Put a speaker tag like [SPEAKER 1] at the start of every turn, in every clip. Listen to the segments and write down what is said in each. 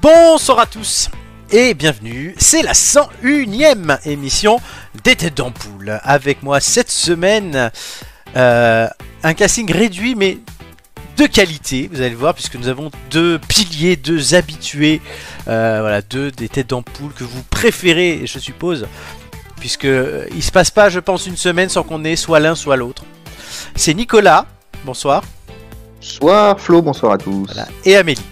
[SPEAKER 1] Bonsoir à tous et bienvenue, c'est la 101ème émission des Têtes d'Ampoule. Avec moi cette semaine, euh, un casting réduit mais de qualité, vous allez le voir, puisque nous avons deux piliers, deux habitués, euh, voilà, deux des Têtes d'Ampoule que vous préférez, je suppose, puisque euh, il se passe pas, je pense, une semaine sans qu'on ait soit l'un soit l'autre. C'est Nicolas, bonsoir,
[SPEAKER 2] Bonsoir Flo, bonsoir à tous.
[SPEAKER 1] voilà, et Amélie.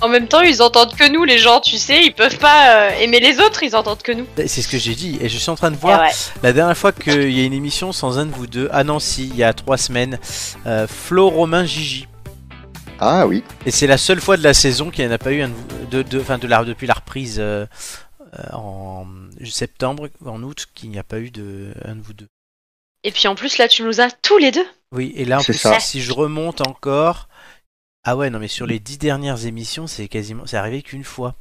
[SPEAKER 3] En même temps, ils entendent que nous, les gens, tu sais, ils peuvent pas euh, aimer les autres, ils entendent que nous.
[SPEAKER 1] C'est ce que j'ai dit, et je suis en train de voir
[SPEAKER 3] ouais.
[SPEAKER 1] La dernière fois qu'il y a une émission sans un de vous deux, à Nancy, il y a trois semaines, euh, Flo, Romain, Gigi.
[SPEAKER 2] Ah oui,
[SPEAKER 1] Et c'est la seule fois de la saison qu'il n'y en a pas eu un de, vous- de, de- enfin, de la, depuis la reprise euh, euh, en septembre, en août, qu'il n'y a pas eu de un de vous deux.
[SPEAKER 3] Et puis en plus, là, tu nous as tous les deux.
[SPEAKER 1] Oui, et là, en
[SPEAKER 2] C'est
[SPEAKER 1] plus,
[SPEAKER 2] ça.
[SPEAKER 1] si je remonte encore. Ah ouais, non, mais sur les dix dernières émissions, c'est quasiment. C'est arrivé qu'une fois.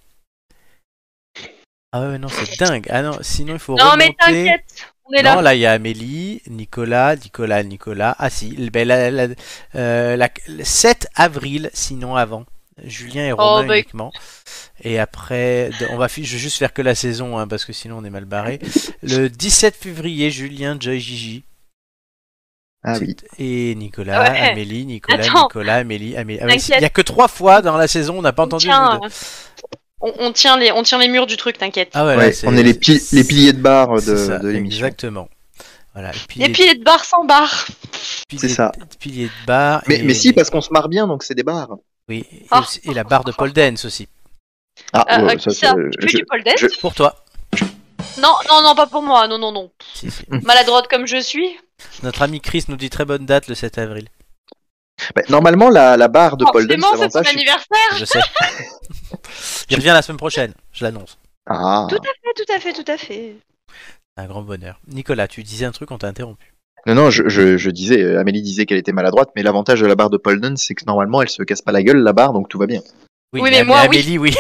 [SPEAKER 1] Ah ouais, non, c'est dingue. Ah non, sinon, il faut
[SPEAKER 3] non,
[SPEAKER 1] remonter.
[SPEAKER 3] mais t'inquiète, on est
[SPEAKER 1] Non,
[SPEAKER 3] là.
[SPEAKER 1] là, il y a Amélie, Nicolas, Nicolas, Nicolas. Ah si, le- ben, la, la- euh, la- le 7 avril, sinon avant. Julien et Romain
[SPEAKER 3] bah,
[SPEAKER 1] uniquement. Et après, de- on va, fi- je vais juste faire que la saison, hein, parce que sinon on est mal barré. Le 17 février, Julien, Joy, Gigi.
[SPEAKER 2] ah oui.
[SPEAKER 1] Et Nicolas,
[SPEAKER 3] Ouais.
[SPEAKER 1] Amélie, Nicolas,
[SPEAKER 3] Attends.
[SPEAKER 1] Nicolas, Amélie, Amélie. Ah oui, si, Il
[SPEAKER 3] T'inquiète.
[SPEAKER 1] n'y a que trois fois dans la saison, on n'a pas
[SPEAKER 3] on,
[SPEAKER 1] entendu. le
[SPEAKER 3] tient,
[SPEAKER 1] mot de-
[SPEAKER 3] euh, on, on tient les, on tient les murs du truc, t'inquiète.
[SPEAKER 1] Ah ouais,
[SPEAKER 2] Ouais,
[SPEAKER 1] là, c'est-
[SPEAKER 2] on est les, pi- les piliers de barre
[SPEAKER 1] c'est ça,
[SPEAKER 2] de, de l'émission.
[SPEAKER 1] Exactement. Voilà, les piliers,
[SPEAKER 3] les piliers de bar sans bar.
[SPEAKER 1] piliers-
[SPEAKER 2] ça.
[SPEAKER 1] piliers de bar.
[SPEAKER 2] Mais,
[SPEAKER 1] et-
[SPEAKER 2] mais si, parce qu'on se marre bien, donc c'est des barres.
[SPEAKER 1] Oui, et,
[SPEAKER 3] Ah.
[SPEAKER 1] aussi- et la barre de Paul Dance aussi.
[SPEAKER 2] Ah,
[SPEAKER 3] Euh,
[SPEAKER 2] ouais,
[SPEAKER 3] euh, qui
[SPEAKER 2] c'est-
[SPEAKER 3] ça
[SPEAKER 2] euh,
[SPEAKER 3] Tu fais
[SPEAKER 2] je-
[SPEAKER 3] du pole dance
[SPEAKER 2] je-
[SPEAKER 1] Pour toi.
[SPEAKER 3] Non, non, non, pas pour moi, non, non, non.
[SPEAKER 1] Si, si.
[SPEAKER 3] Maladroite comme je suis.
[SPEAKER 1] Notre ami Chris nous dit très bonne date le 7 avril.
[SPEAKER 2] bah, normalement, la, la barre de Paul Dance,
[SPEAKER 3] Forcément, c'est son
[SPEAKER 2] l'avantage, c'est-
[SPEAKER 3] anniversaire.
[SPEAKER 1] Je sais. Il revient la semaine prochaine, je l'annonce.
[SPEAKER 2] Ah.
[SPEAKER 3] Ouais, Tout à fait, tout à fait.
[SPEAKER 1] Un grand bonheur. Nicolas, tu disais un truc, on t'a interrompu.
[SPEAKER 2] Non, non, je, je, je disais, euh, Amélie disait qu'elle était maladroite, mais l'avantage de la barre de Paul Dance, c'est que normalement, elle se casse pas la gueule, la barre, donc tout va bien.
[SPEAKER 3] Oui, mais moi, oui.
[SPEAKER 1] Amélie, oui.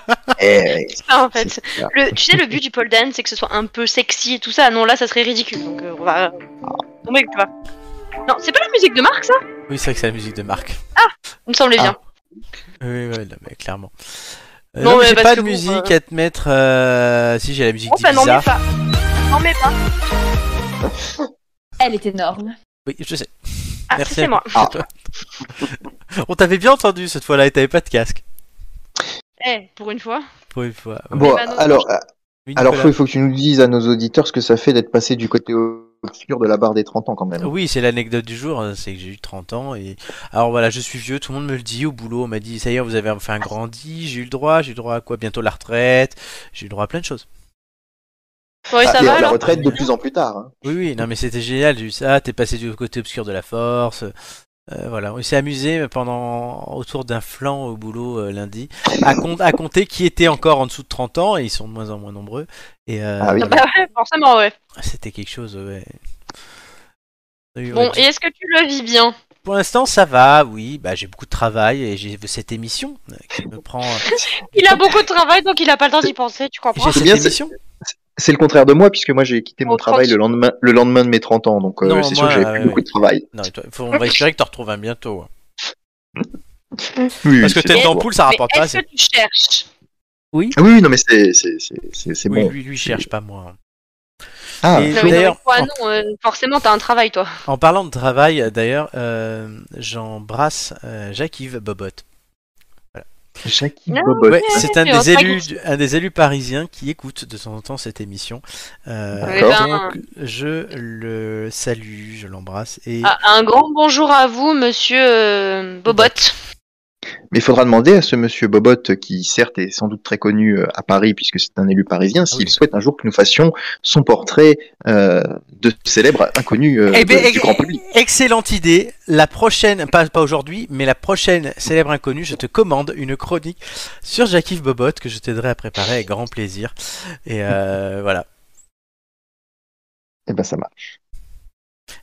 [SPEAKER 2] Eh,
[SPEAKER 3] C'est ça, en fait.
[SPEAKER 2] c'est ça.
[SPEAKER 3] Le, tu sais, le but du pole dance, c'est que ce soit un peu sexy et tout ça. Non, là, ça serait ridicule. Donc, euh, on va. Non, mais tu vois. Non, c'est pas la musique de Marc, ça
[SPEAKER 1] Oui, c'est vrai que c'est la musique de Marc.
[SPEAKER 3] Il me semblait
[SPEAKER 1] Ah.
[SPEAKER 3] bien.
[SPEAKER 1] Oui, oui, non, mais clairement. Euh,
[SPEAKER 3] Non,
[SPEAKER 1] non, mais
[SPEAKER 3] mais
[SPEAKER 1] j'ai
[SPEAKER 3] parce
[SPEAKER 1] pas
[SPEAKER 3] que
[SPEAKER 1] de
[SPEAKER 3] bon,
[SPEAKER 1] musique
[SPEAKER 3] euh,
[SPEAKER 1] à te mettre. euh, Si, j'ai la musique
[SPEAKER 3] Bon, bah, n'en
[SPEAKER 1] d'Ibiza.
[SPEAKER 3] mets pas. N'en mets pas.
[SPEAKER 4] Elle est énorme.
[SPEAKER 1] Oui, je sais.
[SPEAKER 3] Ah,
[SPEAKER 1] Merci.
[SPEAKER 3] si, c'est moi.
[SPEAKER 1] On t'avait bien entendu cette fois-là et t'avais pas de casque.
[SPEAKER 3] Eh, pour une fois.
[SPEAKER 1] Pour une fois. Ouais.
[SPEAKER 2] Bon,
[SPEAKER 3] bah non,
[SPEAKER 2] alors, euh,
[SPEAKER 1] Oui,
[SPEAKER 2] alors
[SPEAKER 1] Nicolas.
[SPEAKER 2] Flo, il faut que tu nous dises à nos auditeurs ce que ça fait d'être passé du côté obscur de la barre des 30 ans, quand même.
[SPEAKER 1] Oui, c'est l'anecdote du jour, hein, c'est que j'ai eu 30 ans et alors voilà, je suis vieux, tout le monde me le dit au boulot, on m'a dit ça y est, vous avez enfin grandi, j'ai eu le droit, j'ai eu le droit à quoi bientôt la retraite, j'ai eu le droit à plein de choses.
[SPEAKER 3] Ouais, ça
[SPEAKER 2] Ah, et
[SPEAKER 3] va
[SPEAKER 2] la
[SPEAKER 3] Ah, alors
[SPEAKER 2] retraite de plus en plus tard. hein.
[SPEAKER 1] Oui oui, non mais c'était génial, j'ai eu ça, t'es passé du côté obscur de la force. euh, voilà, on s'est amusé pendant autour d'un flanc au boulot euh, lundi à, com- à compter qui était encore en dessous de 30 ans et ils sont de moins en moins nombreux et euh,
[SPEAKER 2] Ah oui.
[SPEAKER 3] Ah Bah ouais, forcément, ouais.
[SPEAKER 1] c'était quelque chose ouais. Oui,
[SPEAKER 3] Bon,
[SPEAKER 1] ouais,
[SPEAKER 3] et est-ce que tu le vis bien
[SPEAKER 1] Pour l'instant, ça va, oui. Bah, j'ai beaucoup de travail et j'ai cette émission euh, qui me prend.
[SPEAKER 2] hein.
[SPEAKER 3] Il a beaucoup de travail, donc euh, il a pas le temps d'y penser, tu comprends
[SPEAKER 1] J'ai cette
[SPEAKER 2] bien, c'est-
[SPEAKER 1] émission.
[SPEAKER 2] C'est le contraire de moi, puisque moi j'ai quitté mon
[SPEAKER 3] Oh,
[SPEAKER 2] travail le lendemain, le lendemain de mes 30 ans, donc euh,
[SPEAKER 1] Non,
[SPEAKER 2] c'est
[SPEAKER 1] moi,
[SPEAKER 2] sûr que j'avais
[SPEAKER 1] euh,
[SPEAKER 2] plus beaucoup de travail.
[SPEAKER 1] Non, toi, faut- on va espérer que t'en retrouves un bientôt. hein.
[SPEAKER 2] Oui,
[SPEAKER 1] Parce que
[SPEAKER 2] c'est
[SPEAKER 1] tête
[SPEAKER 2] bon.
[SPEAKER 1] d'ampoule, ça
[SPEAKER 3] Mais
[SPEAKER 1] rapporte pas.
[SPEAKER 3] est-ce
[SPEAKER 1] c'est-
[SPEAKER 3] que tu cherches
[SPEAKER 2] Ah Oui, oui, non, mais c'est c'est- c'est- c'est- c'est
[SPEAKER 1] Oui,
[SPEAKER 2] bon.
[SPEAKER 1] lui, lui cherche pas moi. hein.
[SPEAKER 2] Ah,
[SPEAKER 1] Et-
[SPEAKER 3] Non, mais
[SPEAKER 1] Flo-
[SPEAKER 3] non, mais
[SPEAKER 1] D'ailleurs-
[SPEAKER 3] toi, non, euh, forcément, t'as un travail, toi.
[SPEAKER 1] En parlant de travail, euh, d'ailleurs, euh, j'embrasse euh, Jacques-Yves Bobot.
[SPEAKER 2] Jackie
[SPEAKER 3] Non,
[SPEAKER 2] Bobot.
[SPEAKER 1] Ouais, c'est un
[SPEAKER 3] ouais,
[SPEAKER 1] des
[SPEAKER 3] ouais,
[SPEAKER 1] élus, un des élus parisiens qui écoute de temps en temps cette émission. Euh,
[SPEAKER 3] Eh
[SPEAKER 2] D'accord.
[SPEAKER 3] ben,
[SPEAKER 1] donc, je le salue, je l'embrasse et
[SPEAKER 3] Ah, un grand bonjour à vous, monsieur euh, Bobot.
[SPEAKER 2] Mais il faudra demander à ce monsieur Bobot, qui certes est sans doute très connu euh, à Paris, puisque c'est un élu parisien, s'il
[SPEAKER 1] Ah oui.
[SPEAKER 2] souhaite un jour que nous fassions son portrait euh, de célèbre inconnu euh,
[SPEAKER 1] Eh ben,
[SPEAKER 2] de-
[SPEAKER 1] ex-
[SPEAKER 2] du grand public.
[SPEAKER 1] Excellente idée. La prochaine, pas, pas aujourd'hui, mais la prochaine célèbre inconnue, je te commande une chronique sur Jacques-Yves Bobot que je t'aiderai à préparer avec grand plaisir. Et euh, voilà.
[SPEAKER 2] Eh ben, ça marche.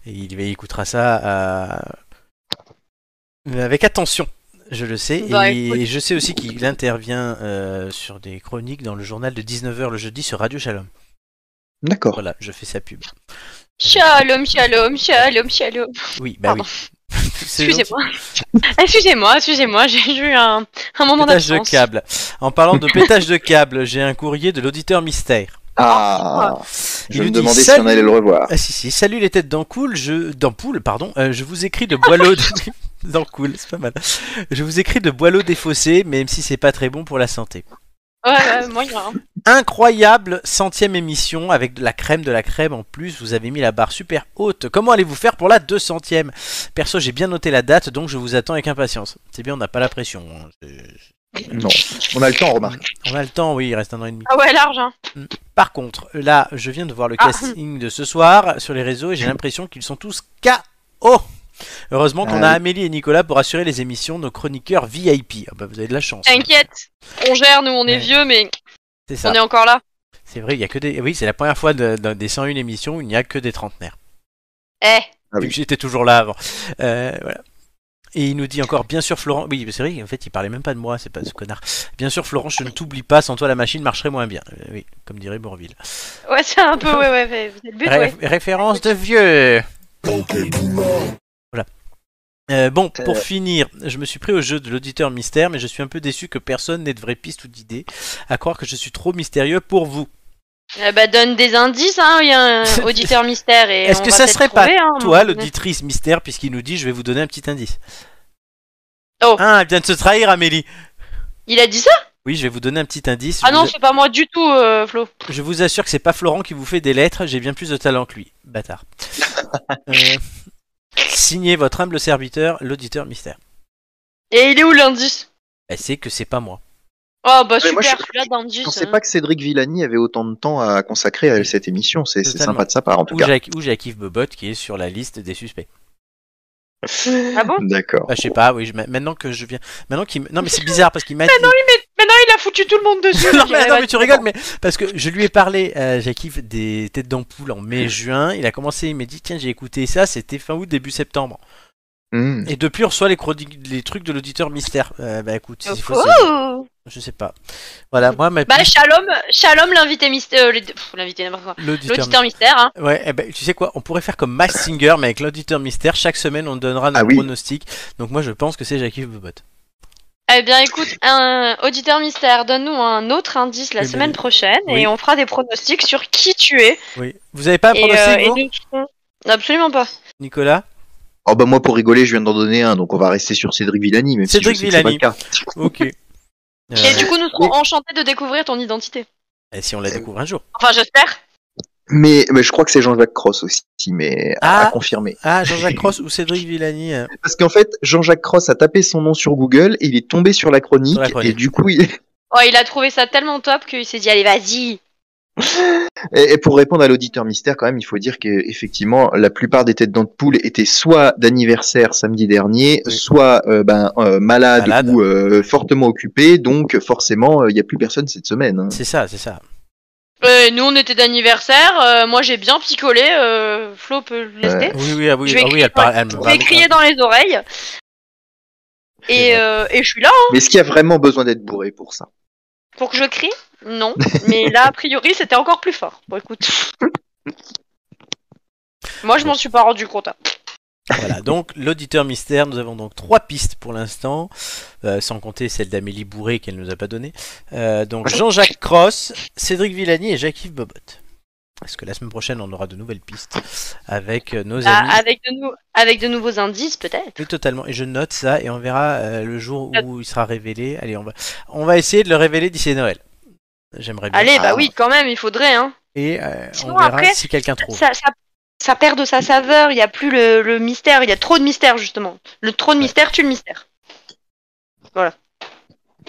[SPEAKER 1] Et il, il écoutera ça à- avec attention. Je le sais.
[SPEAKER 3] Bah,
[SPEAKER 1] et
[SPEAKER 3] écoute.
[SPEAKER 1] je sais aussi qu'il intervient euh, sur des chroniques dans le journal de 19h le jeudi sur Radio Shalom.
[SPEAKER 2] D'accord.
[SPEAKER 1] Voilà, je fais sa pub.
[SPEAKER 3] Shalom, shalom, shalom, shalom.
[SPEAKER 1] Oui, bah oui. c'est
[SPEAKER 3] Excusez-moi. excusez-moi, excusez-moi, j'ai eu un, un moment
[SPEAKER 1] Pétage de
[SPEAKER 3] d'absence.
[SPEAKER 1] câble. En parlant de pétage de câble, j'ai un courrier de l'auditeur mystère.
[SPEAKER 2] Ah,
[SPEAKER 1] Il
[SPEAKER 2] je
[SPEAKER 1] nous
[SPEAKER 2] me
[SPEAKER 1] dit
[SPEAKER 2] demandais si
[SPEAKER 1] salut.
[SPEAKER 2] on allait le revoir.
[SPEAKER 1] Ah si si, salut les têtes d'ampoule, je d'ampoule pardon, euh, je vous écris de Boileau de... d'ampoule, c'est pas mal. Je vous écris de Boileau défaussé, même si c'est pas très bon pour la santé.
[SPEAKER 3] Ouais, ouais, moyen. hein.
[SPEAKER 1] Incroyable centième émission avec de la crème de la crème en plus. Vous avez mis la barre super haute. Comment allez-vous faire pour la 200 e Perso, j'ai bien noté la date, donc je vous attends avec impatience. C'est bien, on n'a pas la pression. hein. C'est-
[SPEAKER 2] Non, on a le temps, remarque.
[SPEAKER 1] On a le temps, oui, il reste un an et demi.
[SPEAKER 3] Ah ouais, large, hein.
[SPEAKER 1] Par contre, là, je viens de voir le
[SPEAKER 3] Ah.
[SPEAKER 1] casting de ce soir sur les réseaux et j'ai l'impression qu'ils sont tous KO. Heureusement qu'on
[SPEAKER 2] Ah
[SPEAKER 1] a
[SPEAKER 2] oui.
[SPEAKER 1] Amélie et Nicolas pour assurer les émissions, nos chroniqueurs VIP. Ah bah, vous avez de la chance. hein.
[SPEAKER 3] T'inquiète, on gère, nous, on est
[SPEAKER 1] Ouais.
[SPEAKER 3] vieux, mais
[SPEAKER 1] C'est ça.
[SPEAKER 3] on est encore là.
[SPEAKER 1] C'est vrai, il y a que des. Oui, c'est la première fois de- dans des 101 émissions où il n'y a que des trentenaires.
[SPEAKER 3] Eh,
[SPEAKER 2] Ah
[SPEAKER 1] Vu
[SPEAKER 2] oui.
[SPEAKER 1] que J'étais toujours là avant. Euh, voilà. Et il nous dit encore, bien sûr, Florent. Oui, c'est vrai, en fait, il parlait même pas de moi, c'est pas ce connard. Bien sûr, Florent, je ne t'oublie pas, sans toi la machine marcherait moins bien. Euh, oui, comme dirait Bourville.
[SPEAKER 3] ouais, c'est un peu, ouais, ouais, ouais, vous êtes but, ouais.
[SPEAKER 1] Ré- référence de vieux Voilà. Euh, bon, pour
[SPEAKER 2] Euh.
[SPEAKER 1] finir, je me suis pris au jeu de l'auditeur mystère, mais je suis un peu déçu que personne n'ait de vraies pistes ou d'idées, à croire que je suis trop mystérieux pour vous.
[SPEAKER 3] Eh bah, donne des indices, hein, il y a un auditeur mystère et.
[SPEAKER 1] Est-ce
[SPEAKER 3] on
[SPEAKER 1] que
[SPEAKER 3] va
[SPEAKER 1] ça
[SPEAKER 3] peut-être
[SPEAKER 1] serait pas
[SPEAKER 3] trouver, hein,
[SPEAKER 1] Toi,
[SPEAKER 3] mais-
[SPEAKER 1] l'auditrice mystère, puisqu'il nous dit, je vais vous donner un petit indice.
[SPEAKER 3] Oh.
[SPEAKER 1] Ah, elle vient de se trahir, Amélie
[SPEAKER 3] Il a dit ça
[SPEAKER 1] Oui, je vais vous donner un petit indice.
[SPEAKER 3] Ah
[SPEAKER 1] Je vous-
[SPEAKER 3] non, c'est pas moi du tout, euh, Flo.
[SPEAKER 1] Je vous assure que c'est pas Florent qui vous fait des lettres, j'ai bien plus de talent que lui. Bâtard. Euh, signez votre humble serviteur, l'auditeur mystère.
[SPEAKER 3] Et il est où l'indice
[SPEAKER 1] Elle sait que c'est pas moi.
[SPEAKER 3] Oh bah
[SPEAKER 2] Mais moi,
[SPEAKER 3] super,
[SPEAKER 2] je-
[SPEAKER 3] celui-là
[SPEAKER 2] Je
[SPEAKER 3] d'indice.
[SPEAKER 2] pensais
[SPEAKER 3] hein.
[SPEAKER 2] pas que Cédric Villani avait autant de temps à consacrer à cette émission. C'est c'est
[SPEAKER 1] Totalement.
[SPEAKER 2] sympa de sa part, en tout
[SPEAKER 1] Ou
[SPEAKER 2] cas.
[SPEAKER 1] Jacques- ou Jacques-Yves Bobot qui est sur la liste des suspects.
[SPEAKER 3] Ah bon
[SPEAKER 2] D'accord.
[SPEAKER 1] Bah, je sais pas, oui, je- maintenant que je viens. Maintenant qu'il m- Non, mais c'est bizarre parce qu'il m'a dit.
[SPEAKER 3] Maintenant, il a foutu tout le monde dessus.
[SPEAKER 1] non,
[SPEAKER 3] Il
[SPEAKER 1] mais,
[SPEAKER 3] avait
[SPEAKER 1] non, mais
[SPEAKER 3] pas
[SPEAKER 1] tu
[SPEAKER 3] dit-
[SPEAKER 1] rigoles, mais parce que je lui ai parlé, euh, Jacques-Yves, des têtes d'ampoule en
[SPEAKER 3] Mm.
[SPEAKER 1] mai-juin. Il a commencé, il m'a dit tiens, j'ai écouté ça, c'était fin août, début septembre.
[SPEAKER 3] Mm.
[SPEAKER 2] Hmm.
[SPEAKER 1] Et depuis, on reçoit les, chroniques- les trucs de l'auditeur mystère. Euh, bah écoute, il faut. saisir.
[SPEAKER 3] Oh
[SPEAKER 1] Je sais pas. Voilà, moi, ma
[SPEAKER 3] Bah, Shalom, Shalom l'invité mystère. euh, les- pff, l'invité, n'importe quoi.
[SPEAKER 1] L'auditeur
[SPEAKER 3] L'auditeur mystère, hein.
[SPEAKER 1] Ouais, eh ben, tu sais quoi, on pourrait faire comme Mass Singer, mais avec l'auditeur mystère, chaque semaine on donnera notre
[SPEAKER 2] Ah oui.
[SPEAKER 1] pronostic. Donc moi je pense que c'est Jackie Bobot.
[SPEAKER 3] Eh bien, écoute, un auditeur mystère, donne-nous un autre indice la
[SPEAKER 1] Oui, mais-
[SPEAKER 3] semaine prochaine
[SPEAKER 1] Eh ben, oui. Ah,
[SPEAKER 3] et on fera des pronostics sur qui tu es.
[SPEAKER 1] Oui. Vous avez pas un
[SPEAKER 3] et, euh,
[SPEAKER 1] pronostic,
[SPEAKER 3] et
[SPEAKER 1] vous,
[SPEAKER 3] nous serons- Absolument pas.
[SPEAKER 1] Nicolas
[SPEAKER 2] Oh bah moi pour rigoler je viens d'en donner un donc on va rester sur Cédric Villani même
[SPEAKER 1] Cédric
[SPEAKER 2] si je sais que c'est pas
[SPEAKER 1] Villani.
[SPEAKER 2] le cas.
[SPEAKER 1] Ok. Euh,
[SPEAKER 3] Et du coup, nous serons enchantés de découvrir ton identité.
[SPEAKER 1] et si on la découvre un jour.
[SPEAKER 3] Enfin, j'espère.
[SPEAKER 2] Mais, mais je crois que c'est Jean-Jacques Cross aussi mais à-
[SPEAKER 1] Ah.
[SPEAKER 2] à confirmer.
[SPEAKER 1] Ah, Jean-Jacques Cross ou Cédric Villani euh,
[SPEAKER 2] Parce qu'en fait Jean-Jacques Cross a tapé son nom sur Google et il est tombé sur la chronique,
[SPEAKER 1] Sur la chronique.
[SPEAKER 2] et du coup il-
[SPEAKER 3] Oh, il a trouvé ça tellement top qu'il s'est dit allez, vas-y.
[SPEAKER 2] et, et pour répondre à l'auditeur mystère quand même il faut dire qu'effectivement la plupart des têtes d'ampoule étaient soit d'anniversaire samedi dernier
[SPEAKER 1] Oui.
[SPEAKER 2] soit euh, ben, euh, malades
[SPEAKER 1] Malades.
[SPEAKER 2] ou euh, fortement occupées donc forcément euh, il n'y a plus personne cette semaine. hein.
[SPEAKER 1] C'est ça, c'est ça.
[SPEAKER 3] Euh, nous, on était d'anniversaire. euh, moi, j'ai bien picolé. euh, Flo peut le laisser.
[SPEAKER 1] Oui, oui, ah oui,
[SPEAKER 3] Je vais
[SPEAKER 1] ah oui, elle parle. Elle me
[SPEAKER 3] J'ai crié dans les oreilles. Et, euh, et je suis là hein,
[SPEAKER 2] Mais est-ce qu'il y a vraiment besoin d'être bourré pour ça
[SPEAKER 3] pour que je crie. Non. Mais là, a priori, c'était encore plus fort. Bon, écoute. Moi, je m'en suis pas rendu compte. hein.
[SPEAKER 1] Voilà, donc l'auditeur mystère, nous avons donc trois pistes pour l'instant, euh, sans compter celle d'Amélie Bourré qu'elle nous a pas donnée. Euh, donc Jean-Jacques Cross, Cédric Villani et Jacques-Yves Bobot. Parce que la semaine prochaine, on aura de nouvelles pistes avec euh, nos amis.
[SPEAKER 3] Ah, avec, de nou- avec de nouveaux indices, peut-être.
[SPEAKER 1] Oui, totalement. Et je note ça et on verra euh, le jour
[SPEAKER 3] Ah.
[SPEAKER 1] où il sera révélé. Allez, on va, on va essayer de le révéler d'ici Noël. J'aimerais bien.
[SPEAKER 3] Allez, bah
[SPEAKER 2] Ah.
[SPEAKER 3] oui, quand même, il faudrait. Hein.
[SPEAKER 1] Et euh, on
[SPEAKER 3] Sinon,
[SPEAKER 1] verra
[SPEAKER 3] après,
[SPEAKER 1] si quelqu'un trouve.
[SPEAKER 3] Ça, ça, ça perd de sa saveur. Il n'y a plus le, le mystère. Il y a trop de mystère, justement. Le trop de mystère tue le mystère.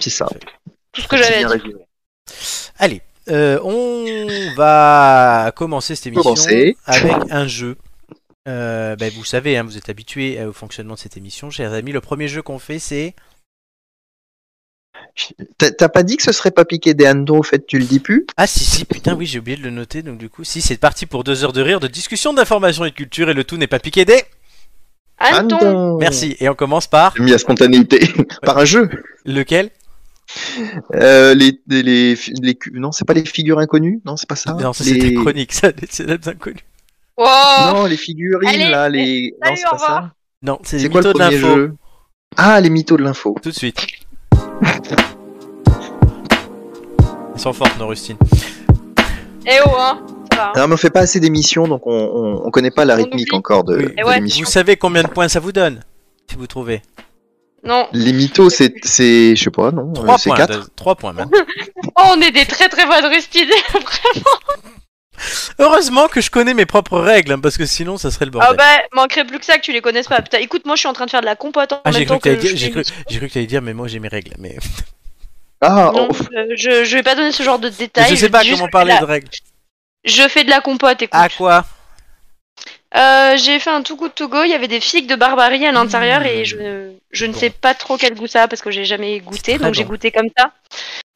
[SPEAKER 2] C'est ça.
[SPEAKER 3] Tout ce que j'avais à dire.
[SPEAKER 1] Allez, euh, on va commencer cette émission
[SPEAKER 2] Commencer.
[SPEAKER 1] avec un jeu. Euh, bah, vous savez, hein, vous êtes habitués euh, au fonctionnement de cette émission, chers amis. Le premier jeu qu'on fait, c'est
[SPEAKER 2] T'as- T'as pas dit que ce serait pas piqué des handons, au fait, tu le dis plus
[SPEAKER 1] ah si si putain oui j'ai oublié de le noter donc du coup si c'est parti pour deux heures de rire, de discussion, d'information et de culture et le tout n'est pas piqué des.
[SPEAKER 3] Anton,
[SPEAKER 2] Handon.
[SPEAKER 1] Merci et on commence par
[SPEAKER 2] J'ai mis la spontanéité par un jeu.
[SPEAKER 1] lequel
[SPEAKER 2] Euh, les, les, les, les cu- non, c'est pas les figures inconnues Non, c'est pas ça.
[SPEAKER 1] Non ça
[SPEAKER 2] Hein, les...
[SPEAKER 1] c'était chronique ça c'est des inconnus.
[SPEAKER 3] Wow.
[SPEAKER 2] Non, les figurines
[SPEAKER 3] Oh. Allez,
[SPEAKER 2] là, les. non,
[SPEAKER 3] salut,
[SPEAKER 2] c'est pas
[SPEAKER 3] au revoir.
[SPEAKER 2] ça.
[SPEAKER 1] Non, c'est les
[SPEAKER 2] C'est quoi
[SPEAKER 1] mythos
[SPEAKER 2] le
[SPEAKER 1] de
[SPEAKER 2] premier
[SPEAKER 1] l'info.
[SPEAKER 2] jeu Ah, les mythos de l'info.
[SPEAKER 1] Tout de suite. Elles sont fortes, nos rustines.
[SPEAKER 3] Eh oh, hein, ça va. hein.
[SPEAKER 2] Alors, Ah, on ne fait pas assez d'émissions, donc on, on, on connaît pas la
[SPEAKER 3] On
[SPEAKER 2] rythmique
[SPEAKER 3] oublie.
[SPEAKER 2] encore de,
[SPEAKER 1] Oui.
[SPEAKER 2] de
[SPEAKER 3] Et ouais.
[SPEAKER 2] l'émission.
[SPEAKER 1] Vous savez combien de points ça vous donne Si vous trouvez.
[SPEAKER 2] Euh.
[SPEAKER 3] Non.
[SPEAKER 2] Les mythos, c'est, c'est, je sais pas, non,
[SPEAKER 1] 3
[SPEAKER 2] euh, c'est
[SPEAKER 1] points.
[SPEAKER 2] 4.
[SPEAKER 1] de- trois points même.
[SPEAKER 3] Oh, on est des très très bonnes rustines.
[SPEAKER 1] Heureusement que je connais mes propres règles, hein, parce que sinon ça serait le
[SPEAKER 3] Ah
[SPEAKER 1] bordel.
[SPEAKER 3] bah, manquerait plus que ça que tu les connaisses pas. Putain, écoute, moi je suis en train de faire de la compote hein, en
[SPEAKER 1] Ah, j'ai
[SPEAKER 3] même
[SPEAKER 1] cru
[SPEAKER 3] temps
[SPEAKER 1] que t'allais
[SPEAKER 3] que.
[SPEAKER 1] dire,
[SPEAKER 3] je
[SPEAKER 1] j'ai
[SPEAKER 3] fais
[SPEAKER 1] cru,
[SPEAKER 3] une-
[SPEAKER 1] j'ai cru que t'allais dire, mais moi j'ai mes règles. Mais
[SPEAKER 2] Ah,
[SPEAKER 3] Non,
[SPEAKER 2] oh,
[SPEAKER 3] euh, je, je vais pas donner ce genre de détails.
[SPEAKER 1] je sais pas
[SPEAKER 3] dis juste
[SPEAKER 1] comment
[SPEAKER 3] que
[SPEAKER 1] parler Ah.
[SPEAKER 3] là,
[SPEAKER 1] de règles.
[SPEAKER 3] Je fais de la compote, écoute.
[SPEAKER 1] À quoi
[SPEAKER 3] Euh, j'ai fait un tout goût de Togo, il y avait des figues de barbarie à l'intérieur
[SPEAKER 1] Mmh.
[SPEAKER 3] et je, je ne
[SPEAKER 1] Bon.
[SPEAKER 3] sais pas trop quel goût ça a parce que j'ai jamais
[SPEAKER 1] C'est
[SPEAKER 3] goûté,
[SPEAKER 1] très
[SPEAKER 3] donc j'ai
[SPEAKER 1] bon.
[SPEAKER 3] goûté comme ça.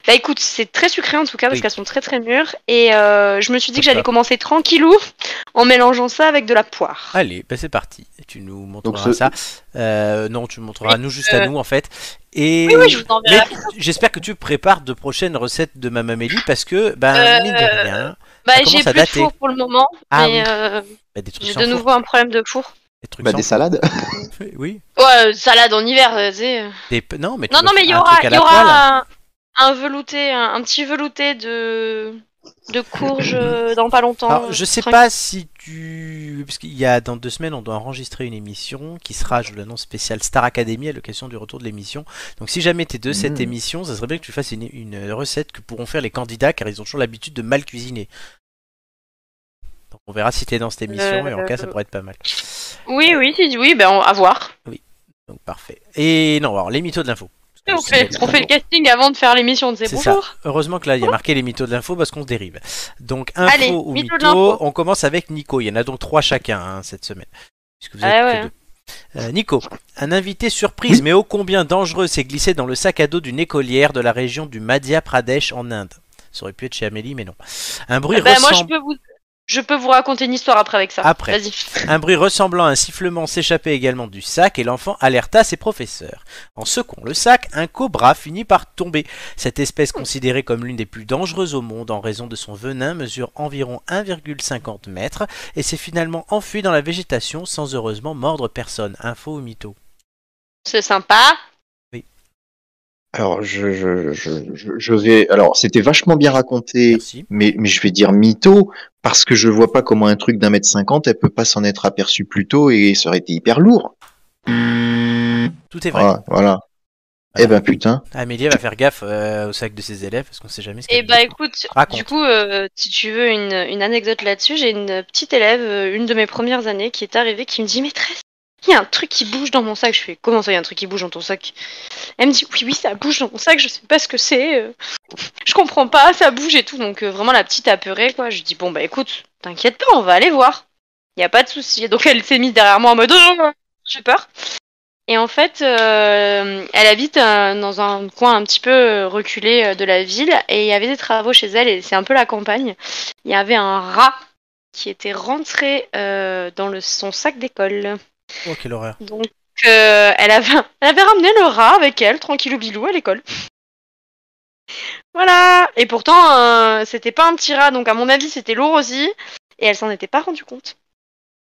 [SPEAKER 3] Bah écoute, c'est très sucré en tout cas parce
[SPEAKER 1] Oui.
[SPEAKER 3] qu'elles sont très très mûres et euh, je me suis dit que
[SPEAKER 1] Comme ça.
[SPEAKER 3] j'allais commencer tranquillou en mélangeant ça avec de la poire.
[SPEAKER 1] Allez, bah c'est parti. Tu nous montreras
[SPEAKER 2] ce-
[SPEAKER 1] ça. Euh, non, tu montreras nous juste à
[SPEAKER 3] euh,
[SPEAKER 1] nous en fait. Et
[SPEAKER 3] Oui, oui, je vous enverrai.
[SPEAKER 1] mais j'espère que tu prépares de prochaines recettes de Mamma Mélie parce que ben
[SPEAKER 3] Euh,
[SPEAKER 1] mine de rien,
[SPEAKER 3] Bah,
[SPEAKER 1] ça
[SPEAKER 3] j'ai
[SPEAKER 1] commence à
[SPEAKER 3] plus de
[SPEAKER 1] dater.
[SPEAKER 3] four pour le moment,
[SPEAKER 1] Ah
[SPEAKER 3] mais
[SPEAKER 1] oui.
[SPEAKER 3] euh,
[SPEAKER 1] bah, des trucs
[SPEAKER 3] j'ai
[SPEAKER 1] sans
[SPEAKER 3] de
[SPEAKER 1] four,
[SPEAKER 3] nouveau un problème de four.
[SPEAKER 1] des trucs
[SPEAKER 2] bah,
[SPEAKER 1] sans
[SPEAKER 2] des
[SPEAKER 1] four.
[SPEAKER 2] salades.
[SPEAKER 1] Oui.
[SPEAKER 3] Ouais, euh, salade en hiver, euh, tu sais.
[SPEAKER 1] Des p- Non, mais tu
[SPEAKER 3] Non,
[SPEAKER 1] peux
[SPEAKER 3] non, mais il y
[SPEAKER 1] faire un
[SPEAKER 3] aura,
[SPEAKER 1] truc à
[SPEAKER 3] il y
[SPEAKER 1] la poêle.
[SPEAKER 3] aura un, un velouté, un, un petit velouté de, de courge euh, dans pas longtemps.
[SPEAKER 1] Alors, je sais
[SPEAKER 3] Tranquille.
[SPEAKER 1] pas si tu. Parce qu'il y a dans deux semaines, on doit enregistrer une émission qui sera, je vous l'annonce, spéciale Star Academy à l'occasion du retour de l'émission. Donc, si jamais t'es de cette
[SPEAKER 2] Mm.
[SPEAKER 1] émission, ça serait bien que tu fasses une, une recette que pourront faire les candidats car ils ont toujours l'habitude de mal cuisiner. Donc, on verra si t'es dans cette émission et en
[SPEAKER 3] Euh,
[SPEAKER 1] cas, ça pourrait être pas mal.
[SPEAKER 3] Oui, oui, si, oui, ben on- à voir.
[SPEAKER 1] Donc, parfait. Et non, alors, les mythos de l'info.
[SPEAKER 3] On fait, on fait le casting avant de faire l'émission, tu sais,
[SPEAKER 1] C'est ça.
[SPEAKER 3] bonjour.
[SPEAKER 1] Heureusement que là, il y a marqué les mythos de l'info parce qu'on se dérive. Donc, info
[SPEAKER 3] Allez,
[SPEAKER 1] ou mytho,
[SPEAKER 3] mytho de l'info.
[SPEAKER 1] on commence avec Nico. Il y en a donc trois chacun hein, cette semaine. Puisque vous êtes
[SPEAKER 3] Ah
[SPEAKER 1] que
[SPEAKER 3] ouais.
[SPEAKER 1] deux. Euh, Nico, un invité surprise, mais ô combien dangereux, s'est glissé dans le sac à dos d'une écolière de la région du Madhya Pradesh en Inde. Ça aurait pu être chez Amélie, mais non. Un bruit,
[SPEAKER 3] Ben, moi, je
[SPEAKER 1] ressemble-
[SPEAKER 3] peux, vous, je peux vous raconter une histoire après avec ça.
[SPEAKER 1] Après.
[SPEAKER 3] Vas-y.
[SPEAKER 1] un bruit ressemblant à un sifflement s'échappait également du sac et l'enfant alerta ses professeurs. En secouant le sac, un cobra finit par tomber. Cette espèce considérée comme l'une des plus dangereuses au monde en raison de son venin mesure environ 1,50 mètres et s'est finalement enfuie dans la végétation sans heureusement mordre personne. Info ou mytho
[SPEAKER 3] C'est sympa.
[SPEAKER 2] Alors, je, je, je, je- je vais. Alors, c'était vachement bien raconté,
[SPEAKER 1] Merci.
[SPEAKER 2] mais, mais je vais dire mytho, parce que je vois pas comment un truc d'un mètre cinquante, elle peut pas s'en être aperçue plus tôt et ça aurait été hyper lourd.
[SPEAKER 1] Tout est vrai.
[SPEAKER 2] Ah, voilà. Eh ben, putain.
[SPEAKER 1] Amélie va faire gaffe euh, au sac de ses élèves parce qu'on sait jamais ce
[SPEAKER 3] Et
[SPEAKER 1] qu'elle
[SPEAKER 3] bah
[SPEAKER 1] dit.
[SPEAKER 3] écoute,
[SPEAKER 1] Raconte.
[SPEAKER 3] du coup, euh, si tu veux une, une anecdote là-dessus, j'ai une petite élève, euh, une de mes premières années, qui est arrivée, qui me dit Maîtresse, il y a un truc qui bouge dans mon sac. Je fais Comment ça, il y a un truc qui bouge dans ton sac Elle me dit Oui, oui, ça bouge dans mon sac, je sais pas ce que c'est, euh, je comprends pas, ça bouge et tout. Donc euh, vraiment, la petite apeurée, quoi. Je dis Bon, bah écoute, t'inquiète pas, on va aller voir. Il y a pas de souci. Et donc elle s'est mise derrière moi en mode Ah, J'ai peur. Et en fait, euh, elle habite euh, dans un coin un petit peu euh, reculé euh, de la ville et il y avait des travaux chez elle et c'est un peu la campagne. Il y avait un rat qui était rentré euh, dans le, son sac d'école.
[SPEAKER 1] Oh, quelle horreur.
[SPEAKER 3] Donc euh, elle, avait, elle avait ramené le rat avec elle, tranquillou bilou, à l'école. Voilà. Et pourtant, euh, c'était pas un petit rat, donc à mon avis, c'était lourd aussi. Et elle s'en était pas rendue compte.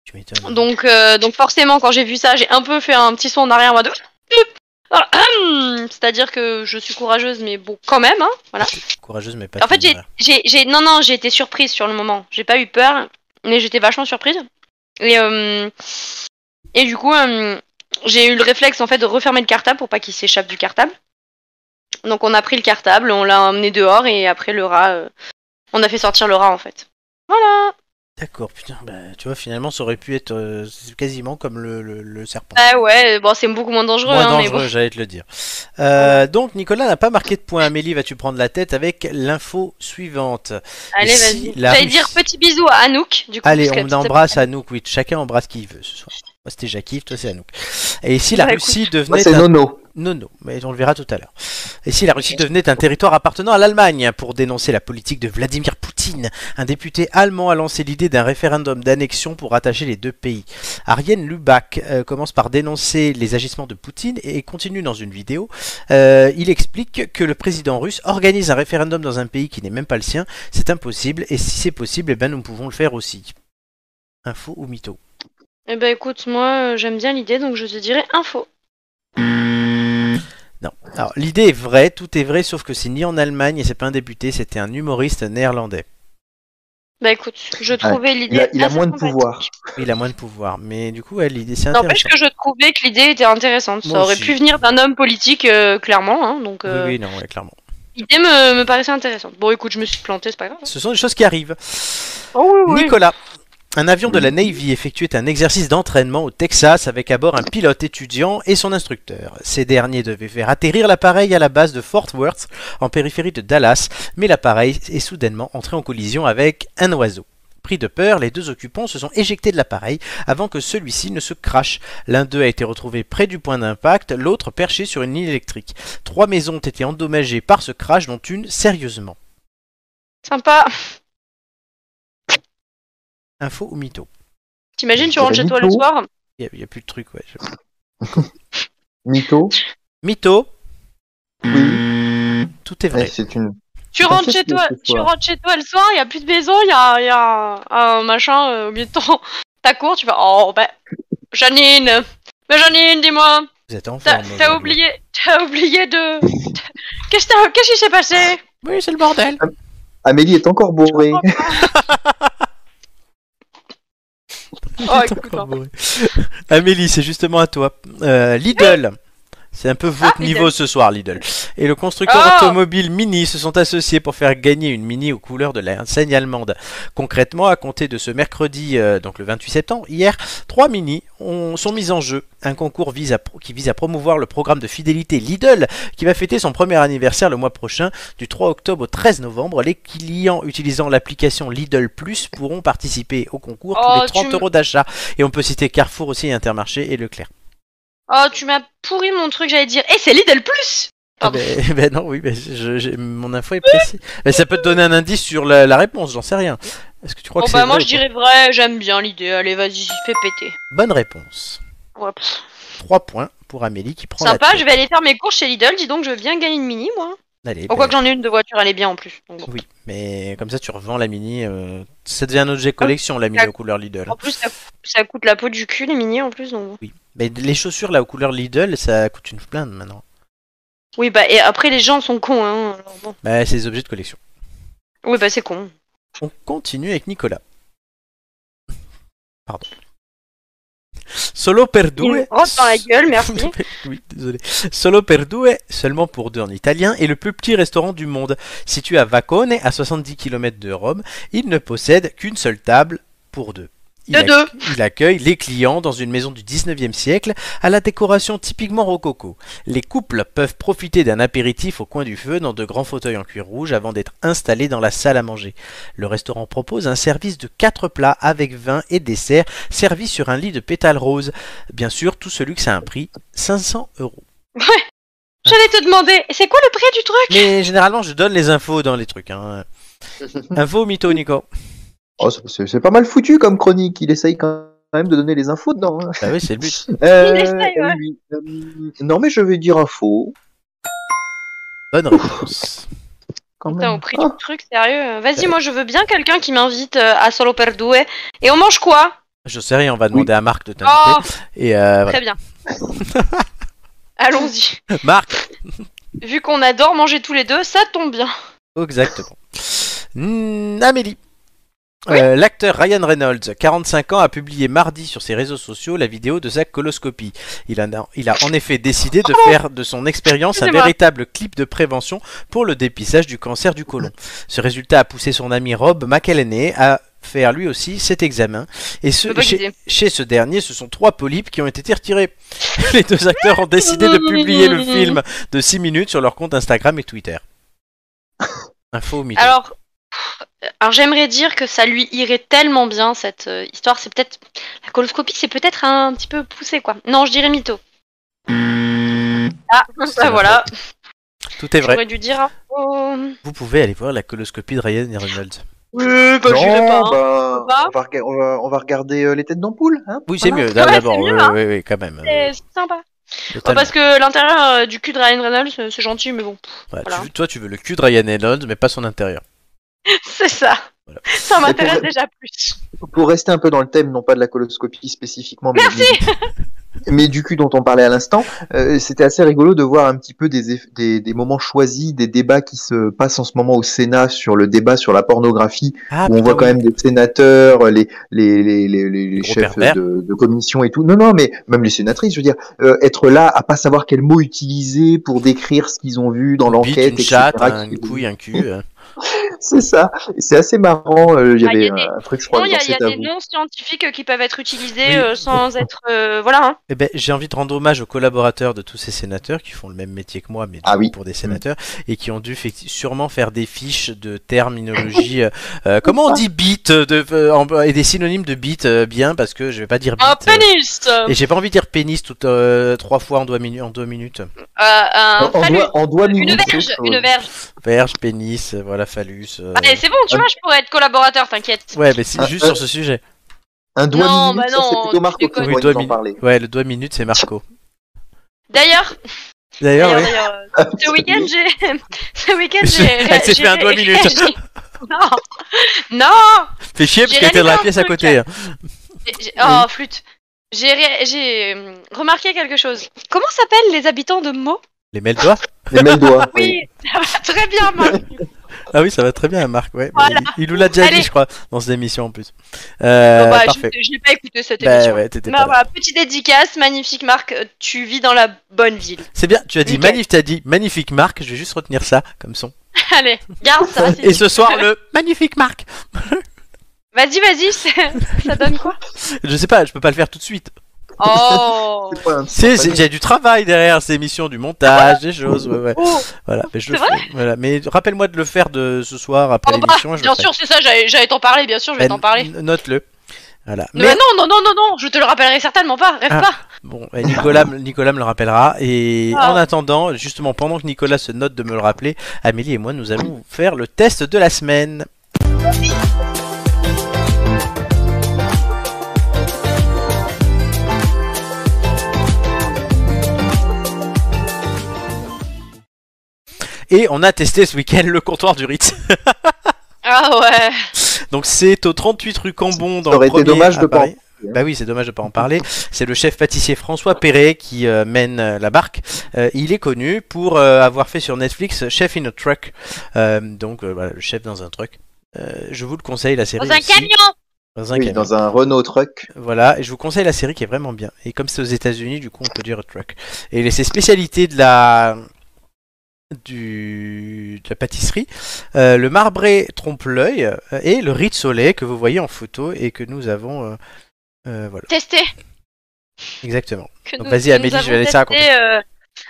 [SPEAKER 1] Tu m'étonnes.
[SPEAKER 3] Donc, euh, donc forcément, quand j'ai vu ça, j'ai un peu fait un petit son en arrière, moi de. Voilà. C'est-à-dire que je suis courageuse, mais bon, quand même. Hein, voilà.
[SPEAKER 1] Courageuse, mais pas
[SPEAKER 3] En fait, j'ai,
[SPEAKER 1] téméraire.
[SPEAKER 3] j'ai, j'ai- non, non, j'ai été surprise sur le moment. J'ai pas eu peur, mais j'étais vachement surprise. Et, euh, et du coup, euh, j'ai eu le réflexe en fait de refermer le cartable pour pas qu'il s'échappe du cartable. Donc, on a pris le cartable, on l'a emmené dehors, et après le rat, euh, on a fait sortir le rat en fait. Voilà.
[SPEAKER 1] D'accord, putain, bah, tu vois, finalement, ça aurait pu être euh, c'est quasiment comme le, le- le serpent.
[SPEAKER 3] Ah ouais, bon, c'est beaucoup moins dangereux,
[SPEAKER 1] Moins
[SPEAKER 3] hein, mais
[SPEAKER 1] dangereux,
[SPEAKER 3] bon.
[SPEAKER 1] j'allais te le dire. Euh, donc, Nicolas n'a pas marqué de point. Amélie, vas-tu prendre la tête avec l'info suivante
[SPEAKER 3] Allez,
[SPEAKER 1] si
[SPEAKER 3] vas-y.
[SPEAKER 1] la
[SPEAKER 3] J'allais
[SPEAKER 1] Russie-
[SPEAKER 3] dire petit bisou à Anouk, du coup.
[SPEAKER 1] Allez,
[SPEAKER 3] parce
[SPEAKER 1] on
[SPEAKER 3] que-
[SPEAKER 1] embrasse Anouk, oui, chacun embrasse qui il veut ce soir. Moi, c'était Jacques, toi, c'est Anouk. Et si la
[SPEAKER 3] Ouais,
[SPEAKER 1] Russie
[SPEAKER 2] Moi,
[SPEAKER 1] devenait
[SPEAKER 2] Ah, c'est
[SPEAKER 1] un...
[SPEAKER 2] Nono.
[SPEAKER 1] Non, non, mais on le verra tout à l'heure. Et si la Russie devenait un territoire appartenant à l'Allemagne hein, pour dénoncer la politique de Vladimir Poutine, un député allemand a lancé l'idée d'un référendum d'annexion pour rattacher les deux pays. Ariane Lubach euh, commence par dénoncer les agissements de Poutine et continue dans une vidéo. Euh, il explique que le président russe organise un référendum dans un pays qui n'est même pas le sien, c'est impossible, et si c'est possible, eh ben, nous pouvons le faire aussi. Info ou mytho
[SPEAKER 3] Eh ben écoute, moi euh, j'aime bien l'idée, donc je te dirais info.
[SPEAKER 1] Non. Alors, l'idée est vraie, tout est vrai, sauf que c'est ni en Allemagne et c'est pas un débuté, c'était un humoriste néerlandais.
[SPEAKER 3] Bah écoute, je trouvais l'idée.
[SPEAKER 2] Il a, il a
[SPEAKER 3] assez
[SPEAKER 2] moins de
[SPEAKER 3] sympathique.
[SPEAKER 2] pouvoir.
[SPEAKER 1] Il a moins de pouvoir, mais du coup, ouais, l'idée c'est
[SPEAKER 3] N'empêche
[SPEAKER 1] intéressant.
[SPEAKER 3] que je trouvais que l'idée était intéressante.
[SPEAKER 1] Moi
[SPEAKER 3] Ça aurait
[SPEAKER 1] aussi.
[SPEAKER 3] pu venir d'un homme politique, euh, clairement. hein, donc euh,
[SPEAKER 1] Oui, oui, non, ouais, clairement.
[SPEAKER 3] l'idée me, me paraissait intéressante. Bon écoute, je me suis plantée, c'est pas grave.
[SPEAKER 1] Ce sont des choses qui arrivent.
[SPEAKER 3] Oh
[SPEAKER 1] Nicolas, un avion de la Navy effectuait un exercice d'entraînement au Texas avec à bord un pilote étudiant et son instructeur. Ces derniers devaient faire atterrir l'appareil à la base de Fort Worth, en périphérie de Dallas, mais l'appareil est soudainement entré en collision avec un oiseau. Pris de peur, les deux occupants se sont éjectés de l'appareil avant que celui-ci ne se crache. L'un d'eux a été retrouvé près du point d'impact, l'autre perché sur une ligne électrique. Trois maisons ont été endommagées par ce crash, dont une sérieusement.
[SPEAKER 3] Sympa.
[SPEAKER 1] Info ou mytho
[SPEAKER 3] T'imagines, tu
[SPEAKER 2] J'aurais
[SPEAKER 3] rentres chez
[SPEAKER 2] mis
[SPEAKER 3] toi le
[SPEAKER 2] Bah, tout.
[SPEAKER 3] soir
[SPEAKER 1] Il n'y a, plus de truc, ouais. je-
[SPEAKER 2] Mytho.
[SPEAKER 1] Mytho,
[SPEAKER 2] Oui.
[SPEAKER 1] tout est
[SPEAKER 2] Eh,
[SPEAKER 1] vrai.
[SPEAKER 2] Bah, C'est une.
[SPEAKER 3] Tu
[SPEAKER 2] Ça
[SPEAKER 3] rentres
[SPEAKER 2] fait
[SPEAKER 3] chez
[SPEAKER 2] ce que
[SPEAKER 3] toi,
[SPEAKER 2] ce
[SPEAKER 3] tu
[SPEAKER 2] soir.
[SPEAKER 3] rentres chez toi le soir, il y a plus de maison, il y a, y a un, un machin euh, au milieu de ton ta cour, tu vas oh ben Janine, ben Janine, dis-moi,
[SPEAKER 1] Vous êtes en
[SPEAKER 3] t'as
[SPEAKER 1] forme.
[SPEAKER 3] t'as
[SPEAKER 1] aujourd'hui.
[SPEAKER 3] oublié, t'as oublié de qu'est-ce t'as- qu'est-ce qui s'est passé
[SPEAKER 1] Oui, c'est le bordel.
[SPEAKER 2] Amélie est encore bourrée.
[SPEAKER 3] Oh
[SPEAKER 1] T'es
[SPEAKER 3] écoute,
[SPEAKER 1] encore bourré. Amélie, c'est justement à toi. Euh, Lidl. C'est un peu votre
[SPEAKER 3] Ah, Lidl.
[SPEAKER 1] niveau ce soir, Lidl. Et le constructeur
[SPEAKER 3] Oh
[SPEAKER 1] automobile Mini se sont associés pour faire gagner une Mini aux couleurs de l'enseigne allemande. Concrètement, à compter de ce mercredi, euh, donc le 28 septembre, hier, trois Mini ont- sont mises en jeu. Un concours vise à pro- qui vise à promouvoir le programme de fidélité Lidl, qui va fêter son premier anniversaire le mois prochain. Du 3 octobre au 13 novembre, les clients utilisant l'application Lidl Plus pourront participer au concours pour
[SPEAKER 3] Oh,
[SPEAKER 1] les 30
[SPEAKER 3] tu me-
[SPEAKER 1] euros d'achat. Et on peut citer Carrefour aussi, Intermarché et Leclerc.
[SPEAKER 3] oh tu m'as pourri mon truc, j'allais dire, eh c'est Lidl plus.
[SPEAKER 1] Ah
[SPEAKER 3] Pardon.
[SPEAKER 1] ben, ben non, oui, ben, je- j'ai- mon info est précise. Mais ça peut te donner un indice sur la, la réponse, j'en sais rien. Est-ce que tu crois
[SPEAKER 3] Bon
[SPEAKER 1] que
[SPEAKER 3] bah
[SPEAKER 1] c'est
[SPEAKER 3] moi
[SPEAKER 1] vrai
[SPEAKER 3] je
[SPEAKER 1] ou pas
[SPEAKER 3] dirais vrai, j'aime bien l'idée, allez vas-y fais péter.
[SPEAKER 1] Bonne réponse.
[SPEAKER 3] Ouais, pff.
[SPEAKER 1] 3 points pour Amélie qui prend la
[SPEAKER 3] Sympa,
[SPEAKER 1] tête.
[SPEAKER 3] je vais aller faire mes courses chez Lidl, dis donc je veux bien gagner une mini moi.
[SPEAKER 1] Allez,
[SPEAKER 3] Oh, quoi
[SPEAKER 1] ben,
[SPEAKER 3] que j'en ai une de voiture, elle est bien en plus. donc bon.
[SPEAKER 1] Oui, mais comme ça tu revends la mini. euh, ça devient un objet collection, la mini
[SPEAKER 3] Ah.
[SPEAKER 1] aux couleurs Lidl.
[SPEAKER 3] En plus, ça, ça coûte la peau du cul, les mini en plus. Donc...
[SPEAKER 1] Mais les chaussures là aux couleurs Lidl, ça coûte une plainte maintenant.
[SPEAKER 3] Oui, bah, et après, les gens sont cons, hein. alors bon.
[SPEAKER 1] Bah, c'est des objets de collection.
[SPEAKER 3] Oui, bah, c'est con.
[SPEAKER 1] On continue avec Nicolas. Pardon. Solo per
[SPEAKER 3] Il
[SPEAKER 1] due.
[SPEAKER 3] me rentre dans la gueule, merci.
[SPEAKER 1] oui, désolé. Solo per due, seulement pour deux en italien, est le plus petit restaurant du monde. Situé à Vacone, à 70 km de Rome, il ne possède qu'une seule table pour deux. Il,
[SPEAKER 3] De
[SPEAKER 1] accue-
[SPEAKER 3] deux.
[SPEAKER 1] il accueille les clients dans une maison du 19e siècle à la décoration typiquement rococo. Les couples peuvent profiter d'un apéritif au coin du feu dans de grands fauteuils en cuir rouge avant d'être installés dans la salle à manger. Le restaurant propose un service de 4 plats avec vin et dessert servi sur un lit de pétales roses. Bien sûr, tout ce luxe a un prix 500 euros.
[SPEAKER 3] J'allais te demander, c'est quoi le prix du truc
[SPEAKER 1] Mais généralement, je donne les infos dans les trucs. Hein. Info ou mytho, Nico
[SPEAKER 2] Oh, c'est- c'est c'est pas mal foutu comme chronique. Il essaye quand même de donner les infos dedans. hein.
[SPEAKER 1] Bah oui, c'est le but.
[SPEAKER 2] Euh,
[SPEAKER 3] essaye, ouais.
[SPEAKER 2] oui, euh, non, mais je vais dire info.
[SPEAKER 1] Bonne réponse.
[SPEAKER 2] Quand
[SPEAKER 3] Putain,
[SPEAKER 2] même.
[SPEAKER 3] au prix
[SPEAKER 2] Ah,
[SPEAKER 3] du truc, sérieux. euh, Vas-y, moi, je veux bien quelqu'un qui m'invite euh, à Solo per Due. Et on mange quoi
[SPEAKER 1] Je sais rien, on va demander à Marc de t'inviter.
[SPEAKER 3] Oh,
[SPEAKER 1] Et euh, voilà.
[SPEAKER 3] très bien. Allons-y.
[SPEAKER 1] Marc
[SPEAKER 3] Vu qu'on adore manger tous les deux, ça tombe bien.
[SPEAKER 1] Exactement. Hmm, Amélie. Euh, L'acteur Ryan Reynolds, 45 ans, a publié mardi sur ses réseaux sociaux la vidéo de sa coloscopie. Il a, il a en effet décidé de faire de son expérience un
[SPEAKER 3] Oh Excusez-moi.
[SPEAKER 1] véritable clip de prévention pour le dépistage du cancer du côlon. Ce résultat a poussé son ami Rob McElhenney à faire lui aussi cet examen. Et
[SPEAKER 3] Je
[SPEAKER 1] ce,
[SPEAKER 3] peux pas
[SPEAKER 1] chez,
[SPEAKER 3] guider.
[SPEAKER 1] chez ce dernier, ce sont trois polypes qui ont été retirés. Les deux acteurs ont décidé de publier le film de 6 minutes sur leur compte Instagram et Twitter. Info au milieu.
[SPEAKER 3] Alors, pff, alors j'aimerais dire que ça lui irait tellement bien cette euh, histoire. C'est peut-être la coloscopie, c'est peut-être un petit peu poussé quoi. Non, je dirais mytho. Ah,
[SPEAKER 1] C'est
[SPEAKER 3] ça voilà.
[SPEAKER 1] Tout est vrai.
[SPEAKER 3] J'aurais dû dire. Oh,
[SPEAKER 1] Vous pouvez aller voir la coloscopie de Ryan et Reynolds.
[SPEAKER 3] Oui, bah, j'y vais
[SPEAKER 2] non,
[SPEAKER 3] pas. hein.
[SPEAKER 2] bah,
[SPEAKER 3] On va.
[SPEAKER 2] on, va rega- on va- on va regarder euh, les têtes d'ampoule. Hein
[SPEAKER 1] Oui, c'est
[SPEAKER 2] Voilà.
[SPEAKER 1] mieux. là,
[SPEAKER 3] Ouais,
[SPEAKER 1] D'abord,
[SPEAKER 3] c'est
[SPEAKER 1] oui,
[SPEAKER 3] mieux,
[SPEAKER 1] oui,
[SPEAKER 3] hein.
[SPEAKER 1] oui, oui, quand même. euh,
[SPEAKER 3] C'est c'est sympa. Ouais,
[SPEAKER 1] totalement.
[SPEAKER 3] parce que l'intérieur euh, du cul de Ryan Reynolds, euh, c'est gentil, mais bon,
[SPEAKER 1] Ouais, tu-
[SPEAKER 3] voilà.
[SPEAKER 1] toi, tu veux le cul de Ryan Reynolds, mais pas son intérieur.
[SPEAKER 3] c'est ça. Ça m'intéresse
[SPEAKER 2] pour-
[SPEAKER 3] déjà plus.
[SPEAKER 2] Pour rester un peu dans le thème, non pas de la coloscopie spécifiquement, mais, mais- mais du cul dont on parlait à l'instant, euh, c'était assez rigolo de voir un petit peu des, eff- des, des moments choisis, des débats qui se passent en ce moment au Sénat sur le débat sur la pornographie,
[SPEAKER 1] Ah,
[SPEAKER 2] où on
[SPEAKER 1] putain,
[SPEAKER 2] voit quand
[SPEAKER 1] oui.
[SPEAKER 2] même des sénateurs, les, les, les, les, les- les
[SPEAKER 1] gros
[SPEAKER 2] chefs
[SPEAKER 1] pervers.
[SPEAKER 2] de, de commission et tout. Non, non, mais même les sénatrices, je veux dire, euh, être là à pas savoir quel mot utiliser pour décrire ce qu'ils ont vu dans
[SPEAKER 1] Bite,
[SPEAKER 2] l'enquête,
[SPEAKER 1] une chatte,
[SPEAKER 2] etc.,
[SPEAKER 1] un-
[SPEAKER 2] qui-
[SPEAKER 1] une couille, un cul. euh.
[SPEAKER 2] C'est ça, Et c'est assez marrant. euh, Il
[SPEAKER 3] Ah, il
[SPEAKER 2] y
[SPEAKER 3] y a
[SPEAKER 2] avait
[SPEAKER 3] des-
[SPEAKER 2] un truc, je crois,
[SPEAKER 3] Non, il y
[SPEAKER 2] dans
[SPEAKER 3] a, il y a
[SPEAKER 2] cet
[SPEAKER 3] des
[SPEAKER 2] avou.
[SPEAKER 3] noms scientifiques euh, qui peuvent être utilisés
[SPEAKER 1] Oui.
[SPEAKER 3] euh, sans être. euh, voilà. hein.
[SPEAKER 1] Eh ben, j'ai envie de rendre hommage aux collaborateurs de tous ces sénateurs qui font le même métier que moi, mais du
[SPEAKER 2] Ah
[SPEAKER 1] coup
[SPEAKER 2] oui.
[SPEAKER 1] pour des sénateurs, et qui ont dû effecti- sûrement faire des fiches de terminologie. euh, euh, comment on dit bit euh, de, euh, en- et des synonymes de bit euh, bien parce que je vais pas dire bit.
[SPEAKER 3] Un
[SPEAKER 1] euh,
[SPEAKER 3] pénis euh,
[SPEAKER 1] et j'ai pas envie de dire pénis toutes euh, trois fois en deux, minu- en deux minutes.
[SPEAKER 3] Un
[SPEAKER 2] Euh, En- en
[SPEAKER 3] phallus
[SPEAKER 2] doigt- en doigt euh,
[SPEAKER 3] Une
[SPEAKER 2] minute,
[SPEAKER 3] verge
[SPEAKER 2] c'est autre
[SPEAKER 3] Une
[SPEAKER 2] chose.
[SPEAKER 3] verge
[SPEAKER 1] Verge, pénis, euh, voilà, phallus. euh.
[SPEAKER 3] Allez, Ah, c'est bon, tu vois, je pourrais être collaborateur, t'inquiète.
[SPEAKER 1] Ouais, mais c'est
[SPEAKER 2] Ah,
[SPEAKER 1] juste
[SPEAKER 2] euh,
[SPEAKER 1] sur ce sujet.
[SPEAKER 2] Un doigt
[SPEAKER 3] Non,
[SPEAKER 2] minute,
[SPEAKER 3] bah
[SPEAKER 2] ça,
[SPEAKER 3] non,
[SPEAKER 2] c'est
[SPEAKER 3] tu
[SPEAKER 2] plutôt Marco qui
[SPEAKER 3] déconnes.
[SPEAKER 1] Oui,
[SPEAKER 2] va
[SPEAKER 1] doigt
[SPEAKER 2] nous en
[SPEAKER 1] minute.
[SPEAKER 2] parler.
[SPEAKER 1] Ouais, le doigt minute, c'est Marco.
[SPEAKER 3] D'ailleurs,
[SPEAKER 1] D'ailleurs,
[SPEAKER 3] d'ailleurs,
[SPEAKER 1] ah ouais.
[SPEAKER 3] d'ailleurs, ce week-end, j'ai. ce week-end,
[SPEAKER 1] Elle
[SPEAKER 3] j'ai.
[SPEAKER 1] s'est fait
[SPEAKER 3] j'ai-
[SPEAKER 1] un doigt
[SPEAKER 3] j'ai-
[SPEAKER 1] minute.
[SPEAKER 3] non Non
[SPEAKER 1] Fais chier parce
[SPEAKER 3] j'ai
[SPEAKER 1] qu'elle était dans la
[SPEAKER 3] réalisé
[SPEAKER 1] pièce à
[SPEAKER 3] un truc.
[SPEAKER 1] côté. hein.
[SPEAKER 3] J'ai- j'ai- Oh, flûte. J'ai ré- j'ai euh, remarqué quelque chose. Comment s'appellent les habitants de Meaux
[SPEAKER 1] Les mêle doigts
[SPEAKER 2] Les mêmes doigts. oui.
[SPEAKER 3] Oui, ça va très bien, Marc.
[SPEAKER 1] Ah oui, ça va très bien, Marc. Ouais.
[SPEAKER 3] Voilà.
[SPEAKER 1] Bah, il, il nous l'a déjà
[SPEAKER 3] Allez.
[SPEAKER 1] dit, je crois, dans cette émission en plus. Euh,
[SPEAKER 3] Bon, bah,
[SPEAKER 1] parfait.
[SPEAKER 3] Je, je l'ai pas écouté cette
[SPEAKER 1] Bah
[SPEAKER 3] émission.
[SPEAKER 1] ouais, t'étais
[SPEAKER 3] Bah
[SPEAKER 1] pas là.
[SPEAKER 3] voilà, petite dédicace, magnifique Marc, euh, tu vis dans la bonne ville.
[SPEAKER 1] C'est bien, tu as dit
[SPEAKER 3] Nickel.
[SPEAKER 1] magnifique, t'as dit magnifique Marc, je vais juste retenir ça comme son.
[SPEAKER 3] Allez, garde ça. c'est-
[SPEAKER 1] Et ce soir le magnifique Marc.
[SPEAKER 3] Vas-y, vas-y, c'est- ça donne quoi
[SPEAKER 1] Je sais pas, je peux pas le faire tout de suite.
[SPEAKER 3] Oh
[SPEAKER 2] C'est pas un-
[SPEAKER 1] C'est, c'est- il y a du travail derrière ces émissions, du montage, des choses, ouais, ouais.
[SPEAKER 3] Oh,
[SPEAKER 1] Voilà, mais je le
[SPEAKER 3] Ah, C'est
[SPEAKER 1] ferai. Voilà, mais rappelle-moi de le faire de ce soir après
[SPEAKER 3] Oh bah,
[SPEAKER 1] l'émission. je
[SPEAKER 3] Bien
[SPEAKER 1] le ferai.
[SPEAKER 3] sûr, c'est ça, j'allais j'allais t'en parler, bien sûr, je vais
[SPEAKER 1] Eh,
[SPEAKER 3] t'en parler.
[SPEAKER 1] n- Note-le. Voilà.
[SPEAKER 3] Mais, non, non, non, non, non, je te le rappellerai certainement pas, rêve
[SPEAKER 1] Ah.
[SPEAKER 3] pas.
[SPEAKER 1] Bon, et Nicolas, me- Nicolas me le rappellera. Et
[SPEAKER 3] Ah.
[SPEAKER 1] en attendant, justement, pendant que Nicolas se note de me le rappeler, Amélie et moi, nous allons faire le test de la semaine. Et on a testé ce week-end le comptoir du Ritz.
[SPEAKER 3] Ah ouais.
[SPEAKER 1] Donc c'est au 38 rue Cambon dans
[SPEAKER 2] Ça aurait
[SPEAKER 1] le premier
[SPEAKER 2] été dommage
[SPEAKER 1] à
[SPEAKER 2] de pas en hein.
[SPEAKER 1] Paris. Bah oui, c'est dommage de pas en parler. C'est le chef pâtissier François Perret qui euh, mène euh, la barque. Euh, il est connu pour euh, avoir fait sur Netflix Chef in a Truck. Euh, donc euh, voilà, le chef dans un truck. Euh, je vous le conseille la série
[SPEAKER 3] Dans un
[SPEAKER 1] aussi.
[SPEAKER 3] camion
[SPEAKER 1] Dans un
[SPEAKER 2] Oui,
[SPEAKER 1] camion.
[SPEAKER 2] dans un Renault truck.
[SPEAKER 1] Voilà, et je vous conseille la série qui est vraiment bien. Et comme c'est aux États-Unis, du coup, on peut dire truck. Et les- ses spécialités de la du de la pâtisserie, euh, le marbré trompe l'œil euh, et le riz de soleil que vous voyez en photo et que nous avons euh, euh, voilà,
[SPEAKER 3] Testé.
[SPEAKER 1] exactement.
[SPEAKER 3] que
[SPEAKER 1] Donc
[SPEAKER 3] nous-
[SPEAKER 1] vas-y,
[SPEAKER 3] que
[SPEAKER 1] Amélie,
[SPEAKER 3] nous
[SPEAKER 1] je vais
[SPEAKER 3] avons
[SPEAKER 1] laisser raconter.
[SPEAKER 3] testé, euh,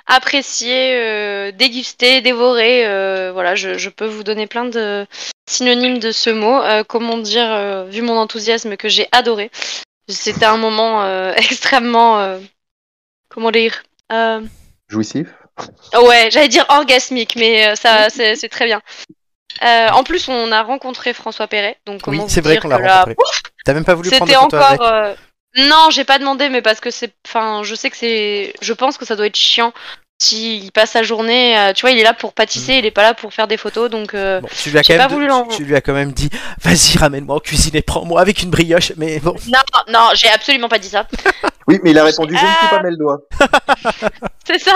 [SPEAKER 3] apprécié, euh, dégusté, dévoré. euh, voilà, je, je peux vous donner plein de synonymes de ce mot. Euh, comment dire, euh, vu mon enthousiasme que j'ai adoré. C'était un moment euh, extrêmement, euh, comment dire, euh, oh
[SPEAKER 2] Jouissif.
[SPEAKER 3] ouais, j'allais dire orgasmique, mais euh, ça, c'est c'est très bien. Euh, en plus, on a rencontré François Perret, donc
[SPEAKER 1] Oui,
[SPEAKER 3] comment
[SPEAKER 1] c'est
[SPEAKER 3] vous
[SPEAKER 1] vrai
[SPEAKER 3] dire
[SPEAKER 1] qu'on l'a
[SPEAKER 3] que la-
[SPEAKER 1] rencontré. T'as même pas voulu prendre
[SPEAKER 3] c'était
[SPEAKER 1] de photo
[SPEAKER 3] encore.
[SPEAKER 1] avec.
[SPEAKER 3] euh, Non, j'ai pas demandé, mais parce que c'est. Enfin, je sais que c'est. Je pense que ça doit être chiant. S'il passe sa journée. euh, tu vois, il est là pour
[SPEAKER 1] Mm.
[SPEAKER 3] pâtisser, il est pas là pour faire des photos, donc. euh,
[SPEAKER 1] Bon, tu lui as
[SPEAKER 3] j'ai
[SPEAKER 1] quand même
[SPEAKER 3] pas
[SPEAKER 1] de-
[SPEAKER 3] voulu l'en-
[SPEAKER 1] tu lui as quand même dit vas-y ramène-moi en cuisine et prends-moi avec une brioche mais bon
[SPEAKER 3] Non, non, j'ai absolument pas dit ça.
[SPEAKER 2] Oui, mais il a répondu, je ne suis
[SPEAKER 3] Ah.
[SPEAKER 2] pas mal doigt.
[SPEAKER 3] C'est ça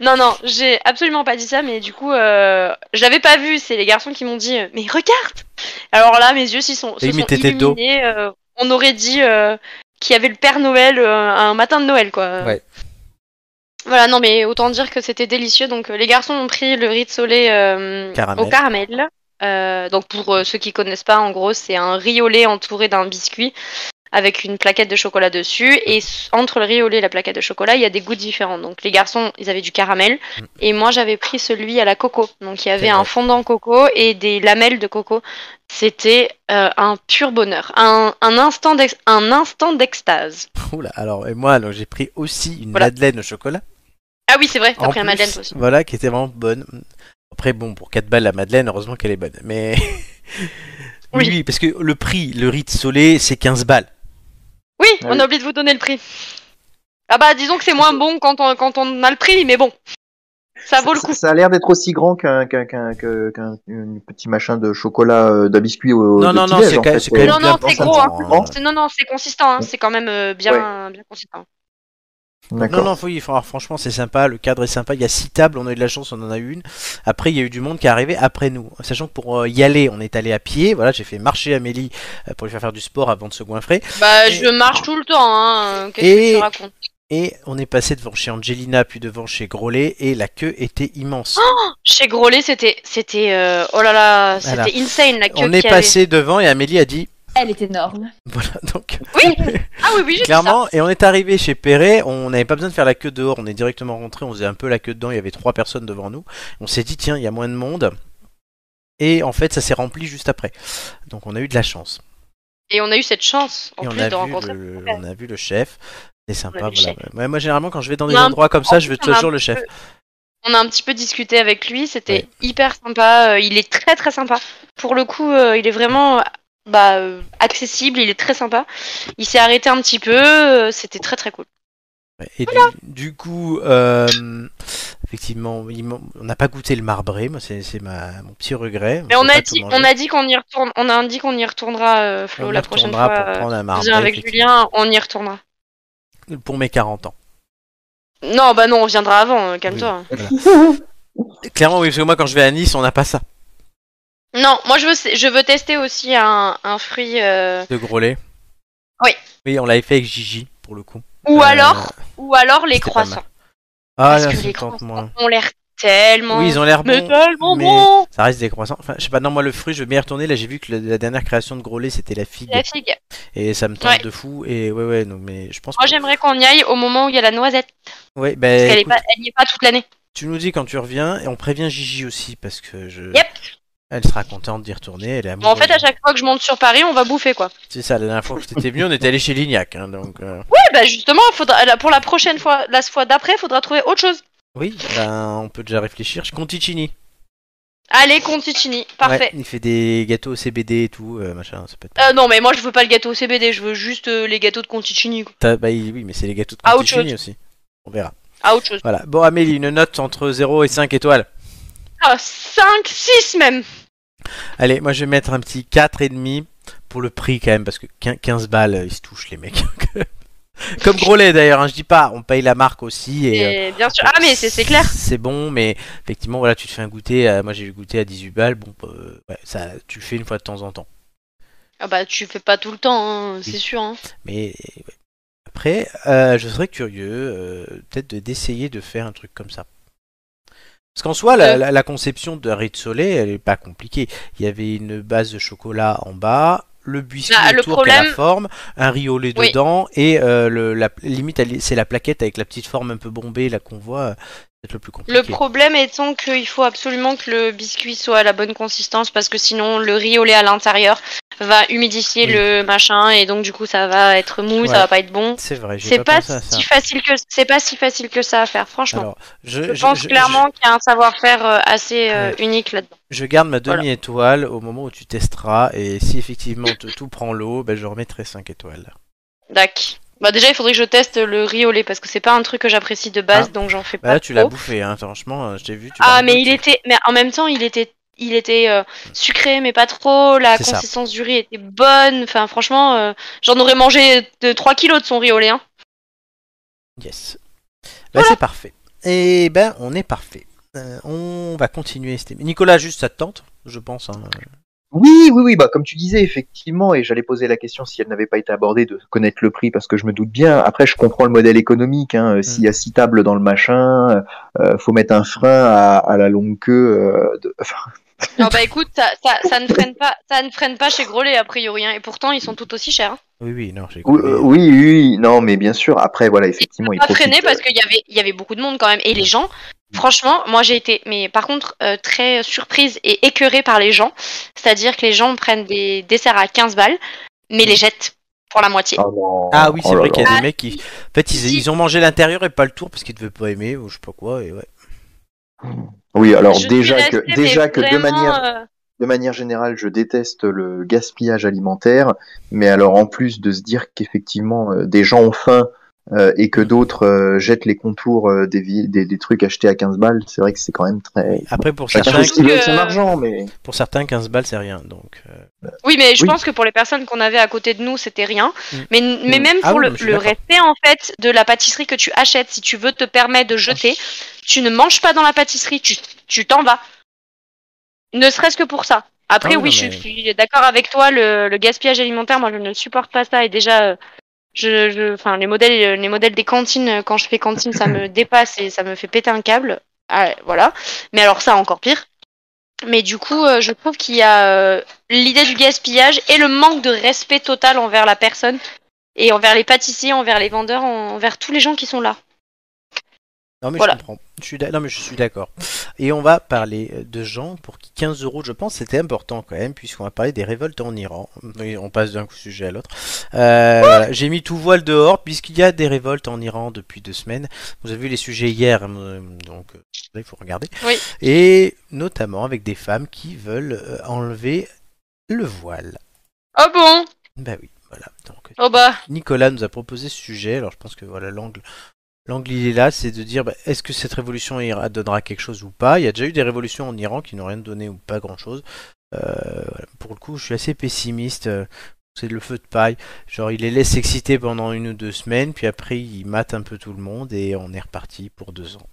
[SPEAKER 3] Non, non, j'ai absolument pas dit ça, mais du coup, euh, je l'avais pas vu. C'est les garçons qui m'ont dit euh, Mais regarde Alors là, mes yeux s'y sont, se sont
[SPEAKER 1] Limite, t'étais de dos.
[SPEAKER 3] illuminés. euh, on aurait dit euh, qu'il y avait le Père Noël euh, un matin de Noël, quoi.
[SPEAKER 1] Ouais.
[SPEAKER 3] Voilà, non, mais autant dire que c'était délicieux. Donc, euh, les garçons ont pris le riz de soleil euh,
[SPEAKER 1] Caramel.
[SPEAKER 3] au caramel. Euh, donc, pour euh, ceux qui connaissent pas, en gros, c'est un riz au lait entouré d'un biscuit avec une plaquette de chocolat dessus. Et s- entre le riz au lait et la plaquette de chocolat, il y a des goûts différents. Donc, les garçons, ils avaient du caramel.
[SPEAKER 2] Mm.
[SPEAKER 3] Et moi, j'avais pris celui à la coco. Donc, il y avait
[SPEAKER 1] vrai.
[SPEAKER 3] un fondant coco et des lamelles de coco. C'était euh, un pur bonheur, un, un instant d'ex- un instant d'extase.
[SPEAKER 1] Oula, alors et moi alors, j'ai pris aussi une
[SPEAKER 3] Voilà.
[SPEAKER 1] madeleine au chocolat
[SPEAKER 3] Ah oui, c'est vrai, t'as
[SPEAKER 1] En
[SPEAKER 3] pris un
[SPEAKER 1] plus,
[SPEAKER 3] Madeleine toi aussi.
[SPEAKER 1] Voilà, qui était vraiment bonne. Après, bon, pour 4 balles la Madeleine, heureusement qu'elle est bonne. Mais.
[SPEAKER 3] Oui.
[SPEAKER 1] parce que le prix, le riz de soleil, c'est 15 balles.
[SPEAKER 3] Oui,
[SPEAKER 2] Ah
[SPEAKER 3] on
[SPEAKER 2] oui.
[SPEAKER 3] a oublié de vous donner le prix. Ah bah disons que c'est moins bon quand on, quand on a le prix, mais bon. Ça vaut le coup.
[SPEAKER 2] Ça, ça a l'air d'être aussi grand qu'un qu'un qu'un qu'un- qu'un- un petit machin de chocolat, euh, d'un biscuit au
[SPEAKER 1] Non,
[SPEAKER 2] de
[SPEAKER 1] non, non,
[SPEAKER 2] petit-déj,
[SPEAKER 1] c'est
[SPEAKER 2] en
[SPEAKER 1] quand-
[SPEAKER 2] fait. euh,
[SPEAKER 1] c'est quand même
[SPEAKER 3] Non,
[SPEAKER 1] bien
[SPEAKER 3] non, c'est gros, hein.
[SPEAKER 1] pensant,
[SPEAKER 3] C'est- Non, non, c'est consistant, hein, c'est quand même euh, bien, bien consistant.
[SPEAKER 1] Non,
[SPEAKER 2] D'accord.
[SPEAKER 1] non, faut y- faut- alors, franchement, c'est sympa, le cadre est sympa. Il y a six tables, on a eu de la chance, on en a eu une. Après, il y a eu du monde qui est arrivé après nous. Sachant que pour euh, y aller, on est allé à pied. Voilà, j'ai fait marcher Amélie euh, pour lui faire faire du sport avant de se goinfrer.
[SPEAKER 3] Bah, je marche tout le temps, hein. Qu'est-ce
[SPEAKER 1] Et-
[SPEAKER 3] que tu racontes
[SPEAKER 1] Et on est passé devant chez Angelina, puis devant chez Grolet, et la queue était immense.
[SPEAKER 3] Oh, Chez Grolet, c'était, c'était, euh, oh là là, c'était
[SPEAKER 1] Voilà.
[SPEAKER 3] insane la queue
[SPEAKER 1] on est
[SPEAKER 3] qu'il y avait.
[SPEAKER 1] passé devant et Amélie a dit
[SPEAKER 4] Elle est énorme.
[SPEAKER 1] voilà donc
[SPEAKER 3] Oui. Ah oui, oui, j'ai vu ça.
[SPEAKER 1] clairement et on est arrivé chez Perret on n'avait pas besoin de faire la queue dehors on est directement rentré on faisait un peu la queue dedans il y avait trois personnes devant nous on s'est dit tiens il y a moins de monde et en fait ça s'est rempli juste après donc on a eu de la chance
[SPEAKER 3] Et on a eu cette chance en
[SPEAKER 1] et on
[SPEAKER 3] plus
[SPEAKER 1] a,
[SPEAKER 3] de rencontrer.
[SPEAKER 1] vu le, on a vu le chef c'est
[SPEAKER 3] On a
[SPEAKER 1] sympa
[SPEAKER 3] vu le
[SPEAKER 1] voilà. Ouais, moi généralement quand je vais dans des
[SPEAKER 3] Non,
[SPEAKER 1] endroits comme ça je veux
[SPEAKER 3] on a un
[SPEAKER 1] toujours le chef
[SPEAKER 3] On a un petit peu discuté avec lui, c'était hyper sympa. euh, il est très très sympa. Pour le coup, euh, il est vraiment bah, euh, accessible, il est très sympa. Il s'est arrêté un petit peu, euh, c'était très très cool.
[SPEAKER 1] Ouais, Et du- du, coup, euh, effectivement, il m'en- on n'a pas goûté le marbré, moi c'est c'est ma- mon petit regret.
[SPEAKER 3] Mais on
[SPEAKER 1] sait
[SPEAKER 3] a
[SPEAKER 1] pas tout
[SPEAKER 3] dit,
[SPEAKER 1] manger.
[SPEAKER 3] on a dit qu'on y retourne, on a dit qu'on y retournera euh, Flo
[SPEAKER 1] On y
[SPEAKER 3] la prochaine
[SPEAKER 1] retournera
[SPEAKER 3] fois.
[SPEAKER 1] pour
[SPEAKER 3] euh,
[SPEAKER 1] prendre un
[SPEAKER 3] viens
[SPEAKER 1] marbré
[SPEAKER 3] avec Julien, on y retournera.
[SPEAKER 1] effectivement, pour mes 40 ans.
[SPEAKER 3] Non, bah non, on viendra avant, euh, calme-toi.
[SPEAKER 1] Clairement, oui, parce que moi quand je vais à Nice, on n'a pas ça
[SPEAKER 3] Non, moi je veux, je veux tester aussi un, un fruit. euh,
[SPEAKER 1] de gros lait.
[SPEAKER 3] Oui.
[SPEAKER 1] Oui, on l'avait fait avec Gigi pour le coup.
[SPEAKER 3] Ou
[SPEAKER 1] Euh,
[SPEAKER 3] alors, ou alors les
[SPEAKER 1] c'était pas
[SPEAKER 3] croissants.
[SPEAKER 1] Ah,
[SPEAKER 3] Parce
[SPEAKER 1] là,
[SPEAKER 3] que
[SPEAKER 1] ça
[SPEAKER 3] les
[SPEAKER 1] me tente
[SPEAKER 3] croissants
[SPEAKER 1] moins.
[SPEAKER 3] ont l'air tellement.
[SPEAKER 1] Oui, ils ont l'air
[SPEAKER 3] mais
[SPEAKER 1] bons.
[SPEAKER 3] tellement
[SPEAKER 1] mais-
[SPEAKER 3] bons
[SPEAKER 1] Ça reste des croissants. Enfin, je sais pas, non, moi le fruit, je vais m'y retourner. Là, j'ai vu que le- la dernière création de Grolet, c'était la figue.
[SPEAKER 3] La figue.
[SPEAKER 1] Et ça me tente
[SPEAKER 3] Ouais.
[SPEAKER 1] de fou. Et ouais, ouais, non, mais je pense
[SPEAKER 3] Moi
[SPEAKER 1] que-
[SPEAKER 3] j'aimerais qu'on y aille au moment où il y a la noisette.
[SPEAKER 1] Ouais,
[SPEAKER 3] Parce
[SPEAKER 1] ben,
[SPEAKER 3] qu'elle est
[SPEAKER 1] écoute,
[SPEAKER 3] pas- elle n'y est pas toute l'année.
[SPEAKER 1] Tu nous dis quand tu reviens et on prévient Gigi aussi parce que je.
[SPEAKER 3] Yep.
[SPEAKER 1] Elle sera contente d'y retourner. Elle est
[SPEAKER 3] Bon, en fait, à
[SPEAKER 1] amoureuse.
[SPEAKER 3] chaque fois que je monte sur Paris, on va bouffer quoi.
[SPEAKER 1] C'est ça. La dernière fois que t'étais venu, on était allé chez Lignac, hein, donc. euh,
[SPEAKER 3] Ouais, bah justement, faudra, là, pour la prochaine fois, la fois d'après, faudra trouver autre chose.
[SPEAKER 1] Oui. Ben, on peut déjà réfléchir. Je Conticini.
[SPEAKER 3] Allez, Conticini, parfait.
[SPEAKER 1] Ouais, il fait des gâteaux au CBD et tout, euh, machin. Ça peut être.
[SPEAKER 3] Euh, non, mais moi je veux pas le gâteau au CBD, je veux juste euh, les gâteaux de Conticini. quoi.
[SPEAKER 1] T'as- bah, il- oui, mais c'est les gâteaux de
[SPEAKER 3] Ah, autre
[SPEAKER 1] Conticini aussi. On verra.
[SPEAKER 3] Ah, autre chose.
[SPEAKER 1] Voilà. Bon, Amélie, une note entre 0 et 5 étoiles.
[SPEAKER 3] Ah, 5, 6 même.
[SPEAKER 1] Allez, moi je vais mettre un petit 4,5 pour le prix quand même, parce que 15 15 balles, euh, ils se touchent les mecs. Comme Grolet d'ailleurs, hein, je dis pas, on paye la marque aussi. Et, euh,
[SPEAKER 3] Et bien sûr. Ah, mais c'est c'est clair.
[SPEAKER 1] C'est bon, mais effectivement, voilà, tu te fais un goûter. à- moi, j'ai eu goûter à 18 balles. Bon, euh, ouais, ça, tu le fais une fois de temps en temps.
[SPEAKER 3] Ah, bah tu fais pas tout le temps, hein, c'est
[SPEAKER 1] Oui.
[SPEAKER 3] sûr. Hein.
[SPEAKER 1] Mais ouais. après, euh, je serais curieux, euh, peut-être de- d'essayer de faire un truc comme ça. Parce qu'en soi, la,
[SPEAKER 3] Euh.
[SPEAKER 1] la- la conception de Rizzolé, elle est pas compliquée. Il y avait une base de chocolat en bas, le biscuit
[SPEAKER 3] Ah, le
[SPEAKER 1] autour qui a la
[SPEAKER 3] problème-
[SPEAKER 1] forme, un riz au lait
[SPEAKER 3] Oui.
[SPEAKER 1] dedans, et euh, le, la, limite, elle est- c'est la plaquette avec la petite forme un peu bombée là qu'on voit. euh, C'est peut-être le plus compliqué.
[SPEAKER 3] Le problème étant qu'il faut absolument que le biscuit soit à la bonne consistance parce que sinon le riz au lait à l'intérieur va humidifier
[SPEAKER 1] Oui.
[SPEAKER 3] le machin et donc du coup ça va être mou,
[SPEAKER 1] Ouais.
[SPEAKER 3] ça va pas être bon.
[SPEAKER 1] C'est vrai, j'ai
[SPEAKER 3] C'est
[SPEAKER 1] pas
[SPEAKER 3] pas,
[SPEAKER 1] pensé à ça.
[SPEAKER 3] si facile que c'est pas si facile que ça à faire, franchement.
[SPEAKER 1] Alors, je,
[SPEAKER 3] je,
[SPEAKER 1] je-
[SPEAKER 3] pense
[SPEAKER 1] je-
[SPEAKER 3] clairement qu'il y a un savoir-faire euh, assez euh,
[SPEAKER 1] Ouais.
[SPEAKER 3] unique là-dedans.
[SPEAKER 1] je- je garde ma
[SPEAKER 3] Voilà.
[SPEAKER 1] demi-étoile au moment où tu testeras, et si effectivement te- tout prend l'eau, ben, je remettrai 5 étoiles.
[SPEAKER 3] Dac. Bah déjà il faudrait que je teste le riz au lait parce que c'est pas un truc que j'apprécie de base
[SPEAKER 1] Ah.
[SPEAKER 3] donc j'en fais pas.
[SPEAKER 1] Bah, là, tu l'as
[SPEAKER 3] trop.
[SPEAKER 1] bouffé, hein, franchement, euh, je t'ai vu. Tu
[SPEAKER 3] oh. Ah
[SPEAKER 1] l'as
[SPEAKER 3] mais il
[SPEAKER 1] goûté.
[SPEAKER 3] était mais en même temps il était il était euh, sucré mais pas trop la
[SPEAKER 1] C'est ça.
[SPEAKER 3] consistance du riz était bonne enfin franchement euh, j'en aurais mangé de 3 kilos de son riz au lait hein.
[SPEAKER 1] Yes. Bah, C'est parfait. Et ben, on est parfait. Euh, on va continuer. cette émi- Nicolas, juste, ça te tente, je pense. hein.
[SPEAKER 2] Oui, oui, oui, bah, comme tu disais, effectivement, et j'allais poser la question si elle n'avait pas été abordée de connaître le prix, parce que je me doute bien. Après, je comprends le modèle économique, hein, euh, s'il y a six tables dans le machin, euh, faut mettre un frein à, à la longue queue. euh, de... enfin,
[SPEAKER 3] non bah écoute ça, ça, ça ne freine pas ça ne freine pas chez Grolet a priori hein, et pourtant ils sont tout aussi chers hein.
[SPEAKER 1] Oui, oui, non, j'ai
[SPEAKER 2] oui,
[SPEAKER 1] compris.
[SPEAKER 2] euh, oui, oui, non, mais bien sûr, après, voilà, effectivement,
[SPEAKER 3] Ils
[SPEAKER 2] il
[SPEAKER 3] pas
[SPEAKER 2] profite,
[SPEAKER 3] freiner
[SPEAKER 2] euh,
[SPEAKER 3] parce qu'il y avait il y avait beaucoup de monde quand même et les gens franchement moi j'ai été mais par contre euh, très surprise et écœurée par les gens c'est-à-dire que les gens prennent des desserts à 15 balles mais les jettent pour la moitié
[SPEAKER 2] oh non,
[SPEAKER 1] Ah oui, c'est
[SPEAKER 2] oh là
[SPEAKER 1] vrai
[SPEAKER 2] là.
[SPEAKER 1] qu'il y a des
[SPEAKER 3] Ah,
[SPEAKER 1] mecs qui. En fait, ils,
[SPEAKER 3] Si.
[SPEAKER 1] ils ont mangé l'intérieur et pas le tour parce qu'ils ne devaient pas aimer, ou je sais pas quoi, et ouais.
[SPEAKER 2] Oui, alors
[SPEAKER 3] Je
[SPEAKER 2] déjà
[SPEAKER 3] suis
[SPEAKER 2] que,
[SPEAKER 3] restée,
[SPEAKER 2] déjà
[SPEAKER 3] mais
[SPEAKER 2] que de
[SPEAKER 3] vraiment,
[SPEAKER 2] manière.
[SPEAKER 3] euh,
[SPEAKER 2] De manière générale, je déteste le gaspillage alimentaire, mais alors en plus de se dire qu'effectivement euh, des gens ont faim euh, et que d'autres euh, jettent les contours euh, des, vi- des, des trucs achetés à 15 balles, c'est vrai que c'est quand même très.
[SPEAKER 1] Après, pour
[SPEAKER 2] Chacun
[SPEAKER 1] certains,
[SPEAKER 2] fait ce qu'il veut avec son
[SPEAKER 3] que-
[SPEAKER 2] argent, mais
[SPEAKER 1] pour certains 15 balles, c'est rien. Donc, euh,
[SPEAKER 3] Oui, mais je
[SPEAKER 2] Oui.
[SPEAKER 3] pense que pour les personnes qu'on avait à côté de nous, c'était rien.
[SPEAKER 1] Mm.
[SPEAKER 3] Mais, mais
[SPEAKER 1] Mm.
[SPEAKER 3] même
[SPEAKER 1] Ah
[SPEAKER 3] pour
[SPEAKER 1] oui,
[SPEAKER 3] le,
[SPEAKER 1] mais je suis
[SPEAKER 3] le
[SPEAKER 1] d'accord.
[SPEAKER 3] respect en fait de la pâtisserie que tu achètes, si tu veux te permettre de jeter,
[SPEAKER 1] Ah
[SPEAKER 3] tu ne manges pas dans la pâtisserie, tu tu t'en vas. Ne serait-ce que pour ça. Après,
[SPEAKER 1] Ah oui,
[SPEAKER 3] oui,
[SPEAKER 1] non,
[SPEAKER 3] je
[SPEAKER 1] mais-
[SPEAKER 3] suis d'accord avec toi, le, le gaspillage alimentaire, moi je ne supporte pas ça et déjà. euh, Je, je, enfin, les modèles, les modèles des cantines, euh, quand je fais cantine, ça me dépasse et ça me fait péter un câble. Ah, voilà. Mais alors ça, encore pire. Mais du coup, euh, je trouve qu'il y a euh, l'idée du gaspillage et le manque de respect total envers la personne et envers les pâtissiers, envers les vendeurs, en- envers tous les gens qui sont là.
[SPEAKER 1] Non mais
[SPEAKER 3] Voilà.
[SPEAKER 1] je comprends. Je suis d'a- non mais je suis d'accord. Et on va parler euh, de gens pour qui 15 euros, je pense, c'était important quand même, puisqu'on va parler des révoltes en Iran. Oui, on passe d'un coup sujet à l'autre. Euh, voilà, J'ai mis tout voile dehors, puisqu'il y a des révoltes en Iran depuis deux semaines. Vous avez vu les sujets hier, hein, euh, donc euh, il faut regarder.
[SPEAKER 3] Oui.
[SPEAKER 1] Et notamment avec des femmes qui veulent euh, enlever le voile.
[SPEAKER 3] Oh bon
[SPEAKER 1] Bah oui, voilà. Donc
[SPEAKER 3] Oh bah.
[SPEAKER 1] Nicolas nous a proposé ce sujet. Alors je pense que voilà l'angle, l'angle il est là, c'est de dire bah, est-ce que cette révolution ira- donnera quelque chose ou pas. Il y a déjà eu des révolutions en Iran qui n'ont rien donné ou pas grand chose. Pour le coup, je suis assez pessimiste. euh, C'est le feu de paille. Genre il les laisse s'exciter pendant une ou deux semaines, puis après il mate un peu tout le monde et on est reparti pour deux ans.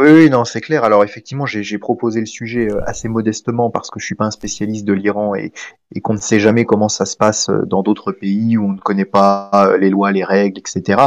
[SPEAKER 2] Oui, oui, non, c'est clair. Alors effectivement, j'ai j'ai proposé le sujet euh, assez modestement parce que je suis pas un spécialiste de l'Iran et, et qu'on ne sait jamais comment ça se passe euh, dans d'autres pays où on ne connaît pas euh, les lois, les règles, etc.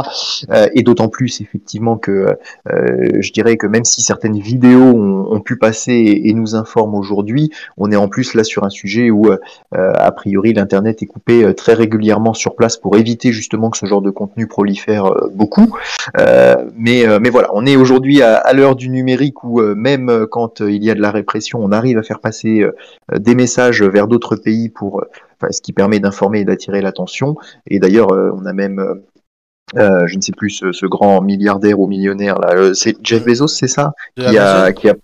[SPEAKER 2] Euh, et d'autant plus effectivement que euh, je dirais que même si certaines vidéos ont, ont pu passer et, et nous informent aujourd'hui, on est en plus là sur un sujet où euh, euh, a priori l'internet est coupé euh, très régulièrement sur place pour éviter justement que ce genre de contenu prolifère euh, beaucoup. Euh, mais, euh, mais voilà, on est aujourd'hui à, à l'heure du numérique où euh, même euh, quand euh, il y a de la répression, on arrive à faire passer euh, euh, des messages vers d'autres pays pour, euh, enfin, ce qui permet d'informer et d'attirer l'attention. Et d'ailleurs, euh, on a même, euh, euh, je ne sais plus, ce, ce grand milliardaire ou millionnaire là, euh, c'est Jeff Bezos, c'est ça
[SPEAKER 1] De
[SPEAKER 2] qui
[SPEAKER 1] Amazon,
[SPEAKER 2] a, qui a-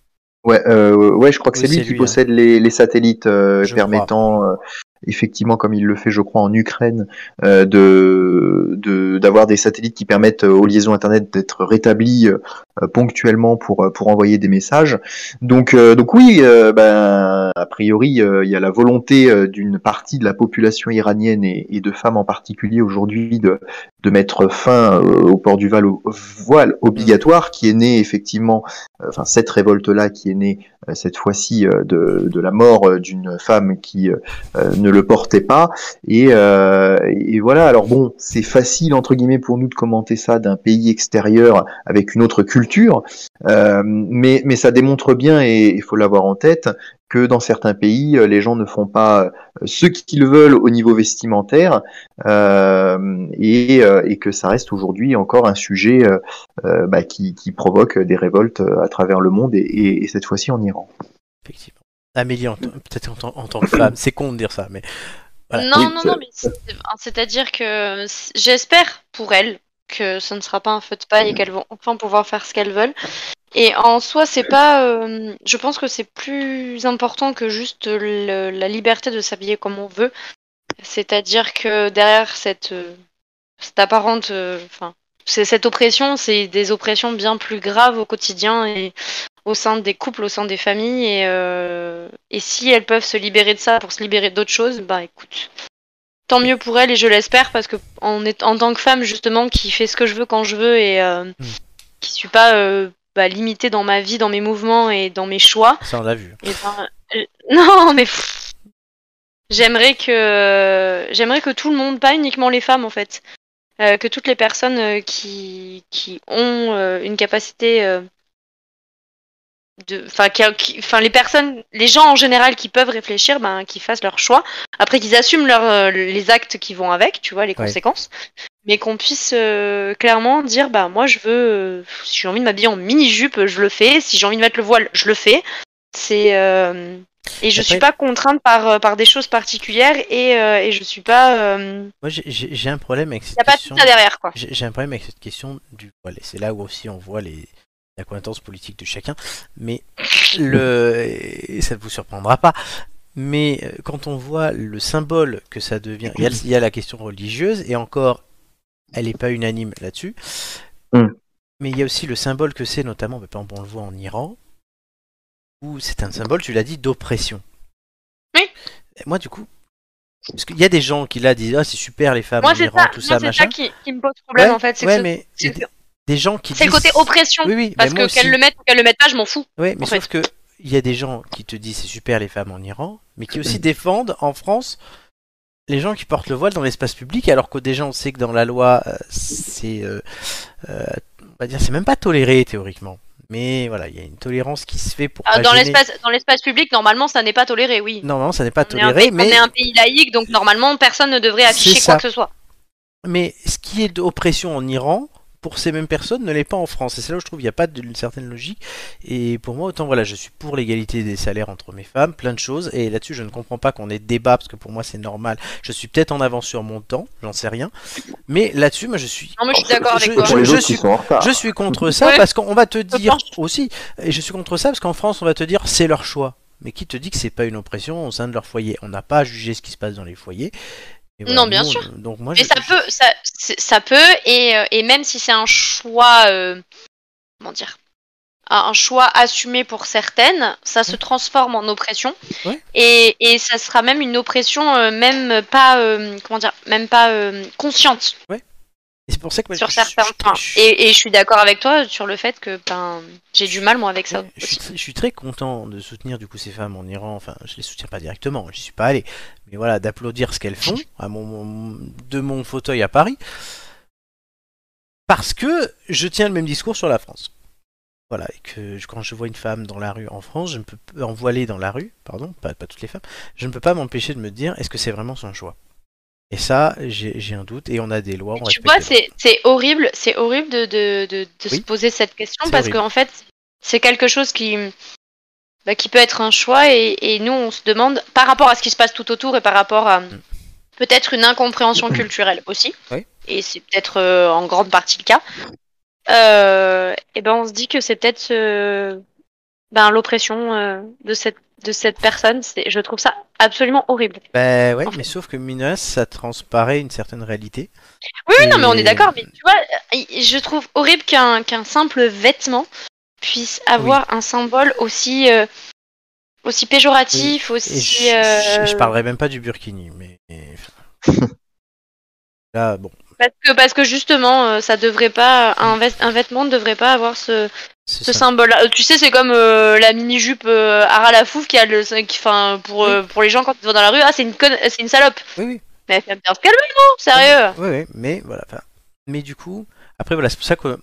[SPEAKER 2] ouais, euh, ouais, je crois que
[SPEAKER 1] Oui,
[SPEAKER 2] c'est lui
[SPEAKER 1] c'est
[SPEAKER 2] qui
[SPEAKER 1] lui, hein.
[SPEAKER 2] possède les, les satellites euh,
[SPEAKER 1] Je
[SPEAKER 2] permettant. euh, Effectivement, comme il le fait, je crois, en Ukraine, euh, de de- d'avoir des satellites qui permettent euh, aux liaisons internet d'être rétablies euh, ponctuellement pour euh, pour envoyer des messages. Donc euh, donc oui, euh, ben a priori euh, il y a la volonté euh, d'une partie de la population iranienne et, et de femmes en particulier aujourd'hui de de mettre fin euh, au port du voile, voile obligatoire qui est né effectivement, euh, enfin cette révolte là qui est née euh, cette fois-ci euh, de de la mort euh, d'une femme qui euh, euh, ne le portait pas. Et, euh, et voilà, alors bon, c'est facile entre guillemets pour nous de commenter ça d'un pays extérieur avec une autre culture, euh, mais, mais ça démontre bien, et il faut l'avoir en tête, que dans certains pays, euh, les gens ne font pas euh, ce qu'ils veulent au niveau vestimentaire, euh, et, euh, et que ça reste aujourd'hui encore un sujet euh, euh, bah, qui, qui provoque des révoltes euh, à travers le monde, et, et- et cette fois-ci en Iran.
[SPEAKER 1] effectivement. Amélie, en tant- peut-être en, tant- en tant que femme, c'est con de dire ça, mais voilà.
[SPEAKER 3] Non,
[SPEAKER 2] Oui,
[SPEAKER 3] non,
[SPEAKER 2] c'est-
[SPEAKER 3] non, mais c'est- c'est-à-dire que c- j'espère pour elles que ce ne sera pas un feu de paille et qu'elles vont enfin pouvoir faire ce qu'elles veulent. Et en soi, c'est pas. euh, je pense que c'est plus important que juste le- la liberté de s'habiller comme on veut. C'est-à-dire que derrière cette, euh, cette apparente. euh, Enfin, c'est cette oppression, c'est des oppressions bien plus graves au quotidien et au sein des couples, au sein des familles. Et, euh, et si elles peuvent se libérer de ça pour se libérer d'autres choses, bah écoute tant mieux pour elle et je l'espère parce que en, est, en tant que femme justement qui fait ce que je veux quand je veux et euh, qui suis pas euh, bah, limitée dans ma vie, dans mes mouvements et dans mes choix.
[SPEAKER 1] ça on l'a vu.
[SPEAKER 3] eh ben, euh, non mais pff, j'aimerais que j'aimerais que tout le monde, pas uniquement les femmes en fait, euh, que toutes les personnes euh, qui qui ont euh, une capacité euh, de, enfin, qui- qui- enfin, les personnes, les gens en général qui peuvent réfléchir, ben, qui fassent leur choix. Après, qu'ils assument leur, euh, les actes qui vont avec, tu vois, les
[SPEAKER 1] Ouais.
[SPEAKER 3] conséquences. Mais qu'on puisse euh, clairement dire, bah, moi, je veux, euh, si j'ai envie de m'habiller en mini-jupe, je le fais. Si j'ai envie de mettre le voile, je le fais. C'est, euh, et je
[SPEAKER 1] Après-
[SPEAKER 3] suis pas contrainte par, euh, par des choses particulières et, euh, et je suis pas, euh,
[SPEAKER 1] Moi j'ai- j'ai j'ai un problème avec cette
[SPEAKER 3] y a pas
[SPEAKER 1] question.
[SPEAKER 3] tout ça derrière, quoi.
[SPEAKER 1] J'ai j'ai un problème avec cette question du voile. et C'est là où aussi on voit les la coïncidence politique de chacun. Mais le et ça ne vous surprendra pas. Mais euh, quand on voit le symbole que ça devient, il y a- il y, a la question religieuse et encore elle n'est pas unanime là-dessus.
[SPEAKER 2] Mm.
[SPEAKER 1] Mais il y a aussi le symbole que c'est, notamment, par exemple, on le voit en Iran, où c'est un symbole, tu l'as dit, d'oppression.
[SPEAKER 3] Oui.
[SPEAKER 1] Et moi, du coup, parce qu'il y a des gens qui là disent Ah, c'est super les femmes
[SPEAKER 3] Moi,
[SPEAKER 1] en
[SPEAKER 3] c'est
[SPEAKER 1] Iran,
[SPEAKER 3] ça,
[SPEAKER 1] tout
[SPEAKER 3] moi,
[SPEAKER 1] ça,
[SPEAKER 3] c'est
[SPEAKER 1] machin.
[SPEAKER 3] ça qui, qui me pose problème
[SPEAKER 1] Ouais,
[SPEAKER 3] en fait. C'est que
[SPEAKER 1] ouais,
[SPEAKER 3] ce-
[SPEAKER 1] mais
[SPEAKER 3] c'est-
[SPEAKER 1] des- des gens qui
[SPEAKER 3] c'est le
[SPEAKER 1] disent-
[SPEAKER 3] côté oppression.
[SPEAKER 1] Oui, oui,
[SPEAKER 3] Parce
[SPEAKER 1] mais moi
[SPEAKER 3] que qu'elle
[SPEAKER 1] aussi.
[SPEAKER 3] le mette ou qu'elle le mette pas, je m'en fous.
[SPEAKER 1] Ouais, mais
[SPEAKER 3] en fait.
[SPEAKER 1] sauf que il y a des gens qui te disent c'est super les femmes en Iran, mais qui aussi défendent en France les gens qui portent le voile dans l'espace public, alors que déjà on sait que dans la loi euh, c'est, euh, euh, on va dire c'est même pas toléré théoriquement. Mais voilà, il y a une tolérance qui se fait pour
[SPEAKER 3] Ah,
[SPEAKER 1] pas
[SPEAKER 3] dans
[SPEAKER 1] gêner.
[SPEAKER 3] l'espace, dans l'espace public, normalement, ça n'est pas toléré, oui.
[SPEAKER 1] Normalement, ça n'est pas
[SPEAKER 3] on, est un
[SPEAKER 1] toléré,
[SPEAKER 3] pays-
[SPEAKER 1] mais
[SPEAKER 3] on est un pays laïque, donc normalement, personne ne devrait afficher
[SPEAKER 1] C'est
[SPEAKER 3] quoi
[SPEAKER 1] ça.
[SPEAKER 3] que ce soit.
[SPEAKER 1] mais ce qui est d'oppression en Iran, pour ces mêmes personnes, ne l'est pas en France. Et c'est là où je trouve qu'il n'y a pas d'une certaine logique. Et pour moi, autant voilà, je suis pour l'égalité des salaires entre mes femmes, plein de choses. Et là-dessus, je ne comprends pas qu'on ait débat, parce que pour moi, c'est normal. Je suis peut-être en avance sur mon temps, j'en sais rien. Mais là-dessus, moi, je suis
[SPEAKER 3] Non, mais je suis d'accord avec
[SPEAKER 1] Je-
[SPEAKER 3] toi.
[SPEAKER 2] Pour les
[SPEAKER 1] je
[SPEAKER 2] autres qui
[SPEAKER 1] suis-
[SPEAKER 2] sont en retard.
[SPEAKER 1] je suis contre ça
[SPEAKER 3] Ouais.
[SPEAKER 1] parce qu'on va te dire
[SPEAKER 3] pense.
[SPEAKER 1] aussi, et je suis contre ça parce qu'en France on va te dire c'est leur choix. Mais qui te dit que c'est pas une oppression au sein de leur foyer On n'a pas à juger ce qui se passe dans les foyers. Et
[SPEAKER 3] Non, bien
[SPEAKER 1] nous, on-
[SPEAKER 3] sûr.
[SPEAKER 1] Donc moi,
[SPEAKER 3] Mais
[SPEAKER 1] je-
[SPEAKER 3] ça
[SPEAKER 1] je-
[SPEAKER 3] peut, ça, c'est- ça peut, et, euh, et même si c'est un choix, euh, comment dire, un un choix assumé pour certaines, ça se transforme en oppression,
[SPEAKER 1] Ouais.
[SPEAKER 3] et, et ça sera même une oppression, euh, même pas, euh, comment dire, même pas euh, consciente
[SPEAKER 1] Et c'est pour ça que moi,
[SPEAKER 3] sur
[SPEAKER 1] je-
[SPEAKER 3] certains
[SPEAKER 1] je-
[SPEAKER 3] points.
[SPEAKER 1] je-
[SPEAKER 3] Et, et je suis d'accord avec toi sur le fait que, ben, j'ai du mal moi avec ça.
[SPEAKER 1] Ouais, je, suis
[SPEAKER 3] aussi.
[SPEAKER 1] tr- je suis très content de soutenir du coup ces femmes en Iran. Enfin, je les soutiens pas directement, j'y suis pas allé, mais voilà, d'applaudir ce qu'elles font à mon, mon- de mon fauteuil à Paris, parce que je tiens le même discours sur la France. Voilà, et que je- quand je vois une femme dans la rue en France, je ne peux p- en voilée dans la rue, pardon, pas, pas toutes les femmes, je ne peux pas m'empêcher de me dire est-ce que c'est vraiment son choix. Et ça, j'ai j'ai un doute, et on a des lois. On
[SPEAKER 3] Tu
[SPEAKER 1] respecte
[SPEAKER 3] vois,
[SPEAKER 1] les lois.
[SPEAKER 3] c'est c'est horrible, c'est horrible de, de, de, de
[SPEAKER 1] Oui.
[SPEAKER 3] se poser cette question
[SPEAKER 1] C'est
[SPEAKER 3] parce
[SPEAKER 1] horrible.
[SPEAKER 3] qu'en fait, c'est quelque chose qui, bah, qui peut être un choix et, et nous, on se demande, par rapport à ce qui se passe tout autour et par rapport à peut-être une incompréhension culturelle aussi,
[SPEAKER 1] Mm. Oui.
[SPEAKER 3] et c'est peut-être euh, en grande partie le cas, euh, et ben on se dit que c'est peut-être euh, ben, l'oppression euh, de, cette, de cette personne. C'est- Je trouve ça absolument horrible.
[SPEAKER 1] Ben ouais,
[SPEAKER 3] Enfin.
[SPEAKER 1] mais sauf que Minas, ça transparaît une certaine réalité.
[SPEAKER 3] Oui, oui, non, mais on
[SPEAKER 1] Et-
[SPEAKER 3] est d'accord, mais tu vois, euh, je trouve horrible qu'un qu'un simple vêtement puisse avoir un symbole aussi, euh, aussi péjoratif,
[SPEAKER 1] Et je,
[SPEAKER 3] aussi.
[SPEAKER 1] je-
[SPEAKER 3] euh,
[SPEAKER 1] je parlerai même pas du burkini, mais mais- là, bon,
[SPEAKER 3] Parce que, parce que justement, euh, ça devrait pas. Un, vêt- un vêtement ne devrait pas avoir ce,
[SPEAKER 1] c'est
[SPEAKER 3] ce
[SPEAKER 1] ça.
[SPEAKER 3] symbole Tu sais, c'est comme euh, la mini-jupe euh, à ras la fouf qui a le. qui- Enfin, pour, euh, pour les gens quand ils vont dans la rue, ah, c'est une, conne- c'est une salope.
[SPEAKER 1] Oui, oui,
[SPEAKER 3] Mais bien se calmer, non Sérieux
[SPEAKER 1] oui, oui, mais voilà. enfin, Mais du coup, après voilà, c'est pour ça que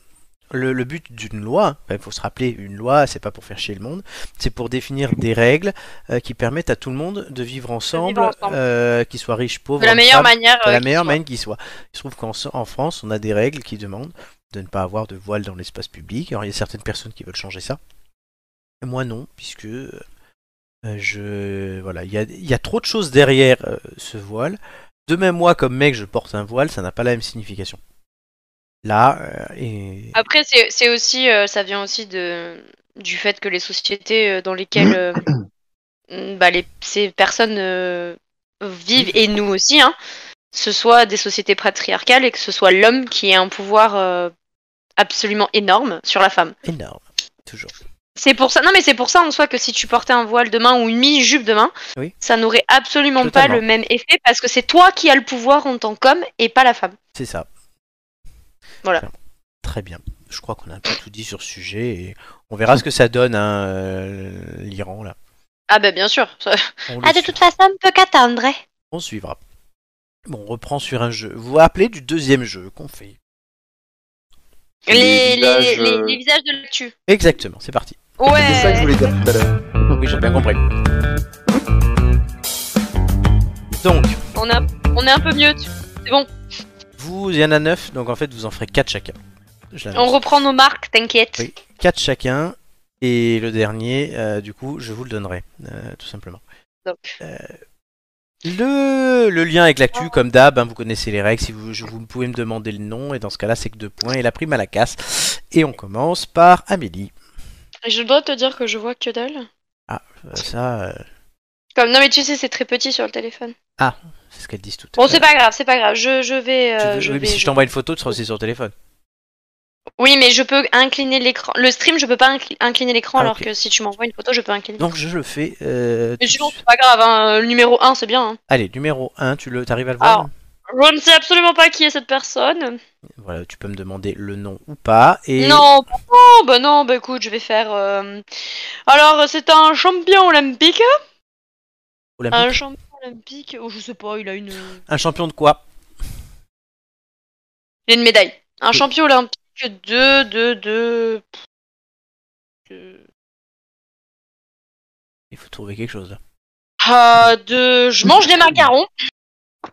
[SPEAKER 1] le, le but d'une loi, il faut se rappeler, une loi, c'est pas pour faire chier le monde, c'est pour définir des règles euh, qui permettent à tout le monde de vivre ensemble,
[SPEAKER 3] ensemble.
[SPEAKER 1] euh, qu'ils soient riches, pauvres,
[SPEAKER 3] De la
[SPEAKER 1] hommes,
[SPEAKER 3] meilleure
[SPEAKER 1] femmes,
[SPEAKER 3] manière.
[SPEAKER 1] de
[SPEAKER 3] euh,
[SPEAKER 1] la
[SPEAKER 3] qui
[SPEAKER 1] meilleure
[SPEAKER 3] soit.
[SPEAKER 1] manière qui soit. Il se trouve qu'en en France, on a des règles qui demandent de ne pas avoir de voile dans l'espace public. Alors il y a certaines personnes qui veulent changer ça. Moi non, puisque euh, je voilà, il y a, il y a trop de choses derrière euh, ce voile. De même moi comme mec, je porte un voile, ça n'a pas la même signification. Là euh, et
[SPEAKER 3] Après, c'est c'est aussi, euh, ça vient aussi de, du fait que les sociétés euh, dans lesquelles euh, mm, bah, les, ces personnes euh, vivent, et nous aussi, hein, ce soit des sociétés patriarcales et que ce soit l'homme qui ait un pouvoir euh, absolument énorme sur la femme.
[SPEAKER 1] énorme, toujours.
[SPEAKER 3] C'est pour ça, non mais c'est pour ça en soi que si tu portais un voile demain ou une mini-jupe demain,
[SPEAKER 1] Oui.
[SPEAKER 3] ça n'aurait absolument
[SPEAKER 1] Totalement.
[SPEAKER 3] pas le même effet parce que c'est toi qui as le pouvoir en tant qu'homme et pas la femme.
[SPEAKER 1] C'est ça.
[SPEAKER 3] Voilà.
[SPEAKER 1] Très bien. Je crois qu'on a un peu tout dit sur ce sujet et on verra ce que ça donne hein, euh, l'Iran là.
[SPEAKER 3] Ah bah bien sûr.
[SPEAKER 1] On le
[SPEAKER 3] Ah de
[SPEAKER 1] suit.
[SPEAKER 3] toute façon, on peut qu'attendre. hein.
[SPEAKER 1] On suivra. Bon, on reprend sur un jeu. Vous vous rappelez du deuxième jeu qu'on fait
[SPEAKER 3] Les,
[SPEAKER 2] Les
[SPEAKER 3] les,
[SPEAKER 2] visages,
[SPEAKER 3] les-
[SPEAKER 2] euh,
[SPEAKER 3] les visages de l'actu.
[SPEAKER 1] Exactement, c'est parti.
[SPEAKER 2] C'est ça que je
[SPEAKER 3] Ouais.
[SPEAKER 2] voulais dire tout à l'heure.
[SPEAKER 1] Oui, j'ai bien compris. Donc,
[SPEAKER 3] On, a, on est un peu mieux. tu- C'est bon.
[SPEAKER 1] vous, il y en a 9, donc en fait, vous en ferez 4 chacun. Je l'annonce.
[SPEAKER 3] On reprend nos marques, t'inquiète.
[SPEAKER 1] Oui. 4 chacun, et le dernier, euh, du coup, je vous le donnerai, euh, tout simplement.
[SPEAKER 3] Donc.
[SPEAKER 1] Euh, le, le lien avec l'actu, comme d'hab, hein, vous connaissez les règles, si vous, je- vous pouvez me demander le nom, et dans ce cas-là, c'est que 2 points, et la prime à la casse. Et on commence par Amélie.
[SPEAKER 3] Je dois te dire que je vois que dalle.
[SPEAKER 1] Euh, Bah, Ça, euh,
[SPEAKER 3] Comme, non mais tu sais, c'est très petit sur le téléphone.
[SPEAKER 1] C'est ce qu'elles disent toutes.
[SPEAKER 3] Bon, c'est pas grave, c'est pas grave. Je, je vais.
[SPEAKER 1] Tu
[SPEAKER 3] euh,
[SPEAKER 1] veux-
[SPEAKER 3] je
[SPEAKER 1] oui, mais
[SPEAKER 3] vais-
[SPEAKER 1] si je
[SPEAKER 3] je-
[SPEAKER 1] t'envoie une photo, tu seras aussi sur le téléphone.
[SPEAKER 3] Oui, mais je peux incliner l'écran. Le stream, je peux pas incli- incliner l'écran,
[SPEAKER 1] Ah,
[SPEAKER 3] alors
[SPEAKER 1] ok.
[SPEAKER 3] que si tu m'envoies une photo, je peux incliner.
[SPEAKER 1] Donc je le fais. euh,
[SPEAKER 3] Mm. Mais
[SPEAKER 1] tout
[SPEAKER 3] sinon,
[SPEAKER 1] de suite.
[SPEAKER 3] c'est pas grave, hein, le numéro 1, c'est bien. hein.
[SPEAKER 1] Allez, numéro 1, tu le, t'arrives à le voir
[SPEAKER 3] Alors. Je ne sais absolument pas qui est cette personne.
[SPEAKER 1] Voilà, tu peux me demander le nom ou pas. Et
[SPEAKER 3] Non, non, bah non, bah écoute, je vais faire. euh, Alors, c'est un champion olympique.
[SPEAKER 1] Olympique.
[SPEAKER 3] Un champion olympique, oh, je sais pas, il a une.
[SPEAKER 1] Un champion de quoi
[SPEAKER 3] Il a une médaille. Un
[SPEAKER 1] Oui.
[SPEAKER 3] champion olympique de. de. de. de.
[SPEAKER 1] Il faut trouver quelque chose là.
[SPEAKER 3] Ah, de- Je mange des macarons.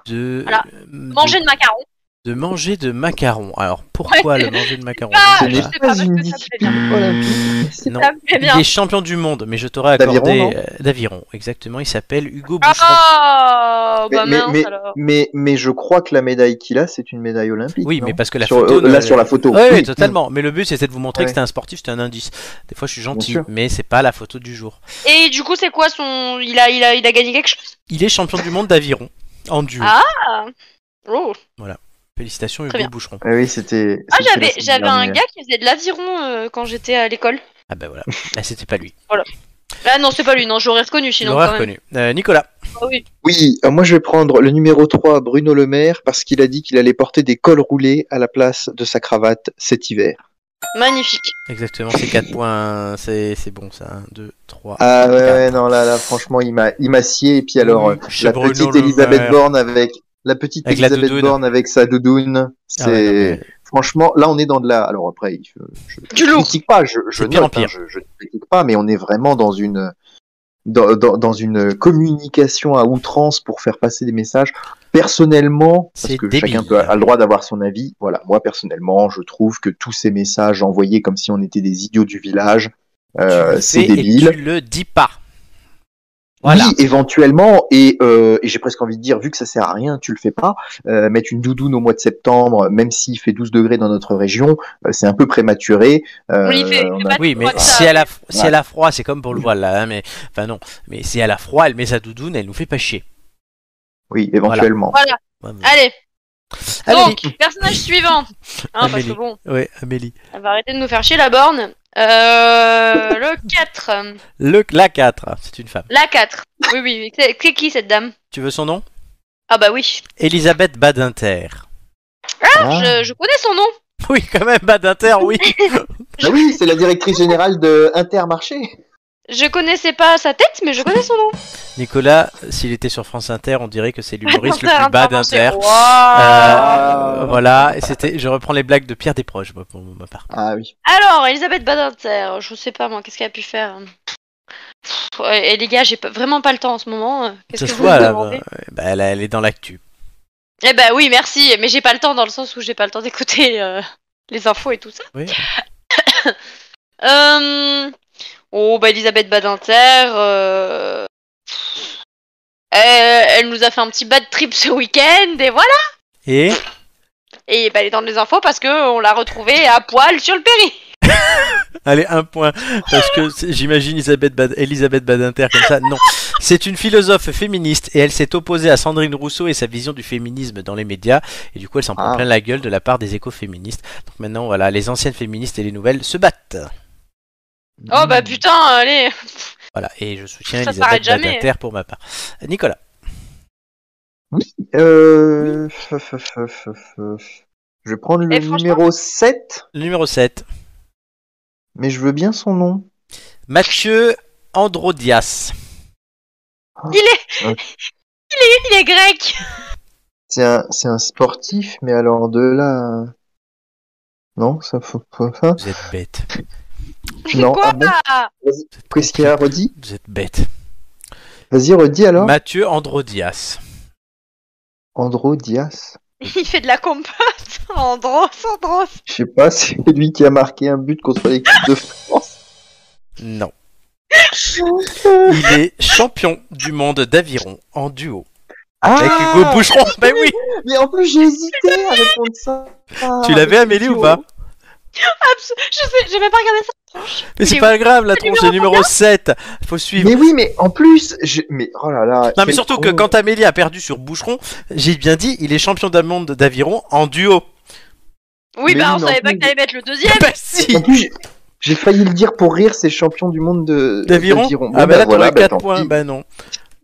[SPEAKER 1] De,
[SPEAKER 3] Voilà.
[SPEAKER 1] euh,
[SPEAKER 3] Manger
[SPEAKER 1] de,
[SPEAKER 3] de macarons.
[SPEAKER 1] de manger de macarons. Alors pourquoi
[SPEAKER 3] Ouais.
[SPEAKER 1] le manger de macarons
[SPEAKER 3] Ah,
[SPEAKER 1] Je
[SPEAKER 2] Ce
[SPEAKER 1] sais
[SPEAKER 3] je
[SPEAKER 2] n'est
[SPEAKER 1] pas.
[SPEAKER 3] sais pas,
[SPEAKER 2] pas
[SPEAKER 3] parce
[SPEAKER 2] une
[SPEAKER 3] que ça me fait bien.
[SPEAKER 2] discipline olympique.
[SPEAKER 1] Non.
[SPEAKER 3] Ça me fait
[SPEAKER 1] Il
[SPEAKER 3] bien.
[SPEAKER 1] est champion du monde, mais je t'aurais accordé
[SPEAKER 2] D'aviron, non
[SPEAKER 1] euh, d'aviron. Exactement, il s'appelle Hugo Boucheron.
[SPEAKER 3] Ah,
[SPEAKER 2] Mais-
[SPEAKER 3] bah
[SPEAKER 2] mais-
[SPEAKER 3] mince
[SPEAKER 2] mais-
[SPEAKER 3] alors.
[SPEAKER 2] Mais, mais je crois que la médaille qu'il a, c'est une médaille olympique.
[SPEAKER 1] Oui,
[SPEAKER 2] non
[SPEAKER 1] mais parce que la
[SPEAKER 2] Sur-
[SPEAKER 1] photo.
[SPEAKER 2] euh,
[SPEAKER 1] ne-
[SPEAKER 2] là, sur la photo.
[SPEAKER 1] Oui, oui,
[SPEAKER 2] Oui.
[SPEAKER 1] totalement. Mais le but, c'était de vous montrer que
[SPEAKER 2] Ouais.
[SPEAKER 1] c'était un sportif, c'était un indice. Des fois, je suis gentil,
[SPEAKER 2] sûr.
[SPEAKER 1] mais c'est pas la photo du jour.
[SPEAKER 3] Et du coup, c'est quoi son. Il a, il, a, il a gagné quelque chose
[SPEAKER 1] Il est champion du monde d'aviron en duo.
[SPEAKER 3] Ah. Oh.
[SPEAKER 1] Félicitations, Hugo
[SPEAKER 3] Très bien.
[SPEAKER 1] Boucheron.
[SPEAKER 2] Ah oui, c'était.
[SPEAKER 3] Ah,
[SPEAKER 2] c'était la
[SPEAKER 3] j'avais
[SPEAKER 2] semaine
[SPEAKER 3] j'avais un
[SPEAKER 2] dernière.
[SPEAKER 3] gars qui faisait de l'aviron euh, quand j'étais à l'école.
[SPEAKER 1] Ah ben voilà, Ah, c'était pas lui.
[SPEAKER 3] Ah non, c'est pas lui, non, j'aurais reconnu
[SPEAKER 1] Tu
[SPEAKER 3] sinon
[SPEAKER 1] l'aurais
[SPEAKER 3] quand même.
[SPEAKER 1] reconnu. Euh, Nicolas,
[SPEAKER 3] Ah oui.
[SPEAKER 2] Oui, euh, moi je vais prendre le numéro 3, Bruno Le Maire, parce qu'il a dit qu'il allait porter des cols roulés à la place de sa cravate cet hiver.
[SPEAKER 3] Magnifique.
[SPEAKER 1] exactement, c'est 4 points. C'est c'est bon, ça. 1, 2, 3.
[SPEAKER 2] Ah ouais, ouais, non, là, là, franchement, il m'a, il m'a scié. Et puis alors,
[SPEAKER 1] Oui,
[SPEAKER 2] euh,
[SPEAKER 1] chez
[SPEAKER 2] la
[SPEAKER 1] Bruno
[SPEAKER 2] petite
[SPEAKER 1] Le
[SPEAKER 2] Elisabeth
[SPEAKER 1] Maire.
[SPEAKER 2] Borne avec. La petite
[SPEAKER 1] Avec la
[SPEAKER 2] Elisabeth
[SPEAKER 1] doudoune. Ah
[SPEAKER 2] Borne avec sa doudoune. C'est. Franchement, là, on est dans de la. Alors après, je, je,
[SPEAKER 3] Du
[SPEAKER 2] je
[SPEAKER 3] lourd.
[SPEAKER 2] critique pas, je, je
[SPEAKER 1] C'est pire en
[SPEAKER 2] note, hein,
[SPEAKER 1] pire.
[SPEAKER 2] je, je ne critique pas, mais on est vraiment dans une dans, dans, dans une communication à outrance pour faire passer des messages. Personnellement, parce
[SPEAKER 1] C'est
[SPEAKER 2] que
[SPEAKER 1] débile.
[SPEAKER 2] chacun peut, a le droit d'avoir son avis. Voilà, moi personnellement, je trouve que tous ces messages envoyés comme si on était des idiots du village, euh, c'est débile.
[SPEAKER 1] Et tu le dis pas. Voilà.
[SPEAKER 2] Oui, éventuellement, et, euh, et j'ai presque envie de dire, vu que ça sert à rien, tu le fais pas. Euh, mettre une doudoune au mois de septembre, même s'il fait 12 degrés dans notre région, euh, c'est un peu prématuré. Euh,
[SPEAKER 3] Oui, il fait- il
[SPEAKER 2] on
[SPEAKER 3] fait
[SPEAKER 2] a-
[SPEAKER 3] pas
[SPEAKER 1] Oui, mais
[SPEAKER 3] Ouais,
[SPEAKER 1] si
[SPEAKER 3] ça-
[SPEAKER 1] elle a, si elle a froid, c'est comme pour le voile là, hein, mais enfin non, mais si elle a froid, elle met sa doudoune, elle nous fait pas chier.
[SPEAKER 2] oui, éventuellement.
[SPEAKER 3] Voilà.
[SPEAKER 1] Ouais, mais-
[SPEAKER 3] Allez,
[SPEAKER 1] Amélie.
[SPEAKER 3] Ah, donc, personnage suivant. Hein, parce que
[SPEAKER 1] Amélie.
[SPEAKER 3] bon,
[SPEAKER 1] Ouais, Amélie.
[SPEAKER 3] elle va arrêter de nous faire chier la borne. Euh, le 4.
[SPEAKER 1] Le, la 4, c'est une femme.
[SPEAKER 3] La 4. Oui, oui, oui. C'est c'est qui cette dame
[SPEAKER 1] Tu veux son nom
[SPEAKER 3] Ah bah oui.
[SPEAKER 1] Elisabeth Badinter.
[SPEAKER 2] Ah.
[SPEAKER 3] Je, je connais son nom.
[SPEAKER 1] Oui, quand même, Badinter, oui.
[SPEAKER 2] Ah oui, c'est la directrice générale de Intermarché.
[SPEAKER 3] Je connaissais pas sa tête, mais je connais son nom.
[SPEAKER 1] Nicolas, s'il était sur France Inter, on dirait que c'est l'humoriste le
[SPEAKER 3] Attends,
[SPEAKER 1] plus
[SPEAKER 3] attends,
[SPEAKER 1] Badinter.
[SPEAKER 3] attends,
[SPEAKER 1] Euh,
[SPEAKER 3] Waouh.
[SPEAKER 2] Ah.
[SPEAKER 1] voilà, et c'était, je reprends les blagues de Pierre Desproges, moi, pour ma part.
[SPEAKER 2] Ah oui.
[SPEAKER 3] Alors, Elisabeth Badinter, je sais pas moi, qu'est-ce qu'elle a pu faire Pff, Et les gars, j'ai pas- vraiment pas le temps en ce moment. euh, Qu'est-ce
[SPEAKER 1] Ça
[SPEAKER 3] que
[SPEAKER 1] se
[SPEAKER 3] vous
[SPEAKER 1] voit,
[SPEAKER 3] me
[SPEAKER 1] là,
[SPEAKER 3] demandez
[SPEAKER 1] bah, bah, elle, elle est dans l'actu.
[SPEAKER 3] Eh ben oui, merci, mais j'ai pas le temps dans le sens où j'ai pas le temps d'écouter euh, les infos et tout ça.
[SPEAKER 1] Oui.
[SPEAKER 3] Euh, Oh, bah Elisabeth Badinter, euh, elle, elle nous a fait un petit bad trip ce week-end et voilà.
[SPEAKER 1] Et
[SPEAKER 3] Et bah, elle est dans les infos parce que on l'a retrouvée à poil sur le péri.
[SPEAKER 1] Allez, un point. Parce que c'est- j'imagine Elisabeth, Bad- Elisabeth Badinter comme ça. Non. C'est une philosophe féministe et elle s'est opposée à Sandrine Rousseau et sa vision du féminisme dans les médias. Et du coup, elle s'en prend
[SPEAKER 2] Ah.
[SPEAKER 1] plein la gueule de la part des écoféministes. Donc maintenant, voilà, les anciennes féministes et les nouvelles se battent.
[SPEAKER 3] Oh
[SPEAKER 2] Mm.
[SPEAKER 3] bah putain, allez.
[SPEAKER 1] Voilà. Et je soutiens
[SPEAKER 3] Ça s'arrête
[SPEAKER 1] Elisabeth
[SPEAKER 3] jamais.
[SPEAKER 1] Badinter pour ma part. Nicolas.
[SPEAKER 2] Euh, f- f- f- f- f- Je vais prendre le
[SPEAKER 3] Et Eh, franchement-
[SPEAKER 2] numéro 7,
[SPEAKER 1] Le numéro 7.
[SPEAKER 2] mais je veux bien son nom.
[SPEAKER 1] Mathieu Androdias.
[SPEAKER 3] Il est grec.
[SPEAKER 2] C'est un, c'est un sportif, mais alors de là. Non, ça faut pas. hein
[SPEAKER 1] Vous êtes bête.
[SPEAKER 2] Non,
[SPEAKER 3] Quoi
[SPEAKER 2] ah bon
[SPEAKER 1] Vous êtes
[SPEAKER 2] Qu'est-ce qu'il y a, redis
[SPEAKER 1] Vous êtes bête.
[SPEAKER 2] Vas-y, redis alors.
[SPEAKER 1] Mathieu Androdias.
[SPEAKER 2] Andro Dias.
[SPEAKER 3] Il fait de la compote. Oh, Andros, Andros.
[SPEAKER 2] Je sais pas, c'est lui qui a marqué un but contre l'équipe de France.
[SPEAKER 1] Non. Il est champion du monde d'aviron en duo.
[SPEAKER 2] Ah,
[SPEAKER 1] Avec Hugo Boucheron,
[SPEAKER 3] Ah,
[SPEAKER 1] ben oui
[SPEAKER 2] Mais en plus, j'ai hésité à répondre ça.
[SPEAKER 1] Tu l'avais Amélie ou pas
[SPEAKER 3] Abs- Je sais, j'ai même pas regardé ça. tronche.
[SPEAKER 1] Mais c'est
[SPEAKER 3] J'ai
[SPEAKER 1] pas grave, la tronche, c'est numéro 7. Faut suivre.
[SPEAKER 2] Mais oui, mais en plus, je... mais oh là là.
[SPEAKER 1] Non, mais
[SPEAKER 2] quel-
[SPEAKER 1] surtout que
[SPEAKER 2] oh.
[SPEAKER 1] quand Amélie a perdu sur Boucheron, j'ai bien dit, il est champion du monde d'aviron en duo.
[SPEAKER 2] Mais oui,
[SPEAKER 3] Oui, bah on
[SPEAKER 2] mais en
[SPEAKER 3] savait pas
[SPEAKER 2] plus-
[SPEAKER 3] que t'allais mettre le deuxième.
[SPEAKER 1] Bah si
[SPEAKER 2] En plus, j'ai- j'ai failli le dire pour rire, c'est champion du monde de
[SPEAKER 1] D'aviron
[SPEAKER 2] euh, d'aviron. Bon, ben
[SPEAKER 1] Ah bah là,
[SPEAKER 2] voilà,
[SPEAKER 1] t'aurais 4
[SPEAKER 2] tant
[SPEAKER 1] points.
[SPEAKER 2] pis.
[SPEAKER 1] Bah non.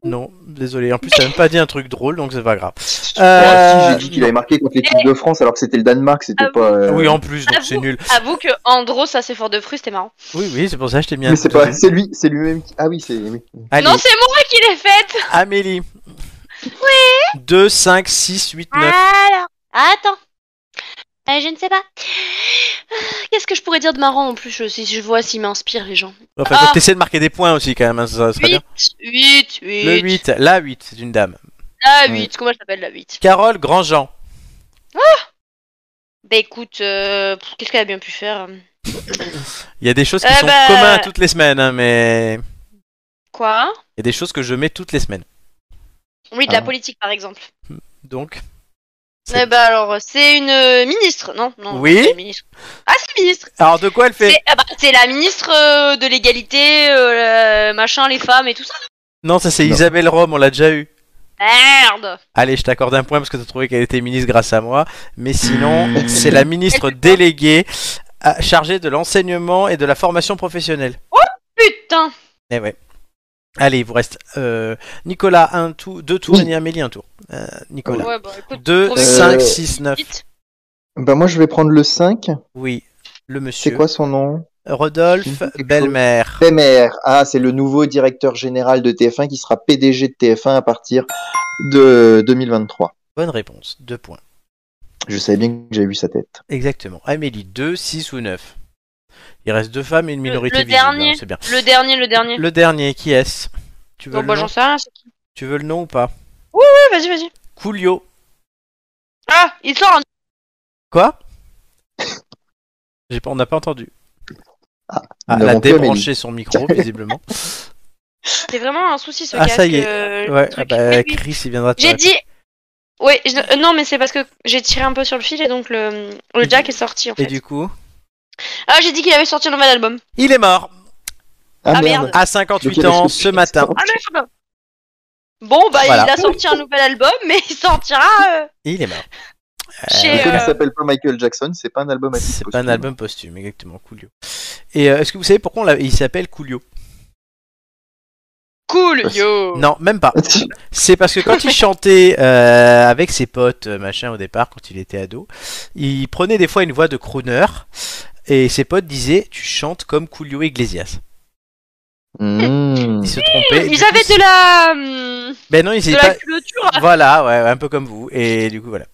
[SPEAKER 1] Non, désolé. En plus, t'as même pas dit un truc drôle, donc c'est pas grave.
[SPEAKER 2] Ah,
[SPEAKER 1] Euh,
[SPEAKER 2] si, j'ai dit qu'il avait marqué contre l'équipe de France alors que c'était le Danemark, c'était
[SPEAKER 3] Ah
[SPEAKER 2] pas. euh,
[SPEAKER 1] Oui, en plus, donc
[SPEAKER 3] avoue-
[SPEAKER 1] c'est nul.
[SPEAKER 3] Avoue que Andros, ça c'est fort de fruits, c'était marrant.
[SPEAKER 1] Oui, oui, c'est pour ça que je t'ai mis un
[SPEAKER 2] Mais
[SPEAKER 1] coup
[SPEAKER 2] c'est
[SPEAKER 1] de
[SPEAKER 2] pas,
[SPEAKER 1] dessus.
[SPEAKER 2] c'est lui, c'est lui-même. Qui... Ah oui, c'est. oui.
[SPEAKER 1] Allez,
[SPEAKER 3] Non, c'est moi qui l'ai faite
[SPEAKER 1] Amélie. Oui 2, 5, 6, 8, 9.
[SPEAKER 3] Alors, attends. Euh, je ne sais pas. Ah, Qu'est-ce que je pourrais dire de marrant en plus je- si je vois s'il m'inspire les gens
[SPEAKER 1] Enfin,
[SPEAKER 3] Ah.
[SPEAKER 1] faut que t'essaies de marquer des points aussi, quand même, hein, ça serait
[SPEAKER 3] 8,
[SPEAKER 1] bien.
[SPEAKER 3] 8, 8.
[SPEAKER 1] Le 8, la 8, c'est une dame.
[SPEAKER 3] La 8, comment je l'appelle la 8
[SPEAKER 1] Carole Grandjean.
[SPEAKER 3] Bah écoute, euh, pff, qu'est-ce qu'elle a bien pu faire euh
[SPEAKER 1] Il y a des choses qui
[SPEAKER 3] Eh
[SPEAKER 1] sont
[SPEAKER 3] ben.
[SPEAKER 1] communs toutes les semaines, hein, mais.
[SPEAKER 3] Quoi
[SPEAKER 1] Il y a des choses que je mets toutes les semaines.
[SPEAKER 3] Oui, de la
[SPEAKER 2] Ah.
[SPEAKER 3] politique par exemple.
[SPEAKER 1] Donc. C'est-
[SPEAKER 3] Eh bah alors, c'est une euh, ministre, non, non
[SPEAKER 1] Oui.
[SPEAKER 3] c'est une ministre. Ah, c'est une ministre
[SPEAKER 1] Alors, de quoi elle fait
[SPEAKER 3] C'est ah bah, c'est la ministre euh, de l'égalité, euh, la- machin, les femmes et tout ça.
[SPEAKER 1] Non, ça c'est
[SPEAKER 2] Non.
[SPEAKER 1] Isabelle Rome, on l'a déjà eu.
[SPEAKER 3] Merde
[SPEAKER 1] Allez, je t'accorde un point parce que t'as trouvé qu'elle était ministre grâce à moi. Mais
[SPEAKER 2] Hmm.
[SPEAKER 1] sinon, c'est la ministre déléguée à- chargée de l'enseignement et de la formation professionnelle.
[SPEAKER 3] Putain
[SPEAKER 1] Eh ouais. Allez, il vous reste euh, Nicolas, un tour, deux tours,
[SPEAKER 2] Oui.
[SPEAKER 1] et Amélie, un tour. Euh, Nicolas.
[SPEAKER 3] Ouais, bah écoute,
[SPEAKER 1] 2,
[SPEAKER 3] promis.
[SPEAKER 1] 5,
[SPEAKER 2] Euh,
[SPEAKER 1] 6, 9.
[SPEAKER 3] vite.
[SPEAKER 1] Mmh.
[SPEAKER 2] Bah moi, je vais prendre le 5.
[SPEAKER 1] Oui, le monsieur.
[SPEAKER 2] C'est quoi son nom
[SPEAKER 1] Rodolphe
[SPEAKER 2] Quelque chose.
[SPEAKER 1] Belmer.
[SPEAKER 2] Temer. Ah, c'est le nouveau directeur général de TF1 qui sera PDG de TF1 à partir de 2023.
[SPEAKER 1] Bonne réponse, deux points.
[SPEAKER 2] Je savais bien que j'avais vu sa tête.
[SPEAKER 1] Exactement. Amélie, 2, 6 ou 9. Il reste deux femmes et une minorité
[SPEAKER 3] le
[SPEAKER 1] visible, hein,
[SPEAKER 3] dernier.
[SPEAKER 1] c'est bien.
[SPEAKER 3] Le dernier, le dernier.
[SPEAKER 1] Le dernier, qui est-ce tu, veux
[SPEAKER 3] Bon,
[SPEAKER 1] le
[SPEAKER 3] bah
[SPEAKER 1] nom
[SPEAKER 3] j'en sais rien. c'est-
[SPEAKER 1] tu veux le nom ou pas
[SPEAKER 3] Ouais, vas-y, vas-y.
[SPEAKER 1] Coolio.
[SPEAKER 3] Ah, il sort un...
[SPEAKER 1] Quoi J'ai pas, On n'a pas entendu.
[SPEAKER 2] Ah, nous
[SPEAKER 1] elle a
[SPEAKER 2] n'avons que Amélie.
[SPEAKER 1] débranché son micro, visiblement.
[SPEAKER 3] C'est vraiment un souci ce
[SPEAKER 1] Ah,
[SPEAKER 3] casque.
[SPEAKER 1] ça y est.
[SPEAKER 3] euh,
[SPEAKER 1] Ouais,
[SPEAKER 3] truc.
[SPEAKER 1] ah bah,
[SPEAKER 3] Oui, oui.
[SPEAKER 1] Chris, il viendra te
[SPEAKER 3] J'ai
[SPEAKER 1] répondre.
[SPEAKER 3] dit... Ouais, je- euh, non mais c'est parce que j'ai tiré un peu sur le fil et donc le, le jack est sorti en
[SPEAKER 1] Et
[SPEAKER 3] fait.
[SPEAKER 1] du coup
[SPEAKER 3] Ah j'ai dit qu'il avait sorti un nouvel album.
[SPEAKER 1] Il est mort
[SPEAKER 3] Ah, merde.
[SPEAKER 1] à
[SPEAKER 2] Donc,
[SPEAKER 1] 58
[SPEAKER 2] il avait
[SPEAKER 1] ans
[SPEAKER 2] sauté.
[SPEAKER 1] ce matin.
[SPEAKER 3] Ah merde Bon bah
[SPEAKER 1] Voilà.
[SPEAKER 3] il a sorti un nouvel album mais il sortira euh,
[SPEAKER 1] Il est mort.
[SPEAKER 3] chez...
[SPEAKER 2] Mais Comme
[SPEAKER 3] euh,
[SPEAKER 2] il s'appelle pas Michael Jackson, c'est pas un album à
[SPEAKER 1] C'est
[SPEAKER 2] titre
[SPEAKER 1] pas un
[SPEAKER 2] posthume.
[SPEAKER 1] album posthume, exactement, Coolio. Et euh, est-ce que vous savez pourquoi on l'a- il s'appelle Coolio
[SPEAKER 3] Cool yo
[SPEAKER 2] Oh.
[SPEAKER 1] Non, même pas. C'est parce que quand il chantait euh, avec ses potes, euh, machin, au départ, quand il était ado, il prenait des fois une voix de crooner, et ses potes disaient « Tu chantes comme Coolio Iglesias
[SPEAKER 2] Mmh. ».
[SPEAKER 1] Ils se trompaient. et du
[SPEAKER 3] Ils
[SPEAKER 1] coup,
[SPEAKER 3] avaient
[SPEAKER 1] c'est-
[SPEAKER 3] de la... hum,
[SPEAKER 1] Ben non, ils
[SPEAKER 3] de
[SPEAKER 1] étaient
[SPEAKER 3] la
[SPEAKER 1] pas...
[SPEAKER 3] culture
[SPEAKER 1] Voilà, ouais, un peu comme vous. Et du coup, voilà.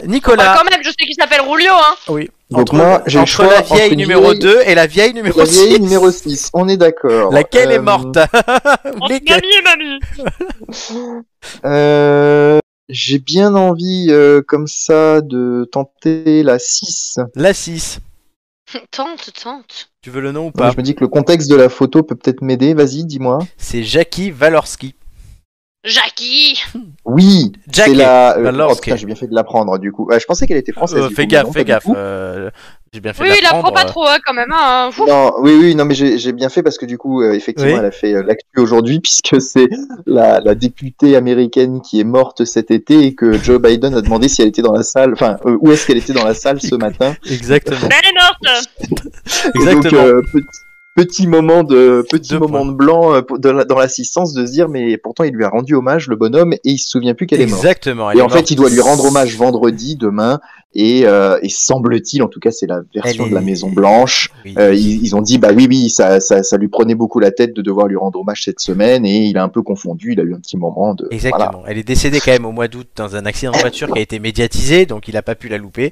[SPEAKER 3] Bah,
[SPEAKER 1] Nicolas,
[SPEAKER 3] quand même, je sais qu'il s'appelle Rulio, hein
[SPEAKER 1] oui.
[SPEAKER 2] Donc
[SPEAKER 1] entre,
[SPEAKER 2] moi, j'ai le
[SPEAKER 1] entre
[SPEAKER 2] choix
[SPEAKER 1] la
[SPEAKER 2] entre
[SPEAKER 1] vieille
[SPEAKER 2] une
[SPEAKER 1] numéro
[SPEAKER 2] vieille-
[SPEAKER 1] 2 et la vieille numéro
[SPEAKER 2] La vieille
[SPEAKER 1] 6.
[SPEAKER 2] numéro 6, on est d'accord.
[SPEAKER 1] Laquelle est
[SPEAKER 2] Euh,
[SPEAKER 1] morte Ou
[SPEAKER 3] On
[SPEAKER 1] lesquelles
[SPEAKER 3] mis, Oh, mamie
[SPEAKER 2] euh, J'ai bien envie, euh, comme ça, de tenter la 6.
[SPEAKER 1] La 6.
[SPEAKER 3] Tente, tente.
[SPEAKER 1] Tu veux le nom ou
[SPEAKER 2] Moi,
[SPEAKER 1] pas
[SPEAKER 2] je me dis que le contexte de la photo peut peut-être m'aider. Vas-y, dis-moi.
[SPEAKER 1] C'est Jackie Walorski.
[SPEAKER 3] Jackie
[SPEAKER 2] Oui,
[SPEAKER 1] Jackie.
[SPEAKER 2] c'est la. euh,
[SPEAKER 1] Alors,
[SPEAKER 2] oh, putain,
[SPEAKER 1] ok.
[SPEAKER 2] j'ai bien fait de la prendre du coup. Ah, je pensais qu'elle était française.
[SPEAKER 1] Euh,
[SPEAKER 2] du
[SPEAKER 1] fais
[SPEAKER 2] coup,
[SPEAKER 1] gaffe,
[SPEAKER 2] non,
[SPEAKER 1] fais
[SPEAKER 2] pas du
[SPEAKER 1] gaffe.
[SPEAKER 2] tout.
[SPEAKER 1] euh, J'ai bien fait
[SPEAKER 3] Oui,
[SPEAKER 1] de
[SPEAKER 3] il
[SPEAKER 1] la
[SPEAKER 3] apprend
[SPEAKER 1] prendre. euh.
[SPEAKER 3] pas trop, hein, quand même, hein Fou.
[SPEAKER 2] Non, oui, oui, non, mais j'ai j'ai bien fait parce que du coup, euh, effectivement,
[SPEAKER 1] Oui.
[SPEAKER 2] elle a fait euh, l'actu aujourd'hui puisque c'est la, la députée américaine qui est morte cet été et que Joe Biden a demandé si elle était dans la salle, enfin, euh, où est-ce qu'elle était dans la salle ce matin.
[SPEAKER 1] Exactement.
[SPEAKER 3] Bah, Elle est morte
[SPEAKER 2] Et donc,
[SPEAKER 1] Exactement.
[SPEAKER 2] euh, petit, petit moment de petit
[SPEAKER 1] Deux
[SPEAKER 2] moment de blanc euh, pour- dans la- dans l'assistance de se dire, mais pourtant, il lui a rendu hommage, le bonhomme, et il se souvient plus qu'elle est morte.
[SPEAKER 1] Exactement. elle
[SPEAKER 2] Et
[SPEAKER 1] est
[SPEAKER 2] en
[SPEAKER 1] morte.
[SPEAKER 2] fait, il doit lui rendre hommage vendredi, demain, et, euh, et semble-t-il, en tout cas, c'est la version
[SPEAKER 1] Elle
[SPEAKER 2] de la
[SPEAKER 1] est-
[SPEAKER 2] Maison Blanche.
[SPEAKER 1] Oui.
[SPEAKER 2] euh, ils, ils ont dit, bah oui, oui, ça, ça, ça lui prenait beaucoup la tête de devoir lui rendre hommage cette semaine, et il a un peu confondu, il a eu un petit moment de.
[SPEAKER 1] Exactement. Elle est décédée quand même au mois d'août dans un accident de voiture qui a été médiatisé, donc il a pas pu la louper.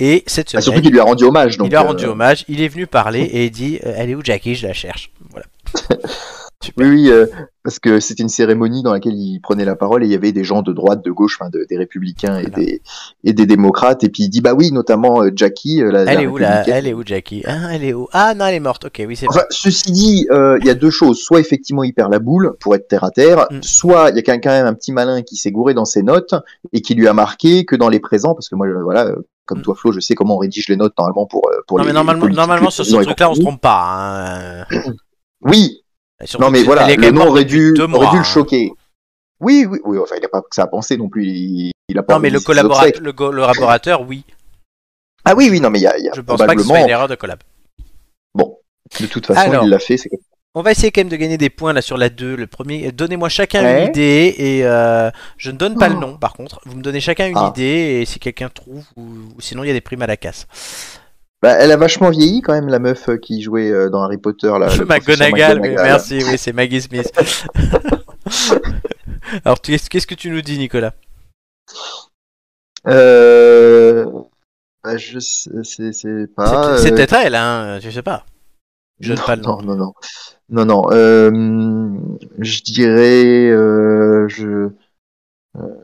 [SPEAKER 1] Et cette
[SPEAKER 2] Bah,
[SPEAKER 1] semaine,
[SPEAKER 2] surtout qu'il lui a rendu hommage. Donc,
[SPEAKER 1] il lui a
[SPEAKER 2] euh,
[SPEAKER 1] rendu hommage. Il est venu parler et il dit euh, Elle est où Jackie Je la cherche. Voilà. Super.
[SPEAKER 2] Oui, oui, euh, parce que c'était une cérémonie dans laquelle il prenait la parole et il y avait des gens de droite, de gauche, enfin, de- des républicains et,
[SPEAKER 1] Voilà.
[SPEAKER 2] des, et des démocrates. Et puis il dit, bah oui, notamment euh, Jackie. euh, la, la
[SPEAKER 1] Elle est où là
[SPEAKER 2] républicaine.
[SPEAKER 1] Elle est où Jackie Hein, Elle est où Ah non, elle est morte. Ok, oui, c'est vrai.
[SPEAKER 2] Enfin, ceci dit, euh, il y a deux choses. Soit effectivement il perd la boule pour être terre à terre,
[SPEAKER 1] Mm.
[SPEAKER 2] soit il y a quand quand même un petit malin qui s'est gouré dans ses notes et qui lui a marqué que dans les présents, parce que moi, euh, voilà, euh, comme
[SPEAKER 1] Mm.
[SPEAKER 2] toi Flo, je sais comment on rédige les notes normalement pour, euh, pour
[SPEAKER 1] Non,
[SPEAKER 2] les
[SPEAKER 1] mais normalement,
[SPEAKER 2] politiques,
[SPEAKER 1] normalement sur ce
[SPEAKER 2] les
[SPEAKER 1] truc-là, on se
[SPEAKER 2] compagnies.
[SPEAKER 1] trompe pas. hein.
[SPEAKER 2] Oui,
[SPEAKER 1] Et surtout
[SPEAKER 2] non mais
[SPEAKER 1] qu'elle
[SPEAKER 2] voilà,
[SPEAKER 1] est quand
[SPEAKER 2] le
[SPEAKER 1] même
[SPEAKER 2] nom
[SPEAKER 1] morte
[SPEAKER 2] aurait
[SPEAKER 1] depuis
[SPEAKER 2] dû,
[SPEAKER 1] deux
[SPEAKER 2] aurait
[SPEAKER 1] mois,
[SPEAKER 2] dû
[SPEAKER 1] hein.
[SPEAKER 2] le choquer. Oui, oui, oui, enfin, il n'a pas que ça à penser non plus, il, il a pas
[SPEAKER 1] Non, mais le
[SPEAKER 2] organisé ses obsèques.
[SPEAKER 1] collaborateur, le collaborateur, oui.
[SPEAKER 2] Ah oui, oui, non, mais il y a, il y a
[SPEAKER 1] Je pense pas que ce soit
[SPEAKER 2] probablement.
[SPEAKER 1] une erreur de collab.
[SPEAKER 2] Bon, de toute façon,
[SPEAKER 1] Alors.
[SPEAKER 2] il l'a fait. c'est-
[SPEAKER 1] On va essayer quand même de gagner des points là sur la 2. Le premier, donnez-moi chacun
[SPEAKER 2] Ouais.
[SPEAKER 1] une idée et euh, je ne donne pas le
[SPEAKER 2] Oh.
[SPEAKER 1] nom par contre. Vous me donnez chacun une
[SPEAKER 2] Ah.
[SPEAKER 1] idée et si quelqu'un trouve ou, ou sinon il y a des primes à la casse.
[SPEAKER 2] Bah, elle a vachement vieilli quand même, la meuf euh, qui jouait euh, dans Harry Potter. Là, le professeur
[SPEAKER 1] McGonagall, oui,
[SPEAKER 2] McGonagall.
[SPEAKER 1] merci, oui, c'est Maggie Smith. Alors tu- qu'est-ce que tu nous dis Nicolas
[SPEAKER 2] Euh... Bah, je sais, c'est- c'est
[SPEAKER 1] C'est
[SPEAKER 2] pas.
[SPEAKER 1] c'est
[SPEAKER 2] euh,
[SPEAKER 1] peut-être elle, hein, je sais pas. Je donne
[SPEAKER 2] non,
[SPEAKER 1] pas le nom.
[SPEAKER 2] non, non, non, non, non. euh, je dirais, euh, je. euh,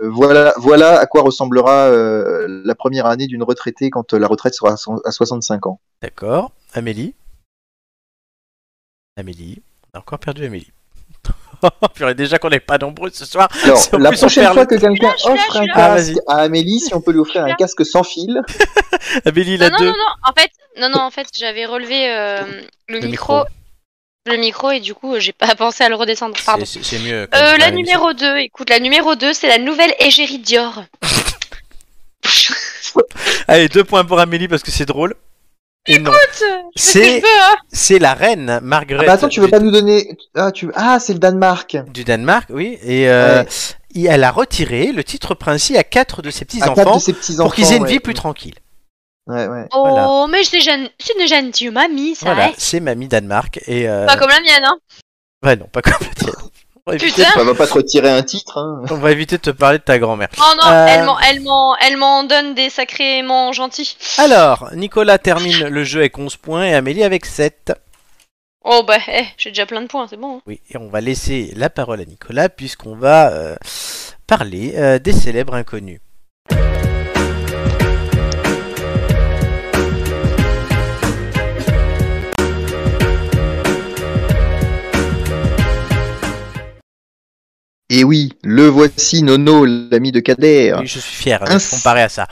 [SPEAKER 2] Voilà, voilà à quoi ressemblera euh, la première année d'une retraitée quand euh, la retraite sera à so- à 65 ans.
[SPEAKER 1] D'accord. Amélie. Amélie. On a encore perdu Amélie. Purée, déjà qu'on n'est pas nombreux ce soir.
[SPEAKER 2] Alors,
[SPEAKER 1] Si en
[SPEAKER 2] la
[SPEAKER 1] plus on
[SPEAKER 2] prochaine
[SPEAKER 1] perd
[SPEAKER 2] fois
[SPEAKER 1] le-
[SPEAKER 2] que quelqu'un
[SPEAKER 3] Je suis là, je
[SPEAKER 2] offre
[SPEAKER 3] suis
[SPEAKER 2] un
[SPEAKER 3] là.
[SPEAKER 1] Ah,
[SPEAKER 2] casque à Amélie, si on peut lui offrir
[SPEAKER 3] Je suis
[SPEAKER 2] un
[SPEAKER 3] là.
[SPEAKER 2] casque sans fil,
[SPEAKER 1] Amélie
[SPEAKER 3] Non,
[SPEAKER 1] la
[SPEAKER 3] non,
[SPEAKER 1] 2.
[SPEAKER 3] non, non. En fait, non, non, en fait, j'avais relevé euh, le,
[SPEAKER 1] Le
[SPEAKER 3] micro,
[SPEAKER 1] micro.
[SPEAKER 3] le micro, et du coup, euh, j'ai pas pensé à le redescendre. Pardon.
[SPEAKER 1] C'est- C'est c'est mieux. quand
[SPEAKER 3] Euh,
[SPEAKER 1] c'est pas
[SPEAKER 3] la
[SPEAKER 1] Amélie.
[SPEAKER 3] numéro 2, écoute, la numéro 2, c'est la nouvelle égérie Dior.
[SPEAKER 1] Allez, deux points pour Amélie parce que c'est drôle. Et non.
[SPEAKER 3] C'est
[SPEAKER 1] C'est c'est la reine Margaret
[SPEAKER 2] Ah bah attends, tu veux
[SPEAKER 1] du,
[SPEAKER 2] pas nous donner Ah, tu ah, c'est le Danemark.
[SPEAKER 1] du Danemark, oui. Et euh,
[SPEAKER 2] Ouais.
[SPEAKER 1] il- elle a retiré le titre princier à quatre de ses petits
[SPEAKER 2] À quatre
[SPEAKER 1] enfants
[SPEAKER 2] de ses petits enfants.
[SPEAKER 1] pour qu'ils aient une
[SPEAKER 2] ouais.
[SPEAKER 1] vie plus tranquille.
[SPEAKER 2] Ouais, ouais.
[SPEAKER 3] Oh,
[SPEAKER 1] Voilà.
[SPEAKER 3] mais c'est jeune, c'est une gentille mamie, ça.
[SPEAKER 1] Voilà,
[SPEAKER 3] hein.
[SPEAKER 1] c'est mamie Danemark et euh,
[SPEAKER 3] Pas comme la mienne, hein.
[SPEAKER 1] ouais, non, pas comme la tienne. On va éviter-
[SPEAKER 3] Putain.
[SPEAKER 2] Ça va pas te retirer un titre. Hein.
[SPEAKER 1] on va éviter de te parler de ta grand-mère.
[SPEAKER 3] Oh non,
[SPEAKER 1] Euh.
[SPEAKER 3] elle m'en- elle m'en, elle m'en donne des sacrément gentils.
[SPEAKER 1] Alors, Nicolas termine le jeu avec 11 points et Amélie avec 7.
[SPEAKER 3] Oh bah, eh, j'ai déjà plein de points, c'est bon. hein.
[SPEAKER 1] Oui, et on va laisser la parole à Nicolas puisqu'on va euh, parler euh, des célèbres inconnus.
[SPEAKER 2] Et Eh oui, le voici, Nono, l'ami de Kader.
[SPEAKER 1] Oui, je suis fier euh,
[SPEAKER 2] Ainsi-
[SPEAKER 1] comparé à ça.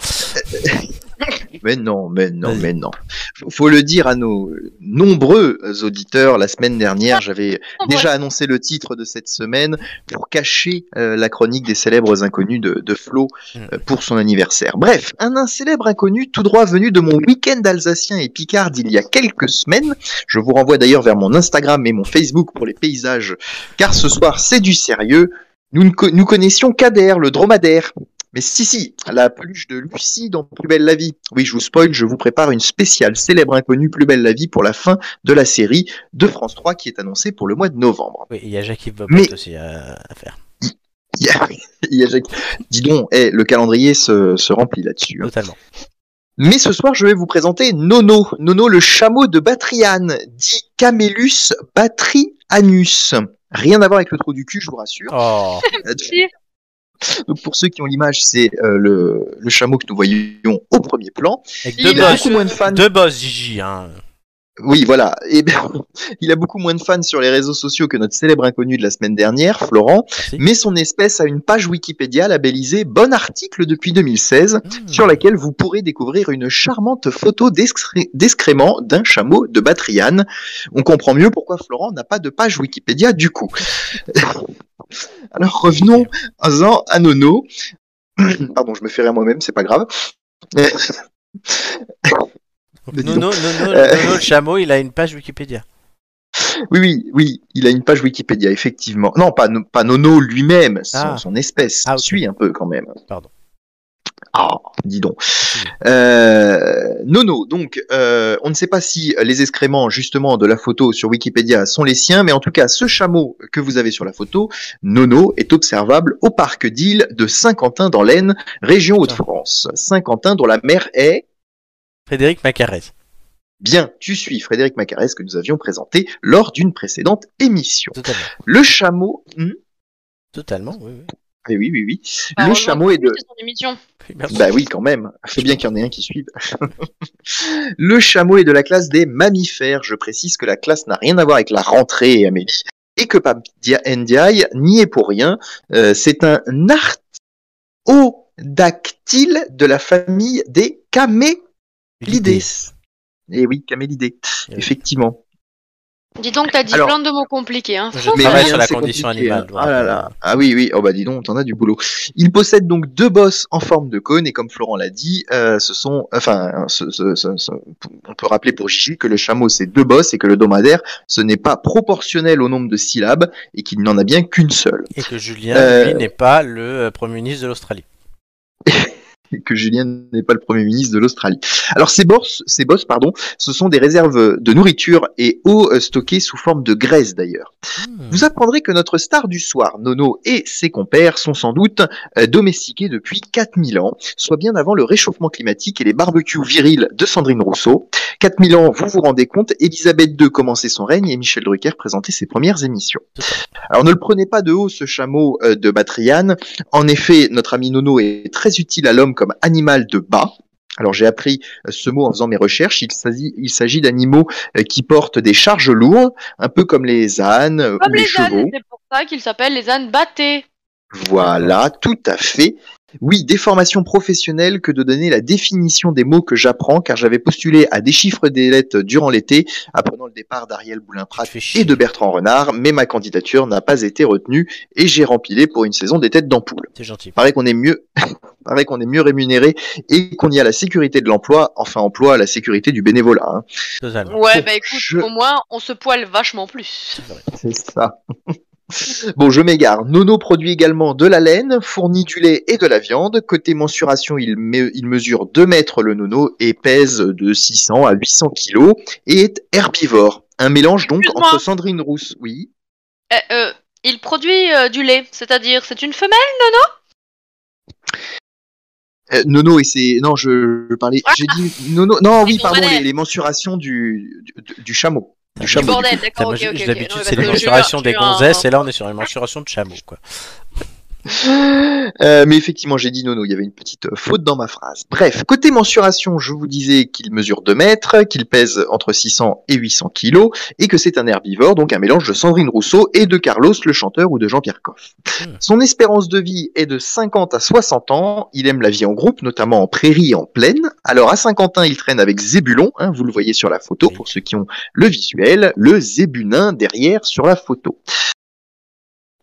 [SPEAKER 2] Mais non, mais non,
[SPEAKER 1] Vas-y.
[SPEAKER 2] mais non. Faut- Faut le dire à nos euh, nombreux auditeurs. La semaine dernière, j'avais déjà annoncé le titre de cette semaine pour cacher euh, la chronique des célèbres inconnus de, de Flo euh, pour son anniversaire. Bref, un incélèbre inconnu tout droit venu de mon week-end alsacien et Picard il y a quelques semaines. Je vous renvoie d'ailleurs vers mon Instagram et mon Facebook pour les paysages, car ce soir c'est du sérieux. Nous, ne co- nous connaissions Kader, le dromadaire. Mais si, si, la peluche de Lucie dans Plus belle la vie. Oui, je vous spoil, je vous prépare une spéciale célèbre inconnue Plus belle la vie pour la fin de la série de France 3 qui est annoncée pour le mois de novembre.
[SPEAKER 1] Oui, il y a Jackie Bobot
[SPEAKER 2] Mais-
[SPEAKER 1] aussi euh, à faire.
[SPEAKER 2] Il y a- il y a Jacques- Dis donc, eh, le calendrier se, se remplit là-dessus. hein.
[SPEAKER 1] Totalement.
[SPEAKER 2] Mais ce soir, je vais vous présenter Nono, Nono le chameau de Batriane, dit Camélus Batrianus. Rien à voir avec le trou du cul, je vous rassure.
[SPEAKER 1] Oh,
[SPEAKER 2] Donc pour ceux qui ont l'image, c'est euh, le, le chameau que nous voyions au premier plan.
[SPEAKER 1] avec
[SPEAKER 3] Il
[SPEAKER 1] deux
[SPEAKER 2] Il a
[SPEAKER 1] boss.
[SPEAKER 2] beaucoup moins de fans.
[SPEAKER 1] Deux boss, Gigi. Hein.
[SPEAKER 2] Oui, voilà. Et bien, il a beaucoup moins de fans sur les réseaux sociaux que notre célèbre inconnu de la semaine dernière, Florent.
[SPEAKER 1] Merci.
[SPEAKER 2] Mais son espèce a une page Wikipédia labellisée Bon article depuis 2016. Mmh.
[SPEAKER 1] Hmm.
[SPEAKER 2] sur laquelle vous pourrez découvrir une charmante photo d'excré- d'excréments d'un chameau de Batriane. On comprend mieux pourquoi Florent n'a pas de page Wikipédia du coup. Alors revenons en à Nono. Pardon, je me fais rire moi-même, c'est pas grave.
[SPEAKER 1] Donc, Mmh. Nono, Nono,
[SPEAKER 2] Euh.
[SPEAKER 1] Nono, le chameau, il a une page Wikipédia.
[SPEAKER 2] Oui, oui, oui, il a une page Wikipédia, effectivement. Non, pas, No- pas Nono lui-même, son,
[SPEAKER 1] Ah.
[SPEAKER 2] son espèce.
[SPEAKER 1] Ah, ok.
[SPEAKER 2] Suit un peu quand même.
[SPEAKER 1] Pardon.
[SPEAKER 2] Ah, dis donc. Euh, Nono, donc, euh, on ne sait pas si les excréments, justement, de la photo sur Wikipédia sont les siens, mais en tout cas, ce chameau que vous avez sur la photo, Nono, est observable au parc d'île de Saint-Quentin dans l'Aisne, région Hauts-de-France. Saint-Quentin dont la mer est...
[SPEAKER 1] Frédéric Macarès.
[SPEAKER 2] Bien, tu suis Frédéric Macarès que nous avions présenté lors d'une précédente émission.
[SPEAKER 1] Totalement.
[SPEAKER 2] Le chameau. Hmm
[SPEAKER 1] Totalement, oui, oui.
[SPEAKER 2] Eh oui, oui, oui.
[SPEAKER 3] Bah,
[SPEAKER 2] le
[SPEAKER 3] heureusement
[SPEAKER 2] chameau est de.
[SPEAKER 3] C'est son émission.
[SPEAKER 1] Oui, merci.
[SPEAKER 2] Bah oui, quand même. C'est bien qu'il y en ait un qui suive. le chameau est de la classe des mammifères. Je précise que la classe n'a rien à voir avec la rentrée, Amélie. Et que Padia Ndiaye n'y est pour rien. Euh, c'est un artodactyle de la famille des camélidés. Eh oui, camélidés.
[SPEAKER 1] Oui.
[SPEAKER 2] Effectivement.
[SPEAKER 3] Dis donc, t'as dit
[SPEAKER 2] Alors-
[SPEAKER 3] plein de mots compliqués. Hein.
[SPEAKER 1] Je
[SPEAKER 2] Mais
[SPEAKER 1] travaille
[SPEAKER 2] rien,
[SPEAKER 1] sur la
[SPEAKER 2] c'est
[SPEAKER 1] condition
[SPEAKER 2] compliqué,
[SPEAKER 1] animale. euh,
[SPEAKER 2] hein. Ah là là. Ah oui, oui. Oh bah dis donc, t'en as du boulot. Il possède donc deux bosses en forme de cône et comme Florent l'a dit, euh, ce sont, enfin, ce- ce- ce- ce- on peut rappeler pour Gigi que le chameau c'est deux bosses et que le dromadaire ce n'est pas proportionnel au nombre de syllabes et qu'il n'en a bien qu'une seule.
[SPEAKER 1] Et que Julien,
[SPEAKER 2] Euh,
[SPEAKER 1] lui, n'est pas le euh, Premier ministre de l'Australie.
[SPEAKER 2] et que Julien n'est pas le premier ministre de l'Australie. Alors ces bosses, ces bosses, pardon, ce sont des réserves de nourriture et eau euh, stockées sous forme de graisse d'ailleurs.
[SPEAKER 1] Hmm.
[SPEAKER 2] Vous apprendrez que notre star du soir, Nono, et ses compères sont sans doute euh, domestiqués depuis 4000 ans, soit bien avant le réchauffement climatique et les barbecues virils de Sandrine Rousseau. 4000 ans, vous vous rendez compte, Elisabeth II commençait son règne et Michel Drucker présentait ses premières émissions. Alors ne le prenez pas de haut ce chameau euh, de Batriane. En effet, notre ami Nono est très utile à l'homme comme animal de bas. Alors j'ai appris euh, ce mot en faisant mes recherches. Il s'agit- il s'agit d'animaux euh, qui portent des charges lourdes, un peu comme les ânes euh,
[SPEAKER 3] Comme
[SPEAKER 2] ou les,
[SPEAKER 3] les ânes,
[SPEAKER 2] chevaux.
[SPEAKER 3] et c'est pour ça qu'ils s'appellent les ânes battés.
[SPEAKER 2] Voilà, tout à fait. Oui, des formations professionnelles que de donner la définition des mots que j'apprends, car j'avais postulé à des chiffres des lettres durant l'été, apprenant le départ d'Ariel
[SPEAKER 1] Tu te
[SPEAKER 2] Boulin-Prat
[SPEAKER 1] fais chier.
[SPEAKER 2] et de Bertrand Renard, mais ma candidature n'a pas été retenue et j'ai rempilé pour une saison des têtes d'ampoule.
[SPEAKER 1] C'est gentil.
[SPEAKER 2] Paraît qu'on est mieux, paraît qu'on est mieux rémunéré et qu'on y a la sécurité de l'emploi, enfin emploi, la sécurité du bénévolat. hein.
[SPEAKER 1] Totalement.
[SPEAKER 3] Ouais,
[SPEAKER 2] Pour
[SPEAKER 3] bah écoute,
[SPEAKER 2] je-
[SPEAKER 3] au moins, on se poile vachement plus.
[SPEAKER 2] C'est ça. Bon, je m'égare. Nono produit également de la laine, fournit du lait et de la viande. Côté mensuration, il, me- il mesure 2 mètres le nono et pèse de 600 à 800 kilos et est herbivore. Un mélange donc
[SPEAKER 3] Excuse-moi.
[SPEAKER 2] entre Sandrine Rousse, oui.
[SPEAKER 3] Eh, euh, il produit euh, du lait, c'est-à-dire, c'est une
[SPEAKER 1] Ah,
[SPEAKER 3] femelle
[SPEAKER 2] Euh, Nono et ses... Non, je, je parlais... J'ai dit Nono... Non, oui,
[SPEAKER 3] bon,
[SPEAKER 2] pardon,
[SPEAKER 3] bordel.
[SPEAKER 2] les, les mensurations du, du, du chameau.
[SPEAKER 1] Ah
[SPEAKER 2] Du
[SPEAKER 3] Du
[SPEAKER 2] chameau, du
[SPEAKER 3] bordel,
[SPEAKER 2] coup.
[SPEAKER 1] Ça,
[SPEAKER 3] d'accord,
[SPEAKER 1] moi,
[SPEAKER 3] ok,
[SPEAKER 1] j'ai-
[SPEAKER 3] ok.
[SPEAKER 1] j'ai
[SPEAKER 3] ok.
[SPEAKER 1] D'habitude,
[SPEAKER 3] Non,
[SPEAKER 1] c'est
[SPEAKER 3] parce
[SPEAKER 1] les
[SPEAKER 3] que je-
[SPEAKER 1] mensurations
[SPEAKER 3] je
[SPEAKER 1] des
[SPEAKER 3] suis un-
[SPEAKER 1] gonzesses, et là, on est sur les mensurations de chameaux, quoi.
[SPEAKER 2] Euh, mais effectivement, j'ai dit nono, il y avait une petite euh, faute dans ma phrase. Bref, côté mensuration, je vous disais qu'il mesure 2 mètres, qu'il pèse entre 600 et 800 kilos, et que c'est un herbivore, donc un mélange de Sandrine Rousseau et de Carlos le chanteur ou de Jean-Pierre Coff.
[SPEAKER 1] Hmm.
[SPEAKER 2] Son espérance de vie est de 50 à 60 ans, il aime la vie en groupe, notamment en prairie et en plaine. Alors à 50 ans, il traîne avec Zébulon, hein, vous le voyez sur la photo,
[SPEAKER 1] Oui.
[SPEAKER 2] pour ceux qui ont le visuel, le Zébunin derrière sur la photo.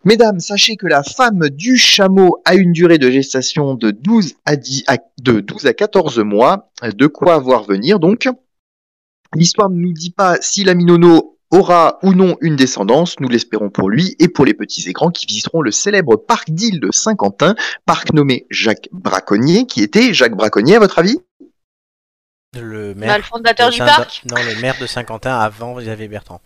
[SPEAKER 2] Mesdames, sachez que la femme du chameau a une durée de gestation de 12 à, 10 à- de 12 à 14 mois, de quoi voir venir donc. L'histoire ne nous dit pas si la Minono aura ou non une descendance, nous l'espérons pour lui et pour les petits et grands qui visiteront le célèbre parc d'île de Saint-Quentin, parc nommé Jacques Braconnier, qui était Jacques Braconnier à votre avis
[SPEAKER 1] Le
[SPEAKER 3] Bah, le
[SPEAKER 1] maire.
[SPEAKER 3] fondateur
[SPEAKER 1] de
[SPEAKER 3] du
[SPEAKER 1] Saint-
[SPEAKER 3] parc
[SPEAKER 1] Non, le maire de Saint-Quentin avant il y avait Bertrand.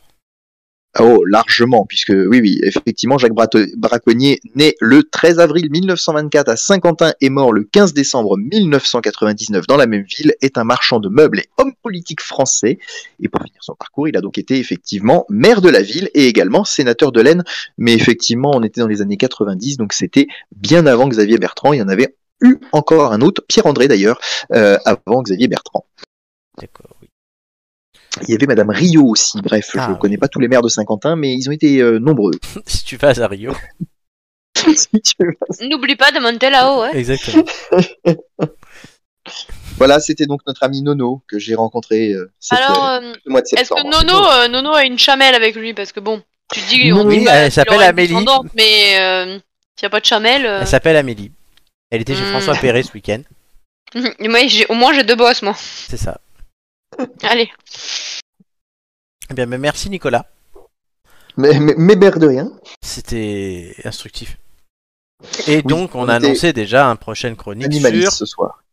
[SPEAKER 2] Oh, largement, puisque oui, oui, effectivement, Jacques Brate- Braconnier, né le 13 avril 1924 à Saint-Quentin et mort le 15 décembre 1999 dans la même ville, est un marchand de meubles et homme politique français. Et pour finir son parcours, il a donc été effectivement maire de la ville et également sénateur de l'Aisne. Mais effectivement, on était dans les années 90, donc c'était bien avant Xavier Bertrand. Il y en avait eu encore un autre, Pierre-André d'ailleurs, euh, avant Xavier Bertrand.
[SPEAKER 1] D'accord, oui.
[SPEAKER 2] Il y avait Madame Rio aussi, bref,
[SPEAKER 1] Ah,
[SPEAKER 2] je ne
[SPEAKER 1] oui.
[SPEAKER 2] connais pas tous les maires de Saint-Quentin, mais ils ont été euh, nombreux.
[SPEAKER 1] si tu vas à Rio.
[SPEAKER 2] Si tu veux.
[SPEAKER 3] N'oublie pas de monter là-haut, ouais.
[SPEAKER 1] Exactement.
[SPEAKER 2] voilà, c'était donc notre ami Nono que j'ai rencontré euh, cette,
[SPEAKER 3] Alors,
[SPEAKER 2] euh,
[SPEAKER 3] euh,
[SPEAKER 2] ce mois de
[SPEAKER 3] est-ce que
[SPEAKER 2] septembre.
[SPEAKER 3] Nono, euh, Nono a une chamelle avec lui Parce que bon, tu te dis, on
[SPEAKER 1] Oui,
[SPEAKER 3] dit pas
[SPEAKER 1] elle
[SPEAKER 3] qu'il
[SPEAKER 1] s'appelle
[SPEAKER 3] aura une
[SPEAKER 1] Amélie.
[SPEAKER 3] descendante, Mais euh, s'il n'y a pas de chamelle. euh,
[SPEAKER 1] Elle s'appelle Amélie. Elle était chez
[SPEAKER 3] Hmm.
[SPEAKER 1] François Perret ce week-end.
[SPEAKER 3] moi, j'ai- au moins, j'ai deux bosses, moi.
[SPEAKER 1] C'est ça.
[SPEAKER 3] Allez.
[SPEAKER 1] Eh bien, mais merci Nicolas.
[SPEAKER 2] Mais, mais, mais berre de rien.
[SPEAKER 1] C'était instructif. Et donc, on
[SPEAKER 2] on
[SPEAKER 1] a
[SPEAKER 2] était
[SPEAKER 1] annoncé déjà une prochaine chronique
[SPEAKER 2] Animaliste
[SPEAKER 1] sur.
[SPEAKER 2] ce soir.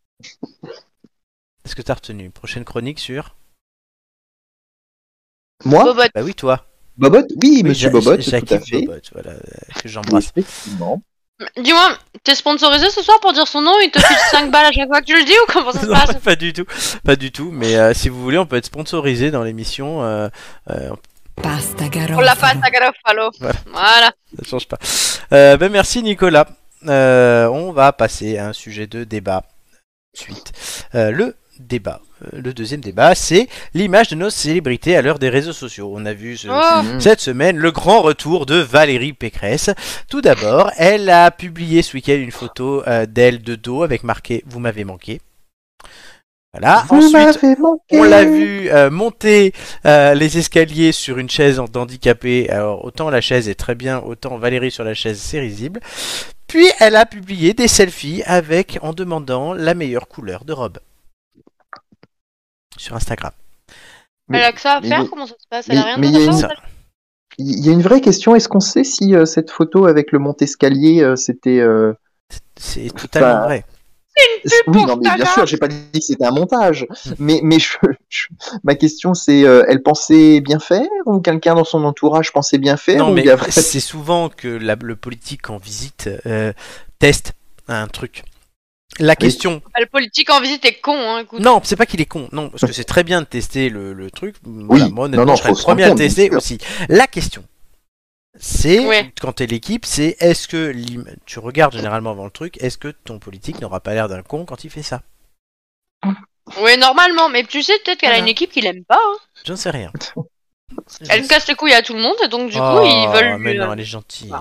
[SPEAKER 1] Est-ce que t'as retenu Une Prochaine chronique sur.
[SPEAKER 2] Moi
[SPEAKER 3] Bobot.
[SPEAKER 1] Bah oui, toi.
[SPEAKER 2] Bobotte Oui,
[SPEAKER 1] Oui,
[SPEAKER 2] monsieur
[SPEAKER 1] Ja-
[SPEAKER 2] Bobotte,
[SPEAKER 1] Ja-
[SPEAKER 2] tout à
[SPEAKER 1] Jacques
[SPEAKER 2] fait.
[SPEAKER 1] Bobotte, voilà, euh, que j'embrasse.
[SPEAKER 2] Effectivement.
[SPEAKER 3] Dis-moi, t'es sponsorisé ce soir pour dire son nom Il te file 5 balles à chaque fois que tu le dis ou comment ça se
[SPEAKER 1] Non,
[SPEAKER 3] passe
[SPEAKER 1] pas du tout, pas du tout. Mais euh, si vous voulez, on peut être sponsorisé dans l'émission. euh, euh,
[SPEAKER 4] Pasta garofalo.
[SPEAKER 3] On l'a pas à Garofalo.
[SPEAKER 1] Voilà.
[SPEAKER 3] Voilà.
[SPEAKER 1] Ça change pas. Euh, ben merci Nicolas. Euh, on va passer à un sujet de débat. Suite. Euh, le débat. Euh, Le deuxième débat, c'est l'image de nos célébrités à l'heure des réseaux sociaux. On a vu ce-
[SPEAKER 3] Oh,
[SPEAKER 2] Mhm.
[SPEAKER 1] cette semaine le grand retour de Valérie Pécresse. Tout d'abord, elle a publié ce week-end une photo euh, d'elle de dos avec marqué Vous m'avez manqué. Voilà.
[SPEAKER 2] Vous
[SPEAKER 1] Ensuite,
[SPEAKER 2] m'avez manqué.
[SPEAKER 1] on l'a vu euh, monter euh, les escaliers sur une chaise en- d'handicapé. Alors autant la chaise est très bien, autant Valérie sur la chaise c'est risible. Puis elle a publié des selfies avec en demandant la meilleure couleur de robe sur Instagram.
[SPEAKER 2] Mais-
[SPEAKER 3] elle a que ça à
[SPEAKER 2] mais-
[SPEAKER 3] faire Comment ça se passe
[SPEAKER 2] mais-
[SPEAKER 3] Elle a rien
[SPEAKER 2] mais
[SPEAKER 3] d'autre
[SPEAKER 2] il y a
[SPEAKER 3] à
[SPEAKER 2] une-
[SPEAKER 3] faire en fait
[SPEAKER 2] Il y a une vraie question. Est-ce qu'on sait si euh, cette photo avec le mont-escalier, euh, c'était. euh,
[SPEAKER 1] C'est totalement
[SPEAKER 2] Bah,
[SPEAKER 1] vrai.
[SPEAKER 2] Oui,
[SPEAKER 3] pour
[SPEAKER 2] non, mais bien
[SPEAKER 3] Stana.
[SPEAKER 2] sûr, j'ai pas dit que c'était un montage.
[SPEAKER 1] Hmm.
[SPEAKER 2] Mais, mais je- je- ma question, c'est euh, elle pensait bien faire Ou quelqu'un dans son entourage pensait bien faire
[SPEAKER 1] Non
[SPEAKER 2] ou
[SPEAKER 1] mais
[SPEAKER 2] il y a-
[SPEAKER 1] c'est souvent que la- le politique en visite euh, teste un truc. La question
[SPEAKER 3] Bah, Le politique en visite est con, hein, écoute.
[SPEAKER 1] Non, c'est pas qu'il est con, non, parce que c'est très bien de tester le, le truc. Voilà, moi, honnêtement,
[SPEAKER 2] non, non,
[SPEAKER 1] je serais
[SPEAKER 2] faut
[SPEAKER 1] le
[SPEAKER 2] se
[SPEAKER 1] premier à
[SPEAKER 2] rendre
[SPEAKER 1] le
[SPEAKER 2] compte,
[SPEAKER 1] tester
[SPEAKER 2] bien
[SPEAKER 1] aussi. La question, c'est,
[SPEAKER 3] Ouais.
[SPEAKER 1] quand t'es l'équipe, c'est est-ce que l'im- tu regardes généralement avant le truc, est-ce que ton politique n'aura pas l'air d'un con quand il fait ça
[SPEAKER 3] Ouais, normalement, mais tu sais peut-être qu'elle a
[SPEAKER 1] Voilà.
[SPEAKER 3] une équipe qui l'aime pas. hein.
[SPEAKER 1] J'en sais rien.
[SPEAKER 3] Elle casse les couilles à tout le monde, donc du
[SPEAKER 1] Oh,
[SPEAKER 3] coup, ils veulent.
[SPEAKER 1] Mais
[SPEAKER 3] lui- euh,
[SPEAKER 1] non, elle est gentille.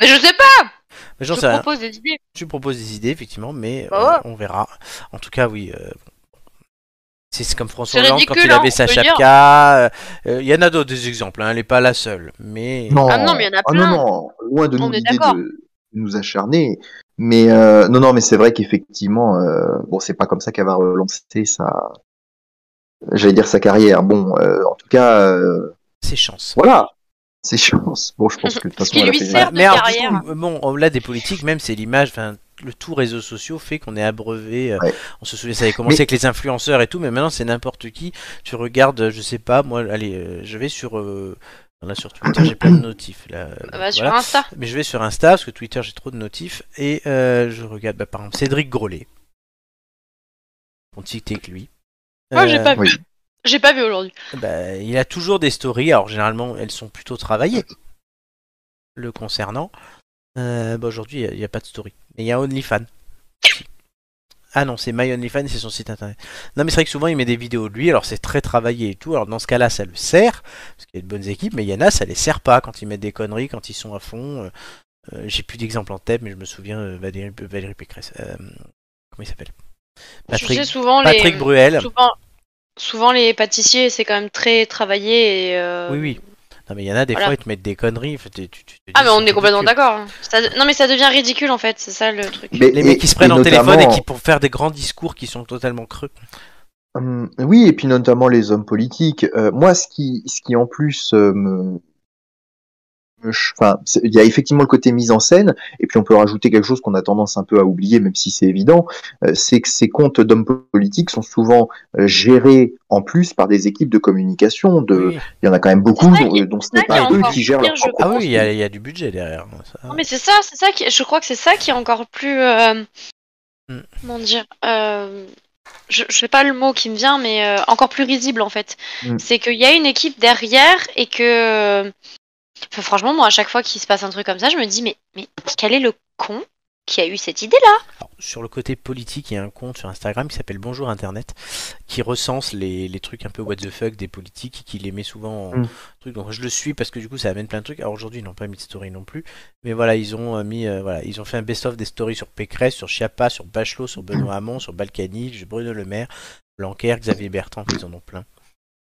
[SPEAKER 3] Mais je sais pas,
[SPEAKER 1] Mais
[SPEAKER 3] je
[SPEAKER 1] j'en sais rien.
[SPEAKER 3] propose des idées.
[SPEAKER 1] Tu proposes des idées, effectivement, mais
[SPEAKER 3] Bah
[SPEAKER 1] euh, on verra. En tout cas, oui. euh, c'est c'est comme François
[SPEAKER 3] C'est
[SPEAKER 1] Hollande quand il
[SPEAKER 3] ridicule, hein,
[SPEAKER 1] avait sa
[SPEAKER 3] on peut dire.
[SPEAKER 1] chapka. euh, euh, Il y en a d'autres des exemples, hein, elle n'est pas la seule. Mais
[SPEAKER 2] Non.
[SPEAKER 3] Ah non, mais il y en a
[SPEAKER 2] Ah
[SPEAKER 3] plein.
[SPEAKER 2] non, non, loin de
[SPEAKER 3] On
[SPEAKER 2] nous
[SPEAKER 3] est
[SPEAKER 2] l'idée
[SPEAKER 3] d'accord.
[SPEAKER 2] de nous acharner. Mais euh, non, non, mais c'est vrai qu'effectivement, euh, bon, c'est pas comme ça qu'elle va relancer sa, j'allais dire sa carrière. Bon, euh, en tout cas, euh,
[SPEAKER 1] c'est chance.
[SPEAKER 2] voilà, c'est chance. Bon, je pense que de toute
[SPEAKER 3] Ce
[SPEAKER 2] façon,
[SPEAKER 3] qui
[SPEAKER 2] elle a
[SPEAKER 3] lui
[SPEAKER 2] fait-
[SPEAKER 3] sert. de
[SPEAKER 1] Mais alors,
[SPEAKER 3] carrière.
[SPEAKER 1] du coup, bon, au-delà des politiques, même c'est l'image, enfin, le tout réseaux sociaux fait qu'on est abreuvé. euh,
[SPEAKER 2] Ouais.
[SPEAKER 1] On se souvient, ça avait commencé
[SPEAKER 2] Mais-
[SPEAKER 1] avec les influenceurs et tout, mais maintenant c'est n'importe qui. Tu regardes, euh, je sais pas, moi, allez, euh, je vais sur. euh, Là sur Twitter j'ai plein de notifs là, euh,
[SPEAKER 3] Bah, sur
[SPEAKER 1] voilà.
[SPEAKER 3] Insta.
[SPEAKER 1] mais je vais sur Insta parce que Twitter j'ai trop de notifs et euh, je regarde bah, par exemple Cédric Grolet on ne citait que lui
[SPEAKER 3] Moi, j'ai
[SPEAKER 1] Euh,
[SPEAKER 3] pas
[SPEAKER 2] oui.
[SPEAKER 3] vu. J'ai pas vu aujourd'hui.
[SPEAKER 1] bah, il a toujours des stories, alors généralement elles sont plutôt travaillées, le concernant. Euh, bah, Aujourd'hui, il n'y a, pas de story. Mais il y a OnlyFans. Ah non, c'est My OnlyFans, c'est son site internet. Non, mais c'est vrai que souvent il met des vidéos de lui, alors c'est très travaillé et tout. Alors dans ce cas-là, ça le sert, parce qu'il y a de bonnes équipes, mais il y en a, ça les sert pas quand ils mettent des conneries, quand ils sont à fond. Euh, euh, J'ai plus d'exemple en tête, mais je me souviens euh, Valérie, Valérie Pécresse. Euh, comment il s'appelle
[SPEAKER 3] Tu sais,
[SPEAKER 1] Patrick,
[SPEAKER 3] souvent
[SPEAKER 1] Patrick
[SPEAKER 3] les.
[SPEAKER 1] Bruel.
[SPEAKER 3] Souvent, souvent les pâtissiers, c'est quand même très travaillé et. euh,
[SPEAKER 1] Oui, oui. Non, mais il y en a des
[SPEAKER 3] Voilà.
[SPEAKER 1] fois, ils te mettent des conneries. enfin, tu- tu- tu te
[SPEAKER 3] Ah,
[SPEAKER 1] dis,
[SPEAKER 3] mais on
[SPEAKER 1] c'est
[SPEAKER 3] est complètement
[SPEAKER 1] ridicule.
[SPEAKER 3] d'accord. hein. Ça de- Non, mais ça devient ridicule en fait, c'est ça le truc.
[SPEAKER 2] Mais-
[SPEAKER 1] Les
[SPEAKER 2] et-
[SPEAKER 1] mecs qui se prennent
[SPEAKER 2] et
[SPEAKER 1] en téléphone et
[SPEAKER 2] notamment-
[SPEAKER 1] qui pour faire des grands discours qui sont totalement creux.
[SPEAKER 2] Hum, oui, et puis notamment les hommes politiques. Euh, moi, ce qui, ce qui en plus euh, me, me ch- enfin, c'est- il y a effectivement le côté mise en scène, et puis on peut rajouter quelque chose qu'on a tendance un peu à oublier, même si c'est évident, euh, c'est que ces comptes d'hommes politiques sont souvent euh, gérés en plus par des équipes de communication. De,
[SPEAKER 1] Oui.
[SPEAKER 2] il y en a quand même beaucoup,
[SPEAKER 3] C'est ça qui-
[SPEAKER 2] dont, dont ce
[SPEAKER 3] c'est
[SPEAKER 2] n'est
[SPEAKER 3] ça qui est
[SPEAKER 2] pas eux
[SPEAKER 3] encore
[SPEAKER 2] qui gèrent
[SPEAKER 3] pire,
[SPEAKER 2] leur
[SPEAKER 3] je
[SPEAKER 2] propre
[SPEAKER 1] Ah oui, il y,
[SPEAKER 2] contenu.
[SPEAKER 1] a- il y a du budget derrière. hein, ça.
[SPEAKER 3] Non, mais c'est ça, c'est ça qui. Je crois que c'est ça qui est encore plus. euh,
[SPEAKER 1] Mm.
[SPEAKER 3] Comment dire euh, Je je sais pas le mot qui me vient, mais euh, encore plus risible en fait.
[SPEAKER 2] Mm.
[SPEAKER 3] C'est qu'il y a une équipe derrière et que. Enfin, franchement, moi, à chaque fois qu'il se passe un truc comme ça, je me dis, mais, mais quel est le con qui a eu cette idée là
[SPEAKER 1] Alors, sur le côté politique, il y a un compte sur Instagram qui s'appelle Bonjour Internet qui recense les, les trucs un peu what the fuck des politiques et qui les met souvent en
[SPEAKER 2] Mm.
[SPEAKER 1] truc. Donc je le suis parce que du coup ça amène plein de trucs. Alors aujourd'hui ils n'ont pas mis de story non plus, mais voilà ils ont euh, mis euh, voilà ils ont fait un best-of des stories sur Pécresse, sur Chiappa, sur Bachelot, sur Benoît Hamon, sur Balkany, sur Bruno Le Maire, Blanquer, Xavier Bertrand, ils en ont plein.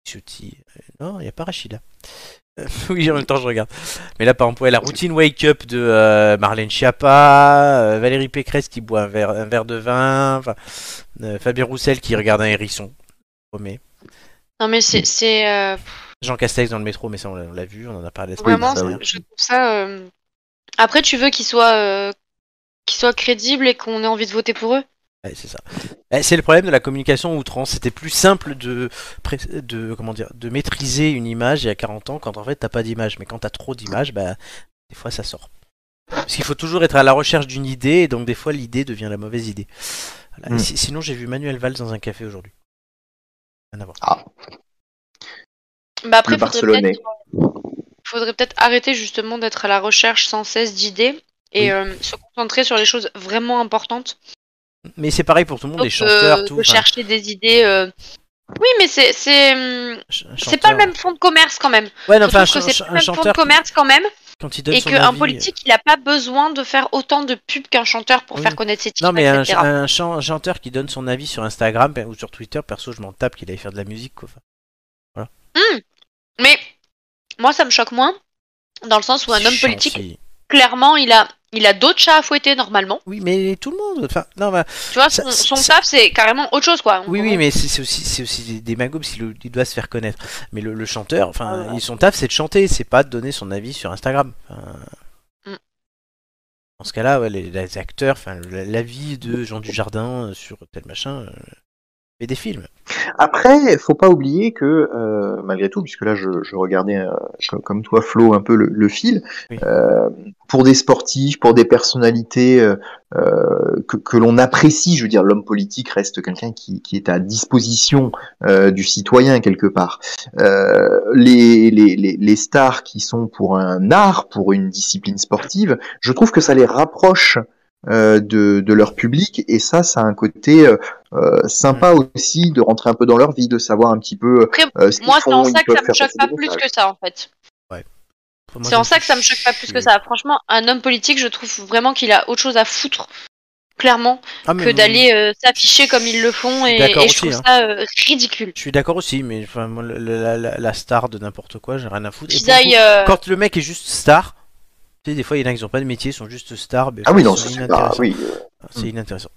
[SPEAKER 1] Ciotti. Euh, non il n'y a pas Rachida. Euh, oui en même temps je regarde. Mais là, par exemple, ouais, la routine wake up de euh, Marlène Schiappa, euh, Valérie Pécresse qui boit un verre, un verre de vin, enfin, euh, Fabien Roussel qui regarde un hérisson. Promet.
[SPEAKER 3] Non, mais c'est- c'est. euh,
[SPEAKER 1] Jean Castex dans le métro, mais ça on l'a- on l'a vu, on en a parlé la semaine
[SPEAKER 3] Vraiment,
[SPEAKER 2] ça, oui.
[SPEAKER 1] dernière.
[SPEAKER 3] je trouve ça. euh, Après, tu veux qu'ils soient, euh, qu'ils soient crédibles et qu'on ait envie de voter pour eux.
[SPEAKER 1] Ouais, c'est ça. Eh, C'est le problème de la communication outrance. C'était plus simple de, pré- de, comment dire, de maîtriser une image il y a 40 ans quand en fait t'as pas d'image. Mais quand t'as trop d'images, bah, des fois ça sort. Parce qu'il faut toujours être à la recherche d'une idée, et donc des fois l'idée devient la mauvaise idée. Voilà.
[SPEAKER 2] Mm.
[SPEAKER 1] Si- Sinon, j'ai vu Manuel Valls dans un café aujourd'hui. Rien à voir.
[SPEAKER 3] Bah
[SPEAKER 2] Le
[SPEAKER 3] après, faudrait
[SPEAKER 2] Barcelonais.
[SPEAKER 3] peut-être faudrait peut-être arrêter justement d'être à la recherche sans cesse d'idées et
[SPEAKER 1] Oui.
[SPEAKER 3] euh, se concentrer sur les choses vraiment importantes.
[SPEAKER 1] Mais c'est pareil pour tout le monde,
[SPEAKER 3] plutôt
[SPEAKER 1] les
[SPEAKER 3] que
[SPEAKER 1] chanteurs, tout.
[SPEAKER 3] de
[SPEAKER 1] enfin,
[SPEAKER 3] chercher des idées. euh. Oui, mais c'est c'est hum,
[SPEAKER 1] ch- un
[SPEAKER 3] c'est pas
[SPEAKER 1] chanteur.
[SPEAKER 3] le même fonds de commerce quand même.
[SPEAKER 1] Ouais, non,
[SPEAKER 3] Je
[SPEAKER 1] enfin, un,
[SPEAKER 3] trouve que
[SPEAKER 1] chan-
[SPEAKER 3] c'est pas
[SPEAKER 1] un
[SPEAKER 3] le même fonds de
[SPEAKER 1] chanteur,
[SPEAKER 3] commerce quand même
[SPEAKER 1] quand il donne
[SPEAKER 3] et
[SPEAKER 1] son
[SPEAKER 3] qu'un
[SPEAKER 1] avis- euh.
[SPEAKER 3] politique il a pas besoin de faire autant de pubs qu'un chanteur pour
[SPEAKER 1] Oui.
[SPEAKER 3] faire connaître ses titres,
[SPEAKER 1] euh, Non, mais un,
[SPEAKER 3] etc.
[SPEAKER 1] un chan- un chanteur qui donne son avis sur Instagram pe- ou sur Twitter, perso, je m'en tape qu'il aille faire de la musique, quoi. Enfin,
[SPEAKER 3] Hmm. Mais moi ça me choque moins dans le sens où un
[SPEAKER 1] c'est
[SPEAKER 3] homme
[SPEAKER 1] chiant
[SPEAKER 3] politique
[SPEAKER 1] aussi.
[SPEAKER 3] clairement il a il a d'autres chats à fouetter normalement.
[SPEAKER 1] Oui, mais tout le monde. Enfin, non, bah,
[SPEAKER 3] Tu vois
[SPEAKER 1] Ça-
[SPEAKER 3] son, son
[SPEAKER 1] ça-
[SPEAKER 3] taf c'est carrément autre chose quoi.
[SPEAKER 1] oui, oui, mais c'est c'est aussi, c'est aussi des- des magouilles s'il il doit se faire connaître. Mais le, le chanteur, enfin,
[SPEAKER 3] Ah ouais.
[SPEAKER 1] son taf, c'est de chanter, c'est pas de donner son avis sur Instagram. Enfin,
[SPEAKER 3] Mm.
[SPEAKER 1] Dans ce cas-là, ouais, les, les acteurs, enfin, le- l'avis de Jean Dujardin euh, sur tel machin, euh, fait des films.
[SPEAKER 2] Après, faut pas oublier que euh, malgré tout, puisque là je, je regardais euh, comme, comme toi Flo un peu le, le fil,
[SPEAKER 1] Oui.
[SPEAKER 2] euh, pour des sportifs, pour des personnalités euh, euh, que, que l'on apprécie, je veux dire, l'homme politique reste quelqu'un qui, qui est à disposition euh, du citoyen quelque part. Euh, les, les, les, les stars qui sont pour un art, pour une discipline sportive, je trouve que ça les rapproche. euh, de, de leur public et ça ça a un côté euh, euh, sympa aussi de rentrer un peu dans leur vie, de savoir un petit peu
[SPEAKER 3] Après,
[SPEAKER 2] euh, ce qu'ils
[SPEAKER 3] Moi, c'est
[SPEAKER 2] font.
[SPEAKER 3] en
[SPEAKER 2] ils
[SPEAKER 3] ça que
[SPEAKER 2] peuvent
[SPEAKER 3] ça me
[SPEAKER 2] faire
[SPEAKER 3] choque
[SPEAKER 2] passer
[SPEAKER 3] pas
[SPEAKER 2] des
[SPEAKER 3] plus
[SPEAKER 2] messages.
[SPEAKER 3] que ça, en fait.
[SPEAKER 1] Enfin, moi,
[SPEAKER 3] C'est
[SPEAKER 1] ça
[SPEAKER 3] en
[SPEAKER 1] me
[SPEAKER 3] ça
[SPEAKER 1] fait
[SPEAKER 3] que ça me choque pas plus
[SPEAKER 1] chier.
[SPEAKER 3] que ça. Franchement, un homme politique, je trouve vraiment qu'il a autre chose à foutre, clairement,
[SPEAKER 1] Ah, mais-
[SPEAKER 3] que d'aller euh, s'afficher comme ils le font.
[SPEAKER 1] Je suis
[SPEAKER 3] Et,
[SPEAKER 1] d'accord
[SPEAKER 3] et je
[SPEAKER 1] aussi,
[SPEAKER 3] trouve
[SPEAKER 1] hein.
[SPEAKER 3] ça euh, ridicule.
[SPEAKER 1] Je suis d'accord aussi, mais enfin, moi, le- le- la, la- la star de n'importe quoi, j'ai rien à foutre. Et
[SPEAKER 3] Qu'ils
[SPEAKER 1] pour le coup,
[SPEAKER 3] aillent. euh,
[SPEAKER 1] Quand le mec est juste star, tu sais, des fois, il y en a qui n'ont pas de métier, ils sont juste stars. mais
[SPEAKER 2] Ah oui,
[SPEAKER 1] ils
[SPEAKER 2] non,
[SPEAKER 1] sont
[SPEAKER 2] ça, c'est pas.
[SPEAKER 1] inintéressants.
[SPEAKER 2] Oui. euh, Mm.
[SPEAKER 1] C'est inintéressant.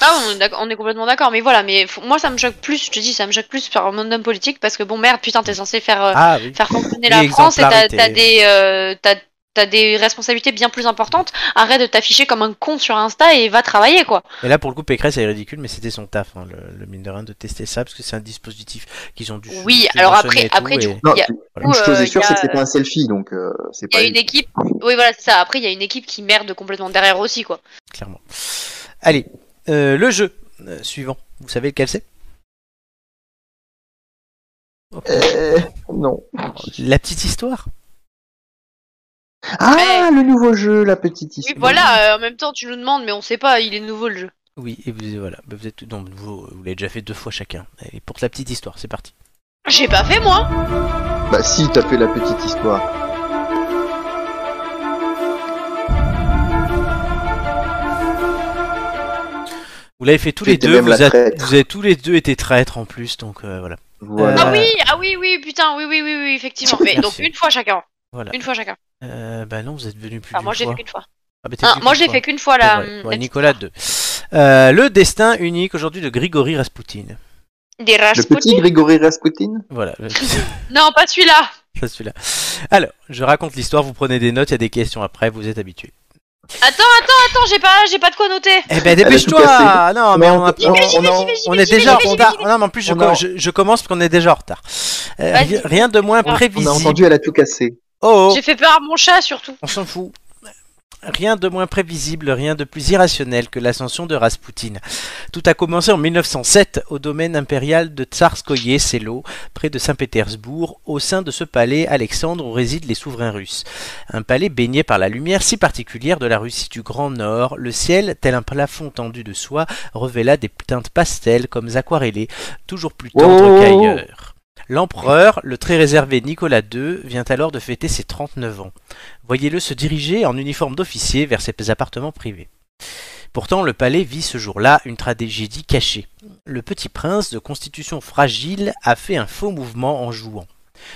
[SPEAKER 3] Ah, on est, d'accord- on est complètement d'accord, mais voilà. Mais faut- moi, ça me choque plus. Je te dis, ça me choque plus par un homme politique parce que bon, merde, putain, t'es censé faire euh,
[SPEAKER 1] Ah oui.
[SPEAKER 3] faire fonctionner
[SPEAKER 1] Oui,
[SPEAKER 3] la France et t'as
[SPEAKER 1] exemplarité.
[SPEAKER 3] t'as des euh, t'as t'as des responsabilités bien plus importantes. Arrête de t'afficher comme un con sur Insta et va travailler, quoi.
[SPEAKER 1] Et là, pour le coup, Pécresse, elle est ridicule, mais c'était son taf, hein, le, le mine de rien, de tester ça, parce que c'est un dispositif qu'ils ont dû.
[SPEAKER 3] Oui,
[SPEAKER 1] dû
[SPEAKER 3] alors
[SPEAKER 1] mentionner
[SPEAKER 3] après-
[SPEAKER 1] et tout,
[SPEAKER 3] après, du
[SPEAKER 1] et-
[SPEAKER 3] coup,
[SPEAKER 2] Non,
[SPEAKER 3] Il y a-
[SPEAKER 2] une
[SPEAKER 3] Ou,
[SPEAKER 2] chose
[SPEAKER 3] euh,
[SPEAKER 2] est sûre,
[SPEAKER 3] il y a-
[SPEAKER 2] c'est que c'est pas un selfie, donc euh, c'est
[SPEAKER 3] Il y
[SPEAKER 2] pas.
[SPEAKER 3] a une équipe. Oui, voilà, c'est ça. Après, il y a une équipe qui merde complètement derrière aussi, quoi.
[SPEAKER 1] Clairement. Allez, euh, le jeu euh, suivant. Vous savez lequel c'est Oh,
[SPEAKER 2] Euh, non.
[SPEAKER 3] Eh.
[SPEAKER 1] La petite histoire
[SPEAKER 2] Ah, le nouveau jeu, la petite
[SPEAKER 3] Oui,
[SPEAKER 2] histoire.
[SPEAKER 3] voilà, euh, en même temps, tu nous demandes, mais on sait pas, il est nouveau le jeu.
[SPEAKER 1] Oui, et vous, voilà. Bah, Vous, êtes, non, vous, vous l'avez déjà fait deux fois chacun. Et pour la petite histoire, c'est parti.
[SPEAKER 3] J'ai pas fait, moi
[SPEAKER 2] Bah si, t'as fait la petite histoire.
[SPEAKER 1] Vous l'avez fait tous les
[SPEAKER 2] J'étais
[SPEAKER 1] deux.
[SPEAKER 2] même
[SPEAKER 1] Vous,
[SPEAKER 2] la
[SPEAKER 1] êtes-
[SPEAKER 2] traître.
[SPEAKER 1] vous avez tous les deux été traîtres en plus, donc euh, voilà.
[SPEAKER 2] Voilà.
[SPEAKER 3] Ah oui, ah oui, oui, putain, oui, oui, oui, oui effectivement. Mais
[SPEAKER 1] Merci.
[SPEAKER 3] donc, une fois chacun.
[SPEAKER 1] Voilà.
[SPEAKER 3] Une fois chacun.
[SPEAKER 1] Euh, bah non, vous êtes venus plus
[SPEAKER 3] Enfin,
[SPEAKER 1] d'une
[SPEAKER 3] moi, j'ai
[SPEAKER 1] fois.
[SPEAKER 3] fait qu'une fois.
[SPEAKER 1] Ah, bah, t'es
[SPEAKER 3] Ah,
[SPEAKER 1] venu
[SPEAKER 3] moi,
[SPEAKER 1] qu'une
[SPEAKER 3] j'ai
[SPEAKER 1] fois.
[SPEAKER 3] fait qu'une fois,
[SPEAKER 1] C'est
[SPEAKER 3] la.
[SPEAKER 1] vrai.
[SPEAKER 3] hum,
[SPEAKER 1] Bon,
[SPEAKER 3] la
[SPEAKER 1] Nicolas II. Euh, le destin unique aujourd'hui de Grigory Raspoutine.
[SPEAKER 3] petite-
[SPEAKER 2] Le
[SPEAKER 3] Des
[SPEAKER 2] petit
[SPEAKER 3] Rasputin
[SPEAKER 2] Grégory Rasputin
[SPEAKER 1] Voilà.
[SPEAKER 3] Non, pas celui-là
[SPEAKER 1] Ça, celui-là. Alors, je raconte l'histoire, vous prenez des notes, il y a des questions après, vous êtes habitués.
[SPEAKER 3] Attends, attends, attends, j'ai pas, j'ai pas de quoi noter
[SPEAKER 1] Eh ben,
[SPEAKER 2] a tout
[SPEAKER 1] dépêche-toi
[SPEAKER 2] cassé.
[SPEAKER 1] Non, mais on, a-
[SPEAKER 2] on, on a-
[SPEAKER 1] on est déjà en
[SPEAKER 3] j'y vais, j'y
[SPEAKER 1] retard. Non, mais en plus, je,
[SPEAKER 2] On
[SPEAKER 1] com-
[SPEAKER 2] a-
[SPEAKER 1] je, je commence parce qu'on est déjà en retard. Euh,
[SPEAKER 3] Vas-y.
[SPEAKER 1] ri- rien de moins
[SPEAKER 3] On a
[SPEAKER 2] on
[SPEAKER 1] prévisible.
[SPEAKER 2] a entendu, elle a tout cassé.
[SPEAKER 1] Oh, oh,
[SPEAKER 3] J'ai fait peur à mon chat, surtout.
[SPEAKER 1] on s'en fout. Rien de moins prévisible, rien de plus irrationnel que l'ascension de Rasputin. Tout a commencé en 1907 au domaine impérial de Tsarskoye Selo, près de Saint-Pétersbourg. Au sein de ce palais, Alexandre où résident les souverains russes. Un palais baigné par la lumière si particulière de la Russie du Grand Nord, le ciel, tel un plafond tendu de soie, révéla des teintes pastel comme aquarellées, toujours plus
[SPEAKER 2] Oh,
[SPEAKER 1] tendres
[SPEAKER 2] oh, oh.
[SPEAKER 1] qu'ailleurs. L'empereur, le très réservé Nicolas II, vient alors de fêter ses 39 ans. Voyez-le se diriger en uniforme d'officier vers ses appartements privés. Pourtant, le palais vit ce jour-là une tragédie cachée. Le petit prince, de constitution fragile, a fait un faux mouvement en jouant.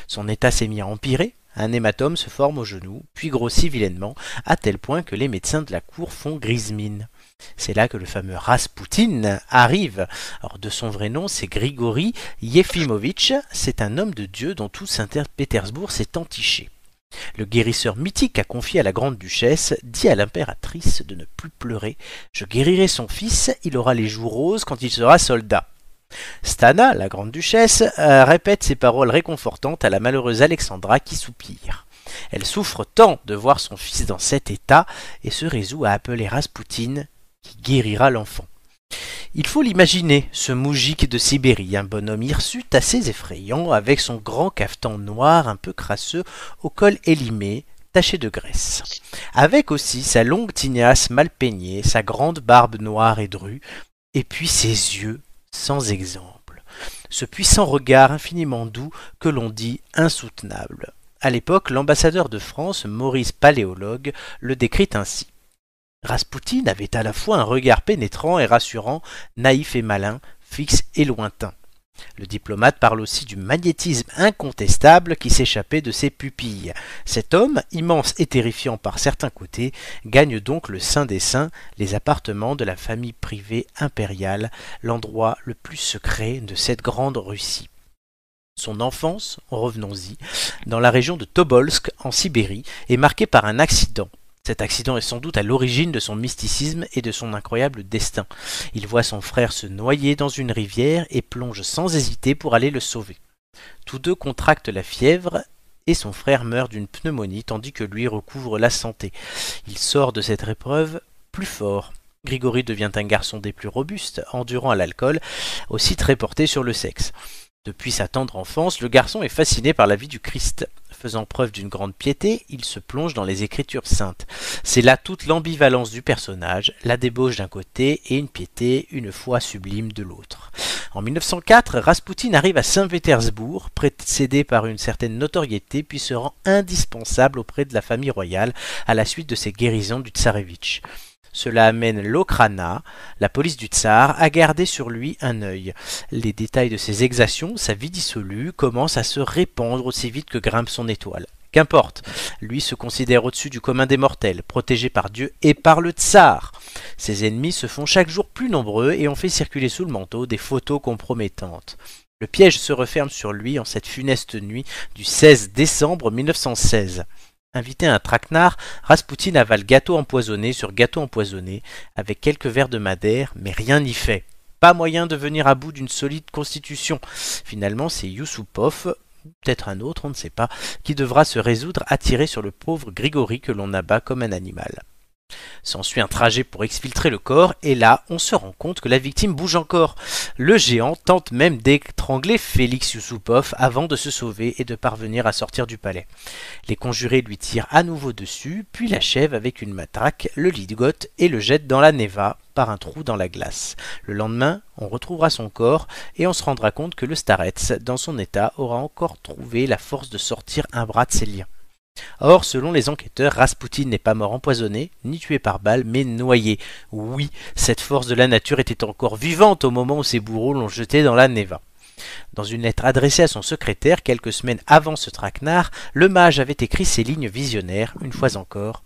[SPEAKER 1] Son état s'est mis à empirer, un hématome se forme au genou, puis grossit vilainement, à tel point que les médecins de la cour font grise mine. C'est là que le fameux Raspoutine arrive. Alors, de son vrai nom, c'est Grigory Yefimovitch. C'est un homme de Dieu dont tout Saint-Pétersbourg s'est entiché. Le guérisseur mythique a confié à la grande duchesse, dit à l'impératrice de ne plus pleurer. Je guérirai son fils, il aura les joues roses quand il sera soldat. Stana, la grande duchesse, euh, répète ces paroles réconfortantes à la malheureuse Alexandra qui soupire. Elle souffre tant de voir son fils dans cet état et se résout à appeler Raspoutine qui guérira l'enfant. Il faut l'imaginer, ce moujik de Sibérie, un bonhomme hirsute assez effrayant, avec son grand cafetan noir un peu crasseux, au col élimé, taché de graisse. Avec aussi sa longue tignasse mal peignée, sa grande barbe noire et drue, et puis ses yeux sans exemple. Ce puissant regard infiniment doux que l'on dit insoutenable. À l'époque, l'ambassadeur de France, Maurice Paléologue, le décrit ainsi. Raspoutine avait à la fois un regard pénétrant et rassurant, naïf et malin, fixe et lointain. Le diplomate parle aussi du magnétisme incontestable qui s'échappait de ses pupilles. Cet homme, immense et terrifiant par certains côtés, gagne donc le sein des saints, les appartements de la famille privée impériale, l'endroit le plus secret de cette grande Russie. Son enfance, revenons-y, dans la région de Tobolsk, en Sibérie, est marquée par un accident cet accident est sans doute à l'origine de son mysticisme et de son incroyable destin. Il voit son frère se noyer dans une rivière et plonge sans hésiter pour aller le sauver. Tous deux contractent la fièvre et son frère meurt d'une pneumonie tandis que lui recouvre la santé. Il sort de cette épreuve plus fort. Grigory devient un garçon des plus robustes, endurant à l'alcool, aussi très porté sur le sexe. Depuis sa tendre enfance, le garçon est fasciné par la vie du Christ. Faisant preuve d'une grande piété, il se plonge dans les Écritures saintes. C'est là toute l'ambivalence du personnage, la débauche d'un côté et une piété, une foi sublime de l'autre. En 1904, Raspoutine arrive à Saint-Pétersbourg, précédé par une certaine notoriété, puis se rend indispensable auprès de la famille royale à la suite de ses guérisons du tsarevitch. Cela amène l'Okrana, la police du tsar, à garder sur lui un œil. Les détails de ses exactions, sa vie dissolue, commencent à se répandre aussi vite que grimpe son étoile. Qu'importe, lui se considère au-dessus du commun des mortels, protégé par Dieu et par le tsar. Ses ennemis se font chaque jour plus nombreux et ont fait circuler sous le manteau des photos compromettantes. Le piège se referme sur lui en cette funeste nuit du 16 décembre 1916. Invité à un traquenard, Raspoutine avale gâteau empoisonné sur gâteau empoisonné, avec quelques verres de madère, mais rien n'y fait. Pas moyen de venir à bout d'une solide constitution. Finalement, c'est Youssoupov, ou peut-être un autre, on ne sait pas, qui devra se résoudre à tirer sur le pauvre Grigori que l'on abat comme un animal. S'ensuit un trajet pour exfiltrer le corps, et là, on se rend compte que la victime bouge encore. Le géant tente même d'étrangler Félix Youssoupov avant de se sauver et de parvenir à sortir du palais. Les conjurés lui tirent à nouveau dessus, puis l'achèvent avec une matraque, le ligote et le jettent dans la Neva par un trou dans la glace. Le lendemain, on retrouvera son corps et on se rendra compte que le Starets, dans son état, aura encore trouvé la force de sortir un bras de ses liens. Or, selon les enquêteurs, Raspoutine n'est pas mort empoisonné, ni tué par balle, mais noyé. Oui, cette force de la nature était encore vivante au moment où ses bourreaux l'ont jeté dans la Neva. Dans une lettre adressée à son secrétaire quelques semaines avant ce traquenard, le mage avait écrit ces lignes visionnaires, une fois encore.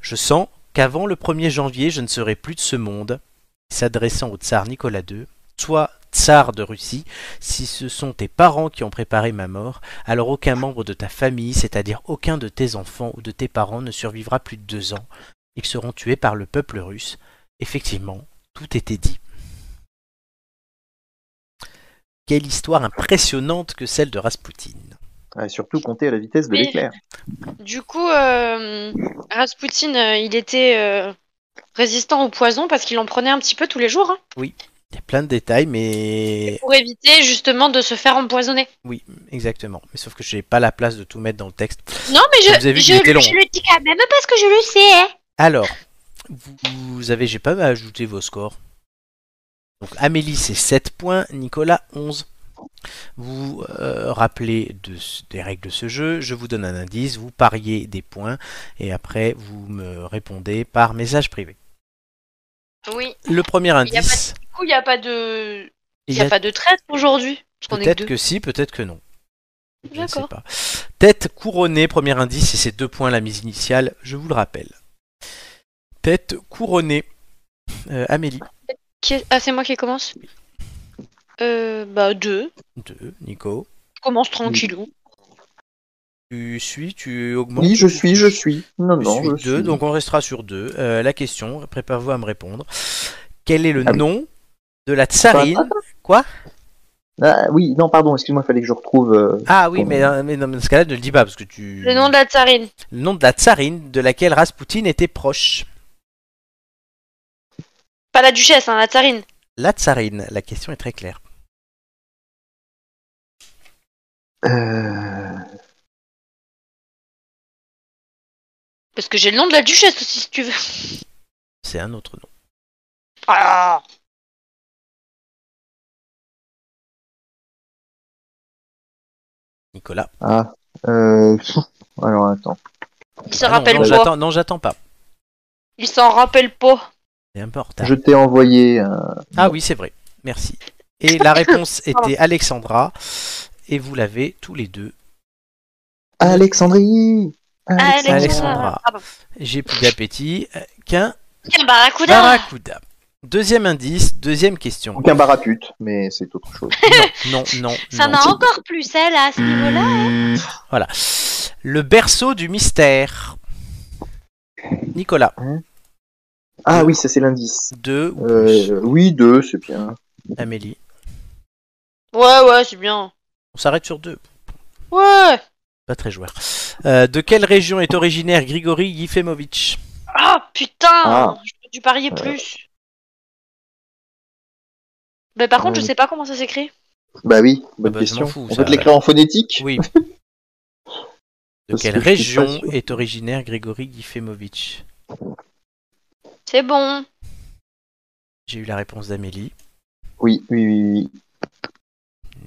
[SPEAKER 1] Je sens qu'avant le 1er janvier, je ne serai plus de ce monde. S'adressant au tsar Nicolas II, soit tsar de Russie, si ce sont tes parents qui ont préparé ma mort, alors aucun membre de ta famille, c'est-à-dire aucun de tes enfants ou de tes parents ne survivra plus de deux ans. Ils seront tués par le peuple russe. Effectivement, tout était dit. Quelle histoire impressionnante que celle de Raspoutine.
[SPEAKER 2] Ouais, surtout compter à la vitesse de
[SPEAKER 3] Oui.
[SPEAKER 2] l'éclair.
[SPEAKER 3] Du coup, euh, Rasputin, euh, il était euh, résistant au poison parce qu'il en prenait un petit peu tous les jours hein,
[SPEAKER 1] Il y a plein de détails, mais
[SPEAKER 3] pour éviter justement de se faire empoisonner.
[SPEAKER 1] oui, exactement. Mais sauf que je n'ai pas la place de tout mettre dans le texte.
[SPEAKER 3] Non, mais
[SPEAKER 1] Vous avez
[SPEAKER 3] je,
[SPEAKER 1] vu
[SPEAKER 3] je,
[SPEAKER 1] qu'il était long. hein.
[SPEAKER 3] je le dis quand même parce que je le sais. hein.
[SPEAKER 1] Alors, vous avez, j'ai pas ajouté vos scores. Donc Amélie c'est 7 points, Nicolas 11. Vous euh, rappelez de ce- des règles de ce jeu, je vous donne un indice, vous pariez des points et après vous me répondez par message privé.
[SPEAKER 3] Oui,
[SPEAKER 1] Le premier
[SPEAKER 3] Il y a
[SPEAKER 1] indice,
[SPEAKER 3] du coup, il n'y a pas de, il
[SPEAKER 1] il
[SPEAKER 3] y a pas de traite aujourd'hui. Parce qu'on est que
[SPEAKER 1] peut-être
[SPEAKER 3] deux.
[SPEAKER 1] que si, peut-être que non. Je ne sais
[SPEAKER 3] D'accord.
[SPEAKER 1] pas. Tête couronnée, premier indice, et c'est deux points la mise initiale, je vous le rappelle. Tête couronnée, Euh, Amélie.
[SPEAKER 3] Qui est- Ah, c'est moi qui commence euh, Bah, deux.
[SPEAKER 1] 2, Nico.
[SPEAKER 3] Je commence tranquillou.
[SPEAKER 1] Mm. Tu suis, tu augmentes.
[SPEAKER 2] Oui, je
[SPEAKER 1] tu-
[SPEAKER 2] suis, je suis. Non,
[SPEAKER 1] Tu
[SPEAKER 2] non,
[SPEAKER 1] suis
[SPEAKER 2] je
[SPEAKER 1] deux,
[SPEAKER 2] suis.
[SPEAKER 1] donc on restera sur deux. Euh, la question, préparez-vous à me répondre. Quel est le
[SPEAKER 2] Ah oui.
[SPEAKER 1] nom de la tsarine Quoi
[SPEAKER 2] Ah, oui, non, pardon, excuse-moi, fallait que je retrouve. euh,
[SPEAKER 1] Ah oui,
[SPEAKER 2] Comment
[SPEAKER 1] mais, euh, mais non, mais dans ce cas-là, ne le dis pas, parce que tu...
[SPEAKER 3] Le nom de la tsarine.
[SPEAKER 1] le nom de la tsarine de laquelle Rasputin était proche.
[SPEAKER 3] Pas la duchesse, hein, la tsarine.
[SPEAKER 1] La tsarine, la question est très claire.
[SPEAKER 2] euh,
[SPEAKER 3] Parce que j'ai le nom de la duchesse aussi, si tu veux.
[SPEAKER 1] C'est un autre nom.
[SPEAKER 3] Ah
[SPEAKER 1] Nicolas.
[SPEAKER 2] Ah. Euh... pff, Alors attends.
[SPEAKER 3] Il s'en
[SPEAKER 1] Ah non,
[SPEAKER 3] rappelle
[SPEAKER 1] non,
[SPEAKER 3] pas.
[SPEAKER 1] j'attends- Non, j'attends pas.
[SPEAKER 3] Il s'en rappelle pas.
[SPEAKER 1] C'est un peu en retard.
[SPEAKER 2] Je t'ai envoyé. euh, un-
[SPEAKER 1] Ah oui, c'est vrai. Merci. Et la réponse était Alexandra. Et vous l'avez tous les deux.
[SPEAKER 2] Alexandrie.
[SPEAKER 1] Alexandra.
[SPEAKER 3] Ah bah,
[SPEAKER 1] J'ai plus d'appétit euh, qu'un
[SPEAKER 3] tiens, Barracuda
[SPEAKER 1] barracuda. Deuxième indice, deuxième question.
[SPEAKER 2] Donc un barapute, mais c'est autre chose.
[SPEAKER 1] Non, non,
[SPEAKER 3] Ça
[SPEAKER 1] non.
[SPEAKER 3] n'a encore plus, elle, à
[SPEAKER 2] Hmm.
[SPEAKER 3] ce
[SPEAKER 1] Mmh.
[SPEAKER 3] niveau-là.
[SPEAKER 1] Voilà. Le berceau du mystère. Nicolas,
[SPEAKER 2] Ah oui, ça c'est l'indice.
[SPEAKER 1] deux ou plus.
[SPEAKER 2] Euh, oui, deux, c'est bien.
[SPEAKER 1] Amélie.
[SPEAKER 3] Ouais, ouais, c'est bien.
[SPEAKER 1] On s'arrête sur deux.
[SPEAKER 3] Ouais
[SPEAKER 1] Pas très joueur. Euh, de quelle région est originaire Grigori Yefemovitch
[SPEAKER 3] Ah, putain
[SPEAKER 2] Ah.
[SPEAKER 3] J'aurais dû parier plus. Mais par contre, je
[SPEAKER 2] Euh.
[SPEAKER 3] sais pas comment ça s'écrit.
[SPEAKER 2] Bah oui, bonne
[SPEAKER 1] Ah bah, je
[SPEAKER 2] question.
[SPEAKER 1] m'en fous,
[SPEAKER 2] On
[SPEAKER 1] ça,
[SPEAKER 2] peut te l'écrire en phonétique
[SPEAKER 1] Oui. De
[SPEAKER 2] Parce
[SPEAKER 1] quelle
[SPEAKER 2] que je suis pas
[SPEAKER 1] région
[SPEAKER 2] sûr.
[SPEAKER 1] est originaire Grigori Yefemovitch
[SPEAKER 3] C'est bon.
[SPEAKER 1] J'ai eu la réponse d'Amélie.
[SPEAKER 2] Oui, oui, oui, oui.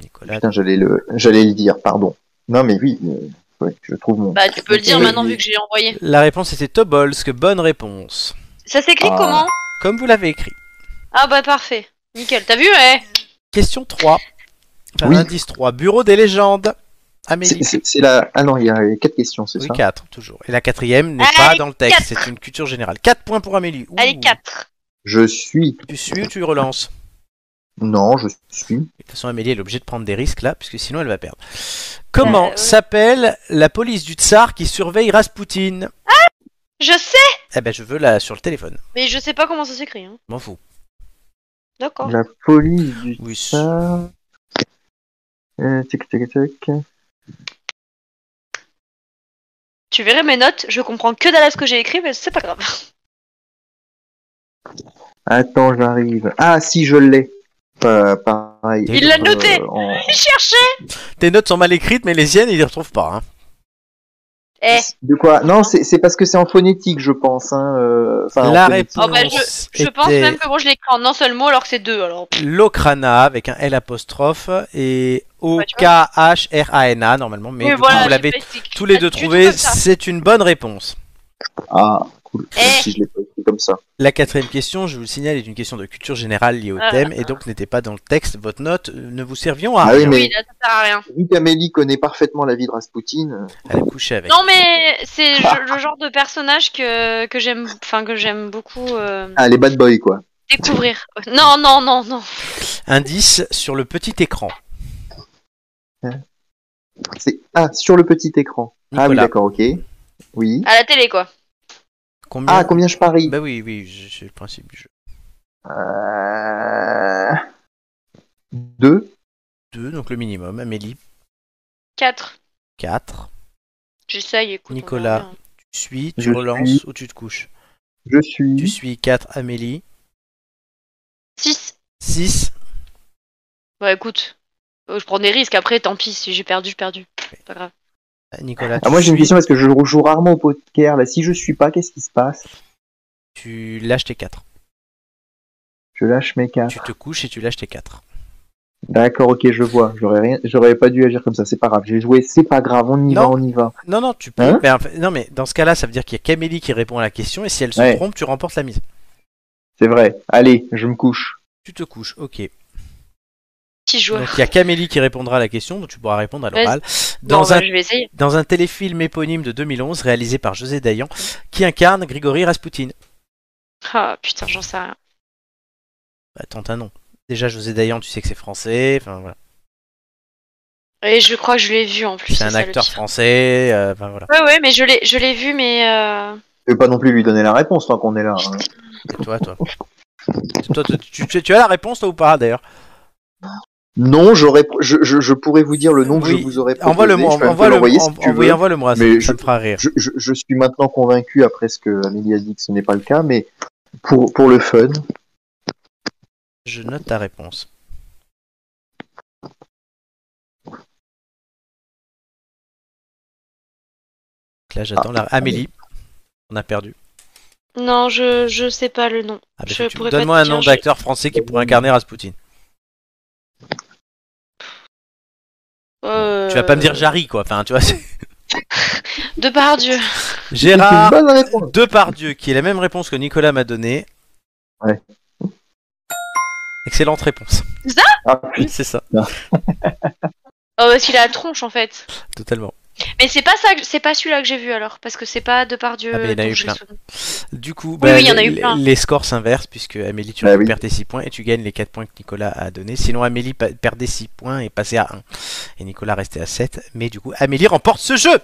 [SPEAKER 1] Nicolas.
[SPEAKER 2] Putain, j'allais le, j'allais le dire, pardon. Non mais oui, euh, ouais, je trouve mon.
[SPEAKER 3] Bah, tu peux le dire
[SPEAKER 2] Oui,
[SPEAKER 3] maintenant
[SPEAKER 2] oui.
[SPEAKER 3] vu que j'ai envoyé.
[SPEAKER 1] La réponse était Tobolsk. Bonne réponse.
[SPEAKER 3] Ça s'écrit
[SPEAKER 2] Ah.
[SPEAKER 3] comment
[SPEAKER 1] Comme vous l'avez écrit.
[SPEAKER 3] Ah bah parfait. Nickel, t'as vu, eh
[SPEAKER 1] Question 3. Enfin,
[SPEAKER 2] Oui.
[SPEAKER 1] indice 3. Bureau des légendes.
[SPEAKER 2] C'est-
[SPEAKER 1] Amélie.
[SPEAKER 2] C'est c'est la. Ah non, il y a quatre questions, c'est
[SPEAKER 1] Oui,
[SPEAKER 2] ça.
[SPEAKER 1] 4, toujours. Et la quatrième n'est
[SPEAKER 3] Allez,
[SPEAKER 1] pas dans le texte,
[SPEAKER 3] quatre.
[SPEAKER 1] c'est une culture générale. 4 points pour Amélie. Ouh,
[SPEAKER 3] Allez, 4.
[SPEAKER 2] Je suis.
[SPEAKER 1] Tu suis ou tu relances
[SPEAKER 2] Non, je suis.
[SPEAKER 1] De toute façon, Amélie, elle est obligée de prendre des risques là, puisque sinon elle va perdre. Comment
[SPEAKER 3] Euh, oui.
[SPEAKER 1] s'appelle la police du tsar qui surveille Raspoutine
[SPEAKER 3] Je sais,
[SPEAKER 1] Eh ben, je veux la sur le téléphone.
[SPEAKER 3] mais je sais pas comment ça s'écrit. hein.
[SPEAKER 1] M'en fous.
[SPEAKER 3] D'accord.
[SPEAKER 2] La police du
[SPEAKER 1] Oui.
[SPEAKER 2] ça. Euh, tic tic tic.
[SPEAKER 3] Tu verrais mes notes, je comprends que dalle à ce que j'ai écrit, mais c'est pas grave.
[SPEAKER 2] Attends, j'arrive. Ah si, je l'ai. Pas- pareil.
[SPEAKER 1] Il
[SPEAKER 3] l'a
[SPEAKER 2] Euh,
[SPEAKER 3] noté.
[SPEAKER 2] en-
[SPEAKER 3] Cherchez
[SPEAKER 1] Tes notes sont mal écrites, mais les siennes, il les retrouve pas. hein.
[SPEAKER 3] Eh,
[SPEAKER 2] De quoi Non, c'est c'est parce que c'est en phonétique, je pense. Hein. euh, enfin, en
[SPEAKER 1] la
[SPEAKER 2] phonétique.
[SPEAKER 1] réponse
[SPEAKER 3] Oh, bah, je pense
[SPEAKER 1] était
[SPEAKER 3] même que moi je l'écris en un seul mot alors que c'est deux, alors.
[SPEAKER 1] Locrana avec un L apostrophe et O
[SPEAKER 3] Ouais,
[SPEAKER 1] K H R A N A normalement, mais
[SPEAKER 3] Oui,
[SPEAKER 1] du coup,
[SPEAKER 3] voilà,
[SPEAKER 1] vous
[SPEAKER 3] j'ai
[SPEAKER 1] l'avez
[SPEAKER 3] pas été-
[SPEAKER 1] tous les
[SPEAKER 3] pas
[SPEAKER 1] deux
[SPEAKER 3] du tout
[SPEAKER 1] trouvé.
[SPEAKER 3] comme ça.
[SPEAKER 1] C'est une bonne réponse.
[SPEAKER 2] Ah, cool.
[SPEAKER 3] Eh.
[SPEAKER 2] Même Si je l'ai pas écrit comme ça.
[SPEAKER 1] La quatrième question, je vous le signale, est une question de culture générale liée au
[SPEAKER 3] Ah.
[SPEAKER 1] thème et donc n'était pas dans le texte. Votre note euh, ne vous servions à
[SPEAKER 2] Ah oui,
[SPEAKER 1] rien.
[SPEAKER 2] mais
[SPEAKER 3] Oui, là ça sert à rien.
[SPEAKER 2] vu qu'Amélie connaît parfaitement la vie de Raspoutine,
[SPEAKER 1] Allez coucher avec.
[SPEAKER 3] Non, mais c'est je- le genre de personnage que, que j'aime enfin que j'aime beaucoup euh,
[SPEAKER 2] ah, les bad boys, quoi.
[SPEAKER 3] découvrir. Non, non, non, non.
[SPEAKER 1] Indice sur le petit écran.
[SPEAKER 2] Ah C'est ah sur le petit écran. Ah oui,
[SPEAKER 1] Nicolas.
[SPEAKER 2] d'accord, ok. Oui.
[SPEAKER 3] À la télé, quoi.
[SPEAKER 1] Combien
[SPEAKER 2] Ah, combien je parie
[SPEAKER 1] Bah oui, oui, je- c'est le principe du jeu.
[SPEAKER 2] Euh, Deux.
[SPEAKER 1] Deux, donc le minimum. Amélie,
[SPEAKER 3] 4.
[SPEAKER 1] 4.
[SPEAKER 3] J'essaye, écoute. on
[SPEAKER 1] Nicolas.
[SPEAKER 3] verra bien.
[SPEAKER 1] Tu suis,
[SPEAKER 2] Je
[SPEAKER 1] tu relances
[SPEAKER 2] suis.
[SPEAKER 1] ou tu te couches.
[SPEAKER 2] Je
[SPEAKER 1] Tu
[SPEAKER 2] suis.
[SPEAKER 1] suis 4, Amélie.
[SPEAKER 3] 6.
[SPEAKER 1] 6.
[SPEAKER 3] Bah écoute, euh, je prends des risques après, tant pis, si j'ai perdu, j'ai perdu. C'est Pas grave.
[SPEAKER 1] Nicolas, tu
[SPEAKER 2] Ah, moi j'ai une
[SPEAKER 1] suis,
[SPEAKER 2] question parce que je joue rarement au poker. Là, si je suis pas, qu'est-ce qui se passe
[SPEAKER 1] tu lâches tes 4.
[SPEAKER 2] Je lâche mes cartes.
[SPEAKER 1] Tu te couches et tu lâches tes 4.
[SPEAKER 2] D'accord, ok, je vois. J'aurais rien, j'aurais pas dû agir comme ça. C'est pas grave. J'ai joué. C'est pas grave. On y
[SPEAKER 1] Non.
[SPEAKER 2] va, on y va.
[SPEAKER 1] Non, non, tu peux.
[SPEAKER 2] Hein
[SPEAKER 1] mais en fait- non, mais dans ce cas-là, ça veut dire qu'il y a qu'Amélie qui répond à la question et si elle se
[SPEAKER 2] Ouais.
[SPEAKER 1] trompe, tu remportes la mise.
[SPEAKER 2] C'est vrai. Allez, je me couche.
[SPEAKER 1] Tu te couches, ok.
[SPEAKER 3] Petit joueur.
[SPEAKER 1] Donc il y a Camélie qui répondra à la question, donc tu pourras répondre à l'oral.
[SPEAKER 3] Bon,
[SPEAKER 1] Dans,
[SPEAKER 3] bah,
[SPEAKER 1] un,
[SPEAKER 3] je vais essayer.
[SPEAKER 1] dans un téléfilm éponyme de 2011 réalisé par José Dayan, qui incarne Grigory Rasputin.
[SPEAKER 3] Ah putain, j'en sais rien.
[SPEAKER 1] Bah, tente un nom. Déjà José Dayan, tu sais que c'est français, enfin voilà.
[SPEAKER 3] Et je crois que je l'ai vu en plus.
[SPEAKER 1] C'est un
[SPEAKER 3] ça, le
[SPEAKER 1] acteur
[SPEAKER 3] pire.
[SPEAKER 1] français, euh, enfin voilà.
[SPEAKER 3] Ouais, ouais, mais je l'ai, je l'ai vu, mais. euh,
[SPEAKER 2] Je vais pas non plus lui donner la réponse tant qu'on est là. hein.
[SPEAKER 1] Et toi, toi. Toi, toi, tu, tu- tu as la réponse toi ou pas d'ailleurs
[SPEAKER 2] Non, j'aurais, je, je, je pourrais vous dire le nom que
[SPEAKER 1] Oui,
[SPEAKER 2] je vous aurais proposé.
[SPEAKER 1] Envoie-le moi,
[SPEAKER 2] je peux même te
[SPEAKER 1] envoie-le
[SPEAKER 2] l'envoyer
[SPEAKER 1] moi,
[SPEAKER 2] si tu veux.
[SPEAKER 1] envoie-le moi, ça,
[SPEAKER 2] Mais
[SPEAKER 1] ça
[SPEAKER 2] je-
[SPEAKER 1] me fera rire.
[SPEAKER 2] Je, je- je suis maintenant convaincu, après ce que Amélie a dit, que ce n'est pas le cas, mais pour, pour le fun,
[SPEAKER 1] Je note ta réponse. Donc là, j'attends la... Amélie. On a perdu.
[SPEAKER 3] Non, je, je sais pas le nom.
[SPEAKER 1] Ah, bah,
[SPEAKER 3] Je
[SPEAKER 1] faut que tu-
[SPEAKER 3] pourrais pas
[SPEAKER 1] Donne-moi
[SPEAKER 3] te
[SPEAKER 1] un
[SPEAKER 3] dire,
[SPEAKER 1] nom
[SPEAKER 3] je-
[SPEAKER 1] d'acteur français qui pourrait incarner Rasputin.
[SPEAKER 3] Euh...
[SPEAKER 1] Tu vas pas me dire Jarry, quoi. Enfin, tu vois, c'est-
[SPEAKER 3] De par Dieu.
[SPEAKER 1] Gérard
[SPEAKER 2] c'est une bonne réponse.
[SPEAKER 1] Depardieu, qui est la même réponse que Nicolas m'a donnée.
[SPEAKER 2] Ouais.
[SPEAKER 1] Excellente réponse.
[SPEAKER 2] Ah,
[SPEAKER 1] Oui, c'est ça,
[SPEAKER 3] Oh, parce qu'il a la tronche en fait.
[SPEAKER 1] totalement.
[SPEAKER 3] Mais c'est pas ça, que- c'est pas celui-là que j'ai vu alors, parce que c'est pas de par Dieu.
[SPEAKER 1] Ah, mais il y en a
[SPEAKER 3] dont
[SPEAKER 1] eu
[SPEAKER 3] j'ai
[SPEAKER 1] plein.
[SPEAKER 3] souvenir.
[SPEAKER 1] Du coup, bah,
[SPEAKER 3] oui, il y en a
[SPEAKER 1] les-
[SPEAKER 3] eu plein.
[SPEAKER 1] les scores s'inversent puisque Amélie, tu
[SPEAKER 2] Bah oui.
[SPEAKER 1] récupères tes 6 points et tu gagnes les 4 points que Nicolas a donnés. Sinon, Amélie pa- perdait 6 points et passait à 1. Et Nicolas restait à 7. Mais du coup, Amélie remporte ce jeu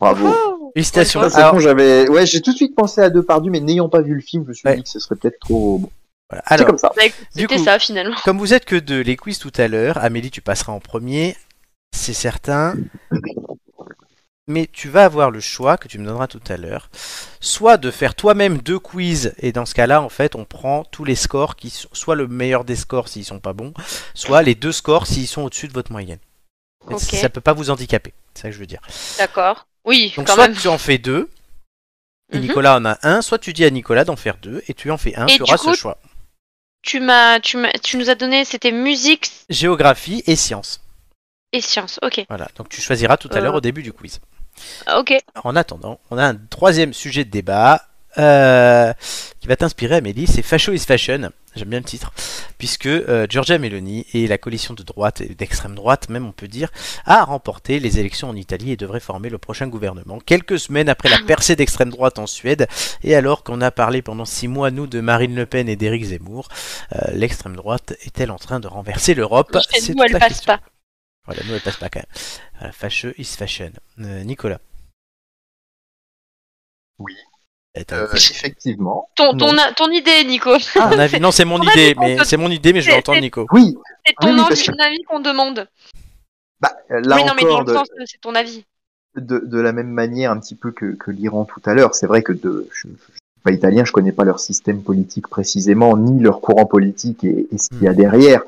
[SPEAKER 2] bravo.
[SPEAKER 3] Oh,
[SPEAKER 1] Félicitations.
[SPEAKER 2] Ça, c'est
[SPEAKER 1] Alors,
[SPEAKER 2] bon, j'avais, ouais, j'ai tout de suite pensé à Depardieu, mais n'ayant pas vu le film, je me suis
[SPEAKER 1] Ouais.
[SPEAKER 2] dit que ce serait peut-être trop. bon,
[SPEAKER 1] voilà.
[SPEAKER 2] C'est
[SPEAKER 1] Alors,
[SPEAKER 2] comme ça.
[SPEAKER 3] Bah, écoute,
[SPEAKER 1] Du
[SPEAKER 3] C'était
[SPEAKER 1] coup-
[SPEAKER 3] ça finalement.
[SPEAKER 1] Comme vous êtes que deux, les quiz tout à l'heure, Amélie, tu passeras en premier, c'est certain. Mais tu vas avoir le choix que tu me donneras tout à l'heure, soit de faire toi-même deux quiz, et dans ce cas-là, en fait, on prend tous les scores, qui sont, soit le meilleur des scores s'ils sont pas bons, soit les deux scores s'ils sont au-dessus de votre moyenne. Et
[SPEAKER 3] Ok.
[SPEAKER 1] Ça peut pas vous handicaper, c'est ça que je veux dire.
[SPEAKER 3] D'accord. Oui,
[SPEAKER 1] Donc
[SPEAKER 3] quand
[SPEAKER 1] soit
[SPEAKER 3] même.
[SPEAKER 1] tu en fais deux, et
[SPEAKER 3] Mhm.
[SPEAKER 1] Nicolas en a un, soit tu dis à Nicolas d'en faire deux, et tu en fais un,
[SPEAKER 3] Et
[SPEAKER 1] tu
[SPEAKER 3] du
[SPEAKER 1] auras
[SPEAKER 3] coup-
[SPEAKER 1] ce choix.
[SPEAKER 3] Tu m'as, tu m'as, tu nous as donné, c'était musique
[SPEAKER 1] Géographie et sciences.
[SPEAKER 3] et sciences. Ok.
[SPEAKER 1] Voilà, donc tu choisiras tout à
[SPEAKER 3] Euh.
[SPEAKER 1] l'heure au début du quiz.
[SPEAKER 3] Ok.
[SPEAKER 1] En attendant, on a un troisième sujet de débat euh, qui va t'inspirer, Amélie. C'est Fasho is Fashion. J'aime bien le titre. Puisque euh, Giorgia Meloni et la coalition de droite et d'extrême droite, même on peut dire, a remporté les élections en Italie et devrait former le prochain gouvernement. Quelques semaines après la percée d'extrême droite en Suède, et alors qu'on a parlé pendant six mois, nous, de Marine Le Pen et d'Éric Zemmour, euh, l'extrême droite est-elle en train de renverser l'Europe
[SPEAKER 3] Chez nous,
[SPEAKER 1] Bah, toute
[SPEAKER 3] elle
[SPEAKER 1] la
[SPEAKER 3] passe
[SPEAKER 1] question.
[SPEAKER 3] pas.
[SPEAKER 1] Voilà, nous, elle passe pas quand même. Voilà, fâcheux is fashion. Euh, Nicolas.
[SPEAKER 2] Oui.
[SPEAKER 1] Eh, t'as-
[SPEAKER 2] Euh, effectivement.
[SPEAKER 3] Ton,
[SPEAKER 2] Non.
[SPEAKER 3] ton, ton idée, Nico.
[SPEAKER 1] Ah, mon avis- Non, c'est mon
[SPEAKER 3] ton avis
[SPEAKER 1] idée,
[SPEAKER 3] compte.
[SPEAKER 1] mais c'est mon idée, mais je vais
[SPEAKER 3] C'est-
[SPEAKER 1] entendre
[SPEAKER 3] c'est-
[SPEAKER 1] Nico.
[SPEAKER 2] Oui,
[SPEAKER 3] C'est ton
[SPEAKER 2] Oui, oui,
[SPEAKER 3] envie-
[SPEAKER 2] parce que-
[SPEAKER 3] ton avis qu'on demande.
[SPEAKER 2] bah, euh, là
[SPEAKER 3] oui, non,
[SPEAKER 2] encore,
[SPEAKER 3] mais dans
[SPEAKER 2] de-
[SPEAKER 3] le sens, euh, c'est ton avis.
[SPEAKER 2] de, de la même manière un petit peu que, que l'Iran tout à l'heure. C'est vrai que de, je, je, suis pas italien, je connais pas leur système politique précisément, ni leur courant politique et, et ce qu'il y a derrière.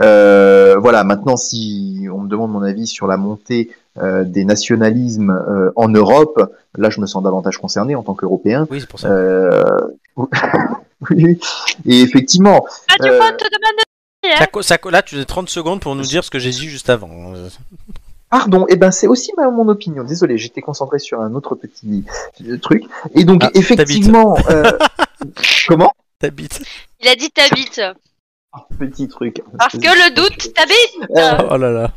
[SPEAKER 2] Euh, voilà, maintenant, si on me demande mon avis sur la montée euh, des nationalismes euh, en Europe, là, je me sens davantage concerné en tant qu'Européen.
[SPEAKER 1] Oui, c'est pour ça.
[SPEAKER 2] Euh... oui, et effectivement,
[SPEAKER 3] Ah, du
[SPEAKER 2] Euh,
[SPEAKER 3] coup, on te demande.
[SPEAKER 1] Ça co- ça co- là, tu as 30 secondes pour nous dire ce que j'ai dit juste avant. Euh,
[SPEAKER 2] Pardon, eh ben c'est aussi ma, mon opinion. Désolé, j'étais concentré sur un autre petit euh, truc. Et donc
[SPEAKER 1] Ah,
[SPEAKER 2] effectivement, euh, comment
[SPEAKER 1] T'habites.
[SPEAKER 3] Il a dit t'habites.
[SPEAKER 2] Ah, Petit truc.
[SPEAKER 3] Parce que le doute t'habite.
[SPEAKER 1] Oh là là.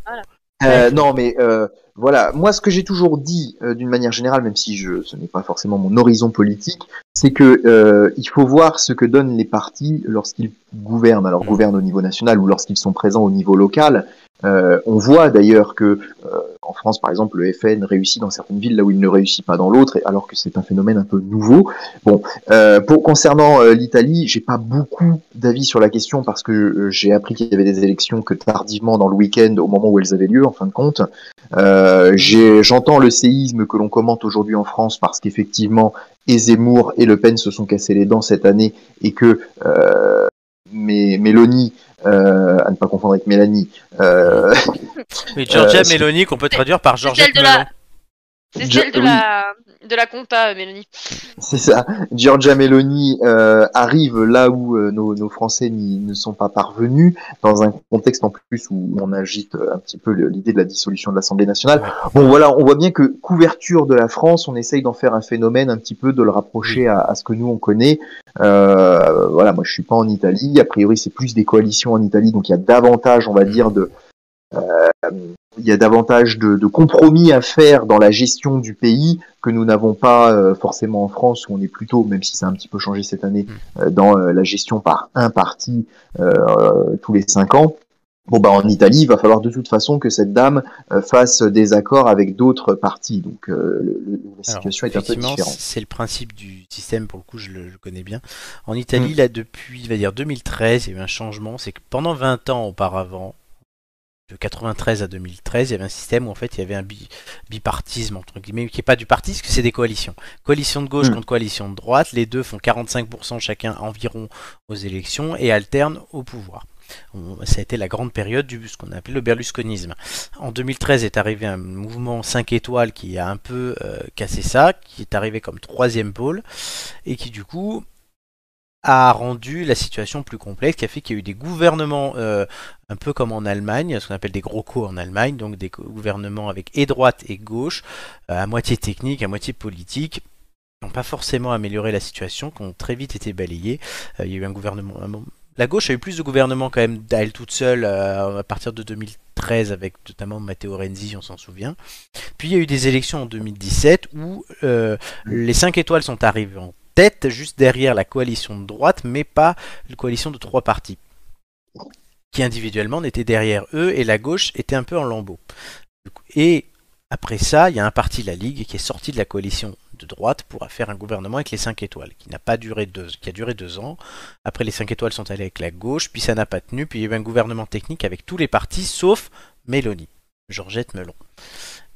[SPEAKER 2] Euh, non, mais euh, voilà, moi ce que j'ai toujours dit euh, d'une manière générale, même si je, ce n'est pas forcément mon horizon politique, c'est que euh, il faut voir ce que donnent les partis lorsqu'ils gouvernent, alors gouvernent au niveau national ou lorsqu'ils sont présents au niveau local. Euh, on voit d'ailleurs que euh, en France, par exemple, le FN réussit dans certaines villes là où il ne réussit pas dans l'autre, et- alors que c'est un phénomène un peu nouveau. Bon, euh, pour concernant euh, l'Italie, j'ai pas beaucoup d'avis sur la question parce que euh, j'ai appris qu'il y avait des élections que tardivement dans le week-end, au moment où elles avaient lieu, en fin de compte. Euh, j'ai- J'entends le séisme que l'on commente aujourd'hui en France parce qu'effectivement, et Zemmour et Le Pen se sont cassés les dents cette année et que euh, mais Mélanie, euh, à ne pas confondre avec Mélanie, euh,
[SPEAKER 1] Oui, Georgia
[SPEAKER 2] Euh, c'est-
[SPEAKER 1] Meloni, qu'on peut traduire par
[SPEAKER 3] C'est
[SPEAKER 1] Georgette
[SPEAKER 3] celle de la.
[SPEAKER 1] Melon.
[SPEAKER 3] C'est
[SPEAKER 2] Je-
[SPEAKER 3] celle de la, de la compta, euh, Mélanie.
[SPEAKER 2] C'est ça. Giorgia Meloni euh, arrive là où euh, nos, nos Français n'y- ne sont pas parvenus, dans un contexte en plus où on agite euh, un petit peu le- l'idée de la dissolution de l'Assemblée nationale. Bon voilà, on voit bien que couverture de la France, on essaye d'en faire un phénomène un petit peu, de le rapprocher à, à ce que nous on connaît. Euh, voilà, moi je suis pas en Italie. A priori, c'est plus des coalitions en Italie, donc il y a davantage, on va dire, de euh, il y a davantage de, de compromis à faire dans la gestion du pays que nous n'avons pas euh, forcément en France où on est plutôt, même si ça a un petit peu changé cette année,
[SPEAKER 1] Mm.
[SPEAKER 2] euh, dans euh, la gestion par un parti euh, tous les cinq ans. Bon bah en Italie, il va falloir de toute façon que cette dame euh, fasse des accords avec d'autres partis. Donc euh, le- le- la
[SPEAKER 1] Alors,
[SPEAKER 2] situation est un peu
[SPEAKER 1] effectivement,
[SPEAKER 2] différente.
[SPEAKER 1] C'est le principe du système, pour le coup, je le, je le connais bien.
[SPEAKER 2] Mm.
[SPEAKER 1] En Italie, là, depuis, il va dire 2013, il y a eu un changement. C'est que pendant 20 ans auparavant, de 93 à 2013, il y avait un système où en fait il y avait un bi- bipartisme entre guillemets, qui n'est pas du parti, parce que c'est des coalitions. Coalition de gauche
[SPEAKER 2] Mm.
[SPEAKER 1] contre coalition de droite, les deux font 45% chacun environ aux élections et alternent au pouvoir. On- Ça a été la grande période du ce qu'on appelé le berlusconisme. En 2013 est arrivé un mouvement 5 étoiles qui a un peu euh, cassé ça, qui est arrivé comme troisième pôle et qui du coup a rendu la situation plus complexe, qui a fait qu'il y a eu des gouvernements euh, un peu comme en Allemagne, ce qu'on appelle des gros co en Allemagne, donc des co- gouvernements avec et droite et gauche, euh, à moitié technique, à moitié politique, qui n'ont pas forcément amélioré la situation, qui ont très vite été balayés. Euh, il y a eu un gouvernement. un moment- la gauche a eu plus de gouvernements quand même à elle toute seule euh, à partir de 2013 avec notamment Matteo Renzi, on s'en souvient. Puis il y a eu des élections en 2017 où euh, les 5 étoiles sont arrivées en tête, juste derrière la coalition de droite, mais pas la coalition de trois partis qui individuellement n'étaient derrière eux et la gauche était un peu en lambeaux. Du coup- Et après ça, il y a un parti, la Ligue, qui est sorti de la coalition de droite pour faire un gouvernement avec les 5 étoiles, qui n'a pas duré deux, qui a duré deux ans. Après, les 5 étoiles sont allées avec la gauche, puis ça n'a pas tenu, puis il y a eu un gouvernement technique avec tous les partis sauf Mélanie, Georgette Melon.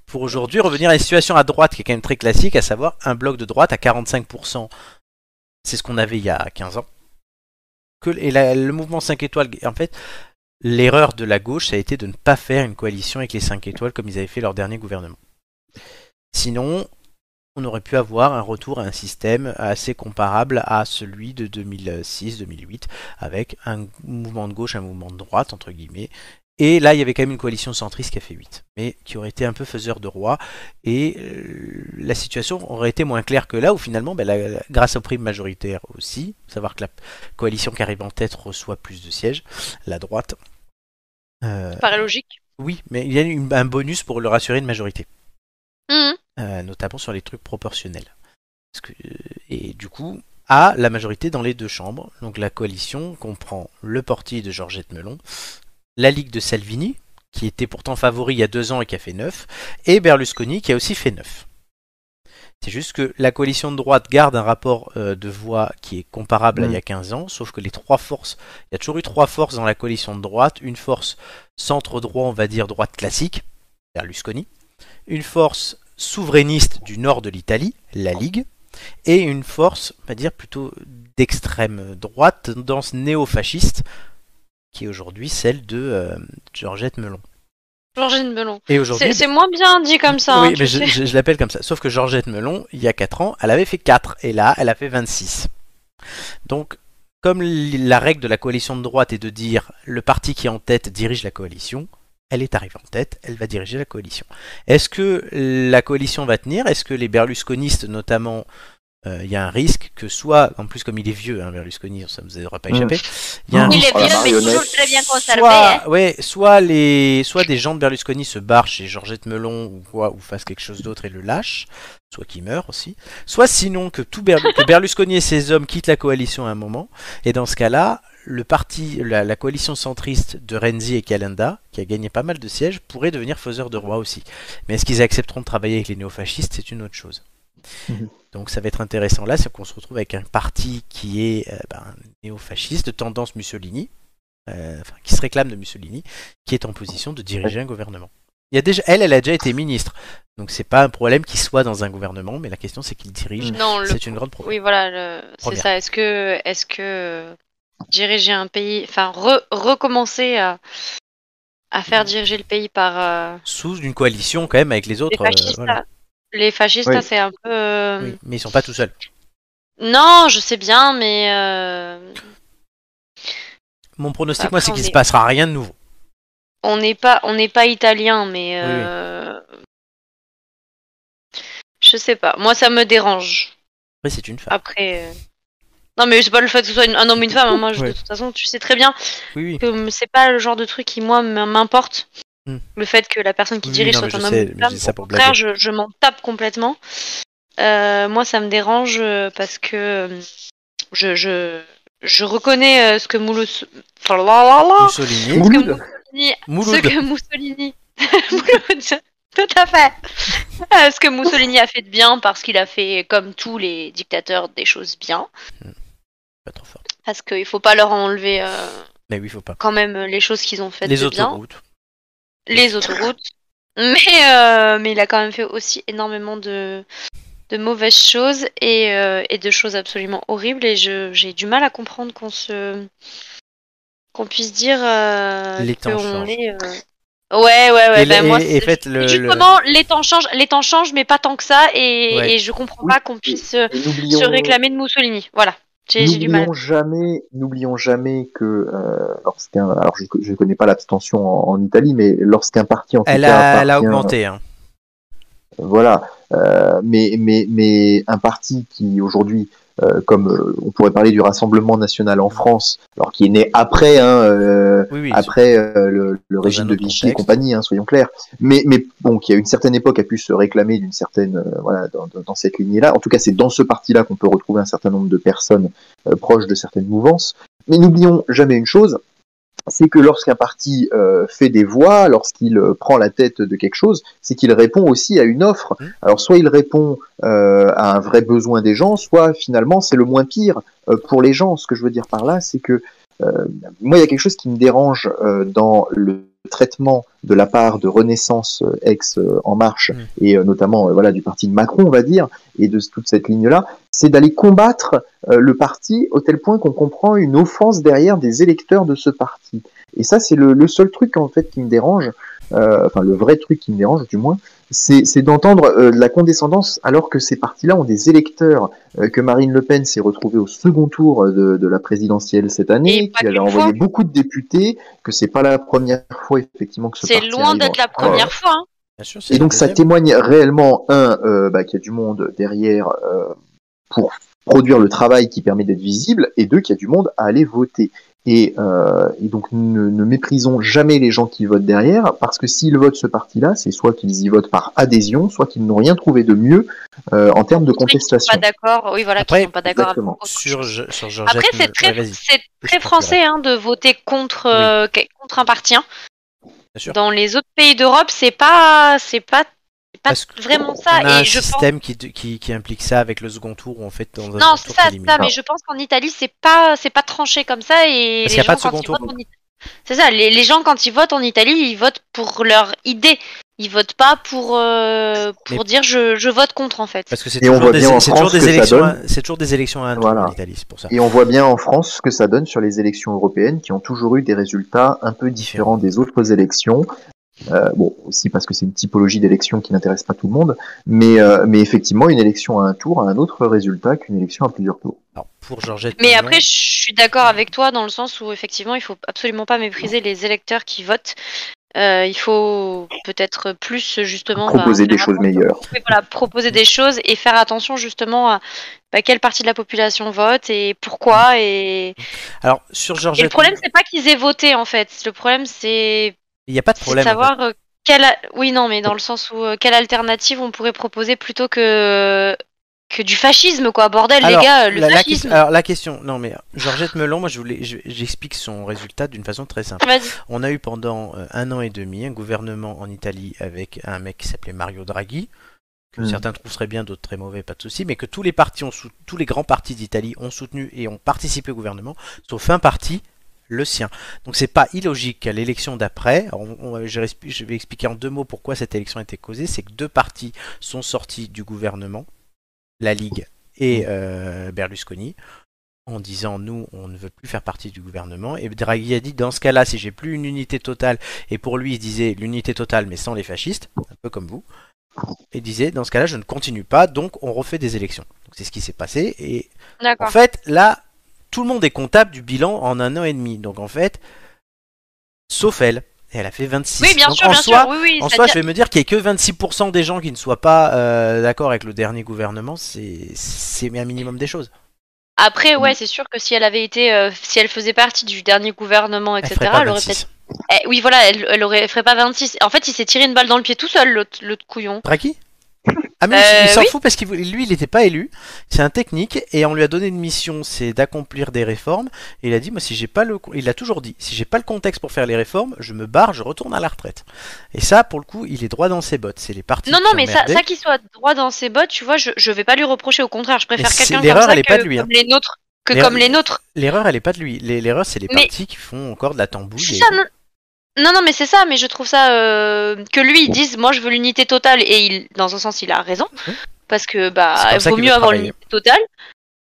[SPEAKER 1] Pour aujourd'hui, revenir à la situation à droite qui est quand même très classique, à savoir un bloc de droite à 45%. C'est ce qu'on avait il y a 15 ans. Que- et la- le mouvement 5 étoiles, en fait, L'erreur de la gauche, ça a été de ne pas faire une coalition avec les 5 étoiles comme ils avaient fait leur dernier gouvernement. Sinon, on aurait pu avoir un retour à un système assez comparable à celui de 2006-2008, avec un mouvement de gauche, un mouvement de droite, entre guillemets. Et là, il y avait quand même une coalition centriste qui a fait 8, mais qui aurait été un peu faiseur de roi, et euh, la situation aurait été moins claire que là, où finalement, ben, la- la- grâce aux primes majoritaires aussi, savoir que la coalition qui arrive en tête reçoit plus de sièges, la droite. Euh,
[SPEAKER 3] Ça paraît logique.
[SPEAKER 1] oui, mais il y a une- un bonus pour leur assurer une majorité,
[SPEAKER 3] Mhm.
[SPEAKER 1] euh, notamment sur les trucs proportionnels. Parce que, euh, et du coup, a la majorité dans les deux chambres. Donc la coalition comprend le portier de Georgette Melon, la Ligue de Salvini, qui était pourtant favori il y a deux ans et qui a fait 9, et Berlusconi, qui a aussi fait 9. C'est juste que la coalition de droite garde un rapport euh, de voix qui est comparable à il y a 15 ans, sauf que les trois forces, il y a toujours eu trois forces dans la coalition de droite, une force centre-droit, on va dire droite classique, Berlusconi, une force souverainiste du nord de l'Italie, la Ligue, et une force, on va dire plutôt d'extrême droite, tendance néo-fasciste, qui est aujourd'hui celle de euh, Georgette Melon.
[SPEAKER 3] Georgine Melon.
[SPEAKER 1] Et
[SPEAKER 3] C'est
[SPEAKER 1] aujourd'hui,
[SPEAKER 3] c'est moins bien dit comme ça. hein,
[SPEAKER 1] oui,
[SPEAKER 3] tu
[SPEAKER 1] mais je,
[SPEAKER 3] sais.
[SPEAKER 1] je- je l'appelle comme ça. Sauf que Georgette Melon, il y a 4 ans, elle avait fait 4 et là, elle a fait 26. Donc, comme l- la règle de la coalition de droite est de dire le parti qui est en tête dirige la coalition, elle est arrivée en tête, elle va diriger la coalition. Est-ce que la coalition va tenir Est-ce que les berlusconistes, notamment, euh, il y a un risque que soit, en plus comme il est vieux, hein, Berlusconi, ça ne vous aura pas
[SPEAKER 2] Mm.
[SPEAKER 1] échappé, il y a un
[SPEAKER 4] Il est
[SPEAKER 2] Oh, la
[SPEAKER 4] vieux, mais toujours
[SPEAKER 2] marionnette.
[SPEAKER 4] très bien conservé. hein.
[SPEAKER 1] soit, ouais, soit les, soit des gens de Berlusconi se barrent chez Georgette Melon ou quoi, ou fassent quelque chose d'autre et le lâchent, soit qui meurt aussi, soit sinon que tout Berlu- que Berlusconi et ses hommes quittent la coalition à un moment, et dans ce cas-là, le parti, la, la coalition centriste de Renzi et Calenda, qui a gagné pas mal de sièges, pourrait devenir faiseur de roi aussi. Mais est-ce qu'ils accepteront de travailler avec les néofascistes, c'est une autre chose.
[SPEAKER 2] Mhm.
[SPEAKER 1] Donc ça va être intéressant là, c'est qu'on se retrouve avec un parti qui est euh, ben, néofasciste, de tendance Mussolini, euh, enfin, qui se réclame de Mussolini, qui est en position de diriger un gouvernement. Il y a déjà, elle, elle a déjà été ministre, donc c'est pas un problème qu'il soit dans un gouvernement, mais la question c'est qu'il dirige.
[SPEAKER 3] Non, le...
[SPEAKER 1] C'est une grande problème.
[SPEAKER 3] oui, voilà, le- c'est
[SPEAKER 1] Première.
[SPEAKER 3] ça. Est-ce que, est-ce que diriger un pays, enfin, re- recommencer à... à
[SPEAKER 1] Hmm.
[SPEAKER 3] faire diriger le pays par euh,
[SPEAKER 1] Sous une coalition quand même avec les
[SPEAKER 3] les
[SPEAKER 1] autres. euh,
[SPEAKER 3] fascistes,
[SPEAKER 1] voilà.
[SPEAKER 3] là- les fascistes,
[SPEAKER 2] Oui.
[SPEAKER 3] là, c'est un peu. euh,
[SPEAKER 1] Oui, mais ils sont pas tout seuls.
[SPEAKER 3] Non, je sais bien, mais euh,
[SPEAKER 1] Mon pronostic,
[SPEAKER 3] Après,
[SPEAKER 1] moi, c'est
[SPEAKER 3] on
[SPEAKER 1] qu'il
[SPEAKER 3] est-
[SPEAKER 1] se passera rien de nouveau.
[SPEAKER 3] on n'est pas, on n'est pas italien, mais
[SPEAKER 1] Oui, oui.
[SPEAKER 3] euh, je sais pas. Moi, ça me dérange.
[SPEAKER 1] Après, c'est une femme.
[SPEAKER 3] Après, euh, non, mais c'est pas le fait que ce soit une- un homme ou une femme. hein. Moi, je-
[SPEAKER 1] Ouais.
[SPEAKER 3] de toute façon, tu sais très bien
[SPEAKER 1] Oui, oui.
[SPEAKER 3] que m- c'est pas le genre de truc qui moi m- m'importe.
[SPEAKER 1] Hmm.
[SPEAKER 3] Le fait que la personne qui
[SPEAKER 1] Oui,
[SPEAKER 3] dirige
[SPEAKER 1] non, mais
[SPEAKER 3] soit un
[SPEAKER 1] je
[SPEAKER 3] homme
[SPEAKER 1] sais,
[SPEAKER 3] ou
[SPEAKER 1] mais
[SPEAKER 3] une
[SPEAKER 1] je
[SPEAKER 3] femme,
[SPEAKER 1] dis ça pour
[SPEAKER 3] au contraire,
[SPEAKER 1] blaguer.
[SPEAKER 3] je, je m'en tape complètement. Euh, moi, ça me dérange euh, parce que euh, je, je, je reconnais euh, ce que Moulos... Enfin, la, la, la,
[SPEAKER 1] Mussolini.
[SPEAKER 3] ce que
[SPEAKER 2] Mouloud.
[SPEAKER 3] Mouloud- Oh. ce
[SPEAKER 1] Mouloud.
[SPEAKER 3] que Mussolini. Mouloud, Tout à fait. Euh, ce que Mussolini a fait de bien parce qu'il a fait, comme tous les dictateurs, des choses bien.
[SPEAKER 1] Pas trop fort.
[SPEAKER 3] Parce qu'il faut pas leur enlever euh,
[SPEAKER 1] Mais oui, faut pas.
[SPEAKER 3] quand même les choses qu'ils ont faites
[SPEAKER 1] Les
[SPEAKER 3] de bien.
[SPEAKER 1] autoroutes.
[SPEAKER 3] les autoroutes. Mais, euh, mais il a quand même fait aussi énormément de, de mauvaises choses et, euh, et de choses absolument horribles. Et je- j'ai du mal à comprendre qu'on se qu'on puisse dire euh,
[SPEAKER 1] Les temps
[SPEAKER 3] qu'on
[SPEAKER 1] changent.
[SPEAKER 3] est. euh, Ouais, ouais, ouais.
[SPEAKER 1] et
[SPEAKER 3] bah,
[SPEAKER 1] le-
[SPEAKER 3] moi,
[SPEAKER 1] et- et
[SPEAKER 3] c'est-
[SPEAKER 1] faites le- le-
[SPEAKER 3] Justement, les temps changent, les temps changent, mais pas tant que ça. Et,
[SPEAKER 1] Ouais.
[SPEAKER 3] et je comprends
[SPEAKER 2] Oui.
[SPEAKER 3] pas qu'on puisse euh,
[SPEAKER 2] Et n'oublions-
[SPEAKER 3] se réclamer de Mussolini. Voilà. J'ai j'ai du mal.
[SPEAKER 2] N'oublions jamais, n'oublions jamais que euh, lorsqu'un, alors je, je connais pas l'abstention en, en Italie, mais lorsqu'un parti en tout
[SPEAKER 1] Elle
[SPEAKER 2] cas
[SPEAKER 1] a, elle a
[SPEAKER 2] appartient-
[SPEAKER 1] augmenté. hein.
[SPEAKER 2] voilà, euh, mais mais mais un parti qui aujourd'hui, euh, comme euh, on pourrait parler du Rassemblement national en France, alors qui est né après, hein, euh,
[SPEAKER 1] Oui, oui.
[SPEAKER 2] après euh, le, le
[SPEAKER 1] Dans un
[SPEAKER 2] régime de
[SPEAKER 1] autre
[SPEAKER 2] Vichy et
[SPEAKER 1] contexte.
[SPEAKER 2] compagnie, hein, soyons clairs. Mais, mais bon, qui à une certaine époque a pu se réclamer d'une certaine, euh, voilà, dans, dans- dans cette lignée-là. En tout cas, c'est dans ce parti-là qu'on peut retrouver un certain nombre de personnes euh, proches de certaines mouvances. Mais n'oublions jamais une chose, c'est que lorsqu'un parti euh, fait des voix, lorsqu'il euh, prend la tête de quelque chose, c'est qu'il répond aussi à une offre.
[SPEAKER 1] Mhm.
[SPEAKER 2] Alors soit il répond euh, à un vrai besoin des gens, soit finalement c'est le moins pire euh, pour les gens. Ce que je veux dire par là, c'est que euh, moi il y a quelque chose qui me dérange euh, dans le traitement de la part de Renaissance euh, ex euh, En Marche
[SPEAKER 1] Mhm.
[SPEAKER 2] et euh, notamment euh, voilà du parti de Macron, on va dire, et de toute cette ligne-là, c'est d'aller combattre euh, le parti au tel point qu'on comprend une offense derrière des électeurs de ce parti. Et ça, c'est le, le seul truc en fait qui me dérange, euh, enfin le vrai truc qui me dérange du moins, c'est c'est d'entendre euh, de la condescendance alors que ces partis-là ont des électeurs, euh, que Marine Le Pen s'est retrouvée au second tour de, de la présidentielle cette
[SPEAKER 3] Et
[SPEAKER 2] année,
[SPEAKER 3] pas
[SPEAKER 2] qu'elle a
[SPEAKER 3] qu'une
[SPEAKER 2] envoyé
[SPEAKER 3] fois.
[SPEAKER 2] beaucoup de députés, que c'est pas la première fois effectivement que ce
[SPEAKER 3] C'est
[SPEAKER 2] parti
[SPEAKER 3] loin
[SPEAKER 2] arrive
[SPEAKER 3] d'être
[SPEAKER 2] en-
[SPEAKER 3] la première fois. hein.
[SPEAKER 1] Bien sûr, c'est
[SPEAKER 2] et donc
[SPEAKER 1] la
[SPEAKER 2] ça
[SPEAKER 1] deuxième.
[SPEAKER 2] témoigne réellement, un, euh, bah, qu'il y a du monde derrière euh, pour produire le travail qui permet d'être visible, et deux, qu'il y a du monde à aller voter. Et, euh, et donc ne, ne méprisons jamais les gens qui votent derrière, parce que s'ils votent ce parti-là, c'est soit qu'ils y votent par adhésion, soit qu'ils n'ont rien trouvé de mieux euh, en termes de
[SPEAKER 3] Ceux qui sont
[SPEAKER 2] contestation.
[SPEAKER 3] Pas d'accord. Oui, voilà,
[SPEAKER 1] Après,
[SPEAKER 3] qui sont pas d'accord. avec
[SPEAKER 2] exactement.
[SPEAKER 3] autre
[SPEAKER 1] Sur, Je- sur Georgette.
[SPEAKER 3] Après,
[SPEAKER 2] euh,
[SPEAKER 3] c'est
[SPEAKER 1] me-
[SPEAKER 3] très,
[SPEAKER 1] ouais, vas-y.
[SPEAKER 3] c'est
[SPEAKER 1] Je
[SPEAKER 3] très
[SPEAKER 1] pense que-
[SPEAKER 3] français hein, de voter contre, euh, que- contre un parti. hein.
[SPEAKER 1] sûr.
[SPEAKER 3] Dans les autres pays d'Europe, c'est pas, c'est pas, c'est pas
[SPEAKER 1] Parce que
[SPEAKER 3] vraiment
[SPEAKER 1] On
[SPEAKER 3] ça.
[SPEAKER 1] a un
[SPEAKER 3] et je pense...
[SPEAKER 1] système euh, qui, qui, qui implique ça avec le second tour où en fait dans un
[SPEAKER 3] Non,
[SPEAKER 1] second
[SPEAKER 3] c'est
[SPEAKER 1] tour
[SPEAKER 3] ça,
[SPEAKER 1] t'élimines.
[SPEAKER 3] ça, mais je pense qu'en Italie, c'est pas, c'est pas tranché comme ça. Et
[SPEAKER 1] Parce qu'il y
[SPEAKER 3] les
[SPEAKER 1] a pas
[SPEAKER 3] gens,
[SPEAKER 1] de second
[SPEAKER 3] quand ils
[SPEAKER 1] tour,
[SPEAKER 3] votent en Italie- C'est ça, les, les gens, quand ils votent en Italie, ils votent pour leur idée. Ils votent pas pour, euh, pour
[SPEAKER 1] Mais-
[SPEAKER 3] dire je, je vote contre, en fait.
[SPEAKER 1] Parce que c'est
[SPEAKER 2] Et on
[SPEAKER 1] toujours,
[SPEAKER 2] voit
[SPEAKER 1] des,
[SPEAKER 2] bien en
[SPEAKER 1] c'est toujours
[SPEAKER 2] France
[SPEAKER 1] des
[SPEAKER 2] que ça
[SPEAKER 1] élections,
[SPEAKER 2] donne.
[SPEAKER 1] à- c'est toujours des élections à un tour
[SPEAKER 2] Voilà.
[SPEAKER 1] en Italie, c'est pour ça.
[SPEAKER 2] Et on voit bien en France ce que ça donne sur les élections européennes qui ont toujours eu des résultats un peu différents des autres élections. Euh, bon, aussi parce que c'est une typologie d'élection qui n'intéresse pas tout le monde, mais, euh, mais effectivement, une élection à un tour a un autre résultat qu'une élection à plusieurs tours.
[SPEAKER 1] Alors, pour Georgette.
[SPEAKER 3] Mais
[SPEAKER 1] Mignon,
[SPEAKER 3] après, je suis d'accord avec toi dans le sens où effectivement, il faut absolument pas mépriser les électeurs qui votent. Euh, il faut peut-être plus justement bah,
[SPEAKER 2] Proposer des
[SPEAKER 3] faire
[SPEAKER 2] choses
[SPEAKER 3] attention-
[SPEAKER 2] meilleures.
[SPEAKER 3] oui, voilà, proposer des choses et faire attention justement à bah, quelle partie de la population vote et pourquoi. Et, et
[SPEAKER 1] Alors, sur Georgette.
[SPEAKER 3] le problème, c'est pas qu'ils aient voté en fait. Le problème, c'est
[SPEAKER 1] il n'y a pas de
[SPEAKER 3] c'est de
[SPEAKER 1] problème. en fait.
[SPEAKER 3] savoir euh, quelle. a- Oui, non, mais dans le sens où euh, quelle alternative on pourrait proposer plutôt que que du fascisme quoi, bordel
[SPEAKER 1] Alors,
[SPEAKER 3] les gars, euh, le
[SPEAKER 1] la, la
[SPEAKER 3] fascisme.
[SPEAKER 1] question- alors, la question, non mais euh, Georgette Melon, moi je voulais, je- j'explique son résultat d'une façon très simple.
[SPEAKER 3] Vas-y.
[SPEAKER 1] On a eu pendant euh, un an et demi un gouvernement en Italie avec un mec qui s'appelait Mario Draghi, que
[SPEAKER 2] Mm.
[SPEAKER 1] certains trouveraient bien, d'autres très mauvais, pas de souci, mais que tous les partis ont sou- tous les grands partis d'Italie ont soutenu et ont participé au gouvernement, sauf un parti, le sien. Donc c'est pas illogique qu'à l'élection d'après, alors, on- on- je resp- je vais expliquer en deux mots pourquoi cette élection a été causée, c'est que deux partis sont sortis du gouvernement, la Ligue et euh, Berlusconi, en disant nous, on ne veut plus faire partie du gouvernement. Et Draghi a dit dans ce cas-là, si j'ai plus une unité totale, et pour lui il disait l'unité totale mais sans les fascistes, un peu comme vous, et disait dans ce cas-là je ne continue pas, donc on refait des élections. Donc c'est ce qui s'est passé et en
[SPEAKER 3] D'accord.
[SPEAKER 1] fait, là, tout le monde est comptable du bilan en un an et demi. Donc en fait, sauf elle. Et elle a fait 26.
[SPEAKER 3] Oui, bien
[SPEAKER 1] Donc,
[SPEAKER 3] sûr,
[SPEAKER 1] en
[SPEAKER 3] bien
[SPEAKER 1] soi,
[SPEAKER 3] sûr. Oui, oui,
[SPEAKER 1] En
[SPEAKER 3] ça
[SPEAKER 1] soi,
[SPEAKER 3] dit-
[SPEAKER 1] je vais me dire qu'il n'y ait que 26% des gens qui ne soient pas euh, d'accord avec le dernier gouvernement, c'est c'est un minimum des choses.
[SPEAKER 3] Après, ouais,
[SPEAKER 2] Mm.
[SPEAKER 3] c'est sûr que si elle avait été, euh, si elle faisait partie du dernier gouvernement,
[SPEAKER 1] Elle
[SPEAKER 3] etc.,
[SPEAKER 1] ferait
[SPEAKER 3] elle,
[SPEAKER 1] pas
[SPEAKER 3] aurait
[SPEAKER 1] 26.
[SPEAKER 3] peut-être. Eh, oui, voilà, elle, elle aurait, elle ferait pas 26. En fait, il s'est tiré une balle dans le pied tout seul, l'autre l'autre couillon.
[SPEAKER 1] Draghi Ah mais
[SPEAKER 3] Euh,
[SPEAKER 1] il s'en
[SPEAKER 3] oui.
[SPEAKER 1] fout parce qu'il voulait- lui il n'était pas élu, c'est un technique et on lui a donné une mission, c'est d'accomplir des réformes. Et il a dit moi si j'ai pas le, il a toujours dit si j'ai pas le contexte pour faire les réformes, je me barre, je retourne à la retraite. Et ça pour le coup il est droit dans ses bottes, c'est les partis.
[SPEAKER 3] Non,
[SPEAKER 1] qui
[SPEAKER 3] non,
[SPEAKER 1] ont
[SPEAKER 3] mais ça,
[SPEAKER 1] merdé.
[SPEAKER 3] ça qu'il soit droit dans ses bottes, tu vois, je, je vais pas lui reprocher. Au contraire, je préfère
[SPEAKER 1] Mais c'est-
[SPEAKER 3] quelqu'un comme
[SPEAKER 1] l'erreur,
[SPEAKER 3] ça
[SPEAKER 1] elle est
[SPEAKER 3] que
[SPEAKER 1] pas de lui, hein.
[SPEAKER 3] comme les nôtres, que
[SPEAKER 1] L'erreur-
[SPEAKER 3] comme les nôtres.
[SPEAKER 1] L'erreur elle est pas de lui, Les- l'erreur c'est les
[SPEAKER 3] Mais-
[SPEAKER 1] partis qui font encore de la tambouille.
[SPEAKER 3] C'est
[SPEAKER 1] et-
[SPEAKER 3] ça, non Non, non, mais c'est ça, mais je trouve ça. euh, que lui, il dise, moi, je veux l'unité totale, et il, dans un sens, il a raison.
[SPEAKER 1] Mhm.
[SPEAKER 3] Parce que, bah,
[SPEAKER 1] C'est comme ça
[SPEAKER 3] vaut
[SPEAKER 1] qu'il
[SPEAKER 3] mieux
[SPEAKER 1] veut
[SPEAKER 3] avoir
[SPEAKER 1] travailler.
[SPEAKER 3] l'unité totale.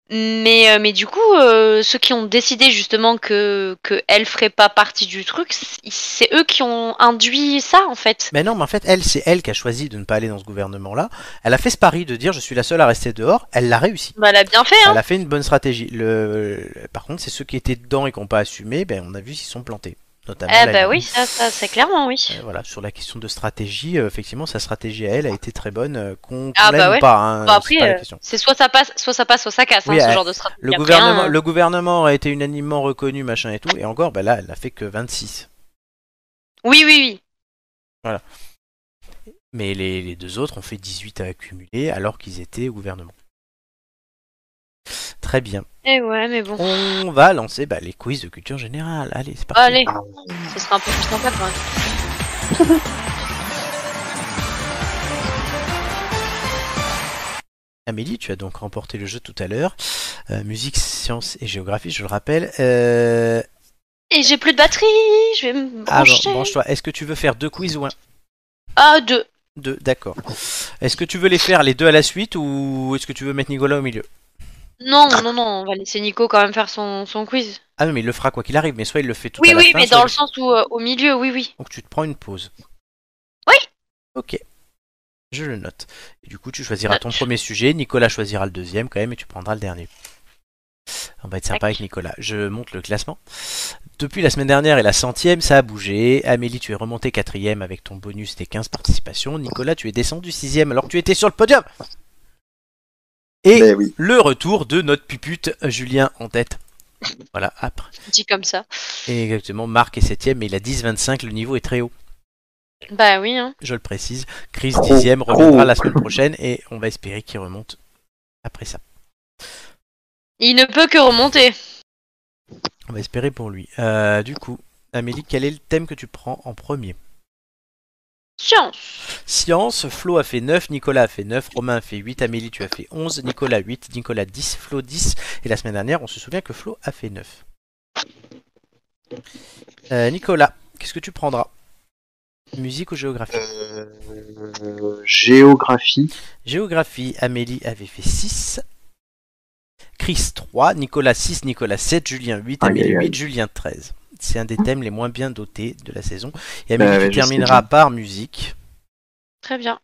[SPEAKER 3] Mais, euh, mais du coup, euh, ceux qui ont décidé justement que, que elle ferait pas partie du truc, c- c'est eux qui ont induit ça, en fait.
[SPEAKER 1] Mais non, mais en fait, elle, c'est elle qui a choisi de ne pas aller dans ce gouvernement-là. Elle a fait ce pari de dire je suis la seule à rester dehors. Elle l'a réussi.
[SPEAKER 3] Bah, elle a bien fait, hein.
[SPEAKER 1] Elle a fait une bonne stratégie. Le... Par contre, c'est ceux qui étaient dedans et qui n'ont pas assumé, ben, on a vu s'ils sont plantés. Notamment
[SPEAKER 3] Eh
[SPEAKER 1] la
[SPEAKER 3] bah
[SPEAKER 1] Lune.
[SPEAKER 3] oui, ça, ça c'est clairement oui.
[SPEAKER 1] Euh, voilà, sur la question de stratégie, euh, effectivement, sa stratégie à elle a été très bonne, euh, qu'on qu'on
[SPEAKER 3] Ah, bah
[SPEAKER 1] l'aime
[SPEAKER 3] ouais.
[SPEAKER 1] ou pas. hein,
[SPEAKER 3] Bah,
[SPEAKER 1] c'est
[SPEAKER 3] après,
[SPEAKER 1] pas la
[SPEAKER 3] euh,
[SPEAKER 1] question.
[SPEAKER 3] C'est soit ça passe, soit ça passe, soit ça casse, hein,
[SPEAKER 1] Oui,
[SPEAKER 3] ce
[SPEAKER 1] elle-
[SPEAKER 3] genre de stratégie.
[SPEAKER 1] Le
[SPEAKER 3] Après,
[SPEAKER 1] gouvernement,
[SPEAKER 3] hein,
[SPEAKER 1] le gouvernement a été unanimement reconnu, machin et tout, et encore, ben là, elle n'a fait que 26.
[SPEAKER 3] hein. Oui, oui, oui.
[SPEAKER 1] Mais les, les deux autres ont fait 18 à accumuler alors qu'ils étaient au gouvernement. Très bien.
[SPEAKER 3] Et Eh ouais, mais bon.
[SPEAKER 1] On va lancer bah, les quiz de culture générale. Allez, c'est parti.
[SPEAKER 3] Allez,
[SPEAKER 2] Ah.
[SPEAKER 3] ce sera un peu plus hein. sympa quand même.
[SPEAKER 1] Amélie, tu as donc remporté le jeu tout à l'heure. Euh, musique, sciences et géographie, je le rappelle. Euh,
[SPEAKER 3] Et j'ai plus de batterie, je vais me
[SPEAKER 1] ah bon,
[SPEAKER 3] brancher. Ah,
[SPEAKER 1] branche-toi. Est-ce que tu veux faire deux quiz ou un
[SPEAKER 3] deux.
[SPEAKER 1] Deux, d'accord. Est-ce que tu veux les faire les deux à la suite ou est-ce que tu veux mettre Nicolas au milieu
[SPEAKER 3] Non, non, non, on va laisser Nico quand même faire son, son quiz.
[SPEAKER 1] Ah non, mais il le fera quoi qu'il arrive, mais soit il le fait tout
[SPEAKER 3] oui,
[SPEAKER 1] à la
[SPEAKER 3] oui,
[SPEAKER 1] fin,
[SPEAKER 3] mais
[SPEAKER 1] soit
[SPEAKER 3] dans
[SPEAKER 1] il-
[SPEAKER 3] le sens où euh, au milieu, oui, oui.
[SPEAKER 1] Donc tu te prends une pause.
[SPEAKER 3] Oui.
[SPEAKER 1] Ok. Je le note. Et du coup, tu choisiras ton premier sujet, Nicolas choisira le deuxième quand même, et tu prendras le dernier. On va être sympa avec Nicolas. Je monte le classement. Depuis la semaine dernière et la centième, ça a bougé. Amélie, tu es remontée quatrième avec ton bonus des 15 participations. Nicolas, tu es descendu sixième alors que tu étais sur le podium. Et
[SPEAKER 2] Mais Ben oui.
[SPEAKER 1] le retour de notre pupute Julien en tête. Voilà, après.
[SPEAKER 3] Dit comme ça.
[SPEAKER 1] Et exactement, Marc est 7 mais il a 10-25, le niveau est très haut,
[SPEAKER 3] Bah oui, hein.
[SPEAKER 1] je le précise. Chris
[SPEAKER 2] Trop,
[SPEAKER 1] 10
[SPEAKER 2] trop.
[SPEAKER 1] reviendra la semaine prochaine et on va espérer qu'il remonte après ça.
[SPEAKER 3] Il ne peut que remonter.
[SPEAKER 1] On va espérer pour lui. Euh, du coup, Amélie, quel est le thème que tu prends en premier
[SPEAKER 3] Science.
[SPEAKER 1] Science, Flo a fait 9, Nicolas a fait 9, Romain a fait 8, Amélie tu as fait 11, Nicolas 8, Nicolas 10, Flo 10, et la semaine dernière on se souvient que Flo a fait 9. Euh, Nicolas, qu'est-ce que tu prendras Musique ou géographie
[SPEAKER 2] Euh, géographie.
[SPEAKER 1] Géographie, Amélie avait fait 6. Chris 3, Nicolas 6, Nicolas 7, Julien 8,
[SPEAKER 2] Aïe,
[SPEAKER 1] Amélie
[SPEAKER 2] aïe, aïe.
[SPEAKER 1] 8, Julien 13. C'est un des thèmes les moins bien dotés de la saison. Et
[SPEAKER 2] Bah
[SPEAKER 1] Amélie,
[SPEAKER 2] ouais,
[SPEAKER 1] tu
[SPEAKER 2] je sais
[SPEAKER 1] termineras
[SPEAKER 2] bien.
[SPEAKER 1] par musique.
[SPEAKER 3] Très bien.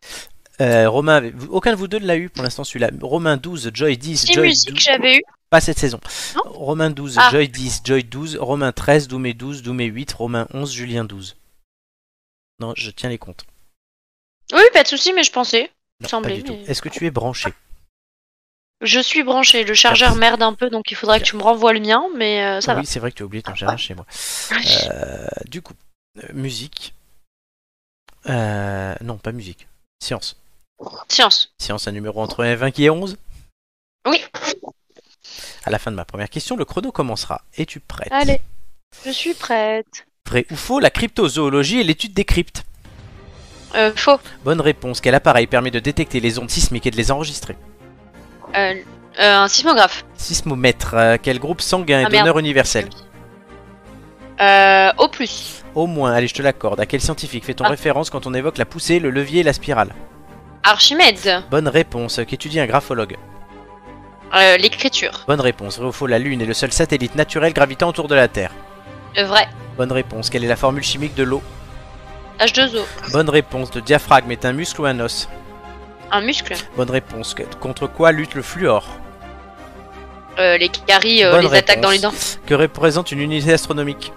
[SPEAKER 1] Euh, Romain, avait- aucun de vous deux ne l'a eu pour l'instant celui-là. Romain 12, Joy 10,
[SPEAKER 3] Quelle
[SPEAKER 1] Joy
[SPEAKER 3] musique
[SPEAKER 1] 12.
[SPEAKER 3] j'avais eu
[SPEAKER 1] Pas cette saison.
[SPEAKER 3] Non
[SPEAKER 1] Romain 12,
[SPEAKER 3] Ah.
[SPEAKER 1] Joy 10, Joy 12, Romain 13, Doumé 12, Doumé 8, Romain 11, Julien 12. Non, je tiens les comptes.
[SPEAKER 3] Oui, pas de souci, mais je pensais.
[SPEAKER 1] Non,
[SPEAKER 3] Semblait,
[SPEAKER 1] pas du tout.
[SPEAKER 3] mais-
[SPEAKER 1] Est-ce que tu es branché
[SPEAKER 3] Je suis branché, le chargeur merde un peu, donc il faudrait que tu me renvoies le mien, mais euh, ça ah.
[SPEAKER 1] Oui, c'est vrai que tu as oublié ton jardin chez moi.
[SPEAKER 3] va.
[SPEAKER 1] Euh, du coup, euh, musique. Euh, non, pas musique. Science.
[SPEAKER 3] Science.
[SPEAKER 1] Science, un numéro entre 1 et 20 qui est 11
[SPEAKER 3] Oui.
[SPEAKER 1] À la fin de ma première question, le chrono commencera. Es-tu prête
[SPEAKER 3] Allez, je suis prête.
[SPEAKER 1] Vrai ou faux, la cryptozoologie est l'étude des cryptes
[SPEAKER 3] Euh, faux.
[SPEAKER 1] Bonne réponse. Quel appareil permet de détecter les ondes sismiques et de les enregistrer
[SPEAKER 3] Euh, euh, un sismographe.
[SPEAKER 1] Sismomètre. Euh, quel groupe sanguin est
[SPEAKER 3] Ah, merde.
[SPEAKER 1] donneur universel
[SPEAKER 3] Euh, au plus.
[SPEAKER 1] Au moins, allez, je te l'accorde. À quel scientifique fait-on
[SPEAKER 3] Ah.
[SPEAKER 1] référence quand on évoque la poussée, le levier et la spirale
[SPEAKER 3] Archimède.
[SPEAKER 1] Bonne réponse. Qu'étudie un graphologue
[SPEAKER 3] Euh, L'écriture.
[SPEAKER 1] Bonne réponse. Vrai ou faux, la Lune est le seul satellite naturel gravitant autour de la Terre.
[SPEAKER 3] Euh, vrai.
[SPEAKER 1] Bonne réponse. Quelle est la formule chimique de l'eau
[SPEAKER 3] H2O.
[SPEAKER 1] Bonne réponse. Le diaphragme est un muscle ou un os
[SPEAKER 3] Un muscle.
[SPEAKER 1] Bonne réponse. Que- Contre quoi lutte le fluor
[SPEAKER 3] Euh, les caries, euh,
[SPEAKER 1] Bonne
[SPEAKER 3] les attaques dans les dents.
[SPEAKER 1] réponse. Que représente une unité astronomique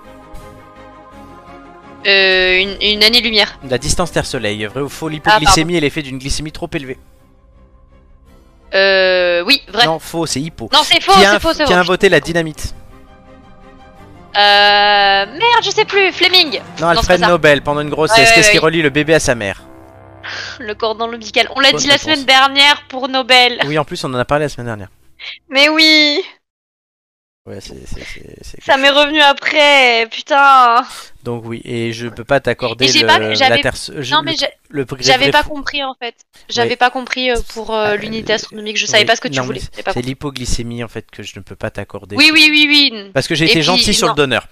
[SPEAKER 3] Euh, une, une année-lumière.
[SPEAKER 1] La distance Terre-Soleil. Vrai ou
[SPEAKER 3] Ah,
[SPEAKER 1] faux, l'hypoglycémie est l'effet d'une glycémie trop élevée
[SPEAKER 3] Euh, oui, vrai. Non,
[SPEAKER 1] Non, faux, c'est hypo.
[SPEAKER 3] c'est faux,
[SPEAKER 1] qui a,
[SPEAKER 3] c'est faux, c'est
[SPEAKER 1] qui
[SPEAKER 3] faux.
[SPEAKER 1] a inventé la dynamite
[SPEAKER 3] Euh, merde, je sais plus. Fleming.
[SPEAKER 1] Non,
[SPEAKER 3] c'est
[SPEAKER 1] Alfred
[SPEAKER 3] pas ça.
[SPEAKER 1] Nobel, pendant une grossesse,
[SPEAKER 3] Ouais, ouais,
[SPEAKER 1] qu'est-ce qui
[SPEAKER 3] ouais.
[SPEAKER 1] relie le bébé à sa mère
[SPEAKER 3] Le cordon ombilical. On l'a
[SPEAKER 1] Bonne
[SPEAKER 3] dit la
[SPEAKER 1] réponse.
[SPEAKER 3] semaine dernière pour Nobel.
[SPEAKER 1] Oui, en plus, on en a parlé la semaine dernière.
[SPEAKER 3] Mais oui,
[SPEAKER 1] Ouais, c'est- c'est- c'est- c'est-
[SPEAKER 3] ça m'est revenu après. Putain.
[SPEAKER 1] Donc oui, et je peux pas t'accorder
[SPEAKER 3] Et j'ai
[SPEAKER 1] le,
[SPEAKER 3] pas-
[SPEAKER 1] la
[SPEAKER 3] j'avais-
[SPEAKER 1] terre, je-
[SPEAKER 3] Non, mais
[SPEAKER 1] le-
[SPEAKER 3] j'a-
[SPEAKER 1] le prix- vrai-
[SPEAKER 3] j'avais pas compris en fait. J'avais
[SPEAKER 1] Oui.
[SPEAKER 3] pas compris euh, pour euh,
[SPEAKER 1] Euh,
[SPEAKER 3] l'unité astronomique. Je savais
[SPEAKER 1] oui.
[SPEAKER 3] pas ce que tu
[SPEAKER 1] Non, mais
[SPEAKER 3] voulais. J'avais pas
[SPEAKER 1] C'est
[SPEAKER 3] compris.
[SPEAKER 1] l'hypoglycémie en fait que je ne peux pas t'accorder.
[SPEAKER 3] Oui, oui, oui, oui.
[SPEAKER 1] Parce que j'ai
[SPEAKER 3] Et
[SPEAKER 1] été
[SPEAKER 3] puis,
[SPEAKER 1] gentil sur
[SPEAKER 3] non.
[SPEAKER 1] le donneur.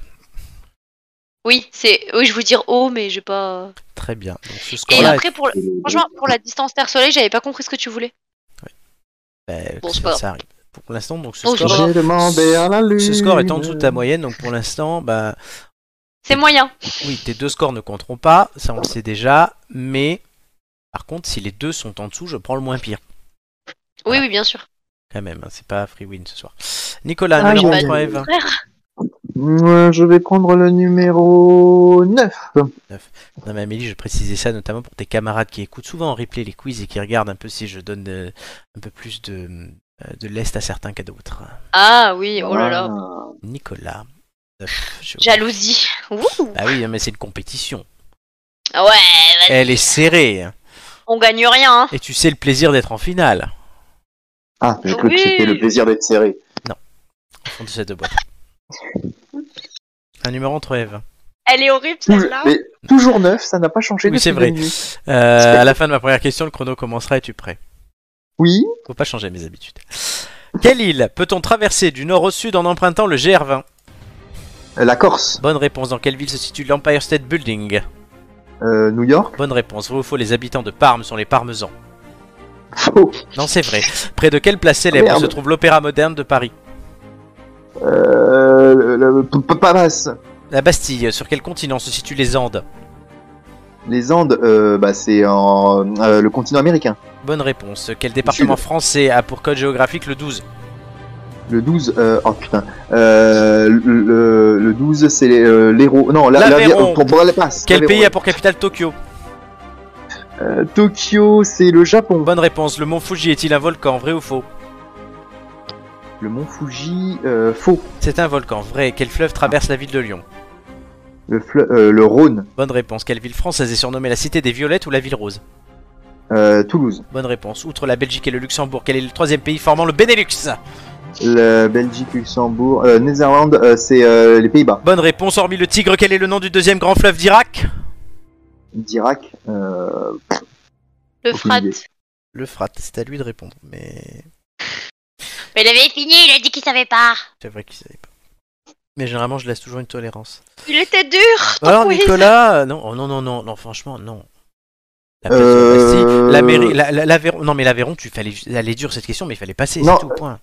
[SPEAKER 3] Oui, c'est. Oui, je voulais dire haut, mais j'ai pas.
[SPEAKER 1] Très bien. Donc, ce
[SPEAKER 3] Et
[SPEAKER 1] score-là,
[SPEAKER 3] après, pour le- franchement, pour la distance Terre-Soleil, j'avais pas compris ce que tu voulais.
[SPEAKER 1] bah,
[SPEAKER 3] bon,
[SPEAKER 1] ça-
[SPEAKER 3] c'est pas grave.
[SPEAKER 1] ça arrive. Pour l'instant, donc ce
[SPEAKER 3] Oh,
[SPEAKER 1] score,
[SPEAKER 3] j'ai
[SPEAKER 2] demandé à la lune.
[SPEAKER 1] ce score est en dessous de ta moyenne, donc pour l'instant, bah,
[SPEAKER 3] C'est moyen.
[SPEAKER 1] Oui, tes deux scores ne compteront pas, ça on le sait déjà, mais par contre, si les deux sont en dessous, je prends le moins pire,
[SPEAKER 3] Oui, oui, bien sûr.
[SPEAKER 1] quand même, hein, c'est pas free win ce soir. Nicolas,
[SPEAKER 2] Ah,
[SPEAKER 1] numéro
[SPEAKER 2] j'ai pas
[SPEAKER 1] 3
[SPEAKER 2] dit.
[SPEAKER 1] Eve.
[SPEAKER 2] Euh, Je vais prendre le numéro 9.
[SPEAKER 1] Non mais Amélie, je précisais ça notamment pour tes camarades qui écoutent souvent en replay les quiz et qui regardent un peu si je donne euh, un peu plus de, euh, de lest à certains qu'à d'autres.
[SPEAKER 3] Ah oui, oh là là.
[SPEAKER 2] Ah.
[SPEAKER 1] Nicolas. neuf, je-
[SPEAKER 3] Jalousie. Ouh.
[SPEAKER 1] Bah oui, hein, mais c'est une compétition.
[SPEAKER 3] Ah Ouais, vas-y,
[SPEAKER 1] Elle est serrée. hein.
[SPEAKER 3] on gagne rien. hein.
[SPEAKER 1] Et tu sais le plaisir d'être en finale.
[SPEAKER 2] Ah, j'ai cru que
[SPEAKER 3] Oui.
[SPEAKER 2] c'était le plaisir d'être serré.
[SPEAKER 1] Au fond de cette boîte. Un numéro entre Eve.
[SPEAKER 3] Elle est horrible celle-là.
[SPEAKER 2] Mais toujours 9, ça n'a pas changé
[SPEAKER 1] Oui,
[SPEAKER 2] depuis
[SPEAKER 1] c'est vrai.
[SPEAKER 2] 2008.
[SPEAKER 1] Euh, à la fin de ma première question, le chrono commencera. Es-tu prêt
[SPEAKER 2] Oui,
[SPEAKER 1] Faut pas changer mes habitudes. Quelle île peut-on traverser du nord au sud en empruntant le GR20
[SPEAKER 2] euh, la Corse,
[SPEAKER 1] Bonne réponse. Dans quelle ville se situe l'Empire State Building
[SPEAKER 2] euh, New York,
[SPEAKER 1] Bonne réponse. Vrai ou faux Les habitants de Parme sont les Parmesans.
[SPEAKER 2] faux.
[SPEAKER 1] Non, c'est vrai. Près de quelle place célèbre
[SPEAKER 2] Merde.
[SPEAKER 1] se trouve l'Opéra moderne de Paris
[SPEAKER 2] Euh, le- le- p- p- Pavas,
[SPEAKER 1] La Bastille. Sur quel continent se situent les Andes
[SPEAKER 2] les Andes, euh, bah, c'est en, euh, le continent américain.
[SPEAKER 1] Bonne réponse. Quel département français a pour code géographique le 12
[SPEAKER 2] Le 12, euh, oh putain, euh, le- le, le 12 c'est les- euh, l'Hérault, non, la, la,
[SPEAKER 1] L'Aveyron.
[SPEAKER 2] euh, pour- pour la passe.
[SPEAKER 1] Quel
[SPEAKER 2] l'Aveyron,
[SPEAKER 1] pays a pour capitale Tokyo
[SPEAKER 2] euh, Tokyo, c'est le Japon.
[SPEAKER 1] Bonne réponse. Le mont Fuji est-il un volcan Vrai ou faux
[SPEAKER 2] Le mont Fuji, euh, faux.
[SPEAKER 1] C'est un volcan. Vrai. Quel fleuve traverse la ville de Lyon
[SPEAKER 2] Le, fle- euh, le Rhône,
[SPEAKER 1] Bonne réponse. Quelle ville française est surnommée la cité des violettes ou la ville rose
[SPEAKER 2] euh, Toulouse,
[SPEAKER 1] Bonne réponse. Outre la Belgique et le Luxembourg, quel est le troisième pays formant le Benelux
[SPEAKER 2] le Belgique, Luxembourg, euh, Netherlands, euh, c'est euh, les Pays-Bas.
[SPEAKER 1] Bonne réponse. Hormis le Tigre, quel est le nom du deuxième grand fleuve d'Irak
[SPEAKER 2] d'Irak. Euh,
[SPEAKER 3] Le
[SPEAKER 2] aucune
[SPEAKER 3] frat.
[SPEAKER 2] idée.
[SPEAKER 1] Le Frat. C'est à lui de répondre, mais
[SPEAKER 3] Mais il avait fini, il a dit qu'il savait pas.
[SPEAKER 1] c'est vrai qu'il savait pas. Mais généralement, je laisse toujours une tolérance.
[SPEAKER 3] Il était dur. ton
[SPEAKER 1] Alors
[SPEAKER 3] quiz.
[SPEAKER 1] Nicolas, euh, non, oh, non, non, non, non, franchement, non. La place de
[SPEAKER 2] Euh,
[SPEAKER 1] Bastille, la mairie- la- la- l'Aveyron, non mais l'Aveyron, tu fallait ju- elle est dure cette question, mais il fallait passer, c'est
[SPEAKER 2] Non,
[SPEAKER 1] tout point.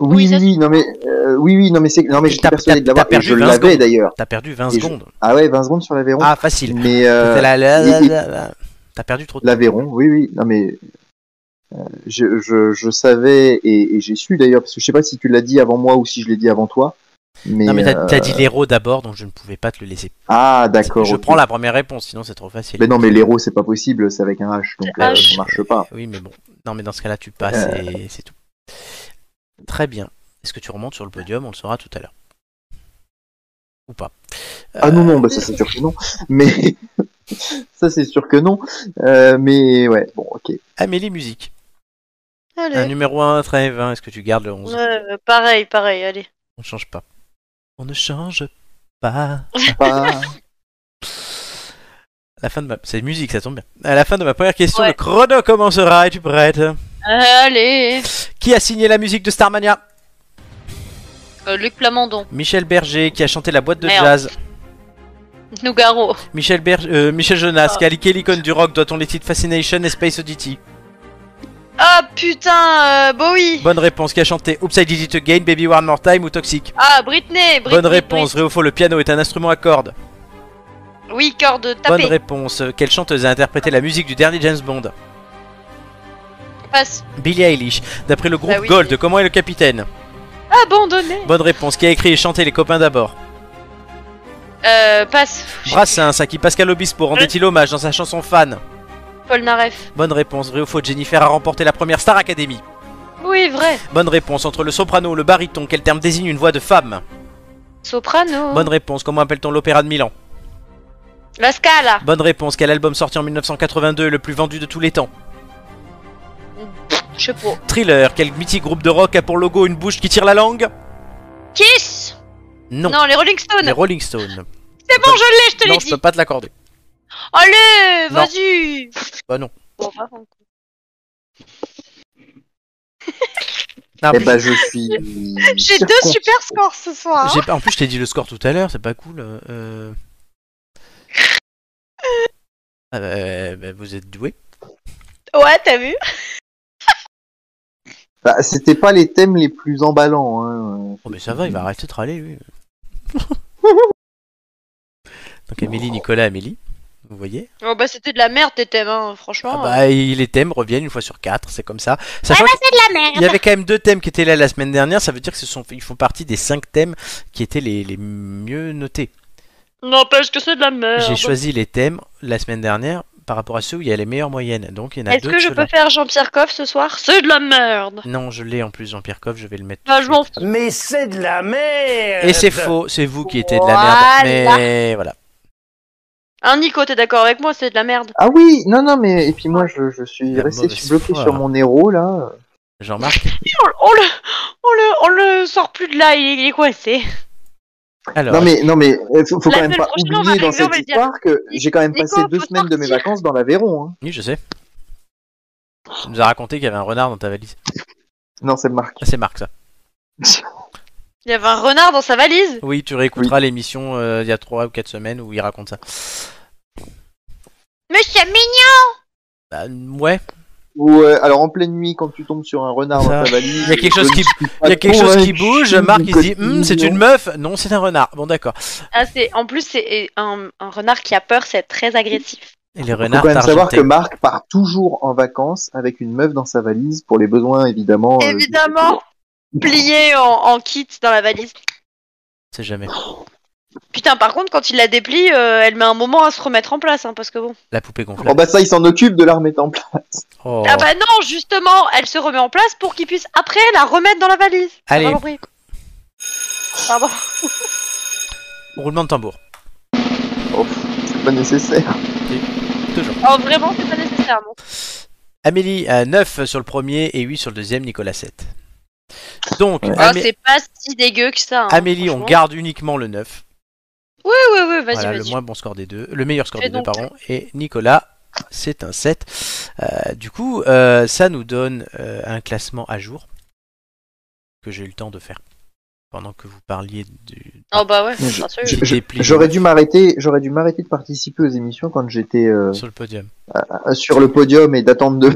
[SPEAKER 2] oui,
[SPEAKER 3] Oui, ça-
[SPEAKER 2] oui, non mais, euh, oui, oui, non mais c'est, non mais je suis
[SPEAKER 1] T'as-
[SPEAKER 2] persuadé
[SPEAKER 1] t'as-
[SPEAKER 2] de l'avoir
[SPEAKER 1] t'as
[SPEAKER 2] et
[SPEAKER 1] perdu
[SPEAKER 2] je
[SPEAKER 1] 20
[SPEAKER 2] l'avais
[SPEAKER 1] secondes.
[SPEAKER 2] d'ailleurs.
[SPEAKER 1] T'as perdu 20
[SPEAKER 2] Et je-
[SPEAKER 1] secondes.
[SPEAKER 2] Ah ouais, 20 secondes sur l'Aveyron.
[SPEAKER 1] Ah facile.
[SPEAKER 2] mais euh,
[SPEAKER 1] C'était la- la- la-
[SPEAKER 2] et- et-
[SPEAKER 1] la- la- T'as perdu trop. de temps.
[SPEAKER 2] l'Aveyron, oui, oui, non mais. euh, Je, je, je savais et, et j'ai su d'ailleurs parce que je sais pas si tu l'as dit avant moi ou si je l'ai dit avant toi. Mais,
[SPEAKER 1] Non mais t'as
[SPEAKER 2] euh,
[SPEAKER 1] t'as dit l'héros d'abord, donc je ne pouvais pas te le laisser.
[SPEAKER 2] ah d'accord.
[SPEAKER 1] Je
[SPEAKER 2] ok.
[SPEAKER 1] prends la première réponse, sinon c'est trop facile.
[SPEAKER 2] Mais non mais l'héros c'est pas possible, c'est avec un H donc
[SPEAKER 3] Le
[SPEAKER 2] euh,
[SPEAKER 3] H.
[SPEAKER 2] ça marche pas.
[SPEAKER 1] Eh Oui, mais bon. Non, mais dans ce cas-là, tu passes
[SPEAKER 2] Euh.
[SPEAKER 1] et c'est tout. Très bien. Est-ce que tu remontes sur le podium On le saura tout à l'heure. Ou pas. Euh,
[SPEAKER 2] Ah non, non, bah ça c'est sûr que non. Mais ça c'est sûr que non. Euh, mais ouais, bon, ok.
[SPEAKER 1] Amélie Musique.
[SPEAKER 3] Allez.
[SPEAKER 1] Un numéro 1, trêve 1. Est-ce que tu gardes le 11
[SPEAKER 3] Ouais, euh, pareil, pareil, allez.
[SPEAKER 1] On ne change pas. On ne change pas.
[SPEAKER 2] Pas-
[SPEAKER 1] La fin de ma... C'est musique, ça tombe bien. À la fin de ma première question,
[SPEAKER 3] Ouais.
[SPEAKER 1] le chrono commencera. Es-tu prête
[SPEAKER 3] Allez.
[SPEAKER 1] Qui a signé la musique de Starmania
[SPEAKER 3] Euh, Luc Plamondon,
[SPEAKER 1] Michel Berger, qui a chanté la boîte de
[SPEAKER 3] Merde.
[SPEAKER 1] jazz.
[SPEAKER 3] Nougaro,
[SPEAKER 1] Michel, Berger, euh, Michel Jonas,
[SPEAKER 3] Ah.
[SPEAKER 1] qui a liqué l'icône du rock, doit-on les titres Fascination et Space Oddity
[SPEAKER 3] Ah putain, euh, Bowie.
[SPEAKER 1] Bonne réponse qui a chanté Oops I Did It Again, Baby One More Time ou Toxic.
[SPEAKER 3] Ah, Britney, Britney.
[SPEAKER 1] Bonne réponse, vrai ou faux, le piano est un instrument à cordes.
[SPEAKER 3] Britney. Oui, corde
[SPEAKER 1] Bonne
[SPEAKER 3] tapée.
[SPEAKER 1] réponse, euh, quelle chanteuse a interprété la musique du dernier James Bond
[SPEAKER 3] Passe.
[SPEAKER 1] Billie Eilish. D'après le groupe
[SPEAKER 3] Bah oui.
[SPEAKER 1] Gold, comment est le capitaine
[SPEAKER 3] Abandonné.
[SPEAKER 1] Bonne réponse, qui a écrit et chanté Les copains d'abord
[SPEAKER 3] Euh, passe.
[SPEAKER 1] Brassens, à qui Pascal Obispo rendait-il
[SPEAKER 3] Euh.
[SPEAKER 1] hommage dans sa chanson Fan
[SPEAKER 3] Paul Naref.
[SPEAKER 1] Bonne réponse, vrai ou faux, Jennifer a remporté la première Star Academy.
[SPEAKER 3] Oui, vrai.
[SPEAKER 1] Bonne réponse, entre le soprano et le baryton, quel terme désigne une voix de femme
[SPEAKER 3] Soprano.
[SPEAKER 1] Bonne réponse, comment appelle-t-on l'opéra de Milan
[SPEAKER 3] La Scala.
[SPEAKER 1] Bonne réponse, quel album sorti en 1982 est le plus vendu de tous les temps
[SPEAKER 3] Je sais pas.
[SPEAKER 1] Thriller, quel mythique groupe de rock a pour logo une bouche qui tire la langue
[SPEAKER 3] Kiss.
[SPEAKER 1] Non,
[SPEAKER 3] les Rolling Stones.
[SPEAKER 1] les Rolling Stones.
[SPEAKER 3] C'est bon, je l'ai, je te l'ai
[SPEAKER 1] Non, je
[SPEAKER 3] dit.
[SPEAKER 1] peux pas te l'accorder.
[SPEAKER 3] Allez,
[SPEAKER 1] Non.
[SPEAKER 3] vas-y. bah,
[SPEAKER 1] Bah non.
[SPEAKER 3] Bon, bah, bon.
[SPEAKER 1] Non, en
[SPEAKER 2] Eh
[SPEAKER 1] plus,
[SPEAKER 2] ben, je suis.
[SPEAKER 3] J'ai deux
[SPEAKER 2] circon-
[SPEAKER 3] super scores ce soir. hein.
[SPEAKER 1] j'ai pas- en plus, je t'ai dit le score tout à l'heure, c'est pas cool. euh. Ah bah, euh, bah, vous êtes doué.
[SPEAKER 3] Ouais, t'as vu
[SPEAKER 2] Bah, C'était pas les thèmes les plus emballants. Hein.
[SPEAKER 1] Oh, mais ça va, il va arrêter de râler, lui. Donc, Amélie, Nicolas, Amélie, vous voyez
[SPEAKER 3] Oh bah c'était de la merde tes thèmes, hein,
[SPEAKER 1] Ah
[SPEAKER 3] franchement.
[SPEAKER 1] bah, il- les thèmes reviennent une fois sur quatre, c'est comme ça. Sachant
[SPEAKER 3] Ah bah, c'est de la
[SPEAKER 1] qu'il y avait quand même deux thèmes qui étaient là la semaine dernière, ça veut dire que ce sont, ils font partie des cinq thèmes qui étaient les, les mieux notés.
[SPEAKER 3] N'empêche que c'est de la merde.
[SPEAKER 1] J'ai choisi les thèmes la semaine dernière par rapport à ceux où il y a les meilleures moyennes, donc il y en a
[SPEAKER 3] Est-ce
[SPEAKER 1] deux.
[SPEAKER 3] que
[SPEAKER 1] de
[SPEAKER 3] je
[SPEAKER 1] ceux-là.
[SPEAKER 3] peux faire Jean-Pierre Coff ce soir C'est de la merde.
[SPEAKER 1] Non, je l'ai en plus, Jean-Pierre Coff, je vais le mettre. tout
[SPEAKER 3] Bah
[SPEAKER 1] de
[SPEAKER 3] je m'en
[SPEAKER 1] suite.
[SPEAKER 3] fous.
[SPEAKER 4] Mais c'est de la merde
[SPEAKER 1] Et c'est faux, c'est vous qui étiez de la merde.
[SPEAKER 3] Voilà.
[SPEAKER 1] Mais voilà.
[SPEAKER 3] Hein Nico, t'es d'accord avec moi, c'est de la merde.
[SPEAKER 2] Ah oui, non, non, mais. Et puis moi, je, je suis
[SPEAKER 1] La
[SPEAKER 2] resté
[SPEAKER 1] mauvaise
[SPEAKER 2] bloqué
[SPEAKER 1] foi.
[SPEAKER 2] sur mon héros, là.
[SPEAKER 1] Jean-Marc
[SPEAKER 3] On, on Oh, le, on, le, on le sort plus de là, il est, il est coincé.
[SPEAKER 1] Alors,
[SPEAKER 2] Non, mais, non, mais euh, faut, faut
[SPEAKER 3] La
[SPEAKER 2] quand même
[SPEAKER 3] semaine
[SPEAKER 2] pas
[SPEAKER 3] prochaine, on va
[SPEAKER 2] oublier dans
[SPEAKER 3] arriver, on
[SPEAKER 2] cette
[SPEAKER 3] va dire,
[SPEAKER 2] histoire que j'ai quand même
[SPEAKER 3] Nico,
[SPEAKER 2] passé deux
[SPEAKER 3] faut
[SPEAKER 2] semaines de mes
[SPEAKER 3] sortir.
[SPEAKER 2] vacances dans l'Aveyron. Hein.
[SPEAKER 1] oui, je sais. Tu nous as raconté qu'il y avait un renard dans ta valise.
[SPEAKER 2] Non, c'est Marc.
[SPEAKER 1] Ah, c'est Marc, ça.
[SPEAKER 3] Il y avait un renard dans sa valise.
[SPEAKER 1] Oui, tu réécouteras l'émission euh, il y a 3 ou 4 semaines où il raconte ça.
[SPEAKER 3] Mais c'est mignon
[SPEAKER 1] Bah, ouais,
[SPEAKER 2] Ou euh, alors en pleine nuit, quand tu tombes sur un renard
[SPEAKER 1] Ça.
[SPEAKER 2] dans ta valise.
[SPEAKER 1] il y a quelque chose qui,
[SPEAKER 2] Bah,
[SPEAKER 1] il y a quelque chose qui bouge. Marc, il se dit Hum, c'est une meuf. Non, c'est un renard. Bon, d'accord.
[SPEAKER 3] ah, c'est- En plus, c'est un, un renard qui a peur, c'est très agressif.
[SPEAKER 1] Et les
[SPEAKER 2] Il faut
[SPEAKER 1] renards
[SPEAKER 2] quand même savoir
[SPEAKER 1] t'argentés.
[SPEAKER 2] que Marc part toujours en vacances avec une meuf dans sa valise pour les besoins
[SPEAKER 1] Oh,
[SPEAKER 2] évidemment. euh,
[SPEAKER 3] Évidemment, plié en, en kit dans la valise.
[SPEAKER 1] C'est jamais.
[SPEAKER 3] Putain, par contre, quand il la déplie, euh, elle met un moment à se remettre en place, hein, parce que bon.
[SPEAKER 1] La poupée
[SPEAKER 2] Oh
[SPEAKER 1] gonflable.
[SPEAKER 2] bah ça, il s'en occupe de la remettre en place.
[SPEAKER 1] Oh.
[SPEAKER 3] Ah bah non, justement, elle se remet en place pour qu'il puisse après la remettre dans la valise. T'as
[SPEAKER 1] Allez.
[SPEAKER 3] pas compris. Pardon.
[SPEAKER 1] Roulement de tambour.
[SPEAKER 2] Oh, c'est pas nécessaire.
[SPEAKER 3] Oh, vraiment, c'est pas nécessaire. non.
[SPEAKER 1] Amélie, à 9 sur le premier et 8 sur le deuxième, Nicolas 7. Donc,
[SPEAKER 2] Ouais.
[SPEAKER 3] Ah,
[SPEAKER 1] Amé-
[SPEAKER 3] c'est pas si dégueu que ça. hein,
[SPEAKER 1] Amélie, on
[SPEAKER 3] franchement.
[SPEAKER 1] garde uniquement le 9.
[SPEAKER 3] Oui, oui, oui, vas-y,
[SPEAKER 1] Voilà, le
[SPEAKER 3] vas-y.
[SPEAKER 1] moins bon score des deux. Le meilleur score
[SPEAKER 3] Fais
[SPEAKER 1] des deux,
[SPEAKER 3] donc.
[SPEAKER 1] pardon. Et Nicolas, c'est un 7. Euh, du coup, euh, ça nous donne euh, un classement à jour que j'ai eu le temps de faire pendant que vous parliez du.
[SPEAKER 3] Oh bah ouais,
[SPEAKER 2] Je-
[SPEAKER 3] bien sûr.
[SPEAKER 1] je-
[SPEAKER 2] Je-
[SPEAKER 1] déplie.
[SPEAKER 2] J'aurais dû m'arrêter, j'aurais dû m'arrêter de participer aux émissions quand j'étais euh,
[SPEAKER 1] Sur le podium.
[SPEAKER 2] sur le podium et d'attendre de.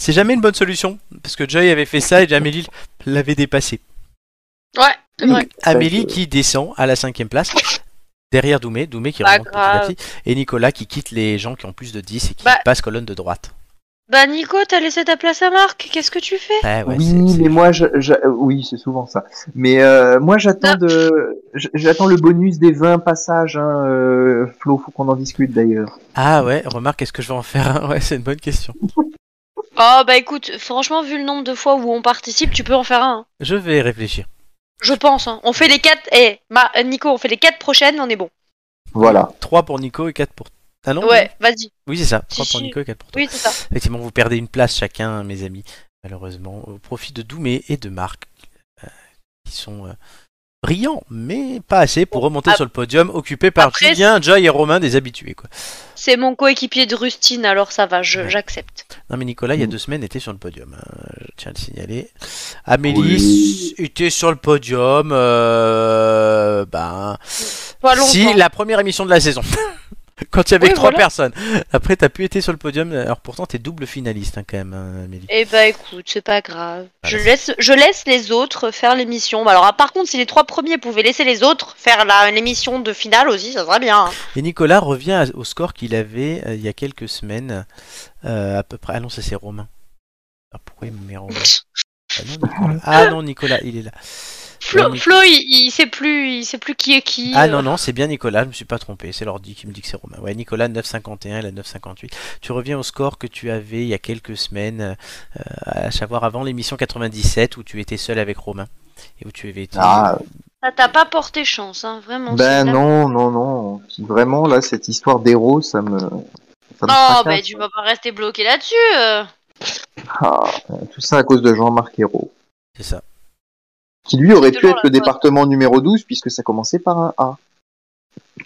[SPEAKER 1] C'est jamais une bonne solution parce que Joy avait fait ça et Amélie l'avait dépassé.
[SPEAKER 3] Ouais, c'est vrai.
[SPEAKER 1] Amélie
[SPEAKER 2] euh,
[SPEAKER 1] qui descend à la cinquième place derrière Doumé, Doumé qui
[SPEAKER 3] Pas
[SPEAKER 1] remonte petit à
[SPEAKER 3] grave.
[SPEAKER 1] petit et Nicolas qui quitte les gens qui ont plus de 10 et qui
[SPEAKER 3] Bah.
[SPEAKER 1] passe colonne de droite.
[SPEAKER 3] Bah Nico, t'as laissé ta place à Marc, qu'est-ce que tu fais
[SPEAKER 1] Ah ouais,
[SPEAKER 2] oui,
[SPEAKER 1] c'est- c'est-
[SPEAKER 2] mais moi, je, je- euh, oui, c'est souvent ça. Mais euh, moi, j'attends de, j- j'attends le bonus des 20 passages. Hein, euh, Flo, faut qu'on en discute d'ailleurs.
[SPEAKER 1] Ah ouais, remarque, est-ce que je vais en faire un Ouais, c'est une bonne question.
[SPEAKER 3] Oh bah écoute, franchement, vu le nombre de fois où on participe, tu peux en faire un. hein.
[SPEAKER 1] Je vais réfléchir.
[SPEAKER 3] Je pense, hein. On fait les quatre... Eh, Ma- euh, Nico, on fait les quatre prochaines, on est bon.
[SPEAKER 2] Voilà.
[SPEAKER 1] 3 pour Nico et 4 pour. Ah non
[SPEAKER 3] Ouais, vas-y.
[SPEAKER 1] Oui, c'est ça. 3
[SPEAKER 3] Si,
[SPEAKER 1] pour
[SPEAKER 3] si.
[SPEAKER 1] Nico et 4 pour toi.
[SPEAKER 3] Oui, c'est ça.
[SPEAKER 1] Effectivement, vous perdez une place chacun, mes amis, malheureusement, au profit de Doumé et de Marc, euh, qui sont euh, brillants, mais pas assez pour remonter
[SPEAKER 3] ap-
[SPEAKER 1] sur le podium, occupé par
[SPEAKER 3] après,
[SPEAKER 1] Julien, Joy et Romain, des habitués. Quoi.
[SPEAKER 3] C'est mon coéquipier de Rustine, alors ça va, je- j'accepte.
[SPEAKER 1] Non, mais Nicolas, il y a
[SPEAKER 2] Mm.
[SPEAKER 1] deux semaines, était sur le podium. hein, Je tiens à le signaler. Amélie
[SPEAKER 2] Oui.
[SPEAKER 1] s- était sur le podium. euh, ben,
[SPEAKER 3] Pas longtemps.
[SPEAKER 1] Si, la première émission de la saison. Quand il y avait
[SPEAKER 3] Oui,
[SPEAKER 1] que trois
[SPEAKER 3] voilà.
[SPEAKER 1] personnes. Après, t'as pu être sur le podium. Alors pourtant, t'es double finaliste hein, quand même, hein, Amélie.
[SPEAKER 3] Eh bah écoute, c'est pas grave.
[SPEAKER 1] Voilà.
[SPEAKER 3] Je laisse, je laisse les autres faire l'émission. Bah alors ah, par contre, si les trois premiers pouvaient laisser les autres faire la l'émission de finale aussi, ça serait bien. hein.
[SPEAKER 1] Et Nicolas revient à- au score qu'il avait euh, il y a quelques semaines. euh, à peu près. Ah non, ça c'est Romain. Ah, pourquoi il me met Romain ah non, Nicolas. Ah non, Nicolas, il est là.
[SPEAKER 3] Flo,
[SPEAKER 1] Non, Nic-
[SPEAKER 3] Flo, il, il sait plus, il sait plus qui est qui.
[SPEAKER 1] Ah
[SPEAKER 3] euh.
[SPEAKER 1] non, non, c'est bien Nicolas, je me suis pas trompé. C'est l'ordi qui me dit que c'est Romain. Ouais, Nicolas, 9,51, il a 9,58. Tu reviens au score que tu avais il y a quelques semaines, euh, à savoir avant l'émission 97 où tu étais seul avec Romain. Et où tu avais été.
[SPEAKER 2] Ah,
[SPEAKER 3] Ça t'a pas porté chance, hein, vraiment. c'est
[SPEAKER 2] ben
[SPEAKER 3] la-
[SPEAKER 2] non, non, non. Puis vraiment, là, cette histoire d'héros, ça me. Ça me
[SPEAKER 3] Non,
[SPEAKER 2] fracasse.
[SPEAKER 3] bah tu vas pas rester bloqué là-dessus. euh.
[SPEAKER 2] Ah, tout ça à cause de Jean-Marc Hérault,
[SPEAKER 1] C'est ça.
[SPEAKER 2] qui lui aurait pu
[SPEAKER 3] Toujours
[SPEAKER 2] être le
[SPEAKER 3] la faute.
[SPEAKER 2] département numéro 12 puisque ça commençait par un A.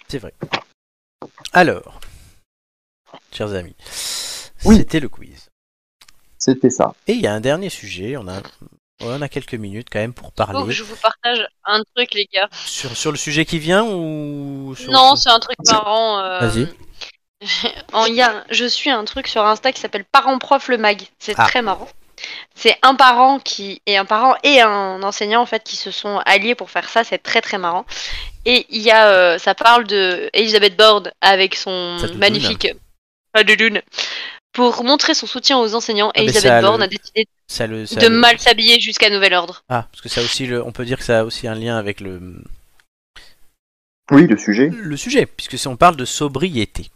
[SPEAKER 1] C'est vrai. Alors, chers amis,
[SPEAKER 2] Oui.
[SPEAKER 1] c'était le quiz.
[SPEAKER 2] C'était ça.
[SPEAKER 1] Et il y a un dernier sujet, on a on a quelques minutes quand même pour
[SPEAKER 3] Faut que
[SPEAKER 1] parler.
[SPEAKER 3] je vous partage un truc, les gars.
[SPEAKER 1] Sur, sur le sujet qui vient ou sur
[SPEAKER 3] Non,
[SPEAKER 1] sur-
[SPEAKER 3] c'est un truc marrant. euh,
[SPEAKER 1] Vas-y.
[SPEAKER 3] en- il y a- je suis un truc sur Insta qui s'appelle Parents Prof le Mag. C'est
[SPEAKER 1] Ah.
[SPEAKER 3] très marrant. C'est un parent qui et un parent et un enseignant en fait qui se sont alliés pour faire ça. C'est très très marrant. Et il y a, euh, ça parle de Elisabeth Borne avec son
[SPEAKER 1] Sa doudoune.
[SPEAKER 3] magnifique sa doudoune. pour montrer son soutien aux enseignants.
[SPEAKER 1] Ah, mais ça,
[SPEAKER 3] Elisabeth Borne
[SPEAKER 1] le-
[SPEAKER 3] a décidé
[SPEAKER 1] ça le- ça
[SPEAKER 3] de
[SPEAKER 1] le-
[SPEAKER 3] mal s'habiller jusqu'à nouvel ordre.
[SPEAKER 1] Ah, parce que ça aussi, le- on peut dire que ça a aussi un lien avec le,
[SPEAKER 2] Oui, le sujet.
[SPEAKER 3] Mm.
[SPEAKER 1] le sujet, puisque si on parle de sobriété.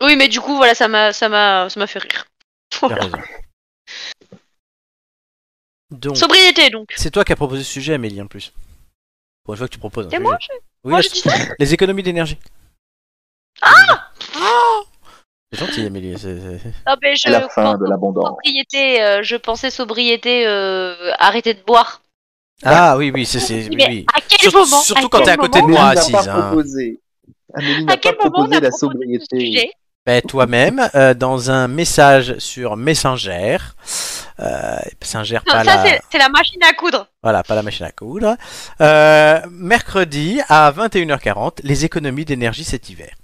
[SPEAKER 3] Oui, mais du coup voilà, ça m'a ça m'a ça m'a fait rire. Oh.
[SPEAKER 1] T'as raison. Donc,
[SPEAKER 3] Sobriété donc.
[SPEAKER 1] c'est toi qui as proposé ce sujet, Amélie, en plus. Pour une fois que tu proposes. un
[SPEAKER 3] C'est
[SPEAKER 1] sujet.
[SPEAKER 3] moi, je-
[SPEAKER 1] Oui,
[SPEAKER 3] moi
[SPEAKER 1] la-
[SPEAKER 3] je dis ça.
[SPEAKER 1] Les économies d'énergie. Ah C'est gentil, Amélie. c'est- c'est-
[SPEAKER 3] Non, mais je
[SPEAKER 2] la fin
[SPEAKER 3] pense
[SPEAKER 2] de
[SPEAKER 3] aux
[SPEAKER 2] l'abondance.
[SPEAKER 3] sobriété, euh, je pensais sobriété, euh, arrêter de boire.
[SPEAKER 1] Ah oui, oui, c'est. c'est- oui,
[SPEAKER 3] Mais
[SPEAKER 1] oui.
[SPEAKER 3] à quel
[SPEAKER 1] Sur-
[SPEAKER 3] moment
[SPEAKER 1] surtout quand
[SPEAKER 3] quel
[SPEAKER 1] t'es à côté de
[SPEAKER 3] moment-
[SPEAKER 1] moi,
[SPEAKER 2] Amélie n'a
[SPEAKER 1] assise,
[SPEAKER 2] pas
[SPEAKER 1] hein.
[SPEAKER 2] proposé. Amélie
[SPEAKER 3] À
[SPEAKER 2] n'a pas
[SPEAKER 3] quel moment on
[SPEAKER 2] proposé
[SPEAKER 3] a
[SPEAKER 2] la
[SPEAKER 3] proposé ce
[SPEAKER 2] sobriété.
[SPEAKER 3] sujet
[SPEAKER 1] Ben, Toi-même, euh, dans un message sur Messenger. Euh, Messenger, pas
[SPEAKER 3] Non, Ça,
[SPEAKER 1] la-
[SPEAKER 3] c'est- c'est la machine à coudre.
[SPEAKER 1] Voilà, pas la machine à coudre. Euh, mercredi à 21h40, les économies d'énergie cet hiver.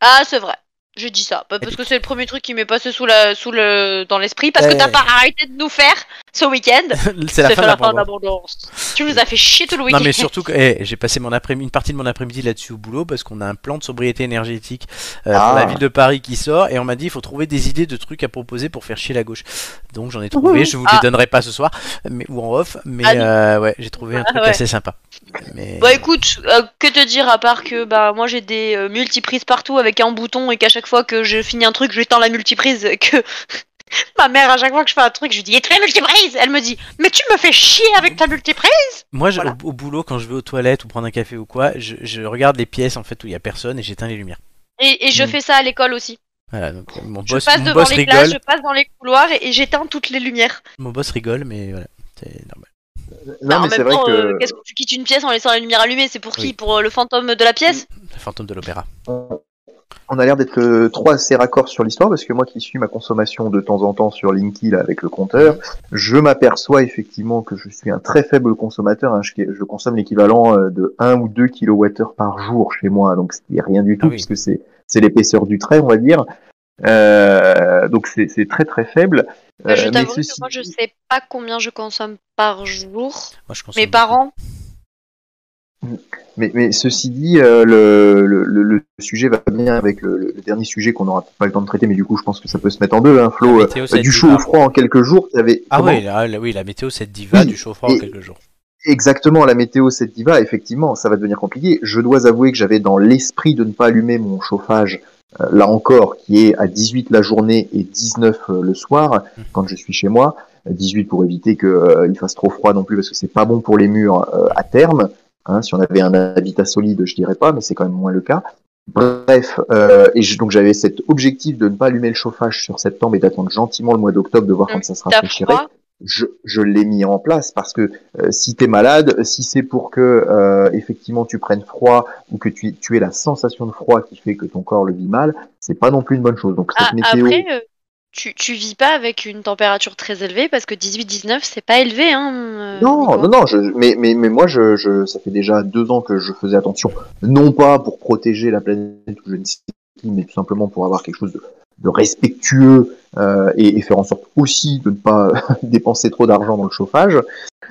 [SPEAKER 3] Ah, c'est vrai. Je dis ça, pas parce
[SPEAKER 1] puis-
[SPEAKER 3] que c'est le premier truc qui m'est passé sous la, sous le, dans l'esprit, parce que
[SPEAKER 1] Eh.
[SPEAKER 3] t'as pas arrêté de nous faire ce week-end.
[SPEAKER 1] C'est la
[SPEAKER 3] C'est
[SPEAKER 1] fin de
[SPEAKER 3] la fin de
[SPEAKER 1] l'abondance.
[SPEAKER 3] l'abondance. Tu nous as fait chier tout le week-end.
[SPEAKER 1] Non mais surtout que eh, j'ai passé mon après une partie de mon après-midi là-dessus au boulot parce qu'on a un plan de sobriété énergétique euh, pour
[SPEAKER 2] Ah.
[SPEAKER 1] la ville de Paris qui sort et on m'a dit il faut trouver des idées de trucs à proposer pour faire chier la gauche. Donc j'en ai trouvé, je vous les
[SPEAKER 3] Ah.
[SPEAKER 1] donnerai pas ce soir mais ou en off mais
[SPEAKER 3] Ah non.
[SPEAKER 1] euh, ouais, j'ai trouvé un truc
[SPEAKER 3] ouais.
[SPEAKER 1] assez sympa. Mais
[SPEAKER 3] Bah écoute, euh, que te dire à part que bah moi j'ai des euh, multiprises partout avec un bouton et qu'à chaque fois que je finis un truc, j'éteins la multiprise et que ma mère à chaque fois que je fais un truc, je lui dis éteins la multiprise, elle me dit "Mais tu me fais chier avec ta multiprise."
[SPEAKER 1] moi je-
[SPEAKER 3] voilà.
[SPEAKER 1] au, au boulot quand je vais aux toilettes ou prendre un café ou quoi, je, je regarde les pièces en fait où il y a personne et j'éteins les lumières.
[SPEAKER 3] Et, et je
[SPEAKER 2] Mm.
[SPEAKER 3] fais ça à l'école aussi.
[SPEAKER 1] Voilà, donc euh, mon
[SPEAKER 3] Je
[SPEAKER 1] boss,
[SPEAKER 3] passe
[SPEAKER 1] mon
[SPEAKER 3] devant
[SPEAKER 1] boss
[SPEAKER 3] les
[SPEAKER 1] rigole,
[SPEAKER 3] classes, je passe dans les couloirs et, et j'éteins toutes les lumières.
[SPEAKER 1] mon boss rigole mais voilà, c'est normal.
[SPEAKER 2] Non,
[SPEAKER 3] Bah,
[SPEAKER 2] mais
[SPEAKER 3] en
[SPEAKER 2] c'est
[SPEAKER 3] même
[SPEAKER 2] vrai
[SPEAKER 3] temps, euh,
[SPEAKER 2] que
[SPEAKER 3] qu'est-ce que tu quittes une pièce en laissant la lumière allumée, c'est pour qui
[SPEAKER 1] Oui. Mm.
[SPEAKER 3] Pour euh, le fantôme de la pièce
[SPEAKER 1] Le fantôme de l'opéra.
[SPEAKER 2] on a l'air d'être euh, trois assez raccords sur l'histoire parce que moi qui suis ma consommation de temps en temps sur Linky là, avec le
[SPEAKER 3] Mm.
[SPEAKER 2] compteur, je m'aperçois effectivement que je suis un très faible consommateur. hein. Je, je consomme l'équivalent euh, de 1 ou 2 kWh par jour chez moi, donc c'est rien du tout
[SPEAKER 1] Ah oui.
[SPEAKER 2] puisque c'est c'est l'épaisseur du trait, on va dire. Euh, donc c'est c'est très très faible.
[SPEAKER 3] Bah, Je
[SPEAKER 2] Euh,
[SPEAKER 3] t'avoue que
[SPEAKER 2] ceci
[SPEAKER 3] moi je
[SPEAKER 2] dit-
[SPEAKER 3] sais pas combien je consomme par jour.
[SPEAKER 1] Moi je consomme
[SPEAKER 3] Mes
[SPEAKER 1] beaucoup.
[SPEAKER 3] parents
[SPEAKER 2] Mais, mais ceci dit, euh, le, le, le- le sujet va bien avec le, le- le dernier sujet qu'on n'aura pas le temps de traiter, mais du coup, je pense que ça peut se mettre en deux, hein, Flo.
[SPEAKER 1] La
[SPEAKER 2] euh,
[SPEAKER 1] météo, Ah ça
[SPEAKER 2] du
[SPEAKER 1] dit
[SPEAKER 2] chaud
[SPEAKER 1] pas.
[SPEAKER 2] au froid en quelques jours, tu avais
[SPEAKER 1] Ah
[SPEAKER 2] comment-
[SPEAKER 1] oui, la, la- oui, la météo, c'est diva
[SPEAKER 2] Oui,
[SPEAKER 1] du chaud-froid en
[SPEAKER 2] et-
[SPEAKER 1] quelques jours.
[SPEAKER 2] exactement la météo cette diva. Effectivement, ça va devenir compliqué. Je dois avouer que j'avais dans l'esprit de ne pas allumer mon chauffage. euh, Là encore, qui est à 18 la journée et 19 euh, le soir, quand je suis chez moi, 18 pour éviter que euh, il fasse trop froid non plus parce que c'est pas bon pour les murs euh, à terme. hein. si on avait un habitat solide, je dirais pas, mais c'est quand même moins le cas. Bref, euh, et je- donc j'avais cet objectif de ne pas allumer le chauffage sur septembre et d'attendre gentiment le mois d'octobre de voir
[SPEAKER 3] Non,
[SPEAKER 2] quand ça se
[SPEAKER 3] t'as
[SPEAKER 2] rafraîchirait.
[SPEAKER 3] froid
[SPEAKER 2] Je, je l'ai mis en place parce que euh, si t'es malade, si c'est pour que euh, effectivement tu prennes froid ou que tu, tu aies la sensation de froid qui fait que ton corps le vit mal, c'est pas non plus une bonne chose. Donc cette
[SPEAKER 3] Ah,
[SPEAKER 2] météo,
[SPEAKER 3] Après, euh, tu, tu vis pas avec une température très élevée parce que 18-19, c'est pas élevé. Hein, euh,
[SPEAKER 2] Non,
[SPEAKER 3] Nico.
[SPEAKER 2] non, non, je, mais, mais, mais moi, je, je, ça fait déjà deux ans que je faisais attention, non pas pour protéger la planète ou je ne sais qui, mais tout simplement pour avoir quelque chose de, de respectueux euh, et, et faire en sorte aussi de ne pas dépenser trop d'argent dans le chauffage.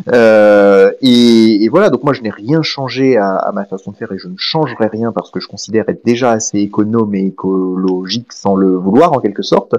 [SPEAKER 2] Euh, et, et voilà, donc moi je n'ai rien changé à, à ma façon de faire et je ne changerai rien parce que je considère être déjà assez économe et écologique sans le vouloir en quelque sorte.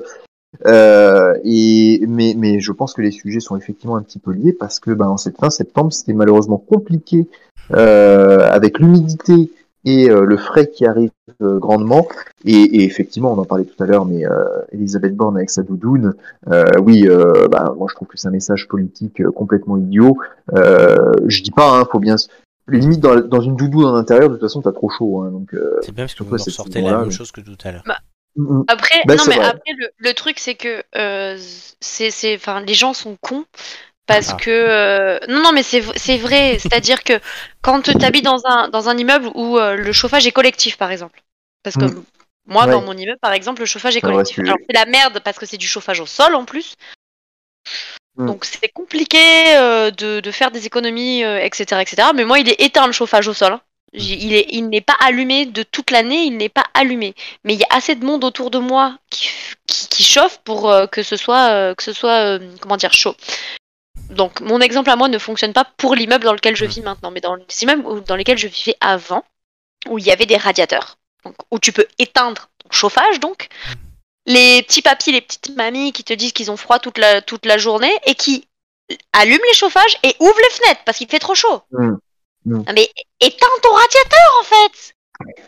[SPEAKER 2] Euh, et mais, mais je pense que les sujets sont effectivement un petit peu liés parce que ben, en cette fin septembre c'était malheureusement compliqué euh, avec l'humidité et euh, le frais qui arrive euh, grandement et, et effectivement on en parlait tout à l'heure mais euh, Elisabeth Borne avec sa doudoune euh, oui euh, ben, moi je trouve que c'est un message politique euh, complètement idiot euh, je dis pas hein, faut bien se- limite dans, dans une doudoune à l'intérieur de toute façon t'as trop chaud hein, donc euh,
[SPEAKER 1] C'est bien parce que
[SPEAKER 2] surtout
[SPEAKER 1] vous
[SPEAKER 2] à
[SPEAKER 1] nous
[SPEAKER 2] cette
[SPEAKER 1] ressortez la
[SPEAKER 2] saison-là,
[SPEAKER 1] même
[SPEAKER 2] mais-
[SPEAKER 1] chose que tout à l'heure.
[SPEAKER 3] Après,
[SPEAKER 2] Ben,
[SPEAKER 3] non,
[SPEAKER 2] c'est
[SPEAKER 3] mais
[SPEAKER 2] vrai.
[SPEAKER 3] après le, le truc, c'est que euh, c'est, c'est, enfin, les gens sont cons. Parce
[SPEAKER 1] Ah.
[SPEAKER 3] que euh, non non mais c'est v- c'est vrai c'est-à-dire que quand tu habites dans un dans un immeuble où euh, le chauffage est collectif par exemple parce que moi
[SPEAKER 2] Mm.
[SPEAKER 3] dans
[SPEAKER 2] Ouais.
[SPEAKER 3] mon immeuble par exemple le chauffage est
[SPEAKER 2] C'est un vrai
[SPEAKER 3] collectif
[SPEAKER 2] sujet.
[SPEAKER 3] alors c'est la merde parce que c'est du chauffage au sol en plus
[SPEAKER 2] Mm.
[SPEAKER 3] Donc c'est compliqué euh, de, de faire des économies, euh, etc., etc. Mais moi, il est éteint le chauffage au sol. hein. J'ai- Il est, il n'est pas allumé de toute l'année, il n'est pas allumé. Mais il y a assez de monde autour de moi qui, f- qui, qui chauffe pour euh, que ce soit, euh, que ce soit, euh, comment dire, chaud. Donc mon exemple à moi ne fonctionne pas pour l'immeuble dans lequel je vis maintenant, mais dans les immeubles où- dans lesquels je vivais avant, où il y avait des radiateurs, donc, où tu peux éteindre ton chauffage donc. Les petits papis, les petites mamies qui te disent qu'ils ont froid toute la, toute la journée et qui allument les chauffages et ouvrent les fenêtres parce qu'il fait trop chaud.
[SPEAKER 2] Mm. Mm.
[SPEAKER 3] Non, Mais éteins ton radiateur en fait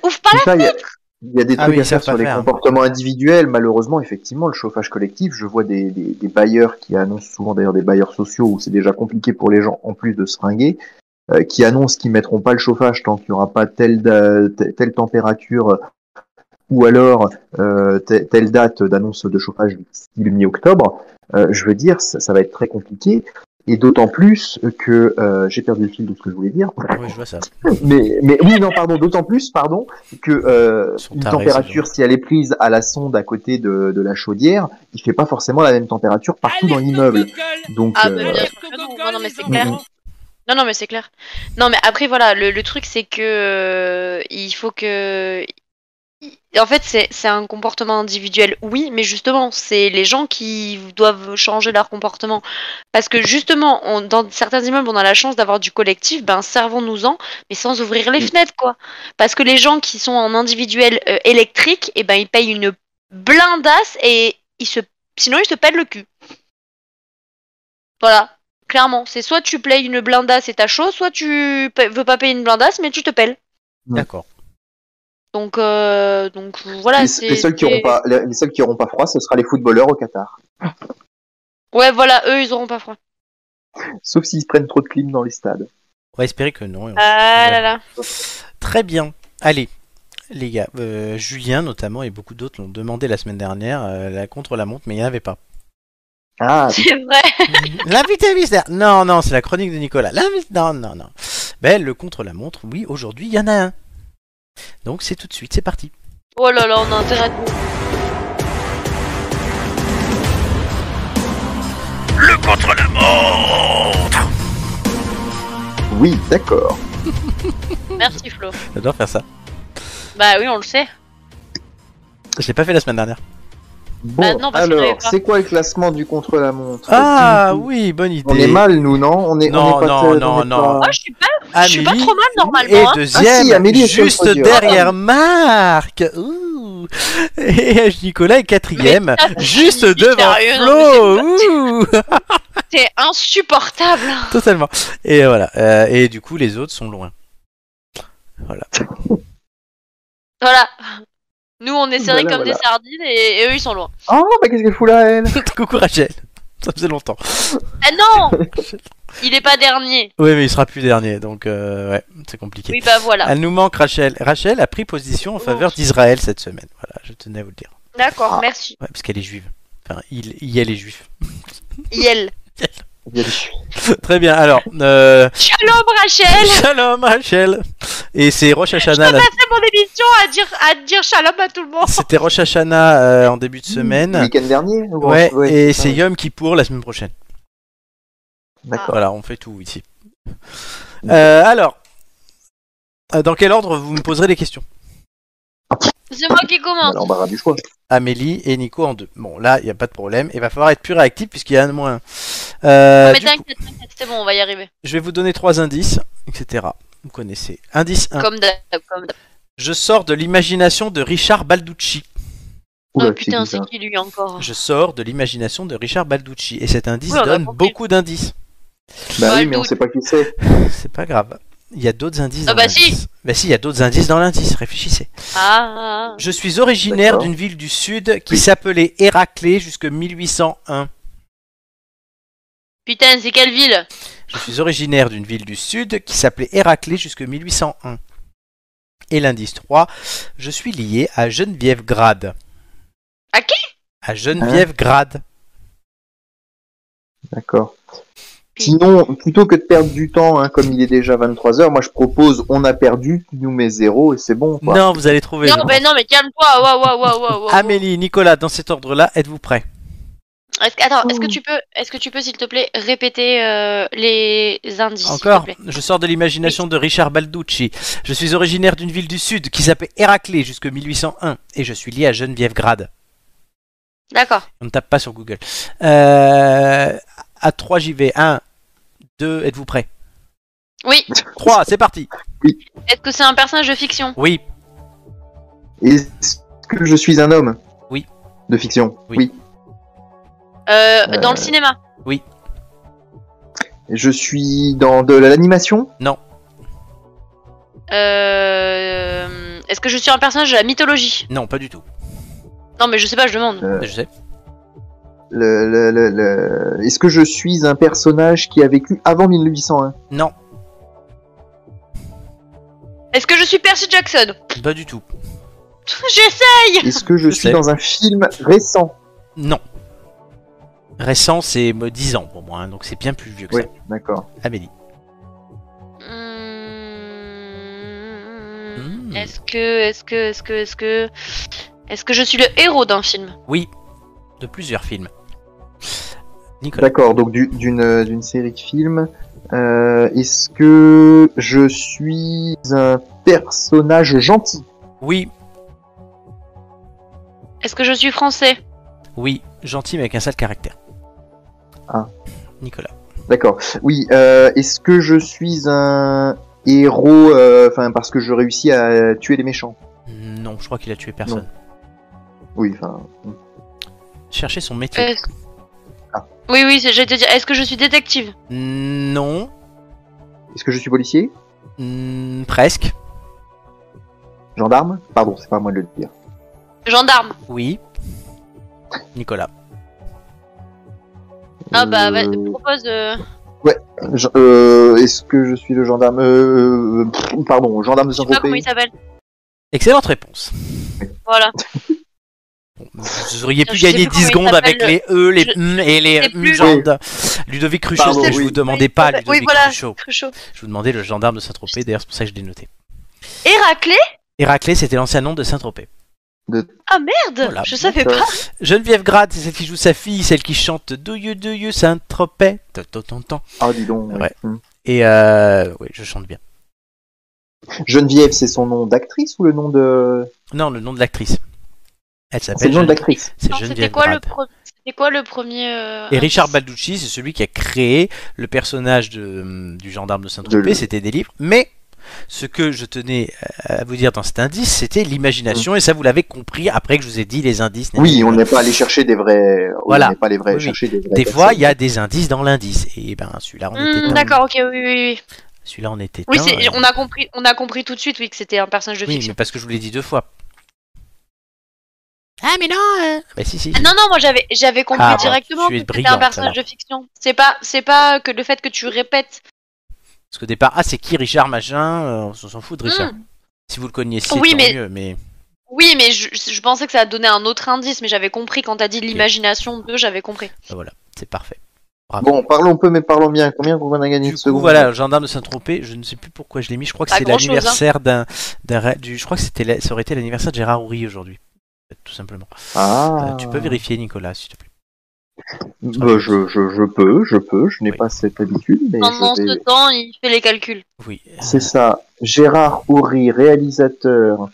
[SPEAKER 3] Ouvre pas la
[SPEAKER 2] Ça, il y a- il y a des
[SPEAKER 1] Ah
[SPEAKER 2] trucs
[SPEAKER 1] oui,
[SPEAKER 2] à
[SPEAKER 1] ils savent
[SPEAKER 2] faire
[SPEAKER 1] pas
[SPEAKER 2] sur les
[SPEAKER 1] faire.
[SPEAKER 2] comportements individuels. Malheureusement, effectivement, le chauffage collectif, je vois des, des, des bailleurs qui annoncent souvent d'ailleurs des bailleurs sociaux où c'est déjà compliqué pour les gens en plus de se fringuer, euh, qui annoncent qu'ils mettront pas le chauffage tant qu'il n'y aura pas telle, da- te- telle température euh, ou alors euh, te- telle date d'annonce de chauffage style mi-octobre. Euh, je veux dire, ça, ça va être très compliqué. Et d'autant plus que euh, j'ai perdu le fil de ce que je voulais dire.
[SPEAKER 1] Oui, Ah je vois ça.
[SPEAKER 2] Mais, mais oui, non, pardon, d'autant plus, pardon, que euh,
[SPEAKER 1] Ils sont
[SPEAKER 2] une
[SPEAKER 1] tarés,
[SPEAKER 2] température, si elle est prise à la sonde à côté de, de la chaudière, il fait pas forcément la même température partout dans l'immeuble. Donc,
[SPEAKER 3] Ah,
[SPEAKER 2] euh,
[SPEAKER 3] mais bien sûr que non. Non, non, mais c'est clair. Non, non, mais c'est clair. Non, mais après, voilà, le, le truc, c'est que euh, il faut que. il- En fait, c'est c'est un comportement individuel, oui, mais justement, c'est les gens qui doivent changer leur comportement. Parce que justement, on, dans certains immeubles, on a la chance d'avoir du collectif, ben servons-nous-en, mais sans ouvrir les
[SPEAKER 2] Mm.
[SPEAKER 3] fenêtres, quoi. Parce que les gens qui sont en individuel euh, électrique, et ben ils payent une blindasse et ils se... sinon ils se pèlent le cul. Voilà, clairement. C'est soit tu payes une blindasse et t'as chaud, soit tu pa- veux pas payer une blindasse mais tu te pèles.
[SPEAKER 1] D'accord.
[SPEAKER 3] Donc, euh, donc voilà.
[SPEAKER 2] les,
[SPEAKER 3] c'est-
[SPEAKER 2] les seuls qui
[SPEAKER 3] c'est-
[SPEAKER 2] auront pas, les, les seuls qui auront pas froid, ce sera les footballeurs au Qatar.
[SPEAKER 3] Ouais, voilà, eux ils auront pas froid.
[SPEAKER 2] Sauf s'ils se prennent trop de clim dans les stades.
[SPEAKER 1] On va espérer que non. et on-
[SPEAKER 3] Ah là là.
[SPEAKER 1] Très bien. Allez, les gars. euh, Julien, notamment, et beaucoup d'autres l'ont demandé la semaine dernière, euh, la contre-la-montre, mais il n'y en avait pas.
[SPEAKER 2] Ah,
[SPEAKER 3] C'est vrai.
[SPEAKER 1] L'invité mystère. Non, non, c'est la chronique de Nicolas. L'invité. Non, non, non. Ben, le contre-la-montre, oui, aujourd'hui, il y en a un. Donc, c'est tout de suite, c'est parti.
[SPEAKER 3] Oh là là, on a intérêt de.
[SPEAKER 2] oui, d'accord.
[SPEAKER 3] Merci Flo.
[SPEAKER 1] J'adore faire ça.
[SPEAKER 3] Bah oui, on le sait.
[SPEAKER 1] Je l'ai pas fait la semaine dernière.
[SPEAKER 2] Bon,
[SPEAKER 3] Bah non, parce que j'avais
[SPEAKER 2] alors,
[SPEAKER 3] pas.
[SPEAKER 2] c'est quoi le classement du contre-la-montre
[SPEAKER 1] Ah
[SPEAKER 2] Du-
[SPEAKER 1] oui, bonne idée.
[SPEAKER 2] On est mal, nous, non On est,
[SPEAKER 1] Non,
[SPEAKER 2] on est pas
[SPEAKER 1] non, non,
[SPEAKER 2] on est
[SPEAKER 1] non.
[SPEAKER 2] pas-
[SPEAKER 3] Moi je suis pas, je suis pas
[SPEAKER 1] Amélie
[SPEAKER 3] trop mal normalement.
[SPEAKER 1] Et
[SPEAKER 3] hein.
[SPEAKER 1] deuxième,
[SPEAKER 2] Ah si, Amélie est sur le
[SPEAKER 1] juste
[SPEAKER 2] podium.
[SPEAKER 1] derrière Marc. Ouh. Et Nicolas est quatrième,
[SPEAKER 3] Mais putain,
[SPEAKER 1] juste
[SPEAKER 3] je suis
[SPEAKER 1] devant
[SPEAKER 3] sérieux,
[SPEAKER 1] Flo.
[SPEAKER 3] non,
[SPEAKER 1] Ouh.
[SPEAKER 3] C'est insupportable.
[SPEAKER 1] Totalement. Et voilà. euh, et du coup, les autres sont loin.
[SPEAKER 3] Voilà. Nous on est serrés
[SPEAKER 2] Voilà,
[SPEAKER 3] comme des sardines et, et eux ils sont loin.
[SPEAKER 2] Oh, bah qu'est-ce qu'elle fout là, elle
[SPEAKER 1] Coucou Rachel. Ça faisait longtemps.
[SPEAKER 3] Ah non Il est pas dernier.
[SPEAKER 1] Oui, mais il sera plus dernier, donc euh, ouais, c'est compliqué.
[SPEAKER 3] Oui bah voilà.
[SPEAKER 1] Elle nous manque Rachel. Rachel a pris position en faveur d'Israël cette semaine. Voilà, je tenais à vous le dire.
[SPEAKER 2] Ah.
[SPEAKER 3] D'accord, merci.
[SPEAKER 1] Ouais, parce qu'elle est juive. Enfin, il, il elle est juif.
[SPEAKER 3] Yel.
[SPEAKER 2] Il y a des-
[SPEAKER 1] Très bien. Alors, euh,
[SPEAKER 3] Shalom Rachel
[SPEAKER 1] Shalom Rachel. Et c'est Rosh Hashanah la
[SPEAKER 3] C'est mon émission à dire, à dire shalom à tout le monde.
[SPEAKER 1] C'était Rosh Hashanah euh, en début de
[SPEAKER 2] Le
[SPEAKER 1] semaine.
[SPEAKER 2] week-end dernier ou- Ah.
[SPEAKER 1] Ouais, et
[SPEAKER 2] putain,
[SPEAKER 1] c'est Yom Kippour la semaine prochaine.
[SPEAKER 3] Ah.
[SPEAKER 2] D'accord.
[SPEAKER 1] Voilà, on fait tout ici. Euh, alors, euh, dans quel ordre vous me poserez les questions
[SPEAKER 3] C'est moi qui commence.
[SPEAKER 2] Voilà, L'embarras du choix.
[SPEAKER 1] Amélie et Nico en deux. Bon, là, il n'y a pas de problème. Il va falloir être plus réactif puisqu'il y a un de moins. Euh,
[SPEAKER 2] bah,
[SPEAKER 3] mais
[SPEAKER 1] du coup,
[SPEAKER 3] t'inquiète, t'inquiète, c'est bon, on va y arriver.
[SPEAKER 1] je vais vous donner trois indices, etc. Vous connaissez. Indice
[SPEAKER 2] Ah.
[SPEAKER 1] 1.
[SPEAKER 3] Comme d'hab, comme d'hab.
[SPEAKER 1] Je sors de l'imagination de Richard Balducci.
[SPEAKER 2] Oula,
[SPEAKER 3] oh putain,
[SPEAKER 2] Ah, c'est
[SPEAKER 3] c'est
[SPEAKER 2] bizarre.
[SPEAKER 3] qui lui encore
[SPEAKER 1] Je sors de l'imagination de Richard Balducci. Et cet indice
[SPEAKER 3] Oui, on a
[SPEAKER 1] donne
[SPEAKER 3] compris.
[SPEAKER 1] beaucoup d'indices.
[SPEAKER 2] Bah
[SPEAKER 3] Bah,
[SPEAKER 2] oui,
[SPEAKER 3] le
[SPEAKER 2] mais on
[SPEAKER 3] doute.
[SPEAKER 2] sait pas qui c'est.
[SPEAKER 1] C'est pas grave. Il y a d'autres indices
[SPEAKER 3] Ah
[SPEAKER 1] dans
[SPEAKER 3] bah si.
[SPEAKER 1] l'indice. Bah si, il y a d'autres indices dans l'indice, réfléchissez.
[SPEAKER 3] Ah, ah, ah.
[SPEAKER 1] Je suis originaire
[SPEAKER 2] D'accord.
[SPEAKER 1] d'une ville du sud qui s'appelait Héraclée jusqu'en 1801.
[SPEAKER 3] putain, c'est quelle ville
[SPEAKER 1] Je suis originaire d'une ville du sud qui s'appelait Héraclée jusqu'en 1801. Et l'indice 3, je suis lié à Geneviève Grade.
[SPEAKER 3] À qui
[SPEAKER 1] À
[SPEAKER 2] Hein
[SPEAKER 1] Geneviève Grade.
[SPEAKER 2] D'accord. Sinon, plutôt que de perdre du temps, hein, comme il est déjà 23h, moi je propose on a perdu, tu nous mets zéro et c'est bon. Quoi.
[SPEAKER 1] Non, vous allez trouver.
[SPEAKER 3] Non, ben
[SPEAKER 1] je
[SPEAKER 3] mais
[SPEAKER 1] pense.
[SPEAKER 2] Ah,
[SPEAKER 3] non, mais calme-toi. Waouh, waouh, waouh, waouh, waouh.
[SPEAKER 1] Amélie, Nicolas, dans cet ordre-là, êtes-vous prêts
[SPEAKER 3] Est-ce que- attends, est-ce que tu peux, est-ce que tu peux s'il te plaît répéter euh, les indices s'il te
[SPEAKER 1] Encore,
[SPEAKER 3] plaît
[SPEAKER 1] je sors de l'imagination de Richard Balducci. Je suis originaire d'une ville du sud qui s'appelait Héraclée jusque 1801 et je suis lié à Geneviève-Grade.
[SPEAKER 3] D'accord.
[SPEAKER 1] On ne tape pas sur Google. Euh, à 3, j'y vais. 1, 2, êtes-vous prêts
[SPEAKER 3] Oui.
[SPEAKER 1] 3, c'est parti
[SPEAKER 3] Est-ce que c'est un personnage de fiction
[SPEAKER 1] Oui,
[SPEAKER 2] Est-ce que je suis un homme
[SPEAKER 1] Oui.
[SPEAKER 2] De fiction
[SPEAKER 1] Oui.
[SPEAKER 3] Euh, dans le cinéma
[SPEAKER 2] Je suis dans de l'animation
[SPEAKER 3] Euh, Est-ce que je suis un personnage de la mythologie
[SPEAKER 1] non, pas du tout.
[SPEAKER 3] Non, mais je sais pas, je demande.
[SPEAKER 2] Euh.
[SPEAKER 1] Je sais.
[SPEAKER 2] le, le- le- le- Est-ce que je suis un personnage qui a vécu avant 1801
[SPEAKER 1] Non,
[SPEAKER 3] Est-ce que je suis Percy Jackson
[SPEAKER 1] pas du tout.
[SPEAKER 3] J'essaie
[SPEAKER 2] Est-ce que je
[SPEAKER 1] Je
[SPEAKER 2] suis
[SPEAKER 1] sais.
[SPEAKER 2] dans un film récent
[SPEAKER 1] Non. Récent, c'est euh, 10 ans pour moi, hein, donc c'est bien plus vieux que
[SPEAKER 2] Oui,
[SPEAKER 1] ça.
[SPEAKER 2] d'accord.
[SPEAKER 1] Amélie.
[SPEAKER 3] Hmm.
[SPEAKER 1] Hmm.
[SPEAKER 3] Est-ce que, est-ce que, est-ce que, est-ce que, est-ce que je suis le héros d'un film
[SPEAKER 1] De plusieurs films. Nicolas.
[SPEAKER 2] D'accord, donc du- d'une euh, d'une série de films. Euh, Est-ce que je suis un personnage gentil
[SPEAKER 1] Oui,
[SPEAKER 3] Est-ce que je suis français
[SPEAKER 1] oui, gentil mais avec un sale caractère.
[SPEAKER 2] Ah.
[SPEAKER 1] Nicolas.
[SPEAKER 2] D'accord. Oui. euh, Est-ce que je suis un héros euh, Enfin, parce que je réussis à tuer les méchants.
[SPEAKER 1] Non, je crois qu'il a tué personne.
[SPEAKER 2] Oui. Enfin.
[SPEAKER 1] Cherchez son métier.
[SPEAKER 3] Est-ce-
[SPEAKER 2] Ah.
[SPEAKER 3] Oui, oui, c'est- j'allais te dire. Est-ce que je suis détective
[SPEAKER 1] Non,
[SPEAKER 2] Est-ce que je suis policier
[SPEAKER 1] Hmm, presque.
[SPEAKER 2] Gendarme Pardon, c'est pas à moi de le dire.
[SPEAKER 3] Gendarme
[SPEAKER 1] Oui. Nicolas.
[SPEAKER 3] Ah bah, bah,
[SPEAKER 2] Euh,
[SPEAKER 3] propose. euh,
[SPEAKER 2] je- euh, Est-ce que je suis le gendarme euh, euh, pff, Pardon, gendarme de
[SPEAKER 3] je sais pas comment il
[SPEAKER 2] Saint-Tropez.
[SPEAKER 3] s'appelle.
[SPEAKER 1] Excellente réponse.
[SPEAKER 3] Voilà.
[SPEAKER 1] Bon, vous auriez pu
[SPEAKER 3] Je sais
[SPEAKER 1] gagner
[SPEAKER 3] plus
[SPEAKER 1] 10
[SPEAKER 3] comment il
[SPEAKER 1] secondes avec
[SPEAKER 3] s'appelle,
[SPEAKER 1] les E, les
[SPEAKER 3] je-
[SPEAKER 1] M et les
[SPEAKER 3] sais
[SPEAKER 1] M
[SPEAKER 3] plus.
[SPEAKER 1] gendarmes. Ludovic Cruchot,
[SPEAKER 2] Pardon,
[SPEAKER 1] je
[SPEAKER 2] oui.
[SPEAKER 1] vous demandais pas
[SPEAKER 3] Oui,
[SPEAKER 1] Ludovic
[SPEAKER 3] voilà.
[SPEAKER 1] Cruchot.
[SPEAKER 3] Cruchot.
[SPEAKER 1] Je vous demandais le gendarme de Saint-Tropez, d'ailleurs c'est pour ça que je l'ai noté.
[SPEAKER 3] Héraclé
[SPEAKER 1] Héraclée, c'était l'ancien nom de Saint-Tropez.
[SPEAKER 3] Ah merde
[SPEAKER 1] Voilà. Euh,
[SPEAKER 3] Je savais
[SPEAKER 2] Euh,
[SPEAKER 3] pas.
[SPEAKER 1] Geneviève Grade, c'est celle qui joue sa fille, celle qui chante Do you do you Saint-Tropez. Ta, ta, ta, ta.
[SPEAKER 2] Ah, dis donc.
[SPEAKER 1] Ouais.
[SPEAKER 2] Hmm.
[SPEAKER 1] Et euh, oui, je chante bien.
[SPEAKER 2] Geneviève, c'est son nom d'actrice ou le nom de
[SPEAKER 1] Non, le nom de l'actrice. Elle
[SPEAKER 2] C'est
[SPEAKER 1] s'appelle
[SPEAKER 2] le nom de
[SPEAKER 1] Geneviève-
[SPEAKER 2] l'actrice.
[SPEAKER 1] c'est
[SPEAKER 3] Alors, C'était
[SPEAKER 1] Geneviève
[SPEAKER 3] quoi, le
[SPEAKER 1] Grade.
[SPEAKER 3] pro- c'était quoi le premier euh,
[SPEAKER 1] Et Richard
[SPEAKER 3] indice
[SPEAKER 1] Balducci, c'est celui qui a créé le personnage de- hum, du gendarme de Saint-Tropez,
[SPEAKER 2] De-
[SPEAKER 1] c'était des livres. Mais ce que je tenais à vous dire dans cet indice, c'était l'imagination, et ça vous l'avez compris après que je vous ai dit les indices.
[SPEAKER 2] Mm. Oui, on n'est pas allé chercher des vrais.
[SPEAKER 1] Voilà.
[SPEAKER 2] On n'est pas allé vrais
[SPEAKER 1] Oui, oui.
[SPEAKER 2] chercher des vrais.
[SPEAKER 1] Des
[SPEAKER 2] personnes.
[SPEAKER 1] fois, il y a des indices dans l'indice. Et ben celui-là, on
[SPEAKER 3] Hmm,
[SPEAKER 1] était un.
[SPEAKER 3] D'accord, ok, oui, oui, oui.
[SPEAKER 1] Celui-là, on était
[SPEAKER 3] Oui,
[SPEAKER 1] un,
[SPEAKER 3] c'est-
[SPEAKER 1] et-
[SPEAKER 3] on a compris, on a compris tout de suite, oui, que c'était un personnage de
[SPEAKER 1] Oui,
[SPEAKER 3] fiction.
[SPEAKER 1] mais parce que je vous l'ai dit deux fois. Ah, mais non Bah, si, si.
[SPEAKER 3] Ah, Non, non, moi j'avais, j'avais compris
[SPEAKER 1] Ah, bah,
[SPEAKER 3] directement
[SPEAKER 1] tu es
[SPEAKER 3] que c'était un
[SPEAKER 1] brillante,
[SPEAKER 3] personnage de fiction. C'est pas, c'est pas que le fait que tu répètes.
[SPEAKER 1] Parce qu'au départ, ah, c'est qui Richard Machin Euh, On s'en fout de Richard.
[SPEAKER 3] Hmm.
[SPEAKER 1] Si vous le connaissiez,
[SPEAKER 3] Oui,
[SPEAKER 1] tant
[SPEAKER 3] mais-
[SPEAKER 1] mieux, mais.
[SPEAKER 3] Oui, mais je, je pensais que ça donnait un autre indice, mais j'avais compris quand t'as dit l'imagination de, j'avais compris.
[SPEAKER 1] bah, voilà, c'est parfait. Bravo.
[SPEAKER 2] Bon, parlons peu, mais parlons bien. Combien vous en avez gagné
[SPEAKER 1] Du
[SPEAKER 2] de
[SPEAKER 1] coup,
[SPEAKER 2] secondes
[SPEAKER 1] voilà, le gendarme de Saint-Tropez, je ne sais plus pourquoi je l'ai mis, je crois que
[SPEAKER 3] Pas
[SPEAKER 1] c'est
[SPEAKER 3] grand-chose, hein.
[SPEAKER 1] l'anniversaire d'un, d'un ra- du, je crois que c'était, la- ça aurait été l'anniversaire de Gérard Houry aujourd'hui, tout simplement.
[SPEAKER 2] Ah.
[SPEAKER 1] Euh, tu peux vérifier, Nicolas, s'il te plaît.
[SPEAKER 2] Bah, je, je, je peux, je peux. Je n'ai
[SPEAKER 1] Oui.
[SPEAKER 2] pas cette habitude, mais
[SPEAKER 3] Pendant
[SPEAKER 2] je
[SPEAKER 3] ce
[SPEAKER 2] vais.
[SPEAKER 3] temps, il fait les calculs.
[SPEAKER 1] Oui.
[SPEAKER 2] C'est ça. Gérard Houry, réalisateur,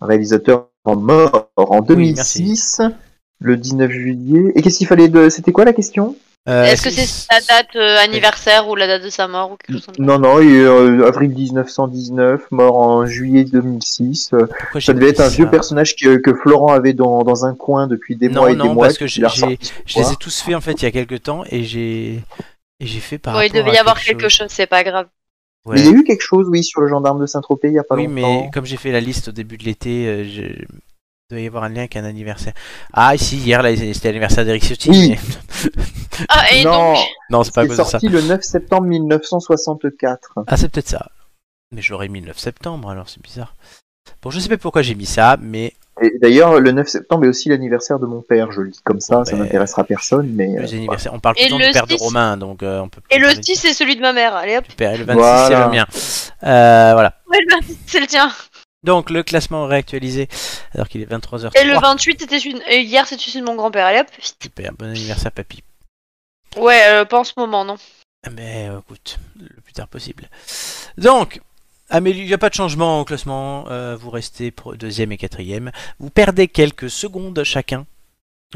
[SPEAKER 2] réalisateur en mort en 2006, le 19 juillet. Et qu'est-ce qu'il fallait de C'était quoi la question
[SPEAKER 1] Euh,
[SPEAKER 3] Est-ce que c'est la date euh, anniversaire ou la date de sa mort ou quelque chose comme ça
[SPEAKER 2] Non, non, il est, euh, avril 1919, mort en juillet 2006. euh,
[SPEAKER 1] pourquoi j'ai
[SPEAKER 2] Ça devait
[SPEAKER 1] mis
[SPEAKER 2] être un
[SPEAKER 1] ça
[SPEAKER 2] vieux personnage que, que Florent avait dans, dans un coin depuis des
[SPEAKER 1] Non,
[SPEAKER 2] mois et
[SPEAKER 1] non,
[SPEAKER 2] des mois.
[SPEAKER 1] parce que
[SPEAKER 2] qu'il a
[SPEAKER 1] j'ai-
[SPEAKER 2] ressorti ce
[SPEAKER 1] Je les
[SPEAKER 2] soir.
[SPEAKER 1] ai tous faits en fait il y a quelques temps et j'ai, et j'ai fait par
[SPEAKER 3] Bon, il
[SPEAKER 1] rapport
[SPEAKER 3] devait
[SPEAKER 1] à
[SPEAKER 3] y avoir quelque
[SPEAKER 1] chose.
[SPEAKER 3] chose, c'est pas grave.
[SPEAKER 1] Ouais.
[SPEAKER 2] Mais il y a eu quelque chose, oui, sur le gendarme de Saint-Tropez il n'y a pas
[SPEAKER 1] Oui,
[SPEAKER 2] longtemps.
[SPEAKER 1] mais comme j'ai fait la liste au début de l'été, euh, je... il doit y avoir un lien avec un anniversaire. Ah, ici, hier, là, c'était l'anniversaire d'Eric Ciotti.
[SPEAKER 2] Oui.
[SPEAKER 1] mais-
[SPEAKER 3] Ah, et
[SPEAKER 2] non,
[SPEAKER 3] donc,
[SPEAKER 1] Non, c'est pas à
[SPEAKER 2] c'est
[SPEAKER 1] cause de ça.
[SPEAKER 2] sorti le 9 septembre 1964.
[SPEAKER 1] Ah, c'est peut-être ça. Mais j'aurais mis le 9 septembre, alors c'est bizarre. Bon, je sais pas pourquoi j'ai mis ça, mais
[SPEAKER 2] Et d'ailleurs, le 9 septembre est aussi l'anniversaire de mon père. Je le dis comme ça, ça
[SPEAKER 1] Ben,
[SPEAKER 2] n'intéressera personne, mais. euh,
[SPEAKER 1] les anniversaires. On parle tout
[SPEAKER 3] Et
[SPEAKER 1] le temps
[SPEAKER 3] le
[SPEAKER 1] du père de
[SPEAKER 3] 6.
[SPEAKER 1] Romain, donc euh, on peut. pas
[SPEAKER 3] et le
[SPEAKER 1] parler du
[SPEAKER 3] 6, c'est celui de ma mère. Allez hop,
[SPEAKER 1] père. Et le 26,
[SPEAKER 2] Voilà.
[SPEAKER 1] c'est le mien. Euh, voilà.
[SPEAKER 3] Ouais, le 26, c'est le tien.
[SPEAKER 1] Donc le classement réactualisé, alors qu'il est 23h03.
[SPEAKER 3] Et le 28, c'était celui... et hier, c'était celui de mon grand-père. Allez hop, vite.
[SPEAKER 1] Super, bon anniversaire papy.
[SPEAKER 3] Ouais, euh, pas en ce moment, non.
[SPEAKER 1] Mais euh, écoute, le plus tard possible. Donc, Amélie, il n'y a pas de changement au classement. euh, vous restez pro- deuxième et quatrième. Vous perdez quelques secondes chacun.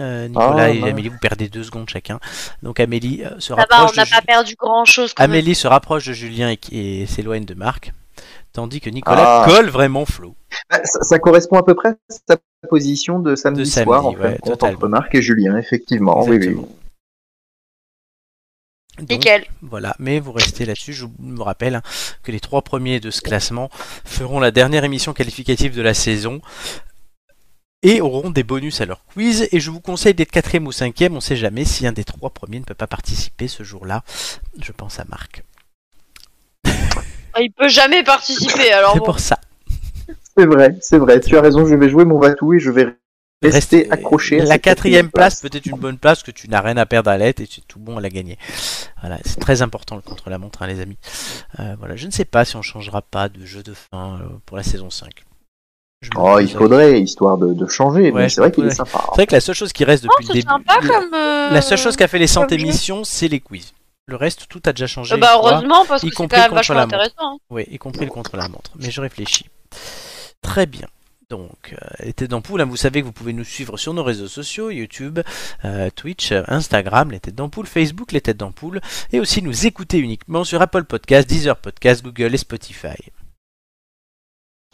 [SPEAKER 1] Euh, Nicolas
[SPEAKER 2] Ah,
[SPEAKER 1] et
[SPEAKER 2] mince.
[SPEAKER 1] Amélie, vous perdez deux secondes chacun. Donc Amélie euh, se
[SPEAKER 3] Ça va,
[SPEAKER 1] rapproche.
[SPEAKER 3] on n'a
[SPEAKER 1] de Ju-
[SPEAKER 3] pas perdu grand-chose. quand même.
[SPEAKER 1] Amélie se rapproche de Julien et, et s'éloigne de Marc, tandis que Nicolas
[SPEAKER 2] Ah.
[SPEAKER 1] colle vraiment Flo.
[SPEAKER 2] Bah, Ça, ça correspond à peu près à sa position de samedi,
[SPEAKER 1] De samedi,
[SPEAKER 2] soir, en
[SPEAKER 1] ouais,
[SPEAKER 2] fait, contre
[SPEAKER 1] totalement.
[SPEAKER 2] Marc et Julien, effectivement. Oui, oui.
[SPEAKER 1] Exactement. Donc,
[SPEAKER 3] Nickel.
[SPEAKER 1] Voilà, mais vous restez là-dessus. Je vous rappelle hein, que les trois premiers de ce classement feront la dernière émission qualificative de la saison et auront des bonus à leur quiz. Et je vous conseille d'être quatrième ou cinquième. On ne sait jamais si un des trois premiers ne peut pas participer ce jour-là. Je pense à Marc.
[SPEAKER 3] Il peut jamais participer, alors
[SPEAKER 1] C'est
[SPEAKER 3] bon.
[SPEAKER 1] pour ça.
[SPEAKER 2] C'est vrai, c'est vrai. Tu as raison, je vais jouer mon Vatou et je vais rester accroché à
[SPEAKER 1] La
[SPEAKER 2] cette
[SPEAKER 1] quatrième
[SPEAKER 2] quatrième
[SPEAKER 1] place,
[SPEAKER 2] place.
[SPEAKER 1] peut-être une bonne place que tu n'as rien à perdre à l'aide et tu es tout bon à la gagner. Voilà, c'est très important le contre-la-montre, hein, les amis. Euh, voilà, je ne sais pas si on changera pas de jeu de fin euh, pour la saison 5. Je me
[SPEAKER 2] Oh, il
[SPEAKER 1] pose-
[SPEAKER 2] faudrait, histoire de, de changer,
[SPEAKER 1] Ouais,
[SPEAKER 2] mais c'est vrai qu'il est
[SPEAKER 1] faudrait.
[SPEAKER 2] sympa.
[SPEAKER 1] C'est vrai que la seule chose qui reste depuis le
[SPEAKER 3] C'est
[SPEAKER 1] début,
[SPEAKER 3] sympa
[SPEAKER 1] la-
[SPEAKER 3] comme. euh,
[SPEAKER 1] la seule chose qu'a fait les 100
[SPEAKER 3] comme jeu.
[SPEAKER 1] émissions, c'est les quiz. Le reste, tout a déjà changé.
[SPEAKER 3] Euh, bah,
[SPEAKER 1] je crois.
[SPEAKER 3] heureusement, parce
[SPEAKER 1] y
[SPEAKER 3] que c'est
[SPEAKER 1] compris
[SPEAKER 3] quand même
[SPEAKER 1] contre
[SPEAKER 3] vachement
[SPEAKER 1] la montre.
[SPEAKER 3] intéressant. hein.
[SPEAKER 1] Oui, y compris le contre-la-montre. Mais je réfléchis. Très bien. Donc, euh, les têtes d'ampoule, hein, vous savez que vous pouvez nous suivre sur nos réseaux sociaux, YouTube, euh, Twitch, euh, Instagram, les têtes d'ampoule, Facebook, les têtes d'ampoule, et aussi nous écouter uniquement sur Apple Podcasts, Deezer Podcasts, Google et Spotify.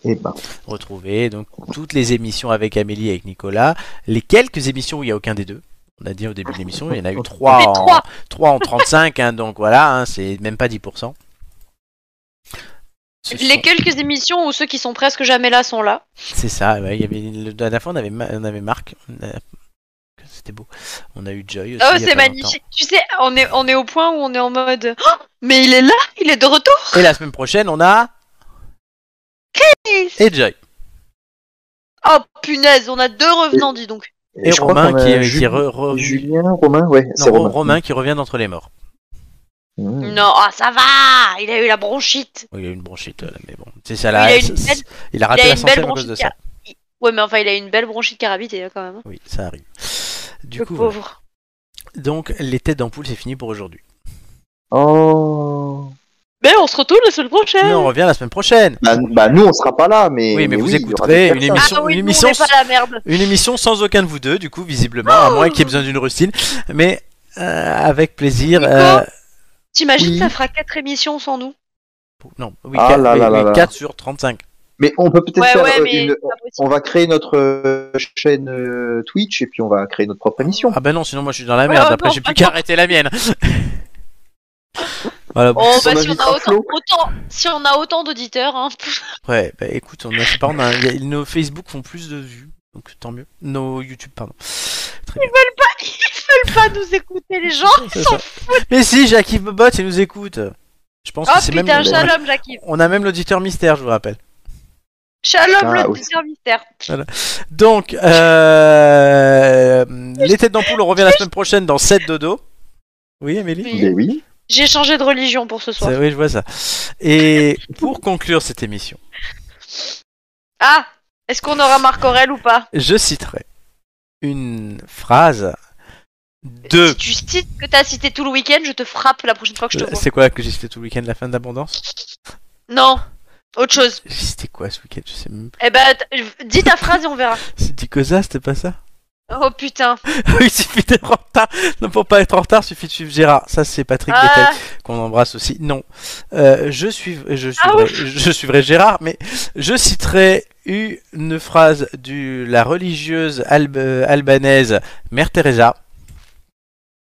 [SPEAKER 2] Et ben,
[SPEAKER 1] Retrouvez donc toutes les émissions avec Amélie et avec Nicolas, les quelques émissions où il n'y a aucun des deux. On a dit au début de l'émission, il y en a eu trois
[SPEAKER 3] Les
[SPEAKER 1] en,
[SPEAKER 3] trois.
[SPEAKER 1] trois en 35, hein, donc voilà, hein, c'est même pas 10%. Ce sont-
[SPEAKER 3] Les quelques émissions où ceux qui sont presque jamais là sont là.
[SPEAKER 1] C'est ça, ouais, il y avait, le- la dernière fois on avait, Ma- on avait Marc, on a- c'était beau. On a eu Joy aussi.
[SPEAKER 3] Oh,
[SPEAKER 1] il y a
[SPEAKER 3] c'est
[SPEAKER 1] pas longtemps.
[SPEAKER 3] magnifique. Tu sais, on est, on est au point où on est en mode. Oh, mais il est là, il est de retour.
[SPEAKER 1] Et la semaine prochaine, on a. Et Joy.
[SPEAKER 3] Oh punaise, on a deux revenants, dis donc.
[SPEAKER 1] Et,
[SPEAKER 2] je crois
[SPEAKER 1] Romain
[SPEAKER 2] qu'on a
[SPEAKER 1] qui, est- qui est
[SPEAKER 2] Julien,
[SPEAKER 1] re- revenu-
[SPEAKER 2] Julien, Romain, ouais,
[SPEAKER 1] non,
[SPEAKER 2] c'est
[SPEAKER 1] Ro-
[SPEAKER 2] Romain.
[SPEAKER 1] Romain qui revient d'entre les morts. Hmm.
[SPEAKER 2] Mmh.
[SPEAKER 3] Non, ah ça va, il a eu la bronchite.
[SPEAKER 1] Oh, il a eu une bronchite là, mais bon. C'est ça
[SPEAKER 3] Il a
[SPEAKER 1] là.
[SPEAKER 3] eu une
[SPEAKER 1] c'est- il
[SPEAKER 3] belle-
[SPEAKER 1] a
[SPEAKER 3] il a
[SPEAKER 1] raté
[SPEAKER 3] eu
[SPEAKER 1] la
[SPEAKER 3] une belle
[SPEAKER 1] centième à cause de
[SPEAKER 3] bronchite.
[SPEAKER 1] ça.
[SPEAKER 3] car- Ouais, mais enfin, il a eu une belle bronchite carabitée là, quand même. hein.
[SPEAKER 1] Oui, ça arrive. Du
[SPEAKER 3] Le
[SPEAKER 1] coup, voilà.
[SPEAKER 3] pauvre.
[SPEAKER 1] donc les têtes d'ampoule, c'est fini pour aujourd'hui.
[SPEAKER 2] Oh.
[SPEAKER 3] Mais on se retrouve la semaine prochaine.
[SPEAKER 1] Mais on revient la semaine prochaine.
[SPEAKER 2] Bah, bah, nous, on sera pas là, mais.
[SPEAKER 1] Oui, mais vous
[SPEAKER 2] il y aura
[SPEAKER 1] écouterez
[SPEAKER 2] des
[SPEAKER 1] une
[SPEAKER 2] personnes.
[SPEAKER 3] ah
[SPEAKER 1] émission-
[SPEAKER 3] bah oui,
[SPEAKER 1] une
[SPEAKER 3] nous,
[SPEAKER 1] émission
[SPEAKER 3] on est pas la merde.
[SPEAKER 1] Une émission sans aucun de vous deux, du coup, visiblement, à moins qu'il y ait besoin d'une rustine. Mais euh, avec plaisir.
[SPEAKER 3] Nico
[SPEAKER 1] euh,
[SPEAKER 3] T'imagines,
[SPEAKER 2] oui.
[SPEAKER 3] ça fera quatre émissions sans nous.
[SPEAKER 1] non, oui,
[SPEAKER 2] Ah
[SPEAKER 1] 4,
[SPEAKER 2] là là là là.
[SPEAKER 1] sur 35.
[SPEAKER 2] Mais on peut peut-être
[SPEAKER 3] Ouais,
[SPEAKER 2] faire
[SPEAKER 3] ouais,
[SPEAKER 2] euh,
[SPEAKER 3] mais
[SPEAKER 2] une.
[SPEAKER 3] c'est pas possible.
[SPEAKER 2] On va créer notre euh, chaîne euh, Twitch et puis on va créer notre propre émission.
[SPEAKER 1] Ah bah non, sinon moi je suis dans la merde.
[SPEAKER 3] Ouais,
[SPEAKER 1] Après,
[SPEAKER 3] non,
[SPEAKER 1] j'ai plus qu'à arrêter la mienne. voilà, bon.
[SPEAKER 3] Oh,
[SPEAKER 2] On
[SPEAKER 3] bah, si, on
[SPEAKER 2] invitera
[SPEAKER 3] a autant,
[SPEAKER 2] Flo.
[SPEAKER 3] autant- si on a autant d'auditeurs, hein,
[SPEAKER 1] Ouais, bah écoute, on a, je sais pas, on a- il y a- nos Facebook font plus de vues. Donc tant mieux. Nos YouTube, pardon. Très bien.
[SPEAKER 3] ils veulent pas nous écouter, les gens.
[SPEAKER 1] C'est ça. Mais si, Jackie Bobot, il nous écoute. Je pense
[SPEAKER 3] Oh
[SPEAKER 1] que c'est même.
[SPEAKER 3] putain,
[SPEAKER 2] le-
[SPEAKER 3] shalom, Jackie.
[SPEAKER 1] On a même l'auditeur mystère, je vous rappelle.
[SPEAKER 3] Shalom,
[SPEAKER 2] Ah,
[SPEAKER 3] le
[SPEAKER 2] aussi.
[SPEAKER 3] dessert mystère.
[SPEAKER 1] Donc, euh, les têtes d'ampoule, on revient la semaine prochaine dans 7 dodo. Oui, Amélie
[SPEAKER 3] Oui.
[SPEAKER 2] Mais oui.
[SPEAKER 3] J'ai changé de religion pour ce soir.
[SPEAKER 1] Ça, Oui, je vois ça. Et pour conclure cette émission,
[SPEAKER 3] Ah, est-ce qu'on aura Marc Aurel ou pas
[SPEAKER 1] je citerai une phrase de. Euh,
[SPEAKER 3] Si tu cites que t'as cité tout le week-end, je te frappe la prochaine fois que je te vois.
[SPEAKER 1] C'est quoi que j'ai cité tout le week-end la fin d'abondance
[SPEAKER 3] Non, autre chose.
[SPEAKER 1] J'ai cité quoi ce week-end Je sais même pas.
[SPEAKER 3] Eh ben, t- dis ta phrase et on verra.
[SPEAKER 1] C'est dit Cosa, c'était pas ça
[SPEAKER 3] Oh putain.
[SPEAKER 1] Il suffit d'être en retard. Non, pour pas être en retard, suffit de suivre Gérard. Ça, c'est Patrick Bettel.
[SPEAKER 3] Ah,
[SPEAKER 1] qu'on embrasse aussi. Non, Euh, je, suiv- je,
[SPEAKER 3] Ah
[SPEAKER 1] suivrai, je suivrai Gérard, mais je citerai une phrase de la religieuse alb- euh, albanaise Mère Teresa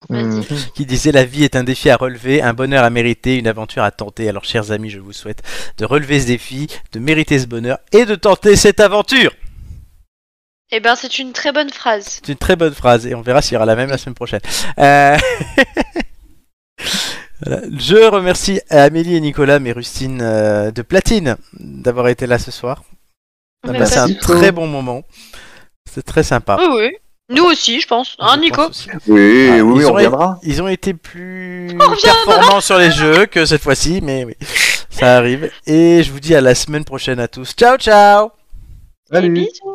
[SPEAKER 3] Vas-y.
[SPEAKER 2] Mmh.
[SPEAKER 1] qui disait La vie est un défi à relever, un bonheur à mériter, une aventure à tenter. Alors, chers amis, je vous souhaite de relever ce défi, de mériter ce bonheur et de tenter cette aventure.
[SPEAKER 3] eh ben, c'est une très bonne phrase.
[SPEAKER 1] C'est une très bonne phrase et on verra s'il y aura la même la semaine prochaine. Euh, voilà. Je remercie Amélie et Nicolas, mes rustines euh, de platine, d'avoir été là ce soir. On a
[SPEAKER 3] Mais
[SPEAKER 1] passé
[SPEAKER 3] pas-
[SPEAKER 1] un
[SPEAKER 2] Merci,
[SPEAKER 1] très
[SPEAKER 2] Flo.
[SPEAKER 1] bon moment. C'est très sympa.
[SPEAKER 3] Oui, oui. Nous aussi, je pense. Hein,
[SPEAKER 1] Je
[SPEAKER 3] Nico
[SPEAKER 1] pense aussi.
[SPEAKER 2] Oui,
[SPEAKER 1] Ah,
[SPEAKER 2] oui,
[SPEAKER 1] ils
[SPEAKER 2] on
[SPEAKER 1] auraient-
[SPEAKER 2] reviendra.
[SPEAKER 1] Ils ont été plus
[SPEAKER 3] On reviendra.
[SPEAKER 1] performants sur les jeux que cette fois-ci, mais oui. ça arrive. Et je vous dis à la semaine prochaine à tous. Ciao, ciao
[SPEAKER 3] Et bisous.